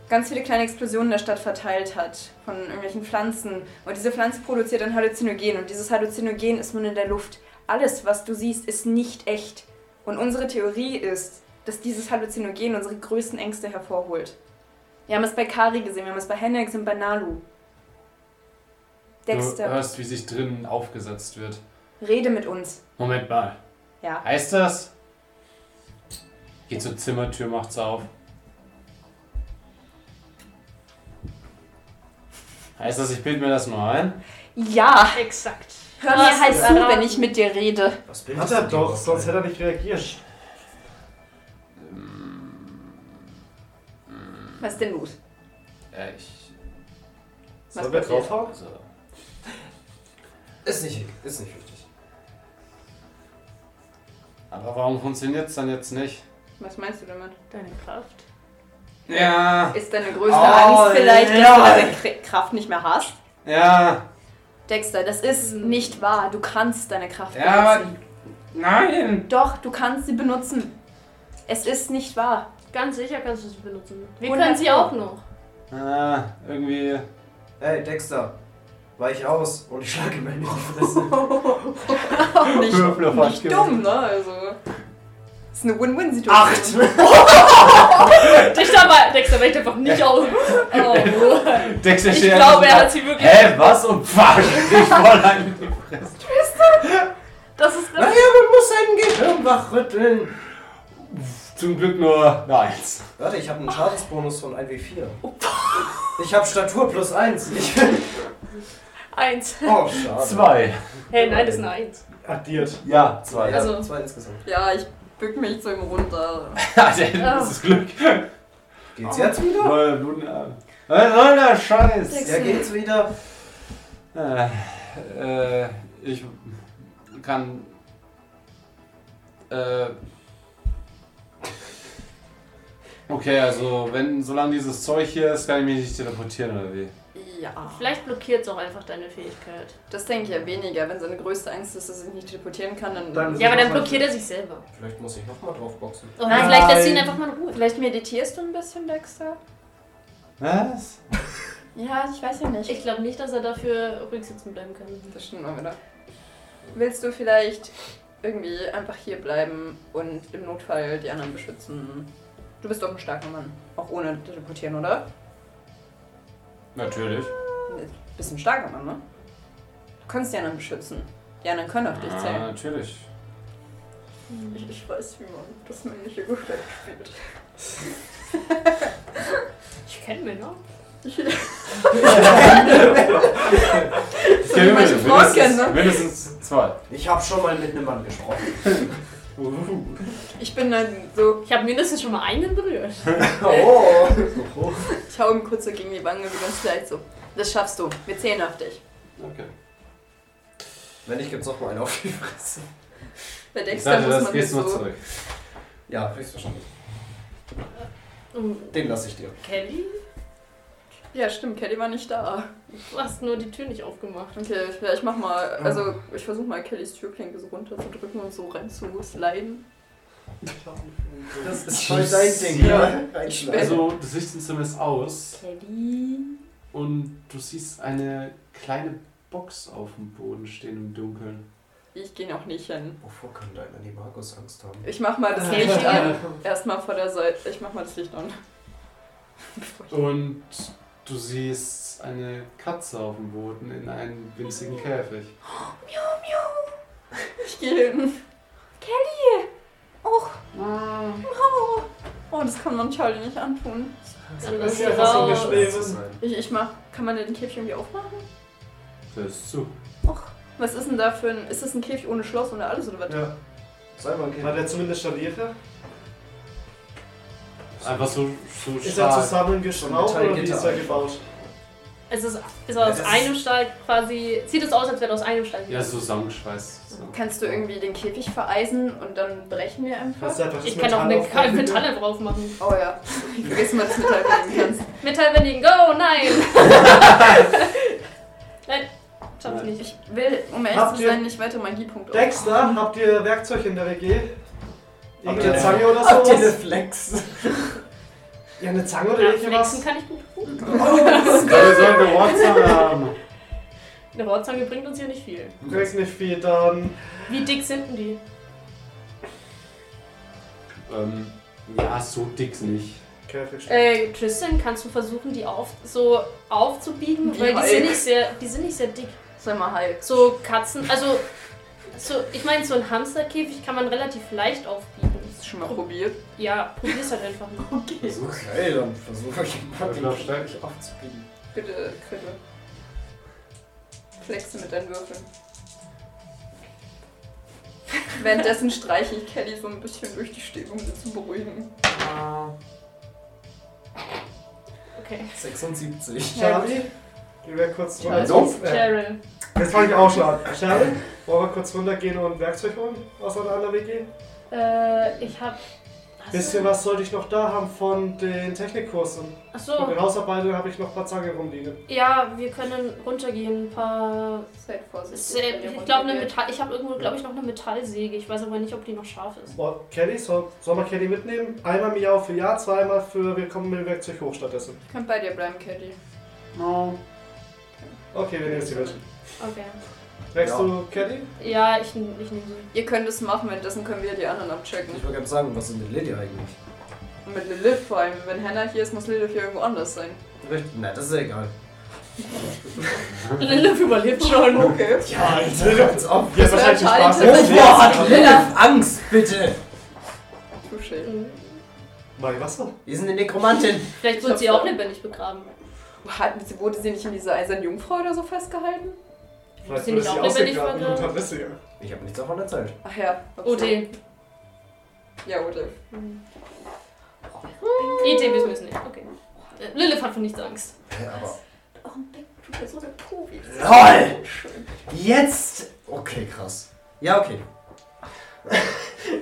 [SPEAKER 2] ganz viele kleine Explosionen in der Stadt verteilt hat von irgendwelchen Pflanzen. Und diese Pflanze produziert ein Halluzinogen und dieses Halluzinogen ist nun in der Luft. Alles, was du siehst, ist nicht echt. Und unsere Theorie ist, dass dieses Halluzinogen unsere größten Ängste hervorholt. Wir haben es bei Kari gesehen, wir haben es bei Henrik und bei Nalu.
[SPEAKER 1] Du
[SPEAKER 2] Dexter,
[SPEAKER 1] hörst, wie sich drinnen aufgesetzt wird.
[SPEAKER 2] rede mit uns.
[SPEAKER 1] Moment mal.
[SPEAKER 2] Ja.
[SPEAKER 1] Heißt das? Geht zur Zimmertür, macht's auf. Heißt das, ich bild mir das nur ein?
[SPEAKER 2] Ja,
[SPEAKER 5] Exakt.
[SPEAKER 2] hör
[SPEAKER 5] Was
[SPEAKER 2] mir halt
[SPEAKER 5] ist
[SPEAKER 2] zu,
[SPEAKER 5] erraten?
[SPEAKER 2] wenn ich mit dir rede.
[SPEAKER 7] Was
[SPEAKER 3] Hat er doch, sonst hätte er nicht reagiert.
[SPEAKER 2] Was ist denn los?
[SPEAKER 1] Äh, ich.
[SPEAKER 2] Was
[SPEAKER 3] Sollen wir
[SPEAKER 2] passiert?
[SPEAKER 3] draufhauen?
[SPEAKER 1] Also,
[SPEAKER 7] Ist nicht, ist nicht wichtig.
[SPEAKER 1] aber warum funktioniert's dann jetzt nicht?
[SPEAKER 2] Was meinst du damit?
[SPEAKER 5] Deine Kraft.
[SPEAKER 1] Ja,
[SPEAKER 2] Ist deine größte
[SPEAKER 7] Oh,
[SPEAKER 2] Angst vielleicht,
[SPEAKER 7] ja.
[SPEAKER 2] dass du deine Kr- Kraft nicht mehr hast? Hm.
[SPEAKER 1] ja,
[SPEAKER 2] Dexter, das ist nicht wahr. Du kannst deine Kraft
[SPEAKER 1] Ja,
[SPEAKER 2] benutzen.
[SPEAKER 1] nein!
[SPEAKER 2] Doch, du kannst sie benutzen. Es ist nicht [laughs] wahr.
[SPEAKER 5] Ganz sicher kannst du sie benutzen. Wir
[SPEAKER 2] Wunderbar.
[SPEAKER 5] können sie auch noch.
[SPEAKER 1] Ah, irgendwie.
[SPEAKER 7] Ey, Dexter, weich aus und ich schlage [laughs] mir in die Fresse.
[SPEAKER 2] Auch nicht,
[SPEAKER 1] Würfel auf
[SPEAKER 2] nicht dumm, ne? Also. Das ist eine Win-Win-Situation.
[SPEAKER 7] Acht!
[SPEAKER 5] Dexter, war, Dexter weicht einfach nicht aus. [laughs] Oh.
[SPEAKER 17] Dexter
[SPEAKER 5] Ich
[SPEAKER 17] steht
[SPEAKER 5] glaube, er
[SPEAKER 17] einfach
[SPEAKER 5] hat sie
[SPEAKER 17] so da,
[SPEAKER 5] wirklich.
[SPEAKER 17] Hä, was?
[SPEAKER 1] Um
[SPEAKER 17] Und fuck! Ich voll an die Fresse.
[SPEAKER 5] Das ist
[SPEAKER 7] Naja, man muss seinen Gehirn wachrütteln.
[SPEAKER 1] Zum Glück nur eine Eins.
[SPEAKER 7] Warte, ich habe einen Schadensbonus von [laughs] 1w4. Ich habe Statur plus 1. Ich bin...
[SPEAKER 5] eins.
[SPEAKER 7] [laughs] Oh, schade.
[SPEAKER 17] Zwei.
[SPEAKER 5] Hey, nein, das ist eine Eins.
[SPEAKER 3] Addiert.
[SPEAKER 17] Ja, zwei.
[SPEAKER 7] Ja,
[SPEAKER 5] Also-
[SPEAKER 7] zwei insgesamt.
[SPEAKER 2] Ja, ich bück mich zu ihm runter.
[SPEAKER 17] [laughs] Also, das ist Glück.
[SPEAKER 7] Geht's jetzt wieder?
[SPEAKER 17] Neue Blutenarme. Was soll der Scheiß?
[SPEAKER 7] Ja, geht's wieder.
[SPEAKER 1] Äh, äh, ich kann. Äh. Okay, also wenn solange dieses Zeug hier ist, kann ich mich nicht teleportieren oder wie?
[SPEAKER 2] Ja.
[SPEAKER 5] Vielleicht blockiert es auch einfach deine Fähigkeit.
[SPEAKER 2] Das denke ich ja weniger. Wenn seine größte Angst ist, dass er sich nicht teleportieren kann, dann.
[SPEAKER 7] Dann-
[SPEAKER 5] Ja, aber dann blockiert er sich selber.
[SPEAKER 7] Vielleicht muss ich nochmal draufboxen.
[SPEAKER 5] Oder vielleicht lässt du ihn einfach mal in Ruhe.
[SPEAKER 2] Vielleicht meditierst du ein bisschen, Dexter?
[SPEAKER 17] Was?
[SPEAKER 2] Ja, ich weiß ja nicht.
[SPEAKER 5] Ich glaube nicht, dass er dafür ruhig sitzen bleiben kann.
[SPEAKER 2] das stimmt mal wieder. Willst du vielleicht irgendwie einfach hier bleiben und im Notfall die anderen beschützen? Du bist doch ein starker Mann. Auch ohne teleportieren, oder?
[SPEAKER 1] Natürlich.
[SPEAKER 2] Du bist ein starker Mann, ne? Du kannst die anderen beschützen. Die anderen können auf dich
[SPEAKER 1] Ja,
[SPEAKER 2] zählen.
[SPEAKER 1] Ah, natürlich.
[SPEAKER 2] Ich, ich weiß, wie man das männliche Geschlecht spielt.
[SPEAKER 5] Ich kenne mich noch.
[SPEAKER 1] Ich kenne
[SPEAKER 2] manche
[SPEAKER 1] mindestens-
[SPEAKER 2] Frauen kennen, ne?
[SPEAKER 1] Mindestens zwei.
[SPEAKER 7] Ich habe schon mal mit einem Mann [laughs] gesprochen.
[SPEAKER 2] Ich bin dann so,
[SPEAKER 5] Ich habe mindestens schon mal einen berührt.
[SPEAKER 7] Oh.
[SPEAKER 2] ich hau ihm kurz so gegen die Wange, so ganz leicht so. Das schaffst du. Wir zählen auf dich.
[SPEAKER 1] Okay.
[SPEAKER 7] Wenn nicht, gibt's nochmal einen auf die Fresse.
[SPEAKER 2] Bei
[SPEAKER 1] Ich
[SPEAKER 2] Dexter
[SPEAKER 1] sagte,
[SPEAKER 2] muss
[SPEAKER 1] das
[SPEAKER 2] man
[SPEAKER 1] gehst
[SPEAKER 2] nicht
[SPEAKER 1] du mal
[SPEAKER 2] so.
[SPEAKER 1] zurück.
[SPEAKER 7] Ja, höchstwahrscheinlich.
[SPEAKER 5] Und
[SPEAKER 7] Den lasse ich dir.
[SPEAKER 5] Kelly,
[SPEAKER 2] Ja, stimmt, Kelly war nicht da.
[SPEAKER 5] du hast nur die Tür nicht aufgemacht.
[SPEAKER 2] Okay, ja, ich mach mal, also ich versuche mal Kellys Türklinke so runterzudrücken und so rein zu sliden.
[SPEAKER 7] Das ist voll dein Ding,
[SPEAKER 1] Ja.
[SPEAKER 7] ne? Einschlagen.
[SPEAKER 1] Also, das Licht ist zumindest aus
[SPEAKER 5] Kelly.
[SPEAKER 1] und du siehst eine kleine Box auf dem Boden stehen im Dunkeln.
[SPEAKER 2] Ich gehe noch nicht hin.
[SPEAKER 7] Wovor kann dein Animagus Angst haben?
[SPEAKER 2] Ich mach mal das
[SPEAKER 5] Kelly
[SPEAKER 2] Licht an.
[SPEAKER 5] hier?
[SPEAKER 2] Erstmal vor der Seite. Ich mach mal das Licht an. Bevor ich-
[SPEAKER 1] Und du siehst eine Katze auf dem Boden in einem winzigen Käfig.
[SPEAKER 2] Ich gehe hin. Kelly! Och! Wow. Oh, das kann man Charlie nicht antun.
[SPEAKER 5] Dann lass sie
[SPEAKER 3] ja fast ein
[SPEAKER 5] raus.
[SPEAKER 3] Gespräch.
[SPEAKER 2] Ich, ich mach. Kann man den Käfig irgendwie aufmachen?
[SPEAKER 1] Das ist zu.
[SPEAKER 2] Och, was ist denn da für ein. Ist das ein Käfig ohne Schloss oder alles oder was?
[SPEAKER 3] Ja.
[SPEAKER 7] Sei mal ein
[SPEAKER 3] War
[SPEAKER 7] Kind.
[SPEAKER 3] der zumindest stabiler?
[SPEAKER 1] Einfach so, so
[SPEAKER 3] Ist er
[SPEAKER 1] stark.
[SPEAKER 3] zusammengeschraubt oder wie ist er
[SPEAKER 7] Metallgitter.
[SPEAKER 3] gebaut?
[SPEAKER 5] Es ist, ist aus
[SPEAKER 7] Das ist-
[SPEAKER 5] einem Stahl quasi. Sieht es aus, als wäre aus einem Stahl.
[SPEAKER 1] Ja, so zusammengeschweißt. So.
[SPEAKER 2] Kannst du irgendwie den Käfig vereisen und dann brechen wir einfach?
[SPEAKER 3] Hast du einfach das
[SPEAKER 5] ich kann auch
[SPEAKER 3] Metall
[SPEAKER 5] eine
[SPEAKER 3] aufgebaut?
[SPEAKER 5] Ka- Metalle drauf machen.
[SPEAKER 2] Oh ja. Ich vergesse mal, dass du Metall bewegen kannst.
[SPEAKER 5] Metallbändigen, go, nein! nein, schaff ich nicht.
[SPEAKER 2] Ich will, um ehrlich
[SPEAKER 3] Habt
[SPEAKER 2] zu
[SPEAKER 3] ihr-
[SPEAKER 2] sein, nicht weitere Magiepunkte.
[SPEAKER 3] Dexter, habt ihr Werkzeug in der WG?
[SPEAKER 7] Habt ihr-
[SPEAKER 3] Irgendeine Zange oder
[SPEAKER 7] Habt ihr eine
[SPEAKER 3] sowas?
[SPEAKER 7] Flex?
[SPEAKER 3] Ja, eine Zange oder
[SPEAKER 5] Ja, flexen
[SPEAKER 3] irgendwas?
[SPEAKER 5] Ah, kann ich gut.
[SPEAKER 1] Wir sollen eine Rohrzange haben.
[SPEAKER 5] Eine Rohrzange bringt uns hier nicht viel.
[SPEAKER 3] Direkt nicht viel, dann.
[SPEAKER 5] Wie dick sind denn die?
[SPEAKER 1] Ähm, ja, so dick nicht.
[SPEAKER 3] Käfig.
[SPEAKER 5] Äh, Tristan, kannst du versuchen, die auf, so aufzubiegen?
[SPEAKER 2] Die
[SPEAKER 5] weil die
[SPEAKER 2] Hulk.
[SPEAKER 5] sind, nicht sehr, die sind nicht sehr dick.
[SPEAKER 2] Sei mal halb.
[SPEAKER 5] So Katzen, also so, ich meine, so ein Hamsterkäfig kann man relativ leicht aufbiegen.
[SPEAKER 2] Hast du schon mal probiert?
[SPEAKER 5] Ja, probier's halt einfach mal.
[SPEAKER 7] Okay, dann versuche ich mal
[SPEAKER 1] Darf ich noch stärker?
[SPEAKER 7] den aufzubiegen.
[SPEAKER 2] Bitte, Kritte. Flexe mit deinen Würfeln. Währenddessen streiche ich Kelly so ein bisschen durch die Stäbe, um sie zu beruhigen.
[SPEAKER 5] Okay.
[SPEAKER 7] 76.
[SPEAKER 3] Charlie? Gehen wir kurz runter.
[SPEAKER 7] Also?
[SPEAKER 5] Cheryl.
[SPEAKER 3] Jetzt fange ich auch schon an. Charlie, wollen wir kurz runtergehen und Werkzeug holen aus einer anderen WG?
[SPEAKER 5] Äh, ich hab. hast
[SPEAKER 3] Bisschen
[SPEAKER 5] du-
[SPEAKER 3] was sollte ich noch da haben von den Technikkursen. Von
[SPEAKER 5] Achso,
[SPEAKER 3] den Hausarbeiten habe ich noch ein paar Zangen rumliegen.
[SPEAKER 5] ja, wir können runtergehen. Ein paar. äh,
[SPEAKER 2] Seid vorsichtig. wenn ihr
[SPEAKER 5] Ich glaube, eine
[SPEAKER 2] runtergeht.
[SPEAKER 5] Metall. Ich habe irgendwo, glaube ich, noch eine Metallsäge. Ich weiß aber nicht, ob die noch scharf ist.
[SPEAKER 3] Boah, Kelly, soll, soll man Kelly mitnehmen? Einmal Miau für Ja, zweimal für Wir kommen mit dem Werkzeug hoch stattdessen.
[SPEAKER 2] Ich kann bei
[SPEAKER 1] Genau.
[SPEAKER 2] dir bleiben, Kelly.
[SPEAKER 3] Okay, wir nehmen sie mit.
[SPEAKER 5] Okay.
[SPEAKER 3] Trägst du Caddy?
[SPEAKER 5] Ja, ich, ich nehme sie.
[SPEAKER 2] Ihr könnt es machen, währenddessen können wir die anderen abchecken.
[SPEAKER 7] Ich wollte gerade sagen, was ist denn Lilly eigentlich?
[SPEAKER 2] Und Mit Lilith vor allem. Wenn Hannah hier ist, muss Lilith hier irgendwo anders sein.
[SPEAKER 7] Richtig. Na, das ist ja [laughs] egal.
[SPEAKER 5] Lilith überlebt schon.
[SPEAKER 2] Okay.
[SPEAKER 7] Ja, Alter, ganz oft.
[SPEAKER 3] Ja, wahrscheinlich
[SPEAKER 2] wird
[SPEAKER 3] Spaß.
[SPEAKER 2] alte
[SPEAKER 3] Oh,
[SPEAKER 2] Menschen-
[SPEAKER 3] boah.
[SPEAKER 7] hat Lilith Angst, bitte?
[SPEAKER 2] Touché.
[SPEAKER 3] Mein Wasser.
[SPEAKER 7] Wir sind eine Nekromantin.
[SPEAKER 5] Vielleicht wird sie auch lebendig begraben.
[SPEAKER 2] Hat, wurde sie nicht in dieser eisernen Jungfrau oder so festgehalten?
[SPEAKER 3] Vielleicht
[SPEAKER 5] Sind
[SPEAKER 3] wurde
[SPEAKER 5] die
[SPEAKER 3] sie
[SPEAKER 5] auch lebendig
[SPEAKER 3] ausgegraben und
[SPEAKER 5] vergraben?
[SPEAKER 3] hat Risse gehabt.
[SPEAKER 7] Ich habe nichts davon erzählt.
[SPEAKER 2] Ach ja.
[SPEAKER 5] OD. Idee,
[SPEAKER 2] Ja, Ode.
[SPEAKER 5] Hm. wir müssen nicht. Okay. Äh, Lilith hat von nichts Angst.
[SPEAKER 7] aber.
[SPEAKER 2] Oh, du bist so eine Profi.
[SPEAKER 7] LOL! Jetzt! Okay, krass. Ja, okay. [laughs]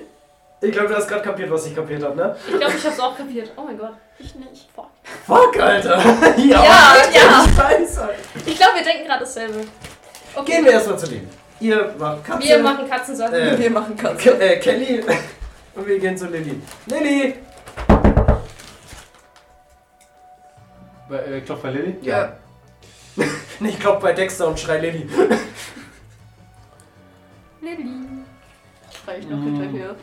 [SPEAKER 7] ich glaube, du hast gerade kapiert, was ich kapiert habe, ne?
[SPEAKER 5] Ich glaube, ich hab's auch kapiert. Oh mein Gott.
[SPEAKER 2] Ich nicht. Fuck.
[SPEAKER 7] Fuck, Alter! [laughs]
[SPEAKER 5] Ja, ja.
[SPEAKER 7] Scheiße!
[SPEAKER 5] Ich glaube, wir denken gerade dasselbe. Okay.
[SPEAKER 7] Gehen wir erstmal zu denen. Ihr macht Katze.
[SPEAKER 5] Wir machen Katzensachen.
[SPEAKER 7] Äh.
[SPEAKER 2] Wir machen Katze.
[SPEAKER 7] Ke äh, Kelly. [laughs] Und wir gehen zu Lilly. Lilly!
[SPEAKER 1] Bei, äh, Klopf bei Lilly?
[SPEAKER 2] Ja.
[SPEAKER 7] Ich klopf bei Dexter und schrei Lilly.
[SPEAKER 2] Lilly. Schrei ich noch hinterher.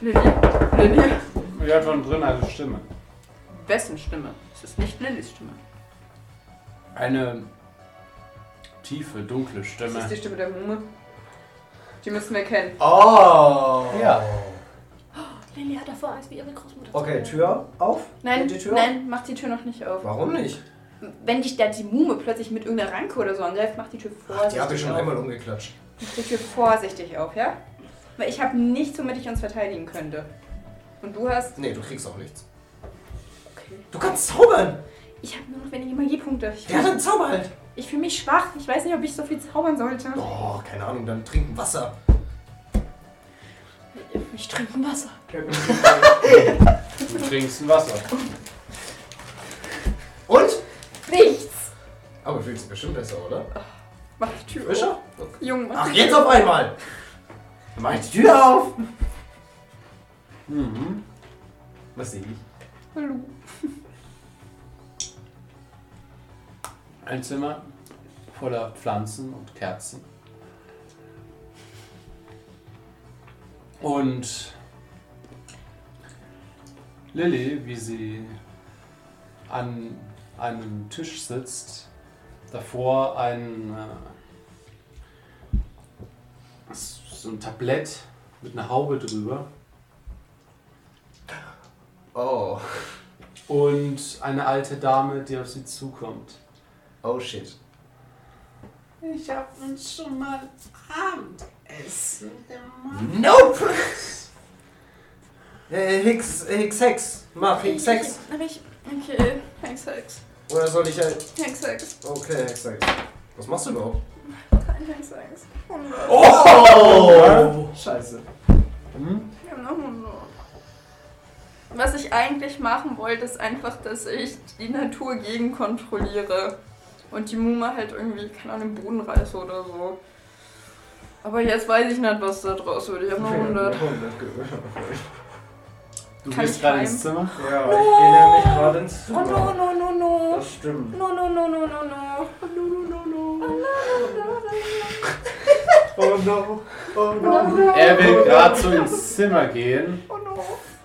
[SPEAKER 2] Lilly. Lilly.
[SPEAKER 1] Wir hat von drin eine Stimme.
[SPEAKER 2] Wessen Stimme? Es ist nicht Lillys Stimme.
[SPEAKER 1] Eine tiefe, dunkle
[SPEAKER 2] Das ist
[SPEAKER 1] Stimme.
[SPEAKER 2] die Stimme der Mumme. Die müssen wir kennen.
[SPEAKER 7] Oh!
[SPEAKER 1] Ja.
[SPEAKER 5] Lilly hat davor Angst, wie ihre Großmutter.
[SPEAKER 7] Okay, Tür auf.
[SPEAKER 2] Nein,
[SPEAKER 7] Und die Tür?
[SPEAKER 2] nein, mach die Tür noch nicht auf.
[SPEAKER 7] Warum nicht?
[SPEAKER 2] Wenn dich da die Mume plötzlich mit irgendeiner Ranke oder so angreift, mach die Tür vorsichtig
[SPEAKER 7] Die habe ich schon
[SPEAKER 2] auf.
[SPEAKER 7] einmal umgeklatscht.
[SPEAKER 2] Mach die Tür vorsichtig auf, ja? Weil ich habe nichts, womit ich uns verteidigen könnte. Und du hast.
[SPEAKER 7] Nee, du kriegst auch nichts.
[SPEAKER 2] Okay.
[SPEAKER 7] Du kannst zaubern!
[SPEAKER 2] Ich habe nur noch wenige Magiepunkte. Ich
[SPEAKER 7] Wer hat
[SPEAKER 2] fühle
[SPEAKER 7] denn Zauber halt?
[SPEAKER 2] fühl mich schwach. Ich weiß nicht, ob ich so viel zaubern sollte.
[SPEAKER 7] Oh, keine Ahnung, dann trinken Wasser.
[SPEAKER 2] Ich trinke Wasser.
[SPEAKER 1] Du trinkst ein Wasser.
[SPEAKER 7] Und?
[SPEAKER 2] Nichts!
[SPEAKER 7] Aber fühlt sich bestimmt besser, oder?
[SPEAKER 2] Mach die Tür auf.
[SPEAKER 7] Frischer?
[SPEAKER 2] Junge, mach
[SPEAKER 7] Ach,
[SPEAKER 2] die
[SPEAKER 7] jetzt
[SPEAKER 2] Tür
[SPEAKER 7] auf einmal! Mach die Tür auf!
[SPEAKER 1] Mhm.
[SPEAKER 7] Was sehe ich?
[SPEAKER 2] Hallo.
[SPEAKER 1] Ein Zimmer voller Pflanzen und Kerzen. Und Lilly, wie sie an einem Tisch sitzt, davor ein, äh, so ein Tablett mit einer Haube drüber
[SPEAKER 7] Oh.
[SPEAKER 1] und eine alte Dame, die auf sie zukommt.
[SPEAKER 7] Oh shit.
[SPEAKER 1] Ich habe uns schon mal Abendessen gemacht.
[SPEAKER 7] Nope! Äh, Hicks, Hicks, Hex. Mach Hicks, Hex.
[SPEAKER 2] Aber ich. Okay. Hex, Hex.
[SPEAKER 7] Oder soll ich halt.
[SPEAKER 2] Hex, Hex.
[SPEAKER 7] Okay, Hex, Hex. Was machst du überhaupt?
[SPEAKER 2] Kein Hex, Hex.
[SPEAKER 7] Oh!
[SPEAKER 4] Oh. Scheiße.
[SPEAKER 2] Wir haben noch einen Lord. Was ich eigentlich machen wollte, ist einfach, dass ich die Natur gegen kontrolliere. Und die Mume halt irgendwie, keine Ahnung, den Boden reiße oder so. Aber jetzt weiß ich nicht, was da draus wird. Ich habe nur 100.
[SPEAKER 1] Du
[SPEAKER 2] Kann
[SPEAKER 1] gehst
[SPEAKER 2] ich
[SPEAKER 1] gerade
[SPEAKER 2] heim?
[SPEAKER 1] ins Zimmer.
[SPEAKER 4] Ja, ich gehe nämlich gerade ins
[SPEAKER 2] Oh no,
[SPEAKER 4] Zimmer.
[SPEAKER 2] no, no, no.
[SPEAKER 4] Das stimmt.
[SPEAKER 2] No, no, no, no, no, no. Oh, no, no, no, no. Oh,
[SPEAKER 3] Oh no. Oh no.
[SPEAKER 1] Er will gerade so ins Zimmer gehen,
[SPEAKER 2] no, no, no, Oh, no.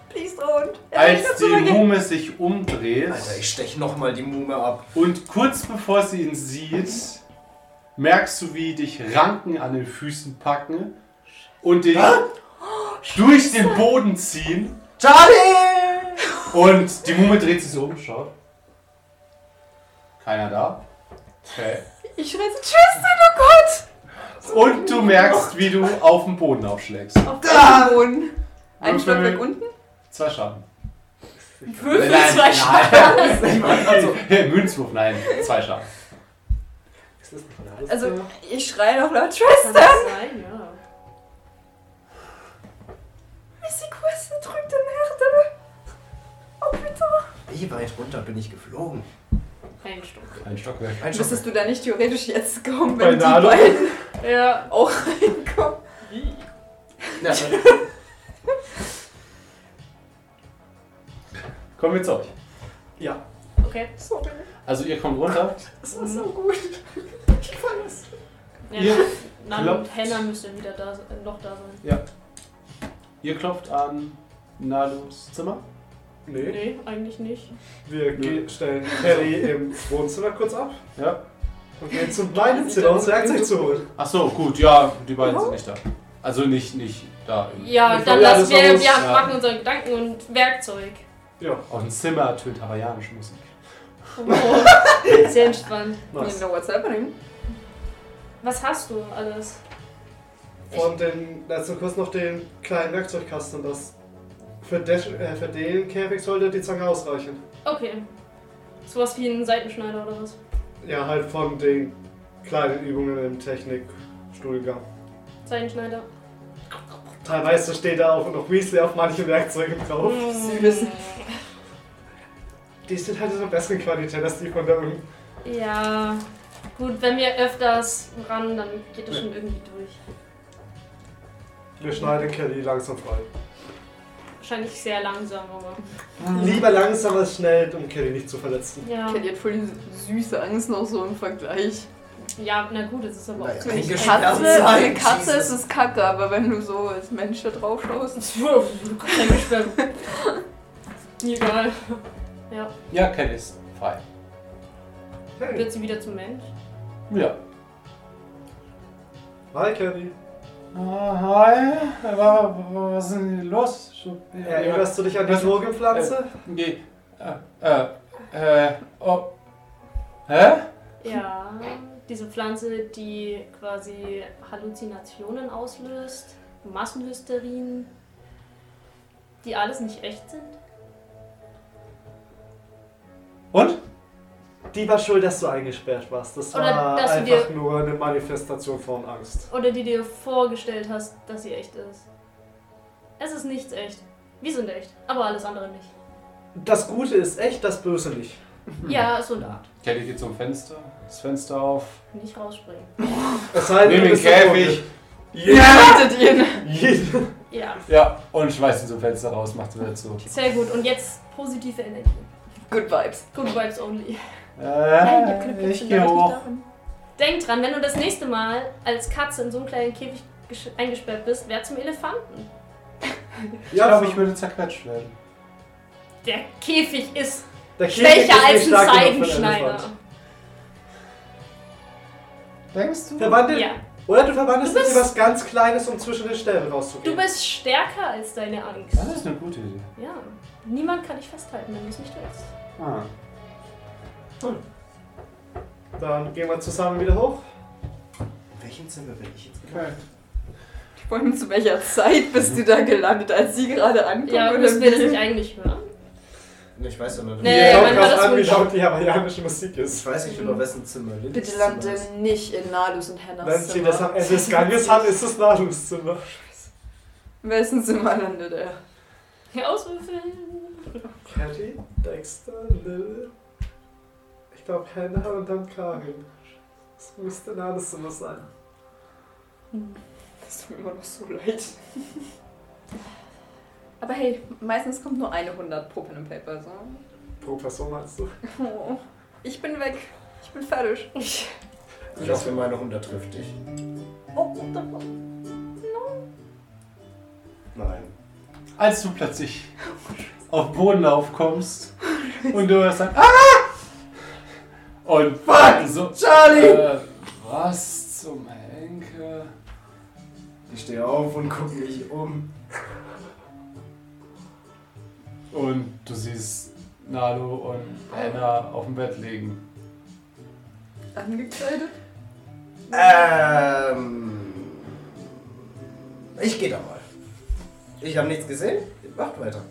[SPEAKER 2] Please don't. Er will
[SPEAKER 1] als
[SPEAKER 2] nicht
[SPEAKER 1] die
[SPEAKER 2] zurückgehen.
[SPEAKER 1] Mume sich umdreht
[SPEAKER 7] Alter, ich stech nochmal die Mume ab.
[SPEAKER 1] und kurz bevor sie ihn sieht, merkst du, wie dich Ranken an den Füßen packen und dich durch den Boden ziehen.
[SPEAKER 7] Charlie!
[SPEAKER 1] Und die Mume dreht sich so um, schaut. Keiner da. Okay.
[SPEAKER 2] Ich schreie so, Tristan, oh Gott.
[SPEAKER 1] Und du merkst, wie du auf den Boden aufschlägst.
[SPEAKER 2] Auf den Boden. Ein
[SPEAKER 1] Würfel.
[SPEAKER 2] Stockwerk unten.
[SPEAKER 1] Zwei Schaden.
[SPEAKER 5] Würfel zwei Schaden.
[SPEAKER 1] Schaden. Münzwurf, nein, zwei Schaden.
[SPEAKER 3] Ist das ein Tornado?
[SPEAKER 2] Also, ich schreie noch laut, Tristan.
[SPEAKER 5] sein, ja.
[SPEAKER 2] Missy Quest drückt den Herde. Oh bitte.
[SPEAKER 7] Wie weit runter bin ich geflogen?
[SPEAKER 5] Ein Stock.
[SPEAKER 1] Ein Stockwerk.
[SPEAKER 7] Ein Schuss.
[SPEAKER 2] Müsstest du da nicht theoretisch jetzt kommen,
[SPEAKER 3] Bei
[SPEAKER 2] wenn die
[SPEAKER 3] Nalo?
[SPEAKER 2] beiden
[SPEAKER 5] Ja.
[SPEAKER 2] auch reinkommen?
[SPEAKER 7] Ja,
[SPEAKER 1] Kommen wir zu euch.
[SPEAKER 3] Ja.
[SPEAKER 5] Okay.
[SPEAKER 14] Also ihr kommt runter.
[SPEAKER 3] Das war so gut. Ich fand das.
[SPEAKER 5] Ja, [laughs]
[SPEAKER 14] Ihr,
[SPEAKER 5] Nan
[SPEAKER 14] klopft.
[SPEAKER 5] und Henna müsste wieder da, se- äh, noch da sein.
[SPEAKER 14] ihr klopft an Nalus Zimmer.
[SPEAKER 3] Nee.
[SPEAKER 5] Nee, eigentlich nicht.
[SPEAKER 3] Wir
[SPEAKER 14] Nö.
[SPEAKER 3] ge- stellen Harry im Wohnzimmer kurz ab
[SPEAKER 14] Ja.
[SPEAKER 3] und gehen zum Leinenzimmer, um das Werkzeug zu holen.
[SPEAKER 14] Ach so, gut, ja, die beiden sind nicht da. Also nicht, nicht da. Im,
[SPEAKER 5] Ja,
[SPEAKER 3] Ich
[SPEAKER 5] dann
[SPEAKER 3] glaube, ja,
[SPEAKER 5] lassen
[SPEAKER 3] das
[SPEAKER 5] wir,
[SPEAKER 3] war
[SPEAKER 5] wir
[SPEAKER 3] los.
[SPEAKER 14] Ja.
[SPEAKER 5] machen unseren Gedanken und Werkzeug.
[SPEAKER 14] Auf dem Zimmer ertönt hawaiianische Musik.
[SPEAKER 5] Oh, sehr entspannt.
[SPEAKER 3] Nice.
[SPEAKER 6] know what's happening.
[SPEAKER 5] Was hast du alles?
[SPEAKER 3] Und den letzten kurz noch den kleinen Werkzeugkasten, das für, des, äh, für den Käfig sollte die Zange ausreichen.
[SPEAKER 5] Okay. Sowas wie ein Seitenschneider oder was?
[SPEAKER 3] Ja, halt von den kleinen Übungen im Technikstudiengang.
[SPEAKER 5] Seitenschneider.
[SPEAKER 3] Teilweise steht da auch noch Weasley auf manchen Werkzeugen drauf.
[SPEAKER 6] Süß.
[SPEAKER 3] Die sind halt in einer besseren Qualität als die von da unten.
[SPEAKER 5] Ja. Gut, wenn wir öfters ran, dann geht das schon irgendwie durch.
[SPEAKER 3] Wir schneiden Kelly langsam frei.
[SPEAKER 5] Wahrscheinlich sehr langsam, aber.
[SPEAKER 3] Lieber langsam als schnell, um Kelly nicht zu verletzen.
[SPEAKER 5] Ja.
[SPEAKER 6] Kelly hat voll die süße Angst noch so im Vergleich.
[SPEAKER 5] Ja, na gut, es ist aber auch
[SPEAKER 7] Naja,
[SPEAKER 5] ziemlich.
[SPEAKER 7] eingesperrt
[SPEAKER 6] Katze,
[SPEAKER 7] sein,
[SPEAKER 6] eine Katze
[SPEAKER 7] Jesus.
[SPEAKER 6] ist es kacke, aber wenn du so als Mensch da drauf schaust.
[SPEAKER 5] eingesperrt. [laughs] Egal. Ja,
[SPEAKER 14] Ja, Ken ist frei.
[SPEAKER 3] Hey,
[SPEAKER 5] wird sie wieder zum Mensch?
[SPEAKER 14] Ja.
[SPEAKER 3] hi Kelly.
[SPEAKER 14] Ah, hi, Wa- wa- was ist denn hier los? So, ja,
[SPEAKER 3] Erinnerst du dich an die Drogenpflanze?
[SPEAKER 14] Geh. Äh, äh, äh, oh. Hä?
[SPEAKER 5] Ja. Diese Pflanze, die quasi Halluzinationen auslöst, Massenhysterien, die alles nicht echt sind.
[SPEAKER 14] Und?
[SPEAKER 3] Die war schuld, dass du eingesperrt warst. Das
[SPEAKER 5] Oder
[SPEAKER 3] war
[SPEAKER 5] dass du
[SPEAKER 3] einfach nur eine Manifestation von Angst.
[SPEAKER 5] Oder die dir vorgestellt hast, dass sie echt ist. Es ist nichts echt. Wir sind echt, aber alles andere nicht.
[SPEAKER 3] Das Gute ist echt, das Böse nicht.
[SPEAKER 5] Ja, so eine Art.
[SPEAKER 14] Kelly geht zum Fenster, das Fenster auf.
[SPEAKER 5] Nicht rausspringen.
[SPEAKER 3] Es sei denn,
[SPEAKER 14] Nimm
[SPEAKER 3] du
[SPEAKER 14] den
[SPEAKER 3] bist
[SPEAKER 14] Käfig.
[SPEAKER 6] Haltet ihn!
[SPEAKER 3] Jeden.
[SPEAKER 5] Ja,
[SPEAKER 14] Ja, und schmeißt ihn zum Fenster raus, macht wieder zu.
[SPEAKER 5] sehr gut. Und jetzt positive Energie.
[SPEAKER 6] Good vibes.
[SPEAKER 5] Good vibes only.
[SPEAKER 6] Nein, ich hab keine
[SPEAKER 14] Äh,
[SPEAKER 6] Plätze,
[SPEAKER 14] ich
[SPEAKER 6] da
[SPEAKER 14] gehe
[SPEAKER 6] ich nicht
[SPEAKER 14] hoch.
[SPEAKER 6] da bin.
[SPEAKER 5] Denk dran, wenn du das nächste Mal als Katze in so einen kleinen Käfig gesch- eingesperrt bist, wer zum Elefanten?
[SPEAKER 14] Ich glaube, ich würde zerquetscht werden.
[SPEAKER 5] Der Käfig ist
[SPEAKER 3] Der Käfig ist
[SPEAKER 5] schwächer
[SPEAKER 3] nicht
[SPEAKER 5] als ein
[SPEAKER 3] stark genug für einen
[SPEAKER 5] Seidenschneider.
[SPEAKER 3] Elefant.
[SPEAKER 14] Denkst du?
[SPEAKER 3] Verwandelt,
[SPEAKER 5] Ja,
[SPEAKER 3] Oder du verwandelst
[SPEAKER 5] Du
[SPEAKER 3] dich in
[SPEAKER 5] bist-
[SPEAKER 3] was ganz Kleines, um zwischen den Stäben
[SPEAKER 5] du
[SPEAKER 3] rauszugehen.
[SPEAKER 5] bist stärker als deine Angst.
[SPEAKER 14] Das ist eine gute Idee.
[SPEAKER 5] Ja, niemand kann dich festhalten, wenn du es nicht willst.
[SPEAKER 14] Ah.
[SPEAKER 3] Dann gehen wir zusammen wieder hoch.
[SPEAKER 7] In welchem Zimmer bin ich jetzt?
[SPEAKER 6] Vor allem zu welcher Zeit bist du da gelandet, als sie gerade ankommt?
[SPEAKER 5] Ja,
[SPEAKER 6] oder
[SPEAKER 5] müssen wir das
[SPEAKER 6] wie?
[SPEAKER 5] nicht eigentlich hören?
[SPEAKER 7] Ich weiß ja noch
[SPEAKER 5] Nee,
[SPEAKER 3] Ihr
[SPEAKER 5] man
[SPEAKER 3] habt
[SPEAKER 5] kann
[SPEAKER 3] gerade
[SPEAKER 5] das ruhig-
[SPEAKER 3] angeschaut, wie hawaiianische Musik
[SPEAKER 7] Ich
[SPEAKER 3] ist.
[SPEAKER 7] weiß nicht über wessen Zimmer. Lindys
[SPEAKER 6] Bitte
[SPEAKER 7] Zimmer
[SPEAKER 6] lande
[SPEAKER 7] ist.
[SPEAKER 6] nicht in Nalus und Hennas
[SPEAKER 3] Wenn sie
[SPEAKER 6] Zimmer.
[SPEAKER 3] das am Ende des Ganges haben, ist es Nadus Zimmer.
[SPEAKER 6] Wessen Zimmer landet er?
[SPEAKER 5] Auswürfeln.
[SPEAKER 3] Kelly, Dexter, Lil. Ich glaube Hannah und dann Karin. Das müsste Nadus Zimmer sein.
[SPEAKER 6] Das tut mir immer noch so leid. Aber hey, meistens kommt nur eine 100 pro Pen and Paper. So.
[SPEAKER 3] Pro Person meinst du?
[SPEAKER 6] Oh, ich bin weg. Ich bin fertig.
[SPEAKER 7] Ich hoffe, meine 100 trifft dich.
[SPEAKER 5] Oh, what the fuck?
[SPEAKER 7] Nein.
[SPEAKER 14] Als du plötzlich auf Boden aufkommst und du hörst dann, ah! Und fuck, so,
[SPEAKER 7] Charlie!
[SPEAKER 14] äh, was zum Henker?
[SPEAKER 7] Ich stehe auf und gucke mich um.
[SPEAKER 14] Und du siehst Nalu und Hannah auf dem Bett liegen.
[SPEAKER 6] Angekleidet?
[SPEAKER 7] Ähm. Ich gehe da mal. Ich habe nichts gesehen. Macht weiter.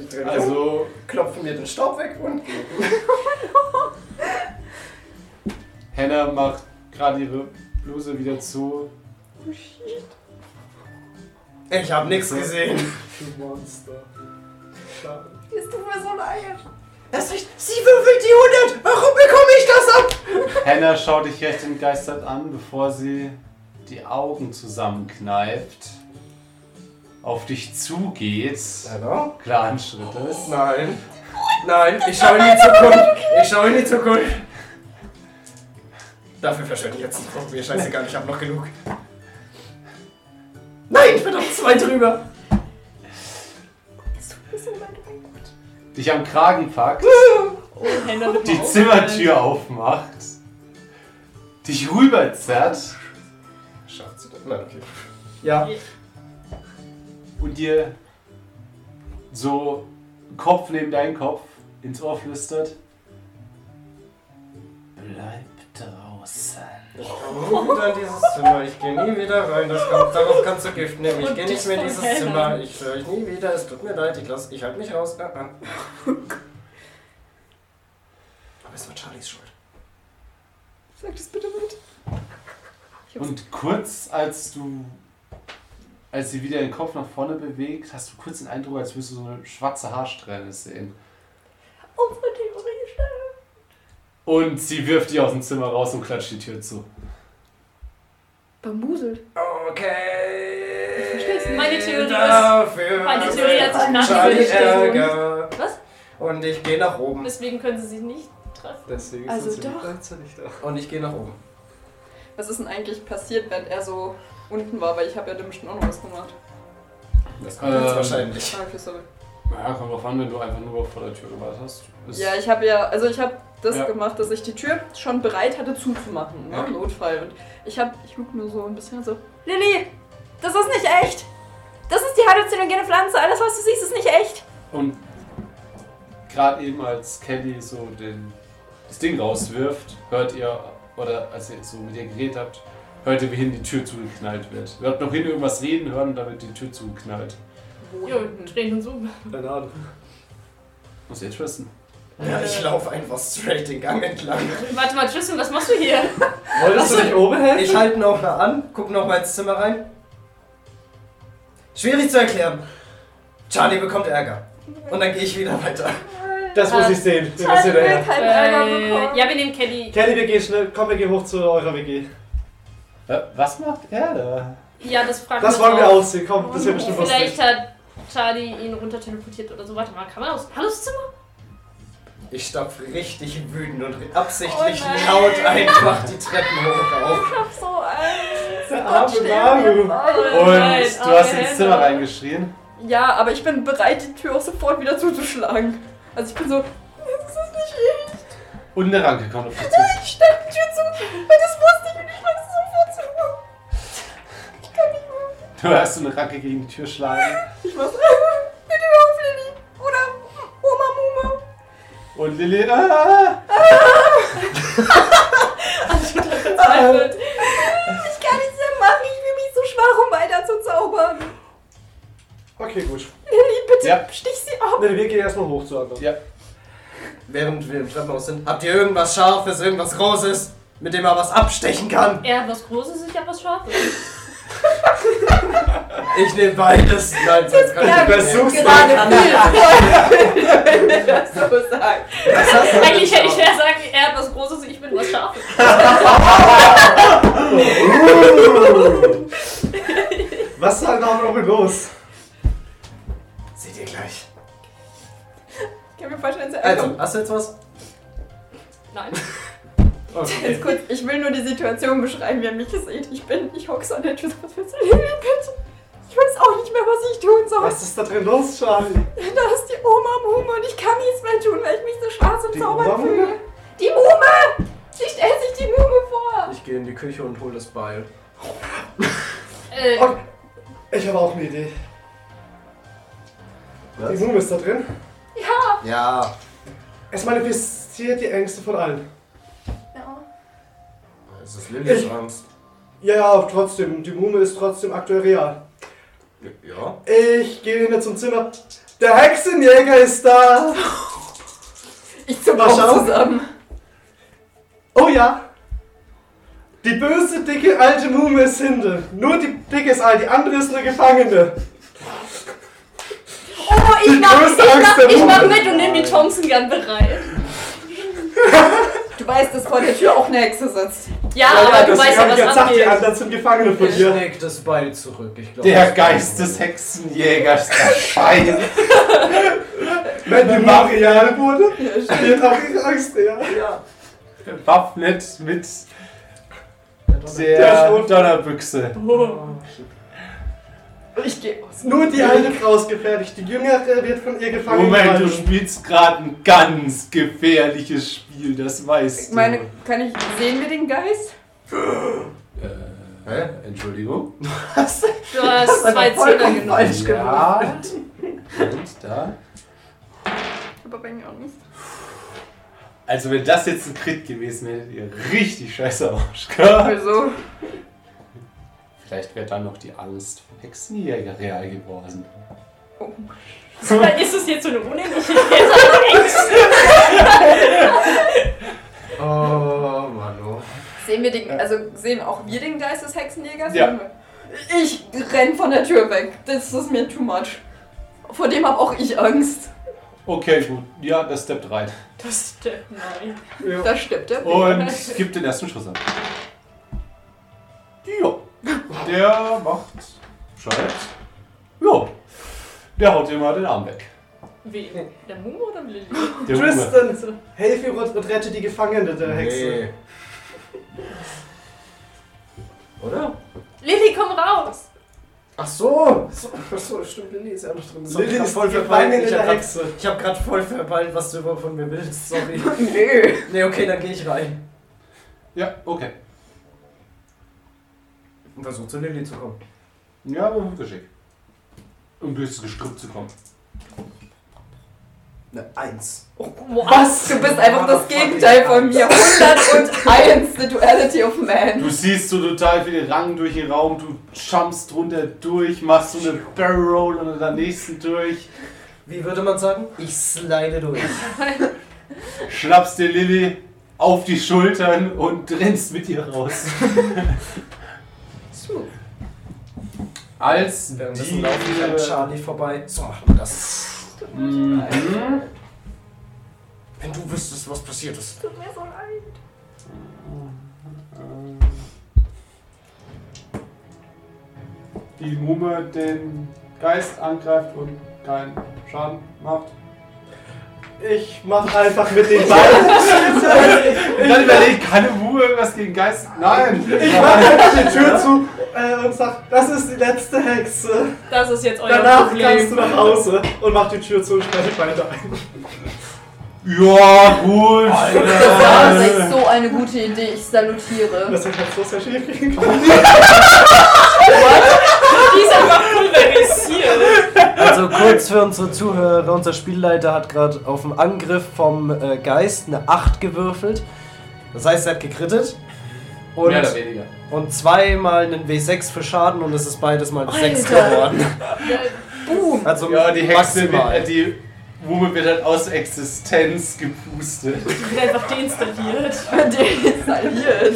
[SPEAKER 7] Ich drehe mich also,
[SPEAKER 14] Also,
[SPEAKER 7] um, klopfe mir den Staub weg und gehe.
[SPEAKER 14] Hannah macht gerade ihre Bluse wieder zu.
[SPEAKER 7] Ich habe nichts gesehen.
[SPEAKER 3] Du Monster. Schade.
[SPEAKER 6] Es tut mir so leid.
[SPEAKER 7] Das riecht. Sie würfelt die 100! Warum bekomme ich das ab?
[SPEAKER 14] Hannah schaut dich recht entgeistert an, bevor sie die Augen zusammenkneift, auf dich zugeht,
[SPEAKER 7] Hallo?
[SPEAKER 14] klaren Schrittes.
[SPEAKER 7] Nein. Nein, ich schaue in die Zukunft. Ich schaue in die Zukunft. Dafür verschwende ich jetzt einen Punkt. Mir scheißegal, ich habe noch genug. Nein, ich bin noch zwei drüber.
[SPEAKER 14] Dich am Kragen packt,
[SPEAKER 18] Oh, Hände mit
[SPEAKER 14] die Zimmertür aufmacht, dich rüberzerrt
[SPEAKER 7] Schaut sie doch. Nein, okay.
[SPEAKER 19] Ja.
[SPEAKER 14] und dir so Kopf neben deinen Kopf ins Ohr flüstert. Bleib draußen.
[SPEAKER 7] Ich komme nie wieder in dieses Zimmer. Ich gehe nie wieder rein. Das kommt, darauf kannst du Gift nehmen. Ich
[SPEAKER 18] Und
[SPEAKER 7] gehe nicht
[SPEAKER 18] dich
[SPEAKER 7] mehr in
[SPEAKER 18] vom
[SPEAKER 7] dieses
[SPEAKER 18] Hellen
[SPEAKER 7] Zimmer.
[SPEAKER 18] an.
[SPEAKER 7] Ich höre euch nie wieder. Es tut mir leid. Ich, lass, ich halte mich raus. Ah, ah. Aber es war Charlies Schuld.
[SPEAKER 2] Sag das bitte mit.
[SPEAKER 14] Und kurz als du, als sie wieder den Kopf nach vorne bewegt, hast du kurz den Eindruck, als würdest du so eine schwarze Haarsträhne sehen.
[SPEAKER 6] Oh,
[SPEAKER 5] Unsere Theorie stimmt.
[SPEAKER 14] Und sie wirft dich aus dem Zimmer raus und klatscht die Tür zu.
[SPEAKER 2] Bambuselt.
[SPEAKER 7] Okay.
[SPEAKER 2] versteh's nicht.
[SPEAKER 5] Meine Theorie ist.
[SPEAKER 7] Dafür.
[SPEAKER 5] Meine Theorie hat sich nach wie
[SPEAKER 7] Charlie
[SPEAKER 5] vor bestätigt.
[SPEAKER 7] Ärger.
[SPEAKER 5] Was?
[SPEAKER 7] Und ich gehe nach oben.
[SPEAKER 5] Deswegen können sie sich nicht treffen.
[SPEAKER 3] Deswegen
[SPEAKER 2] Also
[SPEAKER 3] sind sie
[SPEAKER 2] doch.
[SPEAKER 3] nicht gleichzeitig da.
[SPEAKER 7] Und ich gehe nach oben.
[SPEAKER 2] Was ist denn eigentlich passiert, während er so unten war? Weil ich habe ja dem bestimmt auch noch was gemacht.
[SPEAKER 7] Das kommt jetzt
[SPEAKER 14] Ähm.
[SPEAKER 7] wahrscheinlich.
[SPEAKER 2] Ah, okay, sorry.
[SPEAKER 14] Ja, kommt drauf an, wenn du einfach nur vor der Tür gewartet hast. Ist-
[SPEAKER 2] Ja, ich habe ja, also ich habe das
[SPEAKER 14] Ja.
[SPEAKER 2] gemacht, dass ich die Tür schon bereit hatte zuzumachen, ne?
[SPEAKER 14] Ja.
[SPEAKER 2] Notfall. Und ich habe, ich guck nur so ein bisschen so, Lilly, das ist nicht echt. Das ist die halluzinogene Pflanze. Alles, was du siehst, ist nicht echt.
[SPEAKER 14] Und gerade eben als Kelly so den, das Ding rauswirft, hört ihr, oder als ihr so mit ihr geredet habt, hört ihr, wie hin die Tür zugeknallt wird. Ihr habt noch hin irgendwas reden hören und damit die Tür zugeknallt.
[SPEAKER 3] Oh.
[SPEAKER 5] Jo, drehen uns um.
[SPEAKER 3] Keine Ahnung.
[SPEAKER 14] Muss jetzt wissen.
[SPEAKER 7] Ja, ich laufe einfach straight den Gang entlang.
[SPEAKER 5] Warte mal, Tristan, was machst du hier?
[SPEAKER 3] Wolltest du dich oben helfen?
[SPEAKER 7] Ich halte noch mal an, guck noch mal ins Zimmer rein. Schwierig zu erklären. Charlie bekommt Ärger. Und dann gehe ich wieder weiter.
[SPEAKER 3] Das muss ich sehen. Wir müssen hinterher.
[SPEAKER 2] Kein
[SPEAKER 5] Äh, ja, wir nehmen Kelly.
[SPEAKER 3] Kelly, wir gehen schnell. Komm, wir gehen hoch zu eurer WG.
[SPEAKER 14] Wa- Was macht er da?
[SPEAKER 5] Ja, das fragen
[SPEAKER 3] Das
[SPEAKER 5] wir
[SPEAKER 3] wollen wir
[SPEAKER 5] auch.
[SPEAKER 3] aussehen. Komm, das wird bestimmt lustig.
[SPEAKER 5] Vielleicht hat Charlie ihn runter teleportiert oder so. Warte mal, kann man aus dem Zimmer?
[SPEAKER 7] Ich stapfe richtig wütend und absichtlich
[SPEAKER 5] Oh nein.
[SPEAKER 7] laut einfach die Treppen hoch auf.
[SPEAKER 5] Ich hab so Angst.
[SPEAKER 3] Der arme Naru.
[SPEAKER 14] Und du hast ins Zimmer reingeschrien.
[SPEAKER 2] Ja, aber ich bin bereit, die Tür auch sofort wieder zuzuschlagen. Also ich bin so, das ist nicht echt.
[SPEAKER 14] Und eine Ranke kommt auf dich zu.
[SPEAKER 2] Ich stand die Tür zu, weil das wusste ich und ich wollte es sofort zu.
[SPEAKER 14] Du hörst so eine Ranke gegen die Tür schlagen.
[SPEAKER 2] Ich mach's. Bitte hör auf, Lilly. Oder Oma Muma.
[SPEAKER 14] Und Lilly.
[SPEAKER 2] [laughs]
[SPEAKER 14] Ah!
[SPEAKER 5] verzweifelt.
[SPEAKER 2] Ich kann nichts mehr machen. Ich fühle mich so schwach, um weiter zu zaubern.
[SPEAKER 3] Okay, gut.
[SPEAKER 2] Lilly, bitte
[SPEAKER 14] Ja.
[SPEAKER 2] stich sie ab.
[SPEAKER 3] Nee, wir gehen erstmal hoch zu anderen.
[SPEAKER 14] Ja.
[SPEAKER 7] Während wir im Treppenhaus sind, habt ihr irgendwas Scharfes, irgendwas Großes, mit dem man was abstechen kann?
[SPEAKER 5] Er hat was Großes, ich hab was Scharfes.
[SPEAKER 7] Ich nehme
[SPEAKER 3] [laughs]
[SPEAKER 7] beides. Nein, sonst kann ich
[SPEAKER 2] bleibt
[SPEAKER 7] nicht mehr.
[SPEAKER 2] So sagen.
[SPEAKER 5] Eigentlich hätte ich eher sagen, er hat was Großes, ich bin was Scharfes.
[SPEAKER 3] Was ist da noch oben los?
[SPEAKER 7] Seht ihr gleich.
[SPEAKER 2] Ich kann mir vorstellen, sie einfach
[SPEAKER 7] Also, hast du jetzt was?
[SPEAKER 5] Nein.
[SPEAKER 2] ganz kurz. Ich will nur die Situation beschreiben, wie ihr mich seht. Ich bin, ich hocke so an der Tür. so, Was willst du, Lilly, bitte? Ich weiß auch nicht mehr, was ich tun soll.
[SPEAKER 3] Was ist da drin los, Charlie?
[SPEAKER 2] Da ist die Oma Mume und ich kann nichts mehr tun, weil ich mich so schwarz und
[SPEAKER 3] Die
[SPEAKER 2] zaubern
[SPEAKER 3] Oma
[SPEAKER 2] fühle.
[SPEAKER 3] Mume?
[SPEAKER 2] Die Mume! Sie stellt sich die Mume vor.
[SPEAKER 7] Ich gehe in die Küche und hole das Beil.
[SPEAKER 5] Äh,
[SPEAKER 3] Okay. Ich habe auch eine Idee.
[SPEAKER 7] Was?
[SPEAKER 3] Die Mume ist da drin.
[SPEAKER 7] Ja.
[SPEAKER 3] Es manifestiert die Ängste von allen.
[SPEAKER 7] Es ist Lillys
[SPEAKER 3] Ich-
[SPEAKER 7] Angst.
[SPEAKER 3] Ja, ja, aber trotzdem. Die Mume ist trotzdem aktuell real.
[SPEAKER 7] Ja.
[SPEAKER 3] Ich gehe hinter zum Zimmer. Der Hexenjäger ist da!
[SPEAKER 2] Ich zum
[SPEAKER 3] Mal schauen.
[SPEAKER 2] zusammen.
[SPEAKER 3] Oh ja! Die böse, dicke, alte Mume ist hinten. Nur die dicke ist alt, die andere ist eine Gefangene.
[SPEAKER 5] oh, ich mach, ich
[SPEAKER 3] größte Angst
[SPEAKER 5] mach,
[SPEAKER 3] der
[SPEAKER 5] ich mach
[SPEAKER 3] Welt.
[SPEAKER 5] mit und nimm die Thompson Gun bereit.
[SPEAKER 2] Du weißt, dass vor der Tür auch eine Hexe sitzt.
[SPEAKER 5] Ja,
[SPEAKER 3] Ja, ja,
[SPEAKER 5] aber Ah, du
[SPEAKER 3] das
[SPEAKER 5] weißt
[SPEAKER 3] hab
[SPEAKER 5] ja,
[SPEAKER 3] ich
[SPEAKER 5] was
[SPEAKER 3] gesagt, die
[SPEAKER 5] abgeht.
[SPEAKER 3] anderen sind Gefangene von
[SPEAKER 7] Ich
[SPEAKER 3] dir.
[SPEAKER 7] leg das Beil zurück. Ich glaub,
[SPEAKER 14] Der
[SPEAKER 7] das-
[SPEAKER 14] Geist des Hexenjägers erscheint.
[SPEAKER 3] Wenn die Marianne wurde, wird auch die Angst, ja.
[SPEAKER 1] Bewaffnet mit der,
[SPEAKER 3] Der Schrot-
[SPEAKER 1] Donnerbüchse.
[SPEAKER 20] Ich gehe aus.
[SPEAKER 3] Nur die eine Frau ist gefährlich, die Jüngere wird von ihr gefangen
[SPEAKER 1] Moment, du
[SPEAKER 3] gehalten.
[SPEAKER 1] spielst gerade ein ganz gefährliches Spiel, das weißt du.
[SPEAKER 2] Meine, kann ich. Sehen wir den Geist?
[SPEAKER 1] Hä? Entschuldigung.
[SPEAKER 5] Du hast zwei Zehner genommen.
[SPEAKER 1] Falsch gemacht. Und da.
[SPEAKER 2] Ich habe aber irgendwie auch Angst.
[SPEAKER 1] Also wenn das jetzt ein Crit gewesen wäre, hättet ihr richtig scheiße ausgehauen.
[SPEAKER 2] Also,
[SPEAKER 1] Vielleicht wäre dann noch die Angst vom Hexenjäger real geworden.
[SPEAKER 5] Dann ist es jetzt so eine unendliche Gräser.
[SPEAKER 21] Oh, Mann, oh.
[SPEAKER 2] sehen wir den. Also, sehen auch wir den Geist des Hexenjägers?
[SPEAKER 1] Ja.
[SPEAKER 2] Ich renn von der Tür weg. Das ist mir too much. Vor dem habe auch ich Angst.
[SPEAKER 1] Okay, gut. Ja, das steppt rein.
[SPEAKER 5] Das stimmt, nein.
[SPEAKER 2] Da stirbt er.
[SPEAKER 14] Oh.
[SPEAKER 1] Und gibt den ersten Schuss ab. Ja. Der macht Scheiß. Ja. Der haut dir mal den Arm weg.
[SPEAKER 5] Wie? Der Mumu oder Lilly?
[SPEAKER 1] Der Junge.
[SPEAKER 3] Tristan, helf ihr und und rette die Gefangene der Hexe.
[SPEAKER 21] Oder?
[SPEAKER 5] Lilly, komm raus!
[SPEAKER 21] Ach so. so. Ach so, stimmt, Lilly ist ja noch drin.
[SPEAKER 7] So, ich hab voll
[SPEAKER 3] die
[SPEAKER 7] verpeilt,
[SPEAKER 3] Gefangene
[SPEAKER 7] ich hab
[SPEAKER 3] der
[SPEAKER 7] grad-
[SPEAKER 3] Hexe.
[SPEAKER 7] Ich habe gerade voll verballt, was du überhaupt von mir
[SPEAKER 3] [laughs]
[SPEAKER 7] willst. Sorry.
[SPEAKER 20] Nö.
[SPEAKER 7] nee, okay, dann gehe ich rein.
[SPEAKER 1] Ja, okay.
[SPEAKER 21] Und versucht zu Lilly zu kommen.
[SPEAKER 1] Ja, aber guter Schick. Um durch das Gestrüpp zu kommen.
[SPEAKER 21] Eine Eins.
[SPEAKER 20] Was? Du bist einfach das Gegenteil von mir.
[SPEAKER 5] [laughs]
[SPEAKER 20] 101 The Duality of Man.
[SPEAKER 1] Du siehst so total viele Rangen durch den Raum, du jumpst drunter durch, machst so eine Barrel Roll und dann nächsten durch,
[SPEAKER 7] Wie würde man sagen? Ich slide durch.
[SPEAKER 1] schnappst dir Lilly auf die Schultern und rennst mit ihr raus. Als
[SPEAKER 7] Währenddessen
[SPEAKER 1] die
[SPEAKER 7] laufe ich an Charlie vorbei. So, das.
[SPEAKER 1] Mhm.
[SPEAKER 7] Wenn du wüsstest, was passiert ist.
[SPEAKER 5] Tut mir so leid.
[SPEAKER 14] Die Mumme den Geist angreift und keinen Schaden macht.
[SPEAKER 3] Ich mach einfach mit
[SPEAKER 7] [laughs]
[SPEAKER 3] den beiden.
[SPEAKER 1] Und dann überlegt, kann eine Muhe irgendwas gegen Geist? Nein!
[SPEAKER 3] Ich mach einfach die Tür zu äh, und sag, das ist die letzte Hexe.
[SPEAKER 5] Das ist jetzt euer
[SPEAKER 3] Danach kannst du
[SPEAKER 5] Problem.
[SPEAKER 3] nach Hause und mach die Tür zu und spreche weiter ein.
[SPEAKER 1] Ja, gut!
[SPEAKER 20] Das ist so eine gute Idee. Ich salutiere.
[SPEAKER 3] Das hätte halt so sehr schief gehen können.
[SPEAKER 5] Die ist einfach [laughs] pulverisiert.
[SPEAKER 7] Also kurz für unsere Zuhörer, unser Spielleiter hat gerade auf den Angriff vom äh, Geist eine 8 gewürfelt. Das heißt, er hat gekrittet. Und,
[SPEAKER 1] Mehr oder weniger.
[SPEAKER 7] und zweimal einen W6 für Schaden und es ist beides mal eine 6
[SPEAKER 20] Alter.
[SPEAKER 7] geworden.
[SPEAKER 20] Boom.
[SPEAKER 7] Also
[SPEAKER 1] Ja, die Hexe, wird,
[SPEAKER 7] maximal.
[SPEAKER 1] äh, die Mume wird halt aus Existenz gepustet.
[SPEAKER 5] Die wird einfach [laughs] deinstalliert.
[SPEAKER 20] Desaliert.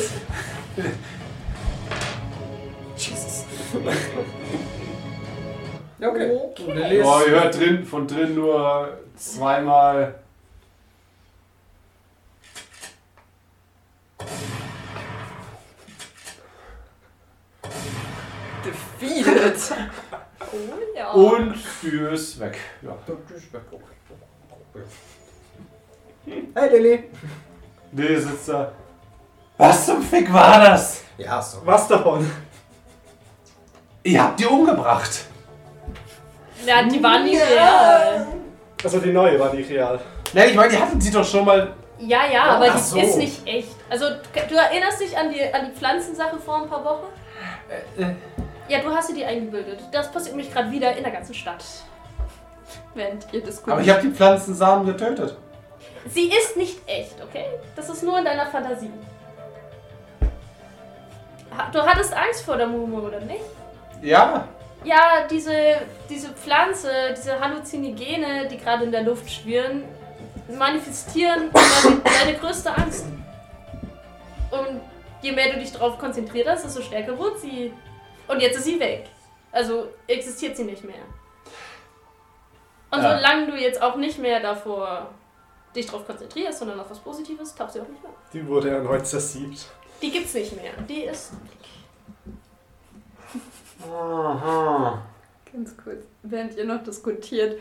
[SPEAKER 7] Ja, okay. Und Lilly
[SPEAKER 1] Ja,
[SPEAKER 7] ist-
[SPEAKER 1] ihr hört drin, von drin nur zweimal.
[SPEAKER 20] Defeated.
[SPEAKER 5] Oh ja.
[SPEAKER 1] Und die ist weg. Ja.
[SPEAKER 7] Hey Lilly.
[SPEAKER 1] Nee, sitzt da. Was zum Fick war das?
[SPEAKER 21] Ja, so.
[SPEAKER 3] Was davon?
[SPEAKER 1] Ihr habt die umgebracht.
[SPEAKER 5] Ja, die waren nicht real.
[SPEAKER 3] Also die neue war nicht real.
[SPEAKER 1] Ne, ich meine, die hatten sie doch schon mal.
[SPEAKER 5] Ja, ja, aber
[SPEAKER 21] Ach
[SPEAKER 5] die
[SPEAKER 21] so.
[SPEAKER 5] ist nicht echt. Also, du du erinnerst dich an die, an die Pflanzensache vor ein paar Wochen?
[SPEAKER 21] Äh,
[SPEAKER 5] Ja, du hast dir die eingebildet. Das passiert mich gerade wieder in der ganzen Stadt.
[SPEAKER 2] Während ihr diskutiert.
[SPEAKER 1] Aber ich habe die Pflanzensamen getötet.
[SPEAKER 5] Sie ist nicht echt, okay? Das ist nur in deiner Fantasie. Ha- Du hattest Angst vor der Mumu, oder nicht?
[SPEAKER 1] Ja.
[SPEAKER 5] Ja, diese, diese Pflanze, diese Halluzinogene, die gerade in der Luft schwirren, manifestieren deine, deine größte Angst. Und je mehr du dich darauf konzentriert hast, desto stärker wird sie. Und jetzt ist sie weg. Also existiert sie nicht mehr. Und
[SPEAKER 1] Ja.
[SPEAKER 5] solange du jetzt auch nicht mehr davor dich darauf konzentrierst, sondern auf was Positives, taucht sie auch nicht mehr.
[SPEAKER 3] Die wurde erneut zersiebt.
[SPEAKER 5] Die gibt's nicht mehr. Die ist.
[SPEAKER 1] Aha.
[SPEAKER 2] Ganz kurz, während ihr noch diskutiert,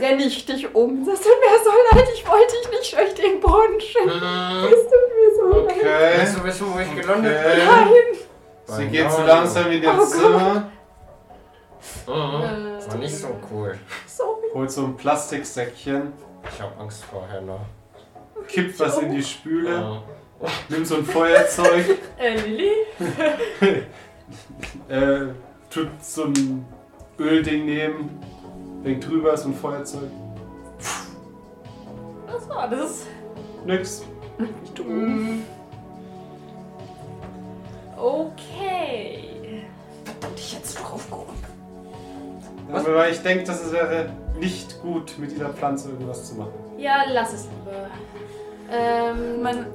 [SPEAKER 6] renne ich dich um. Sagst du, mir so leid, ich wollte dich nicht schlecht den Boden schütteln. Es tut mir so leid.
[SPEAKER 1] Okay.
[SPEAKER 7] Willst du wissen, wo ich gelandet bin?
[SPEAKER 1] okay. Sie
[SPEAKER 7] Nein.
[SPEAKER 1] geht so langsam Oh, in ihr
[SPEAKER 6] Oh Äh,
[SPEAKER 1] Zimmer,
[SPEAKER 7] Das war nicht so cool.
[SPEAKER 6] Sorry.
[SPEAKER 1] holt so ein Plastiksäckchen,
[SPEAKER 7] Ich hab Angst vor Hannah.
[SPEAKER 1] kippt was in die Spüle,
[SPEAKER 7] Ja.
[SPEAKER 1] nimmt so ein Feuerzeug, [laughs]
[SPEAKER 5] Äh, Lilly?
[SPEAKER 1] äh, tut so ein Ölding nehmen, denkt drüber, ist so ein Feuerzeug.
[SPEAKER 5] Was war das?
[SPEAKER 1] Nix.
[SPEAKER 5] Okay.
[SPEAKER 1] Aber ich denke, dass es wäre nicht gut, mit dieser Pflanze irgendwas zu machen.
[SPEAKER 5] Ja, lass es lieber. Ähm,
[SPEAKER 2] Man,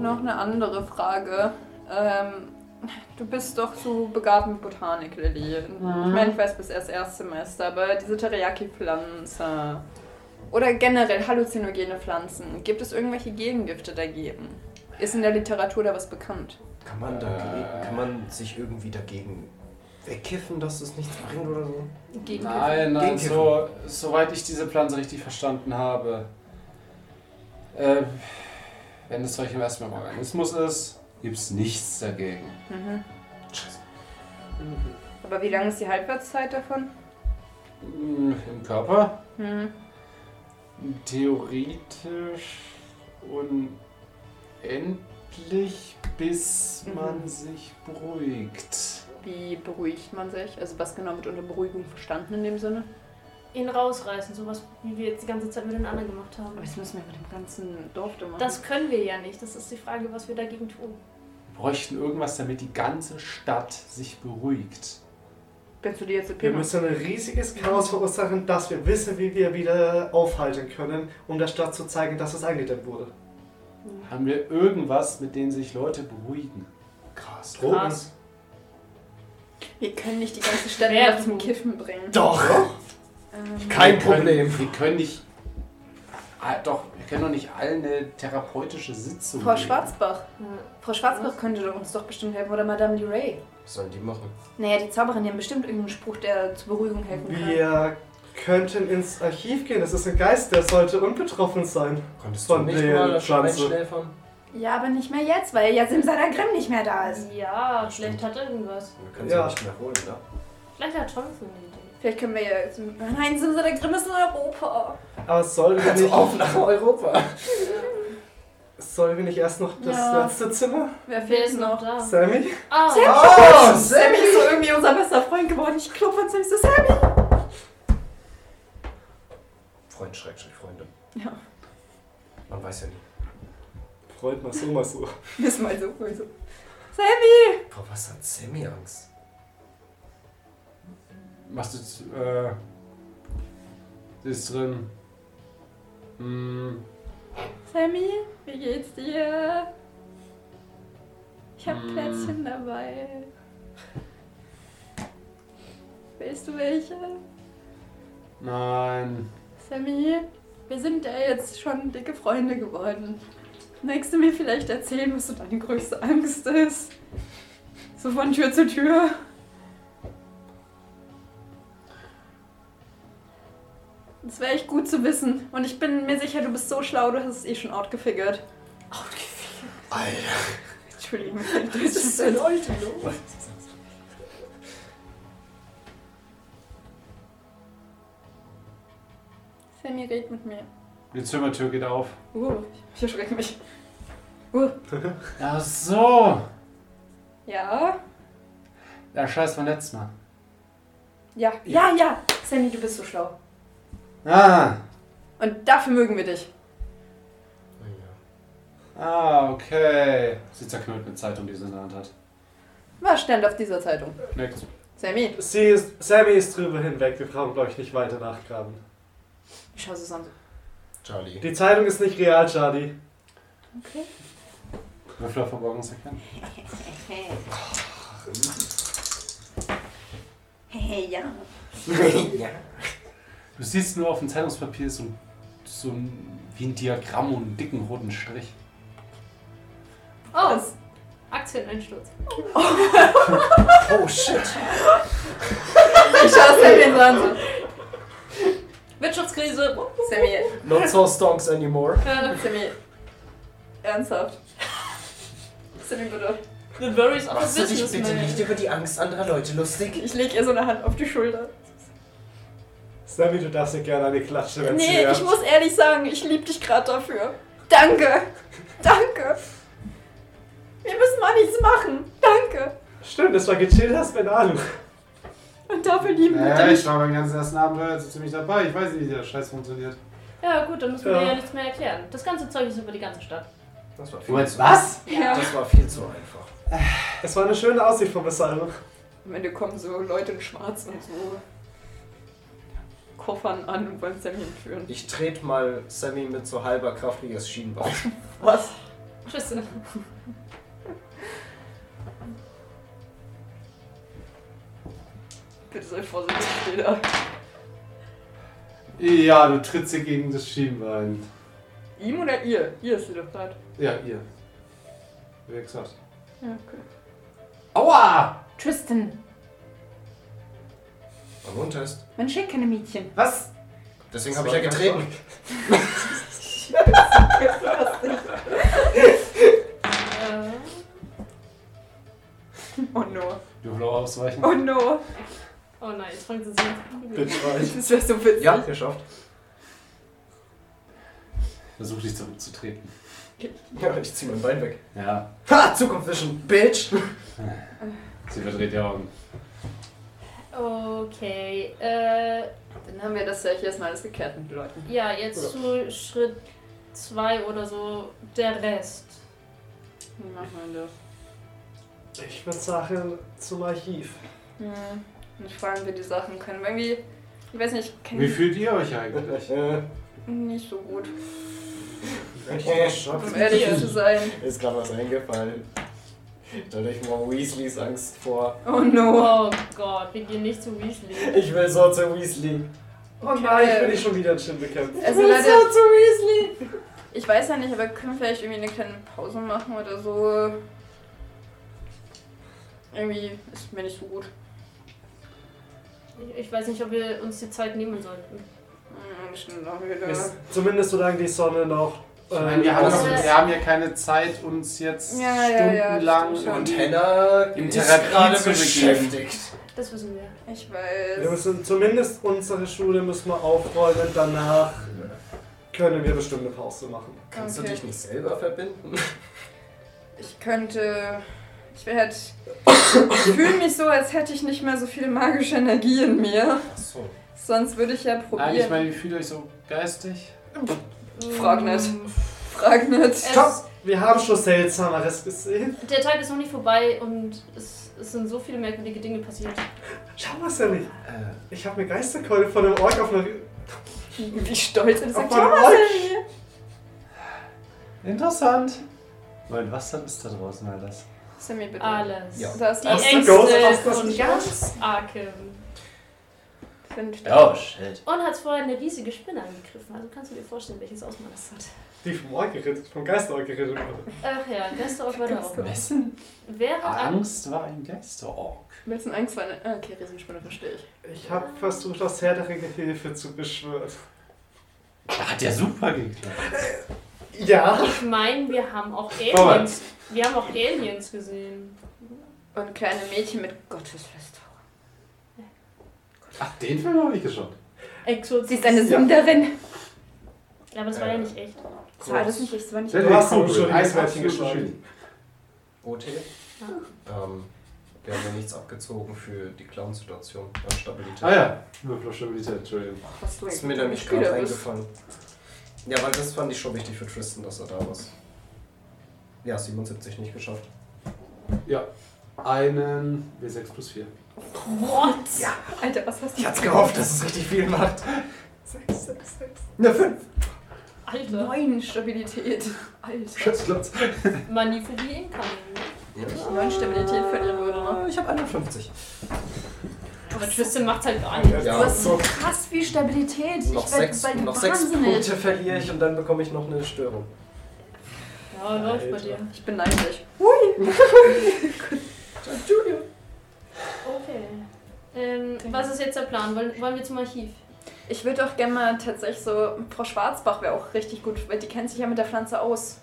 [SPEAKER 2] noch eine andere Frage. Ähm, du bist doch so begabt mit Botanik, Lilly. Ich meine, ich weiß bis erst Erstsemester, aber diese Teriyaki-Pflanze oder generell halluzinogene Pflanzen, gibt es irgendwelche Gegengifte dagegen? Ist in der Literatur da was bekannt?
[SPEAKER 4] Kann man, dagegen, kann man sich irgendwie dagegen wegkiffen, dass es nichts bringt oder so?
[SPEAKER 2] Gegengifte?
[SPEAKER 14] Nein,
[SPEAKER 4] Gegenkiffen.
[SPEAKER 14] also, soweit ich diese Pflanze richtig verstanden habe, äh, wenn es solch im ersten Mal im Organismus ist, gibt es nichts dagegen.
[SPEAKER 2] Mhm. Aber wie lange ist die Halbwertszeit davon?
[SPEAKER 14] Hm, Im Körper
[SPEAKER 2] Hm.
[SPEAKER 14] theoretisch unendlich, bis
[SPEAKER 1] Mhm.
[SPEAKER 14] man sich beruhigt.
[SPEAKER 2] Wie beruhigt man sich? Also was genau mit unter Beruhigung verstanden in dem Sinne?
[SPEAKER 5] ihn rausreißen, sowas wie wir jetzt die ganze Zeit mit den anderen gemacht haben.
[SPEAKER 2] Aber das müssen wir mit dem ganzen Dorf da machen.
[SPEAKER 5] Das können wir ja nicht. Das ist die Frage, was wir dagegen tun.
[SPEAKER 14] Wir bräuchten irgendwas, damit die ganze Stadt sich beruhigt.
[SPEAKER 2] Kannst du dir jetzt
[SPEAKER 3] Wir
[SPEAKER 7] Genau.
[SPEAKER 2] Pima?
[SPEAKER 3] müssen ein riesiges Chaos verursachen, dass wir wissen, wie wir wieder aufhalten können, um der Stadt zu zeigen, dass es eingedämmt wurde.
[SPEAKER 14] Haben wir irgendwas, mit dem sich Leute beruhigen?
[SPEAKER 3] Krass.
[SPEAKER 5] Krass.
[SPEAKER 2] Wir können nicht die ganze Stadt
[SPEAKER 5] Wer
[SPEAKER 2] wieder zum
[SPEAKER 5] du?
[SPEAKER 2] Kiffen bringen.
[SPEAKER 4] Doch!
[SPEAKER 2] Ähm,
[SPEAKER 4] Kein
[SPEAKER 14] Wir können-
[SPEAKER 4] Problem.
[SPEAKER 14] Wir können nicht. Ah, doch, wir können doch nicht allen eine therapeutische Sitzung.
[SPEAKER 2] Frau
[SPEAKER 14] geben.
[SPEAKER 2] Schwarzbach. Frau Schwarzbach könnte doch uns doch bestimmt helfen. Oder Madame DeRay.
[SPEAKER 7] Was sollen die machen?
[SPEAKER 2] Naja, die Zauberin, die haben bestimmt irgendeinen Spruch, der zur Beruhigung helfen kann.
[SPEAKER 3] Wir könnten ins Archiv gehen. Es ist ein Geist, der sollte unbetroffen sein.
[SPEAKER 7] Konntest
[SPEAKER 3] Von
[SPEAKER 7] du nicht
[SPEAKER 3] der
[SPEAKER 7] mal das Schwein
[SPEAKER 3] Pflanze.
[SPEAKER 7] schläfern?
[SPEAKER 2] Ja, aber nicht mehr jetzt, weil ja Simsalagrim nicht mehr da ist.
[SPEAKER 5] Ja, vielleicht hat er irgendwas.
[SPEAKER 7] Wir können sie
[SPEAKER 3] Ja.
[SPEAKER 7] nicht mehr holen, ne?
[SPEAKER 5] Vielleicht hat Jonathan eine Idee.
[SPEAKER 2] Vielleicht können wir ja... jetzt- Nein, Simsalagrim ist in Europa.
[SPEAKER 3] Aber sollen wir nicht,
[SPEAKER 7] nach Europa!
[SPEAKER 3] sollen wir nicht erst noch das
[SPEAKER 2] Ja.
[SPEAKER 3] letzte Zimmer?
[SPEAKER 2] Wer fehlt
[SPEAKER 5] Wer ist noch da?
[SPEAKER 3] Sammy?
[SPEAKER 5] Ah,
[SPEAKER 7] Oh,
[SPEAKER 2] Sammy ist so irgendwie unser bester Freund geworden. Ich klopfe an Sammy so, Sammy.
[SPEAKER 7] Freund, Schrägstrich, Freunde.
[SPEAKER 2] Ja.
[SPEAKER 7] Man weiß ja nie.
[SPEAKER 3] Freut mal so, mal so.
[SPEAKER 2] Ist mal so, mal so. Sammy!
[SPEAKER 7] Boah, was hat Sammy Angst?
[SPEAKER 14] Machst du. z- Äh, sie ist drin. Hm,
[SPEAKER 2] Sammy, wie geht's dir? Ich hab
[SPEAKER 14] Mm.
[SPEAKER 2] Plätzchen dabei. Willst du welche?
[SPEAKER 14] nein.
[SPEAKER 2] Sammy, wir sind ja jetzt schon dicke Freunde geworden. Magst du mir vielleicht erzählen, was so deine größte Angst ist? So von Tür zu Tür. Das wäre echt gut zu wissen. Und ich bin mir sicher, du bist so schlau, du hast es eh schon outgefigured.
[SPEAKER 7] Alter!
[SPEAKER 2] Entschuldigung, [laughs] das ist Sammy redet mit mir.
[SPEAKER 14] Die Zimmertür geht auf.
[SPEAKER 2] Uh, ich erschrecke mich.
[SPEAKER 14] Ach so!
[SPEAKER 2] Ja?
[SPEAKER 14] Der Scheiß von letztes Mal.
[SPEAKER 2] Ja. Ja, ja! Sammy, du bist so schlau.
[SPEAKER 14] Ah!
[SPEAKER 2] Und dafür mögen wir dich.
[SPEAKER 14] Ah, okay. Sie zerknüllt eine
[SPEAKER 1] um
[SPEAKER 14] Zeitung, die sie in der Hand hat.
[SPEAKER 2] War stand auf dieser Zeitung.
[SPEAKER 14] Nix.
[SPEAKER 2] Sammy,
[SPEAKER 3] Sie ist, Sammy ist drüber hinweg. Wir brauchen, glaube ich, nicht weiter nachgraben.
[SPEAKER 2] ich schau es an.
[SPEAKER 7] [laughs] Charlie.
[SPEAKER 3] Die Zeitung ist nicht real, Charlie.
[SPEAKER 14] Würfel auf Verborgenes erkennen.
[SPEAKER 2] Hey. Hey, ja.
[SPEAKER 14] Du siehst nur auf dem Zeitungspapier so, so ein, wie ein Diagramm und einen dicken roten Strich.
[SPEAKER 5] oh, Aktieneinsturz.
[SPEAKER 7] Oh shit!
[SPEAKER 2] Ich schau es Sammy so an. so.
[SPEAKER 5] Wirtschaftskrise.
[SPEAKER 2] Sammy,
[SPEAKER 7] Not so stonks anymore.
[SPEAKER 5] Äh,
[SPEAKER 2] Sammy. Ernsthaft. Sammy, bitte.
[SPEAKER 5] The worries of a
[SPEAKER 7] Machst du dich bitte
[SPEAKER 5] businessman.
[SPEAKER 7] nicht über die Angst anderer Leute lustig?
[SPEAKER 2] Ich lege ihr so eine Hand auf die Schulter.
[SPEAKER 3] Sammy, du darfst dir gerne eine Klatsche, wenn sie
[SPEAKER 2] Nee, ich muss ehrlich sagen, ich liebe dich gerade dafür. Danke. Danke. Wir müssen mal nichts machen. Danke.
[SPEAKER 3] Stimmt, das war gechillt hast mit Alu.
[SPEAKER 2] Und dafür lieben wir
[SPEAKER 1] Naja,
[SPEAKER 2] dich.
[SPEAKER 1] ich war beim ganzen ersten Abenteuer jetzt ziemlich dabei. Ich weiß nicht, wie der Scheiß funktioniert.
[SPEAKER 5] Ja, gut, dann müssen wir
[SPEAKER 3] Ja.
[SPEAKER 5] ja nichts mehr erklären. Das ganze Zeug ist über die ganze Stadt.
[SPEAKER 7] Das war, viel,
[SPEAKER 1] Du meinst, was?
[SPEAKER 2] Ja.
[SPEAKER 7] das war viel zu einfach.
[SPEAKER 3] Es war eine schöne Aussicht vom Asylum.
[SPEAKER 2] Am Ende kommen so Leute in Schwarz und so Koffern an und wollen Sammy entführen.
[SPEAKER 7] Ich trete mal Sammy mit so halber Kraft gegen das Schienbein.
[SPEAKER 2] Was?
[SPEAKER 5] Tschüss.
[SPEAKER 2] Bitte sei vorsichtig, Peter.
[SPEAKER 1] Ja, du trittst hier gegen das Schienbein.
[SPEAKER 2] Ihm oder ihr? Ihr ist sie doch gerade.
[SPEAKER 1] Ja, ihr. Wie gesagt.
[SPEAKER 2] Ja, okay.
[SPEAKER 1] Aua!
[SPEAKER 2] Tristan,
[SPEAKER 7] Am Unterst.
[SPEAKER 2] man schenkt keine Mädchen.
[SPEAKER 7] Was? Deswegen habe ich ja getreten.
[SPEAKER 5] Äh,
[SPEAKER 2] Oh no.
[SPEAKER 1] Du Blau ausweichen.
[SPEAKER 2] Oh no.
[SPEAKER 5] oh nein, jetzt fangen sie sich an zu prügeln.
[SPEAKER 2] Das wäre so witzig.
[SPEAKER 7] Ja, geschafft.
[SPEAKER 1] Versuch dich zurückzutreten.
[SPEAKER 7] Ja, ich zieh mein Bein weg.
[SPEAKER 1] Ja,
[SPEAKER 7] Ha! Zukunft Vision, Bitch!
[SPEAKER 1] sie verdreht die Augen.
[SPEAKER 5] Okay, äh,
[SPEAKER 2] Dann haben wir das ja hier erstmal alles geklärt mit den Leuten.
[SPEAKER 5] ja, jetzt zu Schritt 2 oder so, der Rest.
[SPEAKER 2] Wie machen wir das?
[SPEAKER 3] Ich würde sagen, zum Archiv.
[SPEAKER 2] Hm. Dann fragen wir die Sachen können. wir Irgendwie, ich weiß nicht, kann
[SPEAKER 1] Wie fühlt ihr euch eigentlich?
[SPEAKER 7] Ist
[SPEAKER 2] nicht so gut. Um
[SPEAKER 7] gerade
[SPEAKER 2] ehrlich zu sein.
[SPEAKER 7] was eingefallen. Dadurch war Weasleys Angst vor.
[SPEAKER 2] Oh no.
[SPEAKER 5] Oh Gott, wir gehen nicht zu Weasley.
[SPEAKER 7] Ich will so zu Weasley.
[SPEAKER 3] Oh nein, ich bin nicht schon wieder in Schild bekämpft.
[SPEAKER 2] Also Leute,
[SPEAKER 5] zu Weasley!
[SPEAKER 2] ich weiß ja nicht, aber können wir vielleicht irgendwie eine kleine Pause machen oder so? Irgendwie ist mir nicht so gut.
[SPEAKER 5] Ich, ich weiß nicht, ob wir uns die Zeit nehmen sollten.
[SPEAKER 2] Hm, Stimmt auch wieder.
[SPEAKER 3] Ist zumindest solange die Sonne noch. äh,
[SPEAKER 1] Ich meine, wir, haben,
[SPEAKER 5] das
[SPEAKER 1] ja-
[SPEAKER 5] ist-
[SPEAKER 1] wir haben ja keine Zeit, uns jetzt
[SPEAKER 2] Ja, ja, ja,
[SPEAKER 1] stundenlang
[SPEAKER 2] das stimmt schon.
[SPEAKER 1] und
[SPEAKER 7] Und Hannah
[SPEAKER 1] Im
[SPEAKER 7] ist
[SPEAKER 1] Therapie
[SPEAKER 7] gerade
[SPEAKER 1] zu begeben.
[SPEAKER 7] beschäftigt.
[SPEAKER 5] Das wissen wir.
[SPEAKER 2] Ich
[SPEAKER 3] Wir
[SPEAKER 2] weiß.
[SPEAKER 3] müssen zumindest unsere Schule müssen wir aufräumen. Danach können wir bestimmt eine Pause machen.
[SPEAKER 7] Kannst
[SPEAKER 2] Okay.
[SPEAKER 7] du dich nicht selber verbinden?
[SPEAKER 2] Ich könnte. Ich werde. Ich fühle mich so, als hätte ich nicht mehr so viel magische Energie in mir.
[SPEAKER 7] Achso.
[SPEAKER 2] Sonst würde ich ja probieren.
[SPEAKER 1] Nein, ich meine, wie fühlt ihr euch so geistig?
[SPEAKER 2] Frag nicht. Frag nicht.
[SPEAKER 5] Mm. Es,
[SPEAKER 3] Wir haben schon Seltsameres gesehen.
[SPEAKER 5] der Tag ist noch nicht vorbei und es, es sind so viele merkwürdige Dinge passiert.
[SPEAKER 3] Schau mal, Sammy.
[SPEAKER 1] Äh.
[SPEAKER 3] Ich habe eine Geisterkeule von einem Ork auf einer.
[SPEAKER 2] Wie stolz ist
[SPEAKER 3] Auf
[SPEAKER 2] er?
[SPEAKER 3] einem
[SPEAKER 2] Thomas,
[SPEAKER 3] Ork.
[SPEAKER 2] Sammy.
[SPEAKER 1] Interessant. Mein, was dann ist da draußen all das?
[SPEAKER 2] Sammy, bitte.
[SPEAKER 5] Alles.
[SPEAKER 7] Ja.
[SPEAKER 2] Das
[SPEAKER 5] Die
[SPEAKER 3] Hast du
[SPEAKER 5] Ängste
[SPEAKER 3] Ghost House das
[SPEAKER 5] und
[SPEAKER 3] nicht
[SPEAKER 5] ganz Arkham.
[SPEAKER 2] sind
[SPEAKER 1] Oh, shit.
[SPEAKER 5] Und hat vorher eine riesige Spinne angegriffen. Also kannst du dir vorstellen, welches Ausmaß das hat.
[SPEAKER 3] Die vom Ork gerettet, vom Geisterork gerettet wurde.
[SPEAKER 5] Ach ja, Gästeort war da auch.
[SPEAKER 1] Wessen
[SPEAKER 5] Wer hat Angst?
[SPEAKER 1] Angst war ein Geisterorg?
[SPEAKER 2] Wilson Angst vor einer. Ah, Okay, Riesenspinne verstehe ich.
[SPEAKER 3] Ich habe versucht, aus härtere Hilfe zu beschwören.
[SPEAKER 1] Da hat ja super geklappt.
[SPEAKER 3] Ja.
[SPEAKER 5] Ich meine, wir haben auch
[SPEAKER 1] Vorwärts.
[SPEAKER 5] Aliens. Wir haben auch Aliens gesehen.
[SPEAKER 2] Und kleine Mädchen mit Gotteslästerung.
[SPEAKER 1] Ach, den Film habe ich geschaut.
[SPEAKER 5] Exorzist.
[SPEAKER 2] Sie ist eine Sünderin.
[SPEAKER 5] Ja, aber das war ja nicht echt.
[SPEAKER 2] Das war alles nicht echt, das war nicht
[SPEAKER 3] Du hast aber schon ein Mädchen geschlagen.
[SPEAKER 7] OT? Ähm, wir haben ja nichts abgezogen für die Clown-Situation an Stabilität.
[SPEAKER 1] Ah ja, Würfelstabilität, Entschuldigung.
[SPEAKER 2] was du
[SPEAKER 7] Ist mir nämlich gerade eingefallen. Ja, weil das fand ich schon wichtig für Tristan, dass er da ist. Ja, 77 nicht geschafft.
[SPEAKER 1] Ja, einen W6 plus 4.
[SPEAKER 5] What? Ja.
[SPEAKER 2] Alter, was hast du?
[SPEAKER 7] hatte gehofft, dass es richtig viel macht.
[SPEAKER 2] Sechs, sechs, sechs.
[SPEAKER 7] Eine 5.
[SPEAKER 5] Alter.
[SPEAKER 2] Neun Stabilität. Alter.
[SPEAKER 1] Schöpfklotz.
[SPEAKER 5] Money für die Incoming.
[SPEAKER 2] Ich neun Stabilität verlieren würde noch.
[SPEAKER 7] Ich habe 51.
[SPEAKER 5] Aber Tristan macht's halt gar nicht.
[SPEAKER 2] Du
[SPEAKER 7] Ja,
[SPEAKER 2] hast so
[SPEAKER 7] so
[SPEAKER 2] krass viel Stabilität.
[SPEAKER 7] noch
[SPEAKER 2] ich werd
[SPEAKER 7] sechs,
[SPEAKER 2] bald
[SPEAKER 7] noch sechs
[SPEAKER 2] wahnsinnig.
[SPEAKER 7] Punkte verliere ich und dann bekomme ich noch eine Störung.
[SPEAKER 5] Ja, läuft bei dir.
[SPEAKER 2] Ich bin neidisch.
[SPEAKER 5] Okay. Ähm, was ist jetzt der Plan? Wollen, wollen wir zum Archiv?
[SPEAKER 2] Ich würde auch gerne mal tatsächlich so, Frau Schwarzbach wäre auch richtig gut, weil die kennt sich ja mit der Pflanze aus.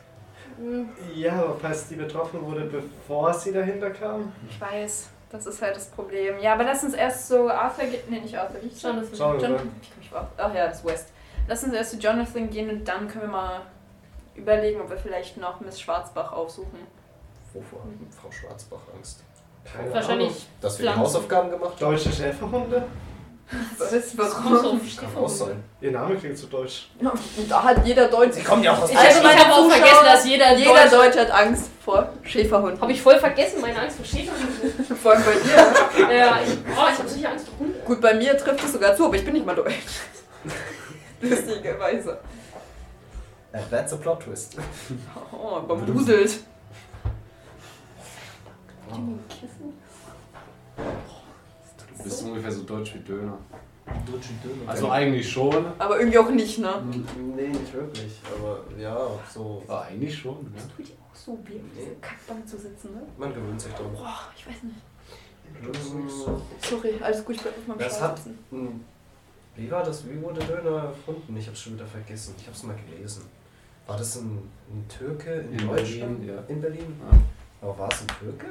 [SPEAKER 5] Hm,
[SPEAKER 3] Ja, aber falls die betroffen wurde, bevor sie dahinter kam.
[SPEAKER 2] Ich weiß, das ist halt das Problem. Ja, aber lass uns erst so Arthur gehen. Nee, nicht Arthur, wie hieß der?
[SPEAKER 5] Jonathan.
[SPEAKER 3] Sorry,
[SPEAKER 2] Jonathan. Ich komm nicht auf. Ach ja, das ist West. Lass uns erst zu Jonathan gehen und dann können wir mal überlegen, ob wir vielleicht noch Miss Schwarzbach [laughs] aufsuchen.
[SPEAKER 14] Wovor hat Frau Schwarzbach Angst?
[SPEAKER 3] keine Ahnung.
[SPEAKER 5] Wahrscheinlich
[SPEAKER 14] Dass wir die
[SPEAKER 5] Pflanzen.
[SPEAKER 14] Hausaufgaben gemacht haben?
[SPEAKER 3] Deutsche Schäferhunde?
[SPEAKER 5] Kommst
[SPEAKER 2] Was?
[SPEAKER 5] du auf
[SPEAKER 14] Kann raus
[SPEAKER 5] Stiefel.
[SPEAKER 14] sein.
[SPEAKER 3] Ihr Name klingt so deutsch.
[SPEAKER 2] Da hat jeder Deutsche.
[SPEAKER 14] Die kommen ja auch aus
[SPEAKER 5] Ich habe
[SPEAKER 2] meine
[SPEAKER 5] hab auch
[SPEAKER 2] Zuschauer-
[SPEAKER 5] vergessen, dass jeder,
[SPEAKER 2] Jeder
[SPEAKER 5] Deutsch-
[SPEAKER 2] Deutsche hat Angst vor Schäferhunden.
[SPEAKER 5] Habe ich voll vergessen, meine Angst vor
[SPEAKER 2] [laughs]
[SPEAKER 5] Schäferhunden.
[SPEAKER 2] vor allem bei dir.
[SPEAKER 5] ja, ich, oh, ich habe sicher Angst vor Hunden.
[SPEAKER 2] Gut, bei mir trifft es sogar zu, aber ich bin nicht mal deutsch. [laughs] Lustigerweise.
[SPEAKER 7] Äh, That's a plot twist.
[SPEAKER 2] Oh, bambuselt.
[SPEAKER 14] Du bist ungefähr so deutsch wie Döner.
[SPEAKER 7] Deutsche Döner.
[SPEAKER 14] Also eigentlich schon.
[SPEAKER 2] Aber irgendwie auch nicht, ne?
[SPEAKER 7] Nee, nicht wirklich. Aber ja, so.
[SPEAKER 14] Aber eigentlich schon, ne?
[SPEAKER 2] Tut dir auch so weh, auf dieser Kackbank zu sitzen, ne?
[SPEAKER 7] Man gewöhnt sich dran.
[SPEAKER 2] Boah, ich weiß nicht.
[SPEAKER 7] Das ist nicht so.
[SPEAKER 2] Sorry, alles gut, ich bleib auf meinem
[SPEAKER 7] Das
[SPEAKER 2] Stuhl
[SPEAKER 7] hat-
[SPEAKER 2] sitzen.
[SPEAKER 7] Hm. Wie war das? Wie wurde Döner erfunden? Ich hab's schon wieder vergessen. Ich hab's mal gelesen. War das ein, ein Türke in,
[SPEAKER 14] In
[SPEAKER 7] Deutschland?
[SPEAKER 14] Berlin, ja.
[SPEAKER 7] In Berlin?
[SPEAKER 14] Ja.
[SPEAKER 7] Aber war es ein Türke?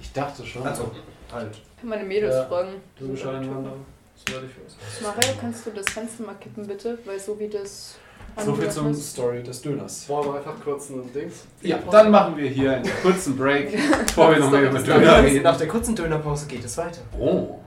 [SPEAKER 14] Ich dachte schon.
[SPEAKER 7] Also, halt.
[SPEAKER 2] Ich kann meine Mädels
[SPEAKER 14] Ja.
[SPEAKER 2] fragen.
[SPEAKER 14] du Scheinwanderer. Soweit ich weiß.
[SPEAKER 2] Mario, kannst du das Fenster mal kippen, bitte? Weil so wie das...
[SPEAKER 14] So viel zum
[SPEAKER 2] angehört ist-
[SPEAKER 14] Story des Döners.
[SPEAKER 3] Wollen wir einfach kurz ein Dings?
[SPEAKER 14] Ja, dann machen wir hier einen kurzen Break, bevor wir nochmal über
[SPEAKER 7] Nach
[SPEAKER 14] Döner reden.
[SPEAKER 7] der kurzen Dönerpause geht es weiter.
[SPEAKER 14] Oh.